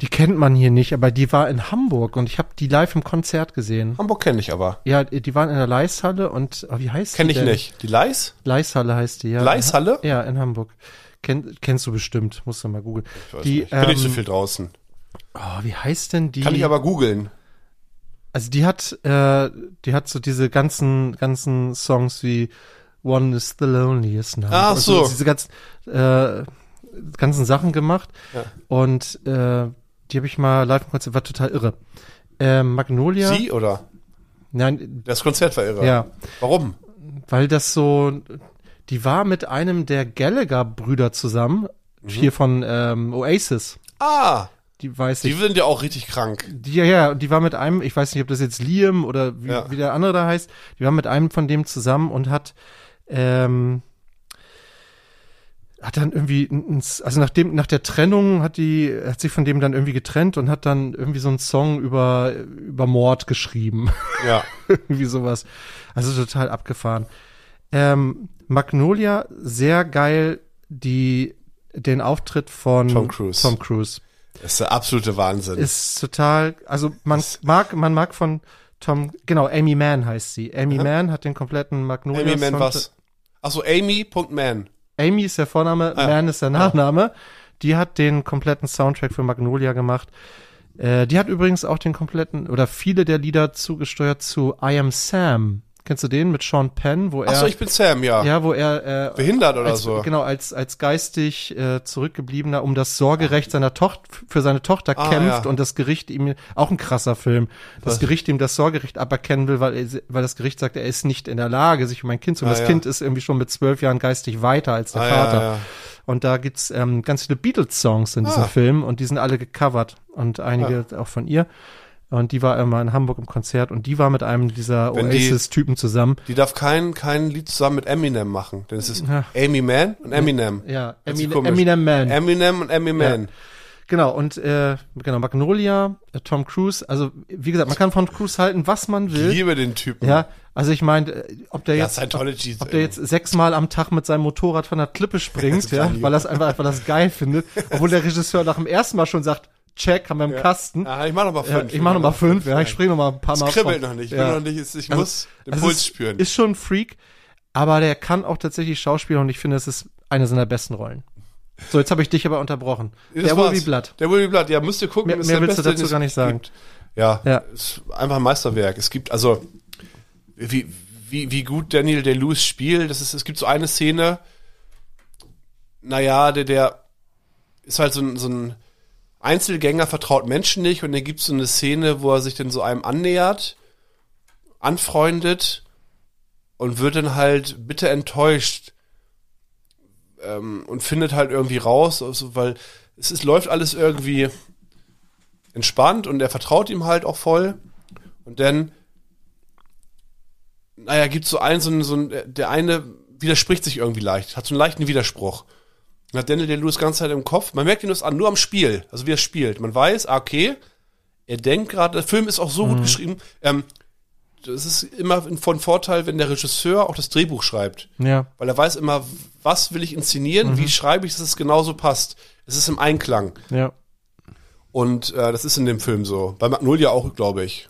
Speaker 3: Die kennt man hier nicht, aber die war in Hamburg und ich habe die live im Konzert gesehen.
Speaker 4: Hamburg kenne ich aber.
Speaker 3: Ja, die waren in der Leishalle und oh, wie heißt
Speaker 4: Kenne
Speaker 3: die
Speaker 4: ich
Speaker 3: denn?
Speaker 4: nicht. Die Leis?
Speaker 3: Leishalle heißt die, ja.
Speaker 4: Leishalle?
Speaker 3: Ja, in Hamburg. Kenn, kennst du bestimmt, musst du mal googeln.
Speaker 4: Weiß
Speaker 3: Die
Speaker 4: nicht. Bin nicht so
Speaker 3: ähm,
Speaker 4: viel draußen.
Speaker 3: Oh, wie heißt denn die?
Speaker 4: Kann ich aber googeln.
Speaker 3: also die hat äh, die hat so diese ganzen ganzen Songs wie One is the loneliest now.
Speaker 4: Ach
Speaker 3: Also
Speaker 4: so.
Speaker 3: diese ganzen äh, ganzen Sachen gemacht und äh, die habe ich mal live im Konzert war total irre. Äh, Magnolia?
Speaker 4: Sie oder?
Speaker 3: Nein,
Speaker 4: Das Konzert war irre.
Speaker 3: ja.
Speaker 4: Warum?
Speaker 3: weil das so, die war mit einem der Gallagher-Brüder zusammen,
Speaker 4: Mhm.
Speaker 3: hier von ähm, Oasis.
Speaker 4: Ah,
Speaker 3: Die weiß
Speaker 4: die
Speaker 3: ich.
Speaker 4: sind ja auch richtig krank.
Speaker 3: Die, ja, ja, die war mit einem, ich weiß nicht, ob das jetzt Liam oder wie,
Speaker 4: Ja.
Speaker 3: wie der andere da heißt, die war mit einem von dem zusammen und hat ähm, hat dann irgendwie, ein- ein- also nachdem, nach der Trennung hat die, hat sich von dem dann irgendwie getrennt und hat dann irgendwie so einen Song über, über Mord geschrieben. (laughs)
Speaker 4: Ja.
Speaker 3: irgendwie sowas. Also total abgefahren. Ähm, Magnolia, sehr geil, die, den Auftritt von
Speaker 4: Tom Cruise.
Speaker 3: Tom Cruise.
Speaker 4: Das ist der absolute Wahnsinn.
Speaker 3: Ist total, also man mag, man mag von Tom, genau, Amy Mann heißt sie. Amy Mann hat den kompletten Magnolia.
Speaker 4: Amy Man
Speaker 3: Soundtrack-
Speaker 4: was? Achso, Amy.man.
Speaker 3: Amy ist der Vorname,
Speaker 4: Ah,
Speaker 3: Mann ist der Nachname. Die hat den kompletten Soundtrack für Magnolia gemacht. Äh, die hat übrigens auch den kompletten oder viele der Lieder zugesteuert zu I Am Sam. Kennst du den mit Sean Penn, wo er
Speaker 4: Achso, ich bin Sam, ja.
Speaker 3: ja, wo er äh,
Speaker 4: Behindert oder
Speaker 3: als,
Speaker 4: so.
Speaker 3: genau als als geistig äh, zurückgebliebener um das Sorgerecht seiner Tochter für seine Tochter
Speaker 4: Ah,
Speaker 3: kämpft
Speaker 4: ja.
Speaker 3: und das Gericht ihm auch ein krasser Film. Das Gericht ihm das Sorgerecht aberkennen will, weil er, weil das Gericht sagt, er ist nicht in der Lage, sich um ein Kind zu. kümmern.
Speaker 4: Ah,
Speaker 3: das
Speaker 4: ja.
Speaker 3: Kind ist irgendwie schon mit zwölf Jahren geistig weiter als der
Speaker 4: Ah, ja,
Speaker 3: Vater.
Speaker 4: ja.
Speaker 3: Und da gibt's ähm, ganz viele Beatles-Songs in diesem
Speaker 4: Ah.
Speaker 3: Film und die sind alle gecovert und einige auch von ihr. Und die war immer in Hamburg im Konzert und die war mit einem dieser
Speaker 4: Wenn die-
Speaker 3: Oasis-Typen zusammen.
Speaker 4: Die darf kein, kein Lied zusammen mit Eminem machen. Denn es ist
Speaker 3: Ja.
Speaker 4: Amy Man und Eminem.
Speaker 3: Ja,
Speaker 4: Das ist
Speaker 3: Eminem,
Speaker 4: komisch.
Speaker 3: Eminem Man.
Speaker 4: Eminem und Amy Man.
Speaker 3: Genau, und äh, genau, Magnolia, äh, Tom Cruise, also wie gesagt, man kann von Cruise halten, was man
Speaker 4: Ich
Speaker 3: will.
Speaker 4: liebe den Typen.
Speaker 3: Ja, also ich meine, ob der
Speaker 4: ja
Speaker 3: jetzt
Speaker 4: Scientology ist
Speaker 3: ob der jetzt sechsmal am Tag mit seinem Motorrad von der Klippe
Speaker 4: (laughs)
Speaker 3: springt, ja, weil er es einfach weil das geil findet, obwohl der Regisseur nach dem ersten Mal schon sagt, check, haben wir im Kasten.
Speaker 4: Ah, ich mach noch mal
Speaker 3: Ja,
Speaker 4: fünf.
Speaker 3: ich mach noch mal fünf, ja, ich springe noch mal ein paar Mal.
Speaker 4: Es kribbelt
Speaker 3: vom-
Speaker 4: noch nicht. Ich,
Speaker 3: ja.
Speaker 4: bin noch nicht ich- ich
Speaker 3: Also-
Speaker 4: muss den
Speaker 3: Also
Speaker 4: Puls
Speaker 3: es
Speaker 4: spüren.
Speaker 3: Ist schon ein Freak, aber der kann auch tatsächlich Schauspieler und ich finde, es ist eine seiner besten Rollen. So, jetzt habe ich dich aber unterbrochen.
Speaker 4: Das
Speaker 3: der
Speaker 4: war's.
Speaker 3: Will Be Blood.
Speaker 4: Der Will Be Blood, ja, müsst ihr gucken.
Speaker 3: Mehr-
Speaker 4: ist
Speaker 3: mehr
Speaker 4: der
Speaker 3: willst du
Speaker 4: Beste,
Speaker 3: dazu
Speaker 4: den es
Speaker 3: gar nicht sagen.
Speaker 4: Gibt. Ja,
Speaker 3: Ja.
Speaker 4: ist einfach ein Meisterwerk. Es gibt, also, wie, wie, wie gut Daniel Day-Lewis spielt, das ist, es gibt so eine Szene, naja, der, der ist halt so ein, so ein Einzelgänger, vertraut Menschen nicht und dann gibt es so eine Szene, wo er sich dann so einem annähert, anfreundet und wird dann halt bitter enttäuscht, und findet halt irgendwie raus, also, weil es ist, läuft alles irgendwie entspannt und er vertraut ihm halt auch voll. Und dann, naja, gibt so einen, so einen, so einen, der eine widerspricht sich irgendwie leicht, hat so einen leichten Widerspruch. Und hat Daniel der Lewis ganze Zeit im Kopf. Man merkt ihn das an, nur am Spiel, also wie er spielt. Man weiß, ah, okay, er denkt gerade, der Film ist auch so gut geschrieben. Ähm, das ist immer von Vorteil, wenn der Regisseur auch das Drehbuch schreibt
Speaker 3: Ja.
Speaker 4: weil er weiß immer, was will ich inszenieren, wie schreibe ich, dass es genauso passt. Es ist im Einklang.
Speaker 3: Ja,
Speaker 4: Und äh, das ist in dem Film so. Bei Magnolia auch, glaube ich.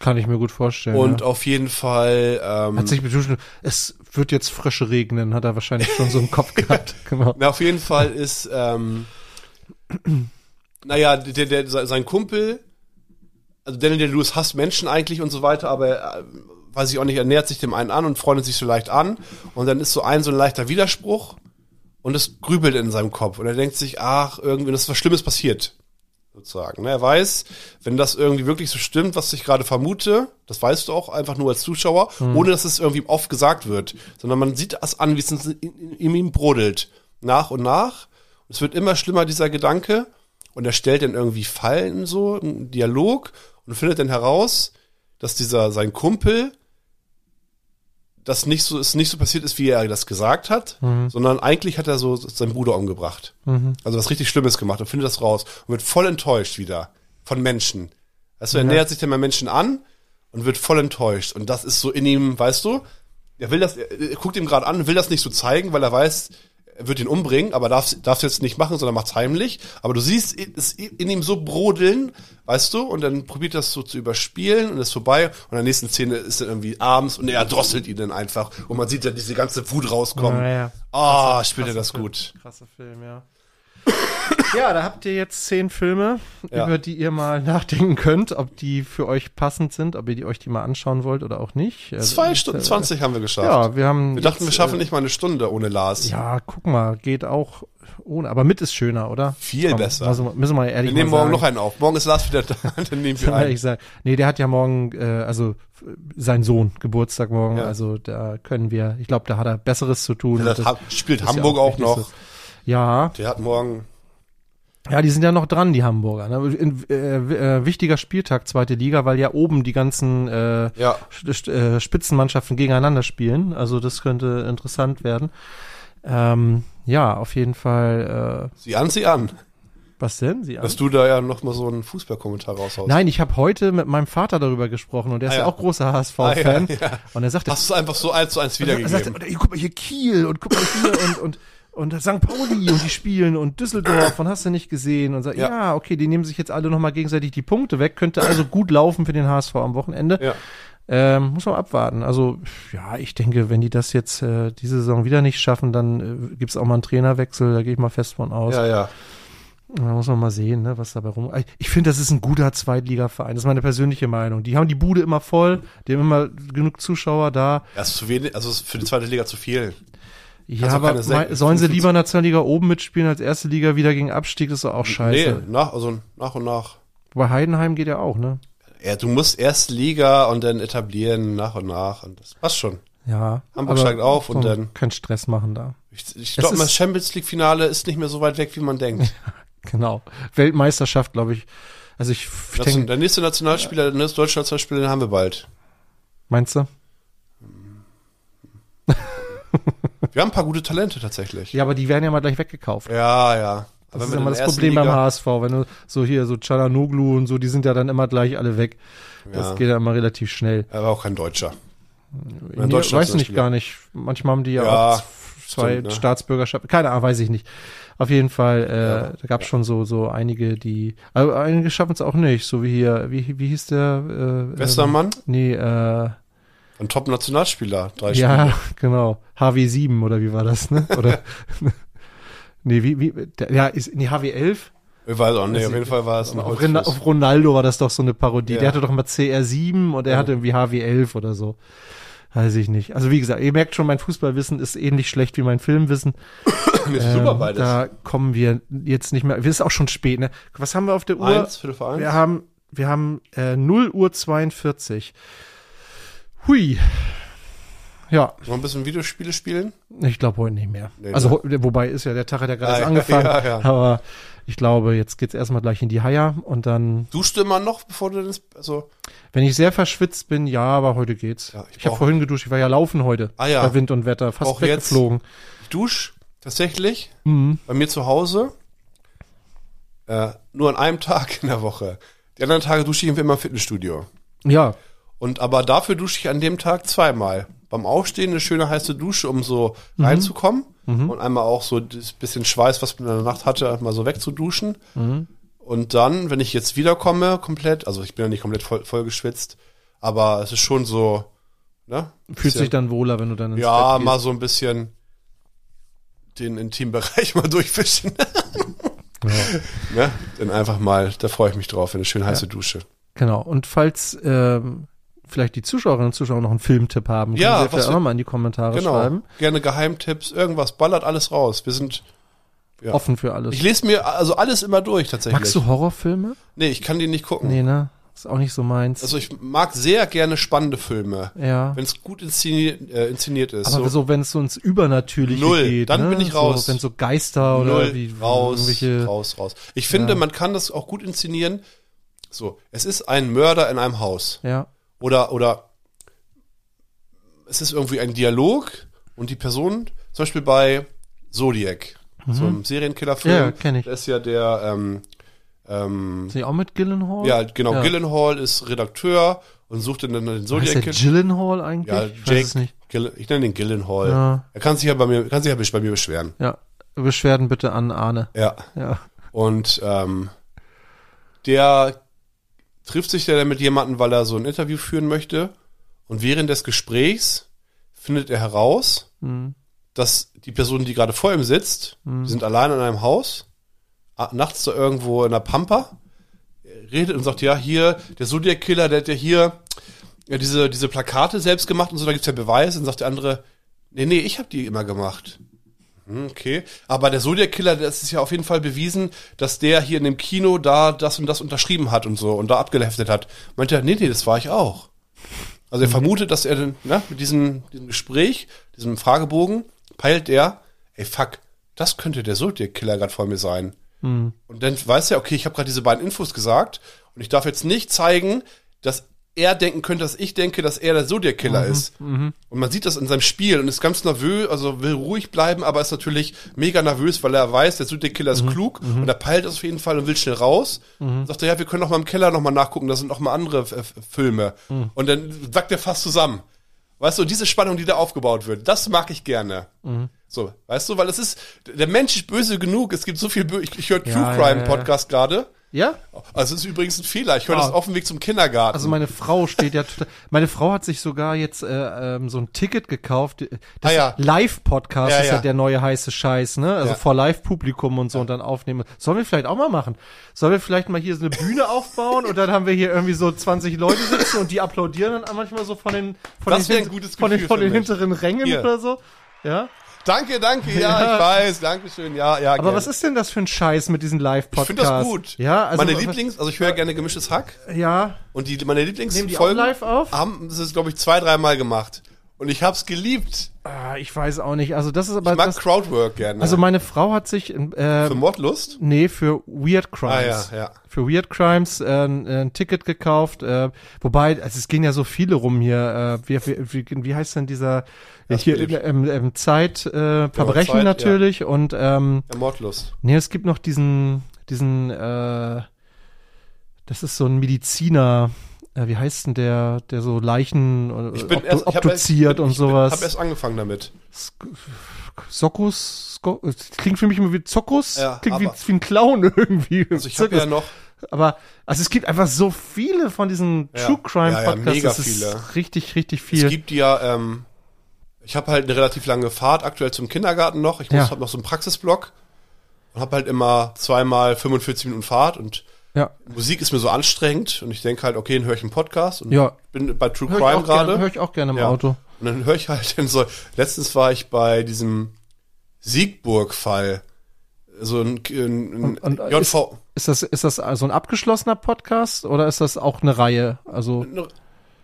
Speaker 3: kann ich mir gut vorstellen.
Speaker 4: Und
Speaker 3: ja.
Speaker 4: auf jeden Fall. Ähm,
Speaker 3: hat sich betuschen, es wird jetzt frisch regnen, hat er wahrscheinlich schon so im Kopf
Speaker 4: (laughs)
Speaker 3: gehabt. Genau.
Speaker 4: na, auf jeden Fall ist. Ähm, naja, der, der, se- sein Kumpel. Also Daniel der Lewis hasst Menschen eigentlich und so weiter, aber äh, weiß ich auch nicht, er nähert sich dem einen an und freundet sich so leicht an. Und dann ist so ein so ein leichter Widerspruch und es grübelt in seinem Kopf. Und er denkt sich, ach, irgendwie, das ist was Schlimmes passiert. sozusagen. ne? Er weiß, wenn das irgendwie wirklich so stimmt, was ich gerade vermute, das weißt du auch einfach nur als Zuschauer, ohne dass es irgendwie oft gesagt wird, sondern man sieht das an, wie es in, in, in ihm brodelt, nach und nach. Und es wird immer schlimmer, dieser Gedanke. Und er stellt dann irgendwie Fallen so im Dialog und findet dann heraus, dass dieser sein Kumpel das nicht so ist nicht so passiert ist, wie er das gesagt hat, sondern eigentlich hat er so seinen Bruder umgebracht. Also was richtig Schlimmes gemacht und findet das raus und wird voll enttäuscht wieder von Menschen. Also er nähert sich dann mal Menschen an und wird voll enttäuscht und das ist so in ihm, weißt du? Er will das, er, er guckt ihm gerade an, will das nicht so zeigen, weil er weiß, er wird ihn umbringen, aber darf darf jetzt nicht machen, sondern macht's heimlich. Aber du siehst es in ihm so brodeln, weißt du? Und dann probiert das so zu überspielen und ist vorbei. Und in der nächsten Szene ist dann irgendwie abends und er drosselt ihn dann einfach und man sieht ja diese ganze Wut rauskommen.
Speaker 3: Ja, ja.
Speaker 4: Ah, spielt er das gut.
Speaker 3: Krasser Film, ja. (coughs) Ja, da habt ihr jetzt zehn Filme,
Speaker 4: Ja.
Speaker 3: über die ihr mal nachdenken könnt, ob die für euch passend sind, ob ihr die, euch die mal anschauen wollt oder auch nicht. Also,
Speaker 4: Zwei Stunden 20 haben wir geschafft.
Speaker 3: Ja, wir haben.
Speaker 4: wir dachten, wir
Speaker 3: jetzt, äh,
Speaker 4: schaffen nicht mal eine Stunde ohne Lars.
Speaker 3: Ja, guck mal, geht auch ohne, aber mit ist schöner, oder?
Speaker 4: Viel besser.
Speaker 3: Also müssen wir ehrlich
Speaker 4: wir nehmen
Speaker 3: mal
Speaker 4: morgen
Speaker 3: sagen.
Speaker 4: noch einen auf. Morgen ist Lars wieder da. (laughs) Dann
Speaker 3: (laughs)
Speaker 4: nehmen wir
Speaker 3: Soll
Speaker 4: einen.
Speaker 3: ich sagen. Nee, der hat ja morgen, äh, also f- sein Sohn, Geburtstag morgen.
Speaker 4: Ja.
Speaker 3: Also da können wir, ich glaube, da hat er Besseres zu tun.
Speaker 4: Das
Speaker 3: Und
Speaker 4: ha- spielt
Speaker 3: ist
Speaker 4: Hamburg
Speaker 3: ja
Speaker 4: auch
Speaker 3: wichtig,
Speaker 4: noch.
Speaker 3: dass- Ja,
Speaker 4: Der hat morgen.
Speaker 3: ja, die sind ja noch dran, die Hamburger. Ne? In, äh, w- äh, wichtiger Spieltag, zweite Liga, weil ja oben die ganzen äh,
Speaker 4: Ja.
Speaker 3: Sch- Sch- äh, Spitzenmannschaften gegeneinander spielen. Also das könnte interessant werden. Ähm, Ja, auf jeden Fall.
Speaker 4: Sieh an, sieh an.
Speaker 3: Äh, was denn? Sie
Speaker 4: Dass du da ja nochmal so einen Fußballkommentar raushaust.
Speaker 3: Nein, ich habe heute mit meinem Vater darüber gesprochen und der ist
Speaker 4: Ah,
Speaker 3: ja.
Speaker 4: ja.
Speaker 3: auch großer HSV-Fan.
Speaker 4: Ah, ja, ja.
Speaker 3: Und er sagte,
Speaker 4: Hast du es einfach so eins zu eins
Speaker 3: Also, er sagte,
Speaker 4: wiedergegeben?
Speaker 3: "Ey, guck mal hier Kiel und guck mal hier und,
Speaker 4: (laughs)
Speaker 3: und und St. Pauli und die spielen und Düsseldorf und hast du nicht gesehen und sagt, ja.
Speaker 4: Ja.
Speaker 3: okay, die nehmen sich jetzt alle nochmal gegenseitig die Punkte weg, könnte also gut laufen für den HSV am Wochenende.
Speaker 4: Ja.
Speaker 3: Ähm, muss man abwarten. Also, ja, ich denke, wenn die das jetzt äh, diese Saison wieder nicht schaffen, dann äh, gibt's auch mal einen Trainerwechsel, da gehe ich mal fest von aus.
Speaker 4: Ja, ja.
Speaker 3: Da muss man mal sehen, ne, was dabei rum. Ich finde, das ist ein guter Zweitligaverein. Das ist meine persönliche Meinung. Die haben die Bude immer voll, die haben immer genug Zuschauer da.
Speaker 4: Das ist zu wenig, also es ist für die zweite Liga zu viel.
Speaker 3: Ja,
Speaker 4: Also
Speaker 3: aber
Speaker 4: keine Sek-
Speaker 3: mei- sollen sie lieber Nationalliga oben mitspielen als erste Liga wieder gegen Abstieg? Das ist doch auch scheiße.
Speaker 4: Nee, nach, also nach und nach.
Speaker 3: Bei Heidenheim geht ja auch, ne?
Speaker 4: Ja, du musst erst Liga und dann etablieren, nach und nach. Und das passt schon.
Speaker 3: Ja. aber
Speaker 4: Hamburg steigt auf und
Speaker 3: komm,
Speaker 4: dann-
Speaker 3: Kein Stress machen da.
Speaker 4: Ich, ich glaube,
Speaker 3: ist-
Speaker 4: das Champions League-Finale ist nicht mehr so weit weg, wie man
Speaker 3: (laughs)
Speaker 4: denkt.
Speaker 3: Genau. Weltmeisterschaft, glaube ich. Also ich, ich
Speaker 4: Nation-
Speaker 3: denke,
Speaker 4: der nächste Nationalspieler, der nächste deutsche Nationalspieler, den haben wir bald.
Speaker 3: meinst du?
Speaker 4: Wir haben ein paar gute Talente tatsächlich.
Speaker 3: Ja, aber die werden ja mal gleich weggekauft.
Speaker 4: Ja, ja.
Speaker 3: Das
Speaker 4: wenn
Speaker 3: ist
Speaker 4: wir
Speaker 3: immer
Speaker 4: in der
Speaker 3: das
Speaker 4: ersten
Speaker 3: Problem beim
Speaker 4: Liga-
Speaker 3: HSV, wenn du so hier, so Chalanoglu und so, die sind ja dann immer gleich alle weg. Das
Speaker 4: Ja.
Speaker 3: geht ja immer relativ schnell.
Speaker 4: Er war auch kein Deutscher.
Speaker 3: Nee,
Speaker 4: Deutschland
Speaker 3: weiß
Speaker 4: zum
Speaker 3: nicht
Speaker 4: Beispiel.
Speaker 3: gar nicht. Manchmal haben die ja,
Speaker 4: Ja,
Speaker 3: auch z- zwei
Speaker 4: stimmt, ne?
Speaker 3: Staatsbürgerschaften. Keine Ahnung, weiß ich nicht. Auf jeden Fall, äh,
Speaker 4: Ja,
Speaker 3: da gab es schon so, so einige, die. Aber einige schaffen es auch nicht, so wie hier, wie, wie hieß der? Äh,
Speaker 4: Westermann,
Speaker 3: Ähm, nee, äh,
Speaker 4: ein Top-Nationalspieler. Drei
Speaker 3: ja,
Speaker 4: Spiele.
Speaker 3: (laughs) genau. HW7 oder wie war das, ne? Oder. (laughs) nee, wie, wie, der, ja, ist, nee, HW11.
Speaker 4: Ich weiß auch nicht,
Speaker 3: Also,
Speaker 4: auf jeden Fall war es ein
Speaker 3: Auf, Rin-
Speaker 4: Holzfuß.
Speaker 3: auf Ronaldo war das doch so eine Parodie.
Speaker 4: Ja.
Speaker 3: Der hatte doch mal CR7 und er hatte irgendwie HW11 oder so. Weiß ich nicht. Also wie gesagt, ihr merkt schon, mein Fußballwissen ist ähnlich schlecht wie mein Filmwissen.
Speaker 4: Mir ist super beides.
Speaker 3: ähm, da kommen wir jetzt nicht mehr. Es ist auch schon spät, ne? Was haben wir auf der Uhr?
Speaker 4: Eins, Viertel vor eins.
Speaker 3: Wir haben, wir haben äh, 0 Uhr 42. Hui. Ja,
Speaker 4: Noch ein bisschen Videospiele spielen?
Speaker 3: ich glaube heute nicht mehr.
Speaker 4: Nee,
Speaker 3: also
Speaker 4: ne?
Speaker 3: ho- wobei ist ja der Tag hat ja gerade
Speaker 4: Ah,
Speaker 3: erst
Speaker 4: ja, (laughs)
Speaker 3: angefangen.
Speaker 4: ja, ja.
Speaker 3: Aber ich glaube, jetzt geht's erstmal gleich in die Haier und dann
Speaker 4: Duschst du immer noch, bevor du das, also,
Speaker 3: Wenn ich sehr verschwitzt bin, ja, aber heute geht's.
Speaker 4: Ja,
Speaker 3: ich
Speaker 4: ich
Speaker 3: habe
Speaker 4: brauch-
Speaker 3: vorhin geduscht, ich war ja laufen heute.
Speaker 4: Ah, ja.
Speaker 3: Bei Wind und Wetter, fast
Speaker 4: Brauch jetzt-
Speaker 3: weggeflogen.
Speaker 4: ich dusch tatsächlich
Speaker 3: Mhm.
Speaker 4: bei mir zu Hause äh, nur an einem Tag in der Woche. Die anderen Tage dusche ich immer im Fitnessstudio.
Speaker 3: Ja,
Speaker 4: Und aber dafür dusche ich an dem Tag zweimal. Beim Aufstehen eine schöne heiße Dusche, um so
Speaker 3: Mhm.
Speaker 4: reinzukommen. Und einmal auch so das bisschen Schweiß, was man in der Nacht hatte, mal so wegzuduschen.
Speaker 3: Mhm.
Speaker 4: Und dann, wenn ich jetzt wiederkomme, komplett, also ich bin ja nicht komplett voll, voll geschwitzt, aber es ist schon so, ne?
Speaker 3: fühlt
Speaker 4: Bisschen-
Speaker 3: sich dann wohler, wenn du dann ins
Speaker 4: Ja,
Speaker 3: Bett
Speaker 4: mal so ein bisschen den (laughs) Intimbereich mal durchfischen.
Speaker 3: gehst. Ja.
Speaker 4: Ne? Dann einfach mal, da freue ich mich drauf, eine schön heiße Dusche.
Speaker 3: Genau. Und falls ähm, vielleicht die Zuschauerinnen und Zuschauer noch einen Filmtipp haben, können
Speaker 4: Ja,
Speaker 3: sie
Speaker 4: was
Speaker 3: vielleicht auch
Speaker 4: wir-
Speaker 3: noch mal in die Kommentare
Speaker 4: Genau.
Speaker 3: schreiben.
Speaker 4: Gerne Geheimtipps, irgendwas, ballert alles raus. Wir sind Ja.
Speaker 3: Offen für alles.
Speaker 4: Ich lese mir also alles immer durch tatsächlich.
Speaker 3: Magst du Horrorfilme?
Speaker 4: Nee, ich kann die nicht gucken.
Speaker 3: Nee, ne? Ist auch nicht so meins.
Speaker 4: Also ich mag sehr gerne spannende Filme,
Speaker 3: ja.
Speaker 4: wenn es gut inszeniert, äh, inszeniert ist.
Speaker 3: Aber so,
Speaker 4: so,
Speaker 3: wenn es so ins Übernatürliche
Speaker 4: Null,
Speaker 3: geht.
Speaker 4: dann
Speaker 3: ne?
Speaker 4: bin ich raus.
Speaker 3: So, wenn so Geister oder
Speaker 4: null,
Speaker 3: wie
Speaker 4: raus,
Speaker 3: irgendwelche.
Speaker 4: raus, raus. Ich finde, man kann das auch gut inszenieren. So, es ist ein Mörder in einem Haus.
Speaker 3: Ja.
Speaker 4: Oder, oder es ist irgendwie ein Dialog und die Person, zum Beispiel bei Zodiac, so einem Serienkillerfilm,
Speaker 3: Mhm. Ja, kenn ich.
Speaker 4: da ist ja der, ähm, ähm,
Speaker 3: Sind die auch mit Gillenhall?
Speaker 4: Ja, genau.
Speaker 3: Ja.
Speaker 4: Gillenhall ist Redakteur und sucht dann den
Speaker 3: Heißt der
Speaker 4: Zodiac Killer.
Speaker 3: Gyllenhaal eigentlich?
Speaker 4: Ja,
Speaker 3: ich weiß es
Speaker 4: Jake.
Speaker 3: nicht.
Speaker 4: Gill, ich nenne den Gillenhall.
Speaker 3: Ja.
Speaker 4: Er kann sich ja bei mir, kann sich ja bei mir beschweren.
Speaker 3: Ja, Beschwerden bitte an Arne.
Speaker 4: Ja.
Speaker 3: Ja.
Speaker 4: Und ähm, der trifft sich ja dann mit jemandem, weil er so ein Interview führen möchte. Und während des Gesprächs findet er heraus,
Speaker 3: Hm.
Speaker 4: dass die Person, die gerade vor ihm sitzt, die sind allein in einem Haus, a- nachts da irgendwo in der Pampa, redet und sagt, ja, hier, der Zodiac-Killer, der hat ja hier ja, diese, diese Plakate selbst gemacht und so, da gibt's ja Beweise. Und sagt der andere, nee, nee, ich habe die immer gemacht. Hm, okay. Aber der Zodiac-Killer, das ist ja auf jeden Fall bewiesen, dass der hier in dem Kino da das und das unterschrieben hat und so und da abgeheftet hat. Meint er, nee, nee, das war ich auch. Also er vermutet, dass er denn, ne, mit diesem, diesem Gespräch, diesem Fragebogen, peilt er, ey fuck, das könnte der Zodiac-Killer gerade vor mir sein. Und dann weiß er, okay, ich habe gerade diese beiden Infos gesagt und ich darf jetzt nicht zeigen, dass er denken könnte, dass ich denke, dass er der Zodiac-Killer ist. Und man sieht das in seinem Spiel und ist ganz nervös, also will ruhig bleiben, aber ist natürlich mega nervös, weil er weiß, der Zodiac-Killer ist klug und er peilt das auf jeden Fall und will schnell raus. Sagt er, ja, wir können noch mal im Keller noch mal nachgucken, da sind noch mal andere äh, Filme. Und dann sackt er fast zusammen. Weißt du, diese Spannung, die da aufgebaut wird, das mag ich gerne. So, weißt du, weil es ist, der Mensch ist böse genug. Es gibt so viel, bö ich, ich höre True
Speaker 3: ja,
Speaker 4: Crime
Speaker 3: ja.
Speaker 4: Podcast gerade.
Speaker 3: Ja?
Speaker 4: Also es ist übrigens ein Fehler. Ich höre
Speaker 3: Ah.
Speaker 4: das auf dem Weg zum Kindergarten.
Speaker 3: Also meine Frau steht ja total, meine Frau hat sich sogar jetzt äh, ähm, so ein Ticket gekauft. Das
Speaker 4: Ah, ja.
Speaker 3: Live-Podcast
Speaker 4: Ja,
Speaker 3: ist ja.
Speaker 4: ja.
Speaker 3: der neue heiße Scheiß, ne? Also
Speaker 4: Ja.
Speaker 3: vor Live-Publikum und so und dann aufnehmen. Sollen wir vielleicht auch mal machen? Sollen wir vielleicht mal hier so eine Bühne aufbauen und dann haben wir hier irgendwie so 20 Leute sitzen und die applaudieren dann manchmal so von den von
Speaker 4: Das
Speaker 3: den,
Speaker 4: wär ein
Speaker 3: hin-
Speaker 4: gutes
Speaker 3: von den,
Speaker 4: Gefühl
Speaker 3: von
Speaker 4: für
Speaker 3: den
Speaker 4: mich.
Speaker 3: hinteren Rängen
Speaker 4: Hier.
Speaker 3: oder so. Ja.
Speaker 4: danke, danke, ja,
Speaker 3: (laughs) Ja.
Speaker 4: ich weiß, danke schön, ja, ja.
Speaker 3: Aber was ist denn das für ein Scheiß mit diesen
Speaker 4: Ich
Speaker 3: Live-Podcasts?
Speaker 4: finde das gut.
Speaker 3: Ja, also
Speaker 4: meine Lieblings, also ich höre gerne gemischtes Hack
Speaker 3: Ja.
Speaker 4: und die meine
Speaker 3: Nehmen die auch
Speaker 4: Lieblingsfolgen
Speaker 3: live auf?
Speaker 4: haben es glaube ich zwei, dreimal gemacht und ich hab's geliebt.
Speaker 3: Ah, ich weiß auch nicht. Also das ist aber
Speaker 4: Ich mag
Speaker 3: das,
Speaker 4: Crowdwork gerne.
Speaker 3: Also meine Frau hat sich äh,
Speaker 4: für Mordlust.
Speaker 3: Nee, für Weird Crimes.
Speaker 4: Ah, ja, ja.
Speaker 3: Für Weird Crimes äh, ein, ein Ticket gekauft. Äh, wobei, also es gehen ja so viele rum hier. Äh, wie, wie, wie, wie heißt denn dieser? hier
Speaker 4: Bild.
Speaker 3: ähm, ähm, Zeit, äh, Verbrechen
Speaker 4: Zeit,
Speaker 3: natürlich. Und ähm,
Speaker 4: Ja, Mordlust.
Speaker 3: nee, es gibt noch diesen, diesen, äh, das ist so ein Mediziner. Äh, wie heißt denn der, der so Leichen äh,
Speaker 4: Ich bin
Speaker 3: obdu-
Speaker 4: erst, ich hab erst-
Speaker 3: obduziert und sowas?
Speaker 4: Ich habe erst angefangen damit.
Speaker 3: Sokkus, Sko- es klingt für mich immer wie Zokkus,
Speaker 4: Ja,
Speaker 3: klingt wie,
Speaker 4: aber-
Speaker 3: wie ein Clown (laughs) irgendwie.
Speaker 4: Also ich habe ja noch
Speaker 3: aber also es gibt einfach so viele von diesen
Speaker 4: Ja.
Speaker 3: True Crime
Speaker 4: Ja, ja,
Speaker 3: Podcasts,
Speaker 4: mega
Speaker 3: das ist
Speaker 4: viele.
Speaker 3: richtig richtig viel.
Speaker 4: Es gibt ja, ähm, ich habe halt eine relativ lange Fahrt aktuell zum Kindergarten noch. Ich muss,
Speaker 3: Ja.
Speaker 4: hab noch so einen Praxisblock und habe halt immer zweimal 45 Minuten Fahrt und
Speaker 3: ja,
Speaker 4: Musik ist mir so anstrengend und ich denke halt, okay, dann höre ich einen Podcast und
Speaker 3: Ja.
Speaker 4: bin bei True
Speaker 3: höre ich,
Speaker 4: Crime
Speaker 3: auch gerne-
Speaker 4: gerade.
Speaker 3: hör ich auch gerne im
Speaker 4: Ja.
Speaker 3: Auto.
Speaker 4: Und dann höre ich halt (laughs) dann so, letztens war ich bei diesem Siegburg-Fall, so ein, ein, ein
Speaker 3: Und- und
Speaker 4: JV.
Speaker 3: Ist das ist das so ein abgeschlossener Podcast oder ist das auch eine Reihe? Also
Speaker 4: eine-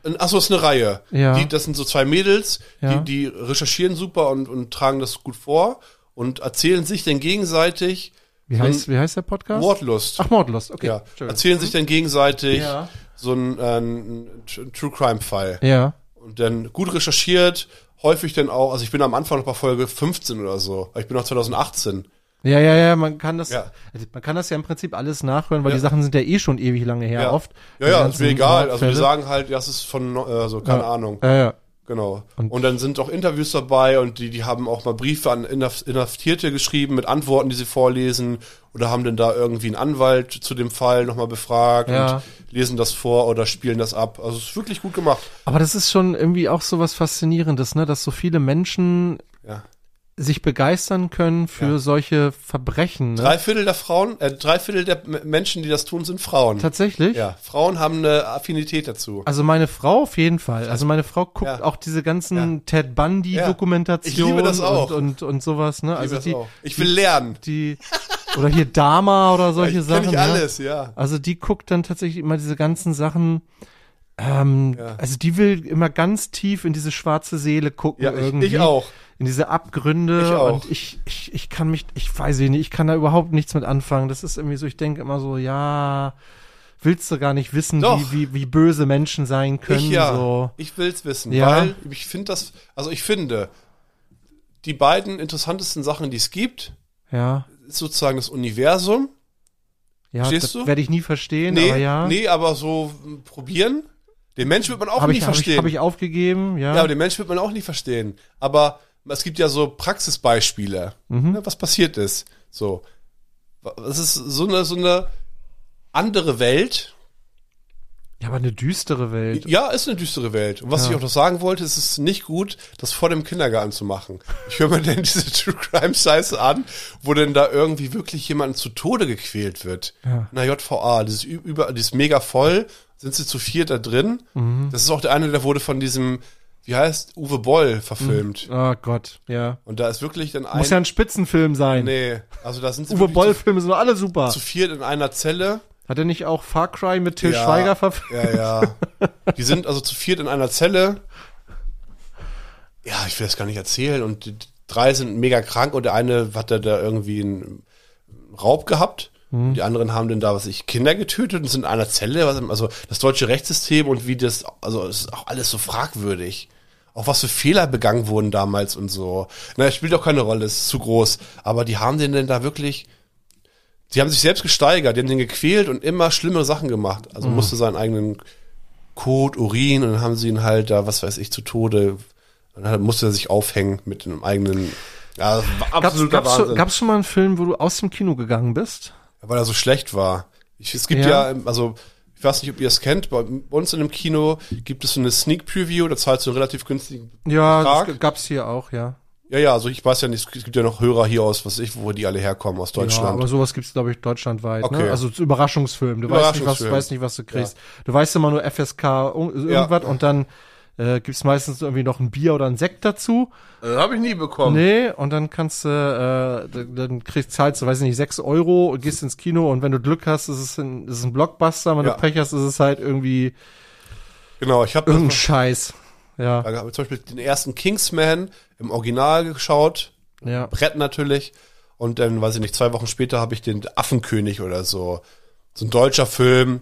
Speaker 4: ein- Achso, ist eine Reihe.
Speaker 3: Ja.
Speaker 4: Die, das sind so zwei Mädels,
Speaker 3: Ja.
Speaker 4: die, die recherchieren super und, und tragen das gut vor und erzählen sich dann gegenseitig
Speaker 3: wie
Speaker 4: so ein
Speaker 3: heißt wie heißt der Podcast?
Speaker 4: Mordlust.
Speaker 3: Ach Mordlust, okay.
Speaker 4: ja.
Speaker 3: Entschuldigung.
Speaker 4: Erzählen sich dann gegenseitig
Speaker 3: Ja.
Speaker 4: so einen, äh, einen Tr- True Crime-Fall.
Speaker 3: Ja.
Speaker 4: Und dann gut recherchiert, häufig dann auch, also ich bin am Anfang noch bei Folge 15 oder so, aber ich bin noch 2018.
Speaker 3: Ja, ja, ja, man kann das,
Speaker 4: Ja.
Speaker 3: also man kann das ja im Prinzip alles nachhören, weil
Speaker 4: Ja.
Speaker 3: die Sachen sind ja eh schon ewig lange her, oft.
Speaker 4: Ja,
Speaker 3: Die
Speaker 4: ja, ist
Speaker 3: ganzen
Speaker 4: mir egal. Also wir
Speaker 3: Mordfälle.
Speaker 4: sagen halt, das ist von, no- äh, so, keine
Speaker 3: Ja.
Speaker 4: Ahnung.
Speaker 3: Ja, ja.
Speaker 4: Genau.
Speaker 3: Und-
Speaker 4: Und, dann sind auch Interviews dabei und die, die haben auch mal Briefe an Inhaf- Inhaftierte geschrieben mit Antworten, die sie vorlesen oder haben dann da irgendwie einen Anwalt zu dem Fall nochmal befragt
Speaker 3: Ja.
Speaker 4: und lesen das vor oder spielen das ab. Also es ist wirklich gut gemacht.
Speaker 3: Aber das ist schon irgendwie auch so was Faszinierendes, ne, dass so viele Menschen
Speaker 4: Ja.
Speaker 3: sich begeistern können für
Speaker 4: Ja.
Speaker 3: solche Verbrechen. Ne?
Speaker 4: Drei Viertel der Frauen, äh, drei Viertel der M- Menschen, die das tun, sind Frauen.
Speaker 3: Tatsächlich?
Speaker 4: Ja, Frauen haben eine Affinität dazu.
Speaker 3: Also meine Frau auf jeden Fall. Also meine Frau guckt
Speaker 4: Ja.
Speaker 3: auch diese ganzen
Speaker 4: Ja.
Speaker 3: Ted Bundy
Speaker 4: Ja.
Speaker 3: Dokumentationen
Speaker 4: Ich liebe das auch.
Speaker 3: Und, und und sowas, ne?
Speaker 4: Ich,
Speaker 3: Also
Speaker 4: liebe
Speaker 3: die
Speaker 4: das auch. ich will lernen.
Speaker 3: die oder hier Dama oder solche
Speaker 4: ich
Speaker 3: Sachen.
Speaker 4: ich
Speaker 3: ne?
Speaker 4: alles, ja.
Speaker 3: Also die guckt dann tatsächlich immer diese ganzen Sachen. Ähm,
Speaker 4: Ja.
Speaker 3: Also die will immer ganz tief in diese schwarze Seele gucken.
Speaker 4: Ja, ich,
Speaker 3: irgendwie.
Speaker 4: ich auch.
Speaker 3: In diese Abgründe.
Speaker 4: Ich auch.
Speaker 3: Und ich, ich, ich kann mich, ich weiß eh nicht, ich kann da überhaupt nichts mit anfangen. Das ist irgendwie so, ich denke immer so, ja, willst du gar nicht wissen,
Speaker 4: Doch.
Speaker 3: wie, wie, wie böse Menschen sein können.
Speaker 4: Ich ja.
Speaker 3: So.
Speaker 4: Ich will's wissen,
Speaker 3: Ja.
Speaker 4: weil ich finde das, also ich finde, die beiden interessantesten Sachen, die es gibt,
Speaker 3: Ja.
Speaker 4: ist sozusagen das Universum.
Speaker 3: Ja,
Speaker 4: Verstehst
Speaker 3: das
Speaker 4: du?
Speaker 3: werde ich nie verstehen,
Speaker 4: Nee,
Speaker 3: aber ja.
Speaker 4: nee, aber so hm, probieren. Den Mensch wird man auch
Speaker 3: Habe
Speaker 4: nie
Speaker 3: ich, hab ich,
Speaker 4: verstehen.
Speaker 3: hab ich aufgegeben, ja.
Speaker 4: ja, aber den Mensch wird man auch nie verstehen. Aber es gibt ja so Praxisbeispiele,
Speaker 3: Mhm.
Speaker 4: ne, was passiert ist. So. Es ist so eine, so eine andere Welt,
Speaker 3: ja, aber eine düstere Welt.
Speaker 4: Ja, ist eine düstere Welt. Und was
Speaker 3: Ja.
Speaker 4: ich auch noch sagen wollte, ist es ist nicht gut, das vor dem Kindergarten zu machen. Ich höre mir (laughs) denn diese True Crime Scheiße an, wo denn da irgendwie wirklich jemand zu Tode gequält wird.
Speaker 3: Ja.
Speaker 4: Na JVA, das ist ü- über, das ist mega voll. Sind sie zu viert da drin?
Speaker 3: Mhm.
Speaker 4: Das ist auch der eine, der wurde von diesem, wie heißt Uwe Boll verfilmt.
Speaker 3: Oh Gott, ja.
Speaker 4: Und da ist wirklich dann ein,
Speaker 3: Muss ja ein Spitzenfilm sein.
Speaker 4: nee, also da sind sie
Speaker 3: Uwe
Speaker 4: wirklich
Speaker 3: Boll-Filme sind doch alle super.
Speaker 4: zu, zu viert in einer Zelle.
Speaker 3: Hat er nicht auch Far Cry mit Till
Speaker 4: Ja,
Speaker 3: Schweiger verfilmt?
Speaker 4: Ja, ja. Die sind also zu viert in einer Zelle. Ja, ich will das gar nicht erzählen. Und die drei sind mega krank und der eine hat da, da irgendwie einen Raub gehabt.
Speaker 3: Mhm.
Speaker 4: Und Die anderen haben dann da, was ich, Kinder getötet und sind in einer Zelle. Was, also das deutsche Rechtssystem und wie das, also das ist auch alles so fragwürdig. Auch was für Fehler begangen wurden damals und so. Na, spielt auch keine Rolle, ist zu groß. Aber die haben den denn da wirklich, die haben sich selbst gesteigert, die haben den gequält und immer schlimmere Sachen gemacht.
Speaker 3: Mhm.
Speaker 4: Also musste seinen eigenen Kot, Urin und dann haben sie ihn halt da, was weiß ich, zu Tode. Und dann musste er sich aufhängen mit einem eigenen, ja,
Speaker 3: Gab's,
Speaker 4: absoluter
Speaker 3: gab's, schon-
Speaker 4: Wahnsinn.
Speaker 3: gab's schon mal einen Film, wo du aus dem Kino gegangen bist?
Speaker 4: weil er so schlecht war. Ich, es gibt
Speaker 3: Ja.
Speaker 4: ja. ähm, also ich weiß nicht, ob ihr es kennt, bei uns in dem Kino gibt es so eine Sneak Preview, da zahlst du einen relativ günstigen
Speaker 3: Ja,
Speaker 4: Betrag.
Speaker 3: das gab's hier auch, ja.
Speaker 4: Ja, ja, also ich weiß ja nicht, es gibt ja noch Hörer hier aus, was weiß ich, wo die alle herkommen, aus
Speaker 3: Ja,
Speaker 4: Deutschland.
Speaker 3: aber sowas gibt's glaub glaube ich, deutschlandweit.
Speaker 4: Okay.
Speaker 3: Ne? Also zu Überraschungsfilm. Du weißt, nicht,
Speaker 4: Überraschungsfilm.
Speaker 3: was, weißt nicht, was du kriegst. Du weißt immer nur FSK un- irgendwas und dann äh, gibt's meistens irgendwie noch ein Bier oder ein Sekt dazu.
Speaker 4: Äh, Hab ich nie bekommen.
Speaker 3: Nee, und dann kannst du, äh, dann- dann kriegst zahlst du, weiß ich nicht, 6 Euro und gehst ins Kino und wenn du Glück hast, ist es ein, ist es ein Blockbuster, wenn
Speaker 4: Ja.
Speaker 3: du Pech hast, ist es halt irgendwie
Speaker 4: Genau, ich habe
Speaker 3: irgendein Scheiß. Ja,
Speaker 4: Da habe ich zum Beispiel den ersten Kingsman im Original geschaut,
Speaker 3: ja.
Speaker 4: Brett natürlich. Und dann, weiß ich nicht, zwei Wochen später habe ich den Affenkönig oder so. So ein deutscher Film,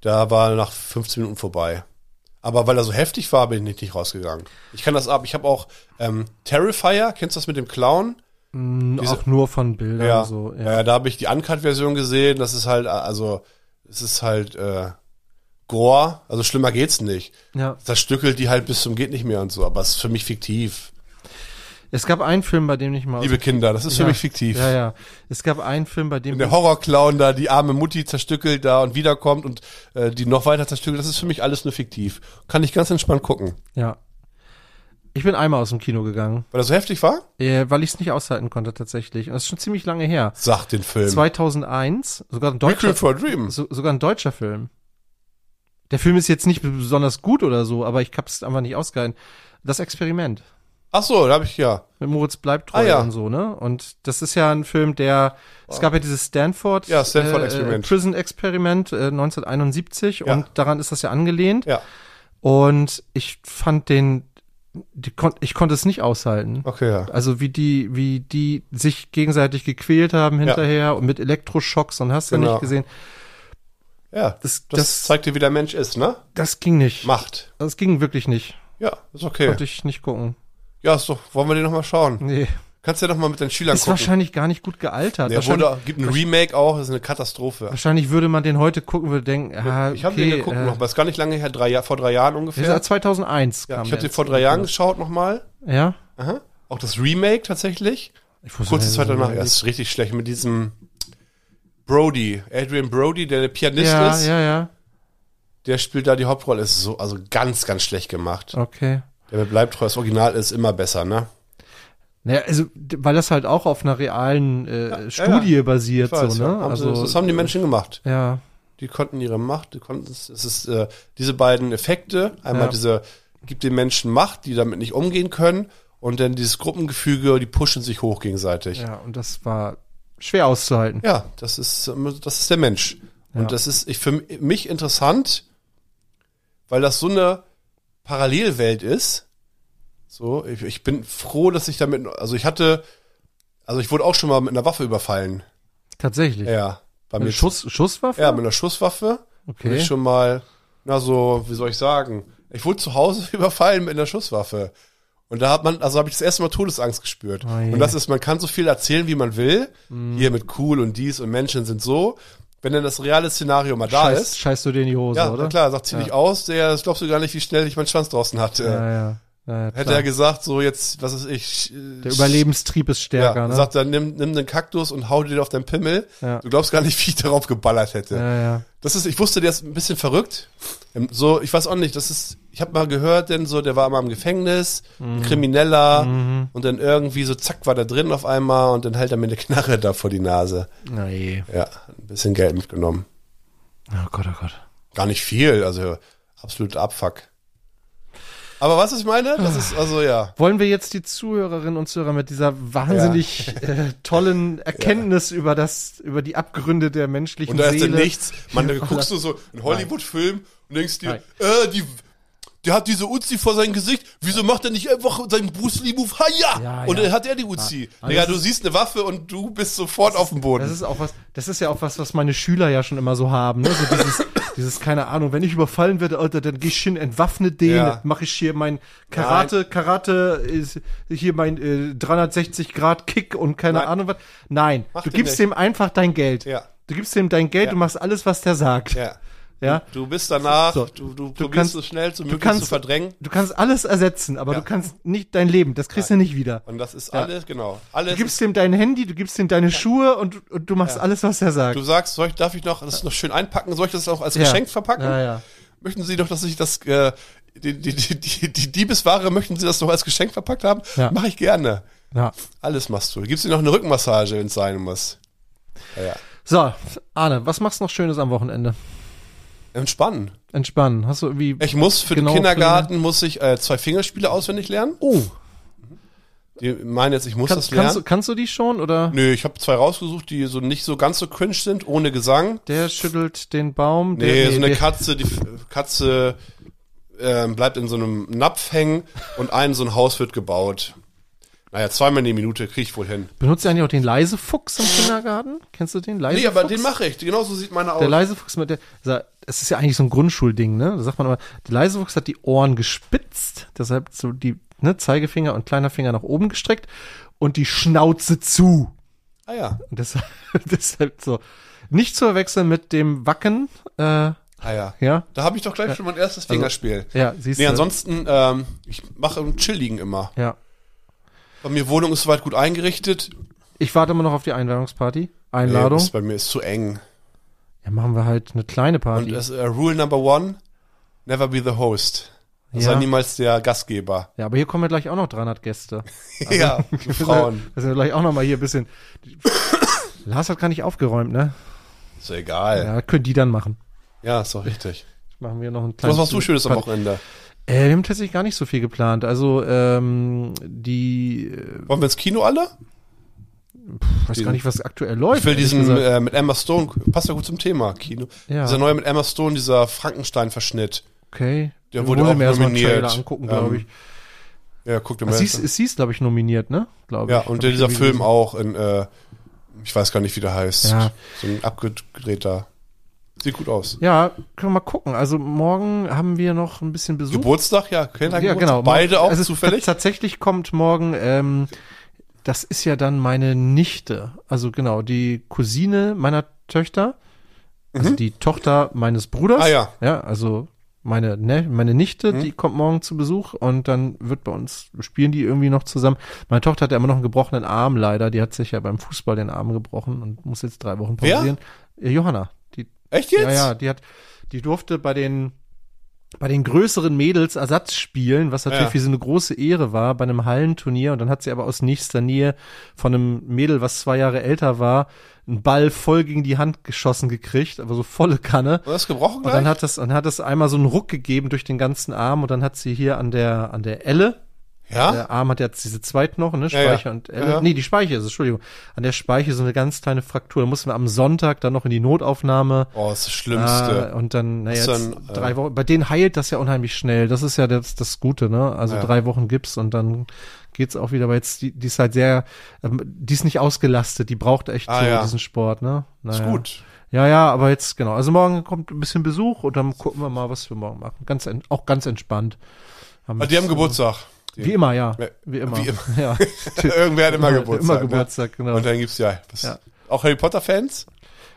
Speaker 4: da war nach 15 Minuten vorbei. Aber weil er so heftig war, bin ich nicht, nicht rausgegangen. Ich kann das ab. Ich habe auch ähm, Terrifier, kennst du das mit dem Clown?
Speaker 3: Auch nur von Bildern
Speaker 4: Ja,
Speaker 3: so.
Speaker 4: ja. da habe ich die Uncut-Version gesehen. Das ist halt, äh, also, es ist halt äh, Gore. Also schlimmer geht's nicht.
Speaker 3: ja.
Speaker 4: Das stückelt die halt bis zum geht nicht mehr und so. Aber es ist für mich fiktiv.
Speaker 3: Es gab einen Film, bei dem ich mal.
Speaker 4: Liebe Kinder, das ist für
Speaker 3: Ja.
Speaker 4: mich fiktiv.
Speaker 3: Ja, ja. Es gab einen Film, bei dem.
Speaker 4: Wenn der
Speaker 3: Ich,
Speaker 4: Horrorclown da die arme Mutti zerstückelt da und wiederkommt und äh, die noch weiter zerstückelt, das ist für mich alles nur fiktiv. Kann ich ganz entspannt gucken.
Speaker 3: ja. Ich bin einmal aus dem Kino gegangen,
Speaker 4: Weil das so heftig war?
Speaker 3: äh, weil ich es nicht aushalten konnte tatsächlich. Und das ist schon ziemlich lange her.
Speaker 4: Sag den Film.
Speaker 3: 2001, sogar ein deutscher,
Speaker 4: Requiem for a Dream.
Speaker 3: so, sogar ein deutscher Film. Der Film ist jetzt nicht besonders gut oder so, aber ich hab's einfach nicht ausgehalten. Das Experiment.
Speaker 4: Ach so, da habe ich ja.
Speaker 3: Mit Moritz bleibt treu
Speaker 4: Ah, ja.
Speaker 3: und so, ne? Und das ist ja ein Film, der es gab ja dieses Stanford,
Speaker 4: Ja, Stanford Experiment.
Speaker 3: Äh, Prison Experiment äh, 1971
Speaker 4: Ja.
Speaker 3: und daran ist das ja angelehnt.
Speaker 4: Ja,
Speaker 3: Und ich fand den, die, kon- ich konnte es nicht aushalten.
Speaker 4: okay, ja.
Speaker 3: Also wie die, wie die sich gegenseitig gequält haben hinterher und mit Elektroschocks und hast du
Speaker 4: Genau.
Speaker 3: nicht gesehen.
Speaker 4: Ja, das,
Speaker 3: Das-
Speaker 4: das,
Speaker 3: das-
Speaker 4: zeigt dir, wie der Mensch ist, ne?
Speaker 3: Das ging nicht.
Speaker 4: Macht.
Speaker 3: Das ging wirklich nicht.
Speaker 4: Ja, ist okay.
Speaker 3: Konnte ich nicht gucken.
Speaker 4: Ja, ist doch, wollen wir den nochmal schauen?
Speaker 3: Nee.
Speaker 4: Kannst du ja nochmal mit deinen Schülern
Speaker 3: Ist
Speaker 4: gucken.
Speaker 3: wahrscheinlich gar nicht gut gealtert.
Speaker 4: Der
Speaker 3: wahrscheinlich,
Speaker 4: wurde, gibt ein Remake auch, das ist eine Katastrophe.
Speaker 3: wahrscheinlich würde man den heute gucken, würde denken, ah, okay,
Speaker 4: Ich habe den geguckt
Speaker 3: äh,
Speaker 4: noch, aber ist gar nicht lange her, drei, Jahr- vor drei Jahren
Speaker 3: Der ist ja
Speaker 4: ungefähr.
Speaker 3: 2001
Speaker 4: Ja,
Speaker 3: kam
Speaker 4: ich habe
Speaker 3: der
Speaker 4: den vor
Speaker 3: jetzt.
Speaker 4: drei Jahren geschaut nochmal.
Speaker 3: Ja?
Speaker 4: Aha. Auch das Remake tatsächlich.
Speaker 3: Ich wusste
Speaker 4: Kurze
Speaker 3: nicht,
Speaker 4: Zeit
Speaker 3: dass
Speaker 4: danach
Speaker 3: man-
Speaker 4: erst richtig schlecht mit diesem Brody, Adrian Brody, der der Pianist
Speaker 3: Ja,
Speaker 4: ist,
Speaker 3: ja, ja.
Speaker 4: der spielt da die Hauptrolle. Ist so, also ganz, ganz schlecht gemacht.
Speaker 3: Okay.
Speaker 4: Der bleibt treu, das Original ist immer besser, ne?
Speaker 3: Naja, also, d- weil das halt auch auf einer realen äh, Studie basiert, so, ne?
Speaker 4: ja. haben
Speaker 3: also,
Speaker 4: sie, das haben die Menschen gemacht.
Speaker 3: ja,
Speaker 4: Die konnten ihre Macht, die konnten es ist äh, diese beiden Effekte, einmal
Speaker 3: Ja.
Speaker 4: diese gibt den Menschen Macht, die damit nicht umgehen können und dann dieses Gruppengefüge, die pushen sich hoch gegenseitig.
Speaker 3: ja, und das war schwer auszuhalten.
Speaker 4: Ja, das ist, ähm, das ist der Mensch. Und
Speaker 3: Ja.
Speaker 4: das ist ich, für m- mich interessant, weil das so eine Parallelwelt ist. So, ich, ich bin froh, dass ich damit, also ich hatte, also ich wurde auch schon mal mit einer Waffe überfallen.
Speaker 3: Tatsächlich.
Speaker 4: Ja, bei
Speaker 3: Eine
Speaker 4: mir.
Speaker 3: Schuss, Schusswaffe?
Speaker 4: Ja, mit einer Schusswaffe.
Speaker 3: Okay.
Speaker 4: Bin Ich schon mal, na so, wie soll ich sagen? Ich wurde zu Hause (laughs) überfallen mit einer Schusswaffe. Und da hat man, also habe ich das erste Mal Todesangst gespürt.
Speaker 3: Oh je. Mhm.
Speaker 4: und das ist, man kann so viel erzählen, wie man will. Hier mit cool und dies und Menschen sind so. Wenn dann das reale Szenario mal da
Speaker 3: scheißt,
Speaker 4: ist,
Speaker 3: scheißt du dir in die Hose,
Speaker 4: ja,
Speaker 3: oder?
Speaker 4: na klar, sagt zieh
Speaker 3: Ja.
Speaker 4: dich aus, der das glaubst du gar nicht, wie schnell ich meinen Schwanz draußen hatte.
Speaker 3: Ja, ja. ja, ja
Speaker 4: Hätte
Speaker 3: klar.
Speaker 4: er gesagt, so jetzt, was ist ich? äh,
Speaker 3: Der Überlebenstrieb ist
Speaker 4: ja,
Speaker 3: stärker, ne?
Speaker 4: sagt er, nimm, nimm den Kaktus und hau dir den auf deinen Pimmel.
Speaker 3: Ja.
Speaker 4: Du glaubst gar nicht, wie ich darauf geballert hätte.
Speaker 3: ja, ja.
Speaker 4: Das ist, ich wusste, der ist ein bisschen verrückt. Ähm, So, ich weiß auch nicht, das ist, ich habe mal gehört, denn so, der war mal im Gefängnis, ein Krimineller und dann irgendwie so, zack, war der drin auf einmal und dann hält er mir eine Knarre da vor die Nase.
Speaker 3: Na je.
Speaker 4: Ja, ein bisschen Geld mitgenommen.
Speaker 3: Oh Gott, oh Gott.
Speaker 4: Gar nicht viel, also absolut Abfuck. Aber was ich meine, das ist, also ja.
Speaker 3: Wollen wir jetzt die Zuhörerinnen und Zuhörer mit dieser wahnsinnig äh,
Speaker 4: (laughs)
Speaker 3: tollen (laughs) Erkenntnis über das, über die Abgründe der menschlichen
Speaker 4: Und da ist
Speaker 3: Seele. (laughs)
Speaker 4: dann nichts. Man, da guckst du so einen Hollywood-Film und denkst dir,
Speaker 3: Nein.
Speaker 4: äh, die, der hat diese Uzi vor sein Gesicht. Wieso macht er nicht einfach seinen Bruce Lee Move? Ha ja!
Speaker 3: Ja,
Speaker 4: und
Speaker 3: ja.
Speaker 4: dann hat er die Uzi.
Speaker 3: Ja.
Speaker 4: Digga, du siehst eine Waffe und du bist sofort auf dem Boden.
Speaker 3: Das ist auch was, das ist ja auch was, was meine Schüler ja schon immer so haben, ne? So
Speaker 4: (laughs)
Speaker 3: dieses, dieses, keine Ahnung, wenn ich überfallen werde, Alter, dann geh ich hin, entwaffne den,
Speaker 4: Ja.
Speaker 3: mache ich hier mein Karate, Karate ist hier mein äh, 360 Grad Kick und keine
Speaker 4: Nein.
Speaker 3: Ahnung was. Nein,
Speaker 4: Mach
Speaker 3: du
Speaker 4: den
Speaker 3: gibst
Speaker 4: nicht.
Speaker 3: dem einfach dein Geld.
Speaker 4: Ja.
Speaker 3: Du gibst dem dein Geld,
Speaker 4: Ja.
Speaker 3: du machst alles, was der sagt. Ja.
Speaker 4: ja. Du bist danach,
Speaker 3: So.
Speaker 4: du, du, probierst
Speaker 3: kannst-
Speaker 4: so schnell zu möglich
Speaker 3: kannst-
Speaker 4: zu verdrängen.
Speaker 3: Du kannst alles ersetzen, aber
Speaker 4: Ja.
Speaker 3: du kannst nicht dein Leben, das kriegst du nicht wieder.
Speaker 4: Und das ist alles, genau. Alles.
Speaker 3: Du gibst dem dein Handy, du gibst ihm deine Schuhe und, und du machst alles, was er sagt.
Speaker 4: Du sagst, soll ich, darf ich noch, das ist noch schön einpacken, soll ich das auch als
Speaker 3: Ja.
Speaker 4: Geschenk verpacken?
Speaker 3: Ja, ja.
Speaker 4: Möchten Sie doch, dass ich das, äh, die, die, die, die, die Diebesware, möchten Sie das noch als Geschenk verpackt haben?
Speaker 3: Ja.
Speaker 4: Mache ich gerne.
Speaker 3: ja.
Speaker 4: Alles machst du. Gibst dir noch eine Rückmassage, wenn es sein muss. Ja, ja.
Speaker 3: So, Arne, was machst du noch Schönes am Wochenende?
Speaker 4: Entspannen.
Speaker 3: Entspannen. Hast du irgendwie.
Speaker 4: Ich muss für
Speaker 3: Genau,
Speaker 4: den Kindergarten muss ich äh, zwei Fingerspiele auswendig lernen.
Speaker 3: Oh,
Speaker 4: Die meinen jetzt, ich muss
Speaker 3: kann,
Speaker 4: das lernen.
Speaker 3: kannst, du, kannst du die schon? Oder
Speaker 4: Nö, ich habe zwei rausgesucht, die so nicht so ganz so cringe sind, ohne Gesang.
Speaker 3: der schüttelt den Baum?
Speaker 4: Nee,
Speaker 3: der,
Speaker 4: so eine
Speaker 3: der-
Speaker 4: Katze, die F- Katze ähm, bleibt in so einem Napf hängen und ein so ein Haus wird gebaut. Naja, zweimal die Minute kriege ich wohl hin.
Speaker 3: Benutzt ihr eigentlich auch den Leisefuchs im Kindergarten? Kennst du den Leisefuchs?
Speaker 4: Nee, aber den mache ich. Genauso sieht meine aus.
Speaker 3: Der Leisefuchs mit der. sa- Es ist ja eigentlich so ein Grundschulding, ne? Da sagt man immer, der Leisefuchs hat die Ohren gespitzt, deshalb so die ne, Zeigefinger und kleiner Finger nach oben gestreckt und die Schnauze zu.
Speaker 4: ah ja.
Speaker 3: Und deshalb, (laughs) deshalb so. Nicht zu verwechseln mit dem Wacken, äh,
Speaker 4: Ah ja.
Speaker 3: ja. Also,
Speaker 4: Da habe ich doch gleich schon mein erstes Fingerspiel.
Speaker 3: Ja, siehst
Speaker 4: nee,
Speaker 3: du.
Speaker 4: ansonsten, ähm, ich mache im Chilligen immer.
Speaker 3: Ja.
Speaker 4: Bei mir Wohnung ist soweit gut eingerichtet.
Speaker 3: Ich warte immer noch auf die Einweihungsparty.
Speaker 4: Nee,
Speaker 3: Einladung.
Speaker 4: ist bei mir ist zu eng.
Speaker 3: ja, machen wir halt eine kleine
Speaker 4: Und
Speaker 3: Party.
Speaker 4: das, äh, Rule number one, never be the host.
Speaker 3: Ja.
Speaker 4: Sei niemals der Gastgeber.
Speaker 3: ja, aber hier kommen ja gleich auch noch 300
Speaker 4: (laughs)
Speaker 3: Gäste.
Speaker 4: ja,
Speaker 3: (laughs)
Speaker 4: die Frauen.
Speaker 3: Das sind wir gleich auch noch mal hier ein
Speaker 4: (coughs)
Speaker 3: bisschen. Lars hat gar nicht aufgeräumt, ne?
Speaker 4: Ist ja egal. Ja,
Speaker 3: Ja, können die dann machen.
Speaker 4: ist doch richtig.
Speaker 3: Machen wir noch einen kleinen.
Speaker 4: Was machst du Schönes am Wochenende?
Speaker 3: Äh, wir haben tatsächlich gar nicht so viel geplant. Also, ähm, die, äh,
Speaker 4: Wollen wir ins Kino alle?
Speaker 3: ich weiß gar nicht, was aktuell läuft.
Speaker 4: Ich will
Speaker 3: ehrlich
Speaker 4: diesen
Speaker 3: gesagt.
Speaker 4: äh, mit Emma Stone, passt ja gut zum Thema, Kino.
Speaker 3: Ja.
Speaker 4: Dieser neue mit Emma Stone, dieser Frankenstein-Verschnitt.
Speaker 3: okay.
Speaker 4: der
Speaker 3: Wir
Speaker 4: wurde
Speaker 3: wollen
Speaker 4: auch
Speaker 3: mir erst mal einen
Speaker 4: nominiert.
Speaker 3: Trailer angucken,
Speaker 4: Ähm,
Speaker 3: glaube ich.
Speaker 4: Ja, guck dir mal
Speaker 3: Also, sie
Speaker 4: das
Speaker 3: ist,
Speaker 4: an.
Speaker 3: ist sie ist, glaube ich, nominiert, ne? Glaube
Speaker 4: Ja,
Speaker 3: ich.
Speaker 4: und
Speaker 3: Hab ich
Speaker 4: dieser
Speaker 3: irgendwie
Speaker 4: Film
Speaker 3: gelesen.
Speaker 4: auch in, äh, ich weiß gar nicht, wie der heißt.
Speaker 3: Ja.
Speaker 4: So ein abgedrehter. Sieht gut aus.
Speaker 3: Ja, können wir mal gucken. Also, morgen haben wir noch ein bisschen Besuch.
Speaker 4: Hm? Geburtstag, ja, Kindergeburtstag.
Speaker 3: Ja, genau.
Speaker 4: Beide auch
Speaker 3: Also,
Speaker 4: zufällig.
Speaker 3: t- Tatsächlich kommt morgen, ähm, das ist ja dann meine Nichte. Also genau, die Cousine meiner Töchter. Also die Tochter meines Bruders.
Speaker 4: Mhm. Ah, ja. Mhm.
Speaker 3: Ja, also meine, ne, meine Nichte, die kommt morgen zu Besuch und dann wird bei uns, spielen die irgendwie noch zusammen. Meine Tochter hat ja immer noch einen gebrochenen Arm leider. Die hat sich ja beim Fußball den Arm gebrochen und muss jetzt drei Wochen
Speaker 4: Wer?
Speaker 3: pausieren. Äh, Johanna, die
Speaker 4: Echt jetzt?
Speaker 3: ja, ja, die hat, die durfte bei den, bei den größeren Mädels Ersatz spielen, was natürlich
Speaker 4: Ja.
Speaker 3: für sie eine große Ehre war bei einem Hallenturnier. Und dann hat sie aber aus nächster Nähe von einem Mädel, was zwei Jahre älter war, einen Ball voll gegen die Hand geschossen gekriegt, aber so volle Kanne.
Speaker 4: War das gebrochen
Speaker 3: Und
Speaker 4: gleich?
Speaker 3: dann hat das, und hat das einmal so einen Ruck gegeben durch den ganzen Arm und dann hat sie hier an der, an der Elle,
Speaker 4: ja?
Speaker 3: der Arm hat jetzt diese Zweitknochen, ne?
Speaker 4: Ja, ja.
Speaker 3: Speiche und Elle.
Speaker 4: Ja, ja.
Speaker 3: Nee, die Speiche ist es, Entschuldigung. An der Speiche so eine ganz kleine Fraktur. Da mussten wir am Sonntag dann noch in die Notaufnahme.
Speaker 4: Oh, das ist das
Speaker 3: Ah,
Speaker 4: Schlimmste.
Speaker 3: und dann, naja,
Speaker 4: Ist
Speaker 3: jetzt
Speaker 4: dann, äh,
Speaker 3: drei Wochen. Bei denen heilt das ja unheimlich schnell. Das ist ja das, das Gute, ne? Also
Speaker 4: Ja.
Speaker 3: drei Wochen gibt's und dann geht's auch wieder. Aber jetzt, die, die ist halt sehr, ähm, die ist nicht ausgelastet. Die braucht echt
Speaker 4: Ah,
Speaker 3: so
Speaker 4: ja.
Speaker 3: diesen Sport, ne?
Speaker 4: ist
Speaker 3: Naja.
Speaker 4: gut.
Speaker 3: Ja, ja, aber jetzt, genau. Also morgen kommt ein bisschen Besuch und dann gucken wir mal, was wir morgen machen. Ganz, en- auch ganz entspannt.
Speaker 4: Ah, die haben
Speaker 3: jetzt, äh,
Speaker 4: Geburtstag. Die-
Speaker 3: Wie immer, ja.
Speaker 4: Ja,
Speaker 3: Wie immer.
Speaker 4: wie immer.
Speaker 3: (laughs) Ja.
Speaker 4: (laughs) Irgendwer hat (laughs) immer
Speaker 3: (laughs)
Speaker 4: Geburtstag.
Speaker 3: Immer
Speaker 4: ne?
Speaker 3: Geburtstag, genau.
Speaker 4: Und dann gibt's ja, was,
Speaker 3: Ja.
Speaker 4: auch Harry Potter Fans?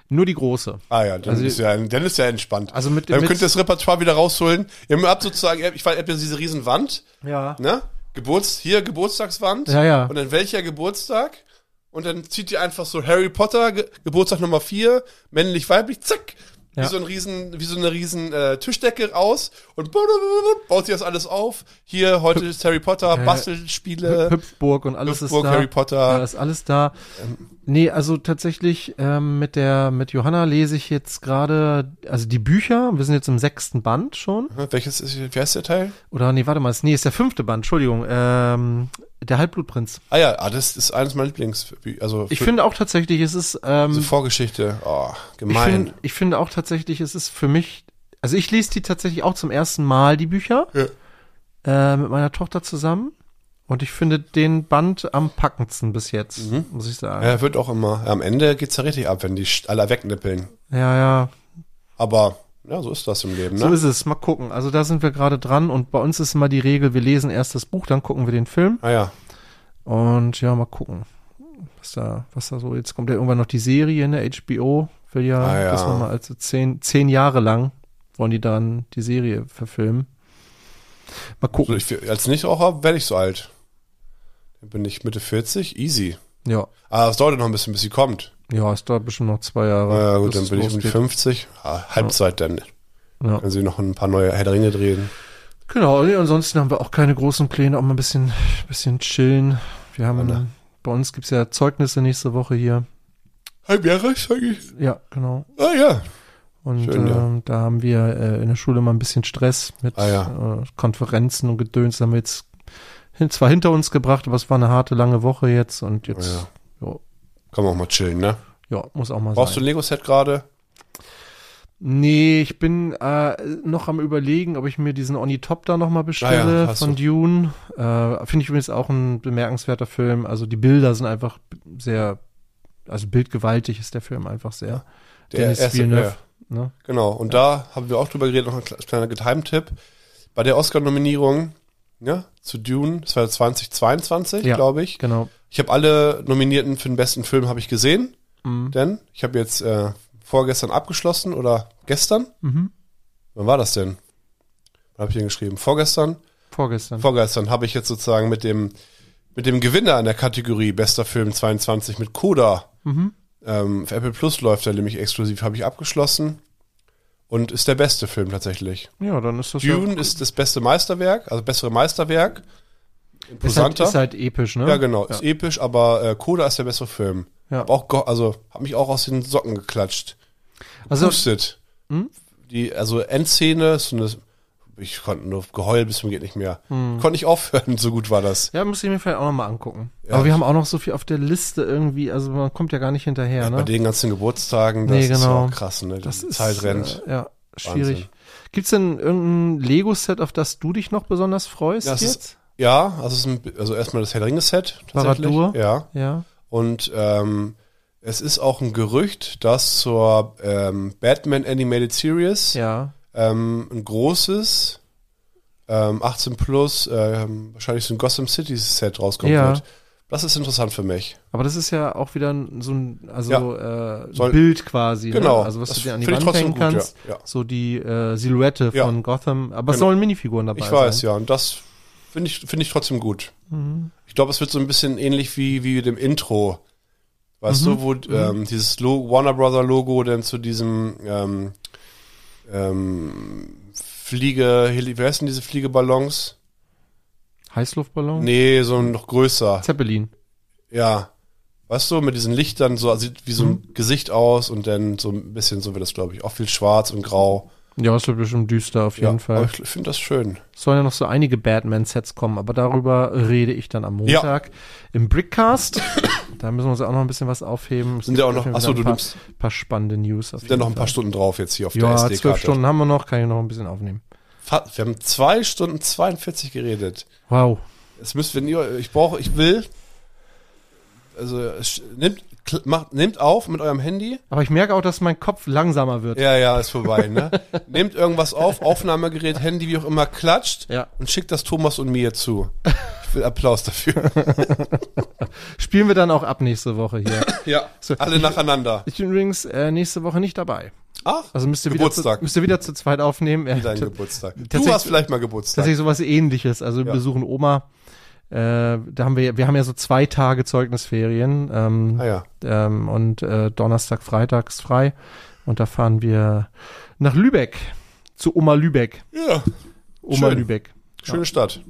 Speaker 3: Nur die große.
Speaker 4: Ah ja, dann
Speaker 3: Also-
Speaker 4: ist ja, dann ist ja entspannt.
Speaker 3: Also mit-
Speaker 4: dann
Speaker 3: mit-
Speaker 4: könnt ihr das Repertoire wieder rausholen. Ihr habt sozusagen, ihr habt- ich weiß, ihr habt ja diese riesen Wand,
Speaker 3: Ja.
Speaker 4: ne? Geburts, hier Geburtstagswand.
Speaker 3: Ja, ja.
Speaker 4: Und dann welcher Geburtstag? Und dann zieht ihr einfach so Harry Potter, Ge Geburtstag Nummer 4, männlich, weiblich, zack.
Speaker 3: Ja.
Speaker 4: Wie so ein riesen, wie so eine riesen äh, Tischdecke aus und baut sich das alles auf. Hier, heute ist Harry Potter,
Speaker 3: Äh,
Speaker 4: Bastelspiele.
Speaker 3: Hüpfburg und alles
Speaker 4: Hüpfburg,
Speaker 3: ist da.
Speaker 4: Harry Potter. Ähm.
Speaker 3: Ja, ist alles da. Nee, also tatsächlich ähm, mit der mit Johanna lese ich jetzt gerade, also die Bücher, wir sind jetzt im sechsten Band schon.
Speaker 4: Hm, Welches ist, wie heißt der Teil?
Speaker 3: Oder nee, warte mal, ist- nee, ist der fünfte Band, Entschuldigung. Ähm, der Halbblutprinz.
Speaker 4: Ah ja, ah, das ist eines meiner Lieblings. Also
Speaker 3: Ich
Speaker 4: für- Also
Speaker 3: finde auch tatsächlich, es ist ähm,
Speaker 4: diese Vorgeschichte. Oh,
Speaker 3: ich
Speaker 4: gemein.
Speaker 3: finde ich finde auch tatsächlich, es ist für mich Also ich lese die tatsächlich auch zum ersten Mal, die Bücher, äh, mit meiner Tochter zusammen. Und ich finde den Band am packendsten bis jetzt, muss ich sagen.
Speaker 4: Mhm. Ja, wird auch immer. Am Ende geht's ja richtig ab, wenn die Sch- alle wegnippeln.
Speaker 3: Ja, ja.
Speaker 4: Aber ja, so ist das im Leben, ne?
Speaker 3: So ist es. Mal gucken. Also da sind wir gerade dran. Und bei uns ist immer die Regel, wir lesen erst das Buch, dann gucken wir den Film.
Speaker 4: ah ja.
Speaker 3: Und ja, mal gucken, was da, was da so jetzt kommt. Ja, irgendwann noch die Serie, ne? HBO will ja,
Speaker 4: Ah, ja.
Speaker 3: das war mal also zehn, zehn Jahre lang wollen die dann die Serie verfilmen. Mal
Speaker 4: So,
Speaker 3: gucken.
Speaker 4: Also ich, als Nichtraucher werde ich so alt. Dann bin ich Mitte 40, easy.
Speaker 3: Ja,
Speaker 4: Aber es dauert noch ein bisschen, bis sie kommt.
Speaker 3: ja, es dauert bestimmt noch zwei Jahre.
Speaker 4: Ja, gut,
Speaker 3: bis
Speaker 4: dann
Speaker 3: es
Speaker 4: bin ich um die
Speaker 3: losgeht.
Speaker 4: 50. Ah, Halbzeit dann.
Speaker 3: Ja.
Speaker 4: Können sie noch ein paar neue Herr der Ringe drehen.
Speaker 3: Genau, nee, ansonsten haben wir auch keine großen Pläne, auch mal ein bisschen, bisschen chillen. Wir haben,
Speaker 4: Ja, ne?
Speaker 3: bei uns gibt's ja Zeugnisse nächste Woche hier.
Speaker 4: Halbjährig, sag ich.
Speaker 3: Ja, genau.
Speaker 4: Ah ja.
Speaker 3: Und
Speaker 4: Schön, ja.
Speaker 3: ähm, da haben wir äh, in der Schule mal ein bisschen Stress mit
Speaker 4: Ah, ja.
Speaker 3: äh, Konferenzen und Gedöns. haben wir jetzt hin, zwar hinter uns gebracht, aber es war eine harte, lange Woche jetzt und jetzt ja.
Speaker 4: Kann man auch mal chillen, ne?
Speaker 3: Ja, muss auch mal
Speaker 4: Brauchst du
Speaker 3: sein.
Speaker 4: ein Lego-Set gerade?
Speaker 3: Nee, ich bin äh, noch am überlegen, ob ich mir diesen Onitop da nochmal bestelle
Speaker 4: Ah ja, hast
Speaker 3: von Dune. Äh, Finde ich übrigens auch ein bemerkenswerter Film. Also die Bilder sind einfach sehr, also bildgewaltig ist der Film einfach sehr.
Speaker 4: Der erste,
Speaker 3: Ne?
Speaker 4: Genau, und da haben wir auch drüber geredet, noch ein kle- kleiner Geheimtipp. Bei der Oscar-Nominierung ne, zu Dune, das war 2022,
Speaker 3: Ja.
Speaker 4: glaube ich.
Speaker 3: Genau.
Speaker 4: Ich habe alle Nominierten für den besten Film habe ich gesehen,
Speaker 3: Mhm.
Speaker 4: denn ich habe jetzt äh, vorgestern abgeschlossen oder gestern.
Speaker 3: Mhm.
Speaker 4: Wann war das denn? Wann habe ich den geschrieben? Vorgestern?
Speaker 3: Vorgestern.
Speaker 4: Vorgestern habe ich jetzt sozusagen mit dem, mit dem Gewinner in der Kategorie Bester Film 22 mit Koda.
Speaker 3: Mhm.
Speaker 4: Ähm, für Apple Plus läuft er nämlich exklusiv, habe ich abgeschlossen. Und ist der beste Film tatsächlich.
Speaker 3: ja, dann ist halt, das ja,
Speaker 4: Dune ist das beste Meisterwerk, also bessere Meisterwerk.
Speaker 3: ist, halt,
Speaker 4: Imposanter.
Speaker 3: ist halt episch, ne?
Speaker 4: ja, genau. Ist episch, aber äh, Koda ist der bessere Film.
Speaker 3: Ja.
Speaker 4: Hab auch ge- also hab mich auch aus den Socken geklatscht.
Speaker 3: Also,
Speaker 4: Pustet. Die, also Endszene, ist so eine, ich konnte nur geheult bis zum geht nicht mehr.
Speaker 3: Hm.
Speaker 4: Konnte nicht aufhören, so gut war das.
Speaker 3: ja, muss ich mir vielleicht auch nochmal angucken.
Speaker 4: Ja.
Speaker 3: Aber wir haben auch noch so viel auf der Liste irgendwie, also man kommt ja gar nicht hinterher,
Speaker 4: Bei
Speaker 3: ne?
Speaker 4: den ganzen Geburtstagen, das
Speaker 3: Nee,
Speaker 4: ist
Speaker 3: genau.
Speaker 4: auch krass, ne? Die
Speaker 3: Das ist,
Speaker 4: Zeit rennt.
Speaker 3: Äh, ja, schwierig.
Speaker 4: Wahnsinn.
Speaker 3: Gibt's denn irgendein Lego-Set, auf das du dich noch besonders freust
Speaker 4: Das ist-
Speaker 3: jetzt?
Speaker 4: Ja, also, es ist ein, also erstmal das Herr der Ringe-Set. tatsächlich.
Speaker 3: Baradur?
Speaker 4: Ja.
Speaker 3: Ja.
Speaker 4: Und ähm, es ist auch ein Gerücht, dass zur ähm, Batman Animated Series
Speaker 3: Ja.
Speaker 4: ähm, ein großes ähm, 18 plus ähm, wahrscheinlich so ein Gotham City Set rauskommen
Speaker 3: Ja.
Speaker 4: wird. Das ist interessant für mich.
Speaker 3: Aber das ist ja auch wieder ein- so ein, also äh, ein
Speaker 4: Soll-
Speaker 3: Bild quasi,
Speaker 4: Genau.
Speaker 3: ne? also was
Speaker 4: Das
Speaker 3: du dir an die
Speaker 4: finde
Speaker 3: Wand
Speaker 4: ich
Speaker 3: hängen
Speaker 4: trotzdem gut,
Speaker 3: kannst,
Speaker 4: ja. Ja.
Speaker 3: so die äh, Silhouette
Speaker 4: Ja.
Speaker 3: von Gotham, aber es
Speaker 4: Genau.
Speaker 3: sollen Minifiguren dabei
Speaker 4: Ich
Speaker 3: sein. Mhm.
Speaker 4: weiß, ja. Und das finde ich, finde ich trotzdem gut. Ich glaube, es wird so ein bisschen ähnlich wie, wie dem Intro. Weißt
Speaker 3: Mhm.
Speaker 4: du, wo ähm, dieses Lo Warner Brother Logo dann zu diesem ähm, ähm, Fliege, Heli- wer heißen diese Fliegeballons?
Speaker 3: Heißluftballon?
Speaker 4: Nee, so noch größer.
Speaker 3: Zeppelin.
Speaker 4: Ja. Weißt du, mit diesen Lichtern, so also sieht wie so ein
Speaker 3: Mhm.
Speaker 4: Gesicht aus und dann so ein bisschen, so wird das, glaube ich, auch viel schwarz und grau.
Speaker 3: Ja, es wird bestimmt düster auf jeden
Speaker 4: ja,
Speaker 3: Fall.
Speaker 4: Aber ich finde das schön.
Speaker 3: Es sollen ja noch so einige Batman-Sets kommen, aber darüber rede ich dann am Montag im Brickcast. da müssen wir uns auch noch ein bisschen was aufheben. Es
Speaker 4: Sind
Speaker 3: gibt
Speaker 4: ja auch noch-
Speaker 3: auf jeden
Speaker 4: achso,
Speaker 3: Fall
Speaker 4: du
Speaker 3: ein paar,
Speaker 4: nimmst-
Speaker 3: paar spannende News. Auf
Speaker 4: Sind ja noch ein
Speaker 3: jeden
Speaker 4: paar
Speaker 3: Fall.
Speaker 4: Stunden drauf jetzt hier auf der
Speaker 3: Ja,
Speaker 4: SD-Karte.
Speaker 3: zwölf Stunden haben wir noch, kann ich noch ein bisschen aufnehmen.
Speaker 4: Fa- Wir haben zwei Stunden 42 geredet.
Speaker 3: Wow.
Speaker 4: Es müsst, wenn ihr, ich brauche, ich will, also sch- nehmt, kl- macht, nehmt auf mit eurem Handy.
Speaker 3: Aber ich merke auch, dass mein Kopf langsamer wird.
Speaker 4: Ja, ja, ist vorbei,
Speaker 3: (laughs)
Speaker 4: ne? nehmt irgendwas auf, Aufnahmegerät, Handy, wie auch immer, klatscht
Speaker 3: Ja.
Speaker 4: und schickt das Thomas und mir zu. Ich will
Speaker 3: (laughs)
Speaker 4: Applaus dafür.
Speaker 3: Spielen wir dann auch ab nächste Woche
Speaker 4: (laughs)
Speaker 3: hier.
Speaker 4: ja, alle nacheinander.
Speaker 3: ich bin übrigens äh, nächste Woche nicht dabei.
Speaker 4: Ach,
Speaker 3: Also müsst ihr, wieder zu,
Speaker 4: Geburtstag.
Speaker 3: müsst ihr wieder zu zweit aufnehmen. Äh,
Speaker 4: dein
Speaker 3: t-
Speaker 4: Geburtstag. Du
Speaker 3: tatsächlich-
Speaker 4: hast vielleicht mal Geburtstag.
Speaker 3: tatsächlich sowas ähnliches. Also wir
Speaker 4: Ja.
Speaker 3: besuchen Oma. Äh, da haben wir, wir haben ja so zwei Tage Zeugnisferien. Ähm,
Speaker 4: Ah ja.
Speaker 3: ähm, und äh, Donnerstag, Freitags frei. Und da fahren wir nach Lübeck. Zu Oma Lübeck.
Speaker 4: Ja,
Speaker 3: Oma
Speaker 4: Schön.
Speaker 3: Lübeck.
Speaker 4: schöne Stadt.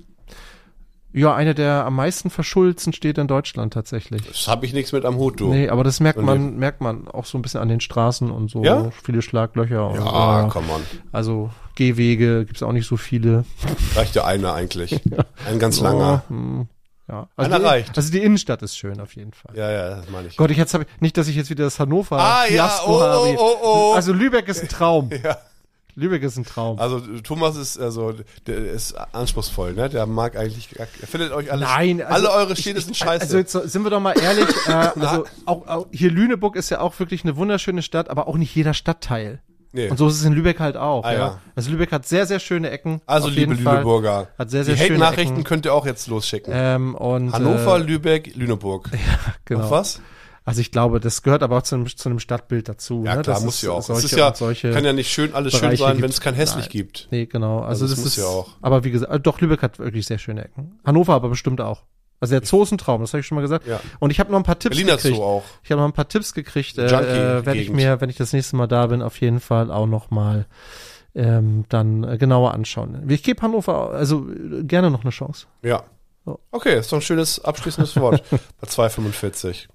Speaker 3: Ja, eine der am meisten verschuldeten Städte in Deutschland tatsächlich.
Speaker 4: Das habe ich nichts mit am Hut, du.
Speaker 3: Nee, aber das merkt
Speaker 4: Nee.
Speaker 3: man, merkt man auch so ein bisschen an den Straßen und so.
Speaker 4: Ja?
Speaker 3: Viele Schlaglöcher und
Speaker 4: Ja,
Speaker 3: äh,
Speaker 4: come on.
Speaker 3: also Gehwege gibt's auch nicht so viele.
Speaker 4: Reicht ja
Speaker 3: (laughs)
Speaker 4: einer eigentlich. Ein ganz langer.
Speaker 3: Oh, hm, ja. Also,
Speaker 4: Einer
Speaker 3: die,
Speaker 4: reicht.
Speaker 3: also die Innenstadt ist schön auf jeden Fall.
Speaker 4: Ja, ja, das meine ich.
Speaker 3: Gott, ich jetzt habe nicht, dass ich jetzt wieder das Hannover
Speaker 4: Ah, ja,
Speaker 3: Fiasko
Speaker 4: oh,
Speaker 3: habe.
Speaker 4: oh, oh, oh.
Speaker 3: Also Lübeck ist ein Traum.
Speaker 4: (laughs) Ja.
Speaker 3: Lübeck ist ein Traum.
Speaker 4: Also Thomas ist also der ist anspruchsvoll, ne? Der mag eigentlich er findet euch alles
Speaker 3: Nein, also
Speaker 4: alle eure
Speaker 3: ich-
Speaker 4: Städte
Speaker 3: ich-
Speaker 4: sind scheiße.
Speaker 3: Also jetzt so- sind wir doch mal
Speaker 4: (laughs)
Speaker 3: ehrlich, äh, also auch, auch hier Lüneburg ist ja auch wirklich eine wunderschöne Stadt, aber auch nicht jeder Stadtteil.
Speaker 4: Nee.
Speaker 3: Und so ist es in Lübeck halt auch.
Speaker 4: Ah,
Speaker 3: ja.
Speaker 4: ja.
Speaker 3: Also Lübeck hat sehr, sehr schöne Ecken.
Speaker 4: Also
Speaker 3: auf
Speaker 4: liebe
Speaker 3: jeden Fall.
Speaker 4: Lüneburger,
Speaker 3: Hat sehr, sehr
Speaker 4: die
Speaker 3: schöne
Speaker 4: Hate-Nachrichten
Speaker 3: Ecken.
Speaker 4: könnt ihr auch jetzt losschicken.
Speaker 3: Ähm, und,
Speaker 4: Hannover,
Speaker 3: äh,
Speaker 4: Lübeck,
Speaker 3: (laughs)
Speaker 4: Lüneburg.
Speaker 3: genau.
Speaker 4: Noch was?
Speaker 3: Also ich glaube, das gehört aber auch zu einem, zu einem Stadtbild dazu.
Speaker 4: Ja
Speaker 3: ne?
Speaker 4: klar,
Speaker 3: das
Speaker 4: muss
Speaker 3: ist
Speaker 4: ja auch.
Speaker 3: Solche
Speaker 4: es ist ja,
Speaker 3: und solche
Speaker 4: kann ja nicht schön alles schön
Speaker 3: Bereiche
Speaker 4: sein, wenn
Speaker 3: gibt's-
Speaker 4: es kein hässlich
Speaker 3: Nein.
Speaker 4: gibt.
Speaker 3: Nee, genau. Also,
Speaker 4: Also das
Speaker 3: das,
Speaker 4: muss
Speaker 3: ist
Speaker 4: ja auch.
Speaker 3: Aber wie gesagt, äh, doch Lübeck hat wirklich sehr schöne Ecken. Hannover aber bestimmt auch. Also der Zoo ist ein Traum, das habe ich schon mal gesagt.
Speaker 4: Ja.
Speaker 3: Und ich habe noch ein paar Tipps
Speaker 4: Berliner
Speaker 3: gekriegt.
Speaker 4: Zoo auch.
Speaker 3: Ich habe noch ein paar Tipps gekriegt, äh,
Speaker 4: Junkie
Speaker 3: äh, werde ich
Speaker 4: Gegend.
Speaker 3: mir, wenn ich das nächste Mal da bin, auf jeden Fall auch noch mal ähm, dann äh, genauer anschauen. Ich gebe Hannover also äh, gerne noch eine Chance.
Speaker 4: Ja.
Speaker 3: So.
Speaker 4: Okay, ist doch ein schönes
Speaker 3: (laughs)
Speaker 4: abschließendes Wort. Bei 2,45.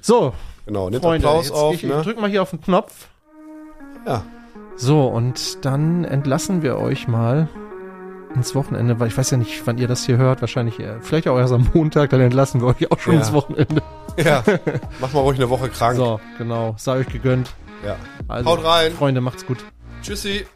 Speaker 3: So,
Speaker 4: Genau, nehmt
Speaker 3: Freunde,
Speaker 4: Applaus
Speaker 3: jetzt,
Speaker 4: auf.
Speaker 3: ich, ich
Speaker 4: ne?
Speaker 3: drück mal hier auf den Knopf.
Speaker 4: Ja.
Speaker 3: So, und dann entlassen wir euch mal ins Wochenende, weil ich weiß ja nicht, wann ihr das hier hört. Wahrscheinlich, äh, vielleicht auch erst am Montag, dann entlassen wir euch auch schon
Speaker 4: Ja.
Speaker 3: ins Wochenende.
Speaker 4: ja. Mach mal ruhig eine Woche krank.
Speaker 3: So, genau. Sei euch gegönnt.
Speaker 4: Ja.
Speaker 3: Also,
Speaker 4: Haut rein.
Speaker 3: Freunde, macht's gut.
Speaker 4: Tschüssi.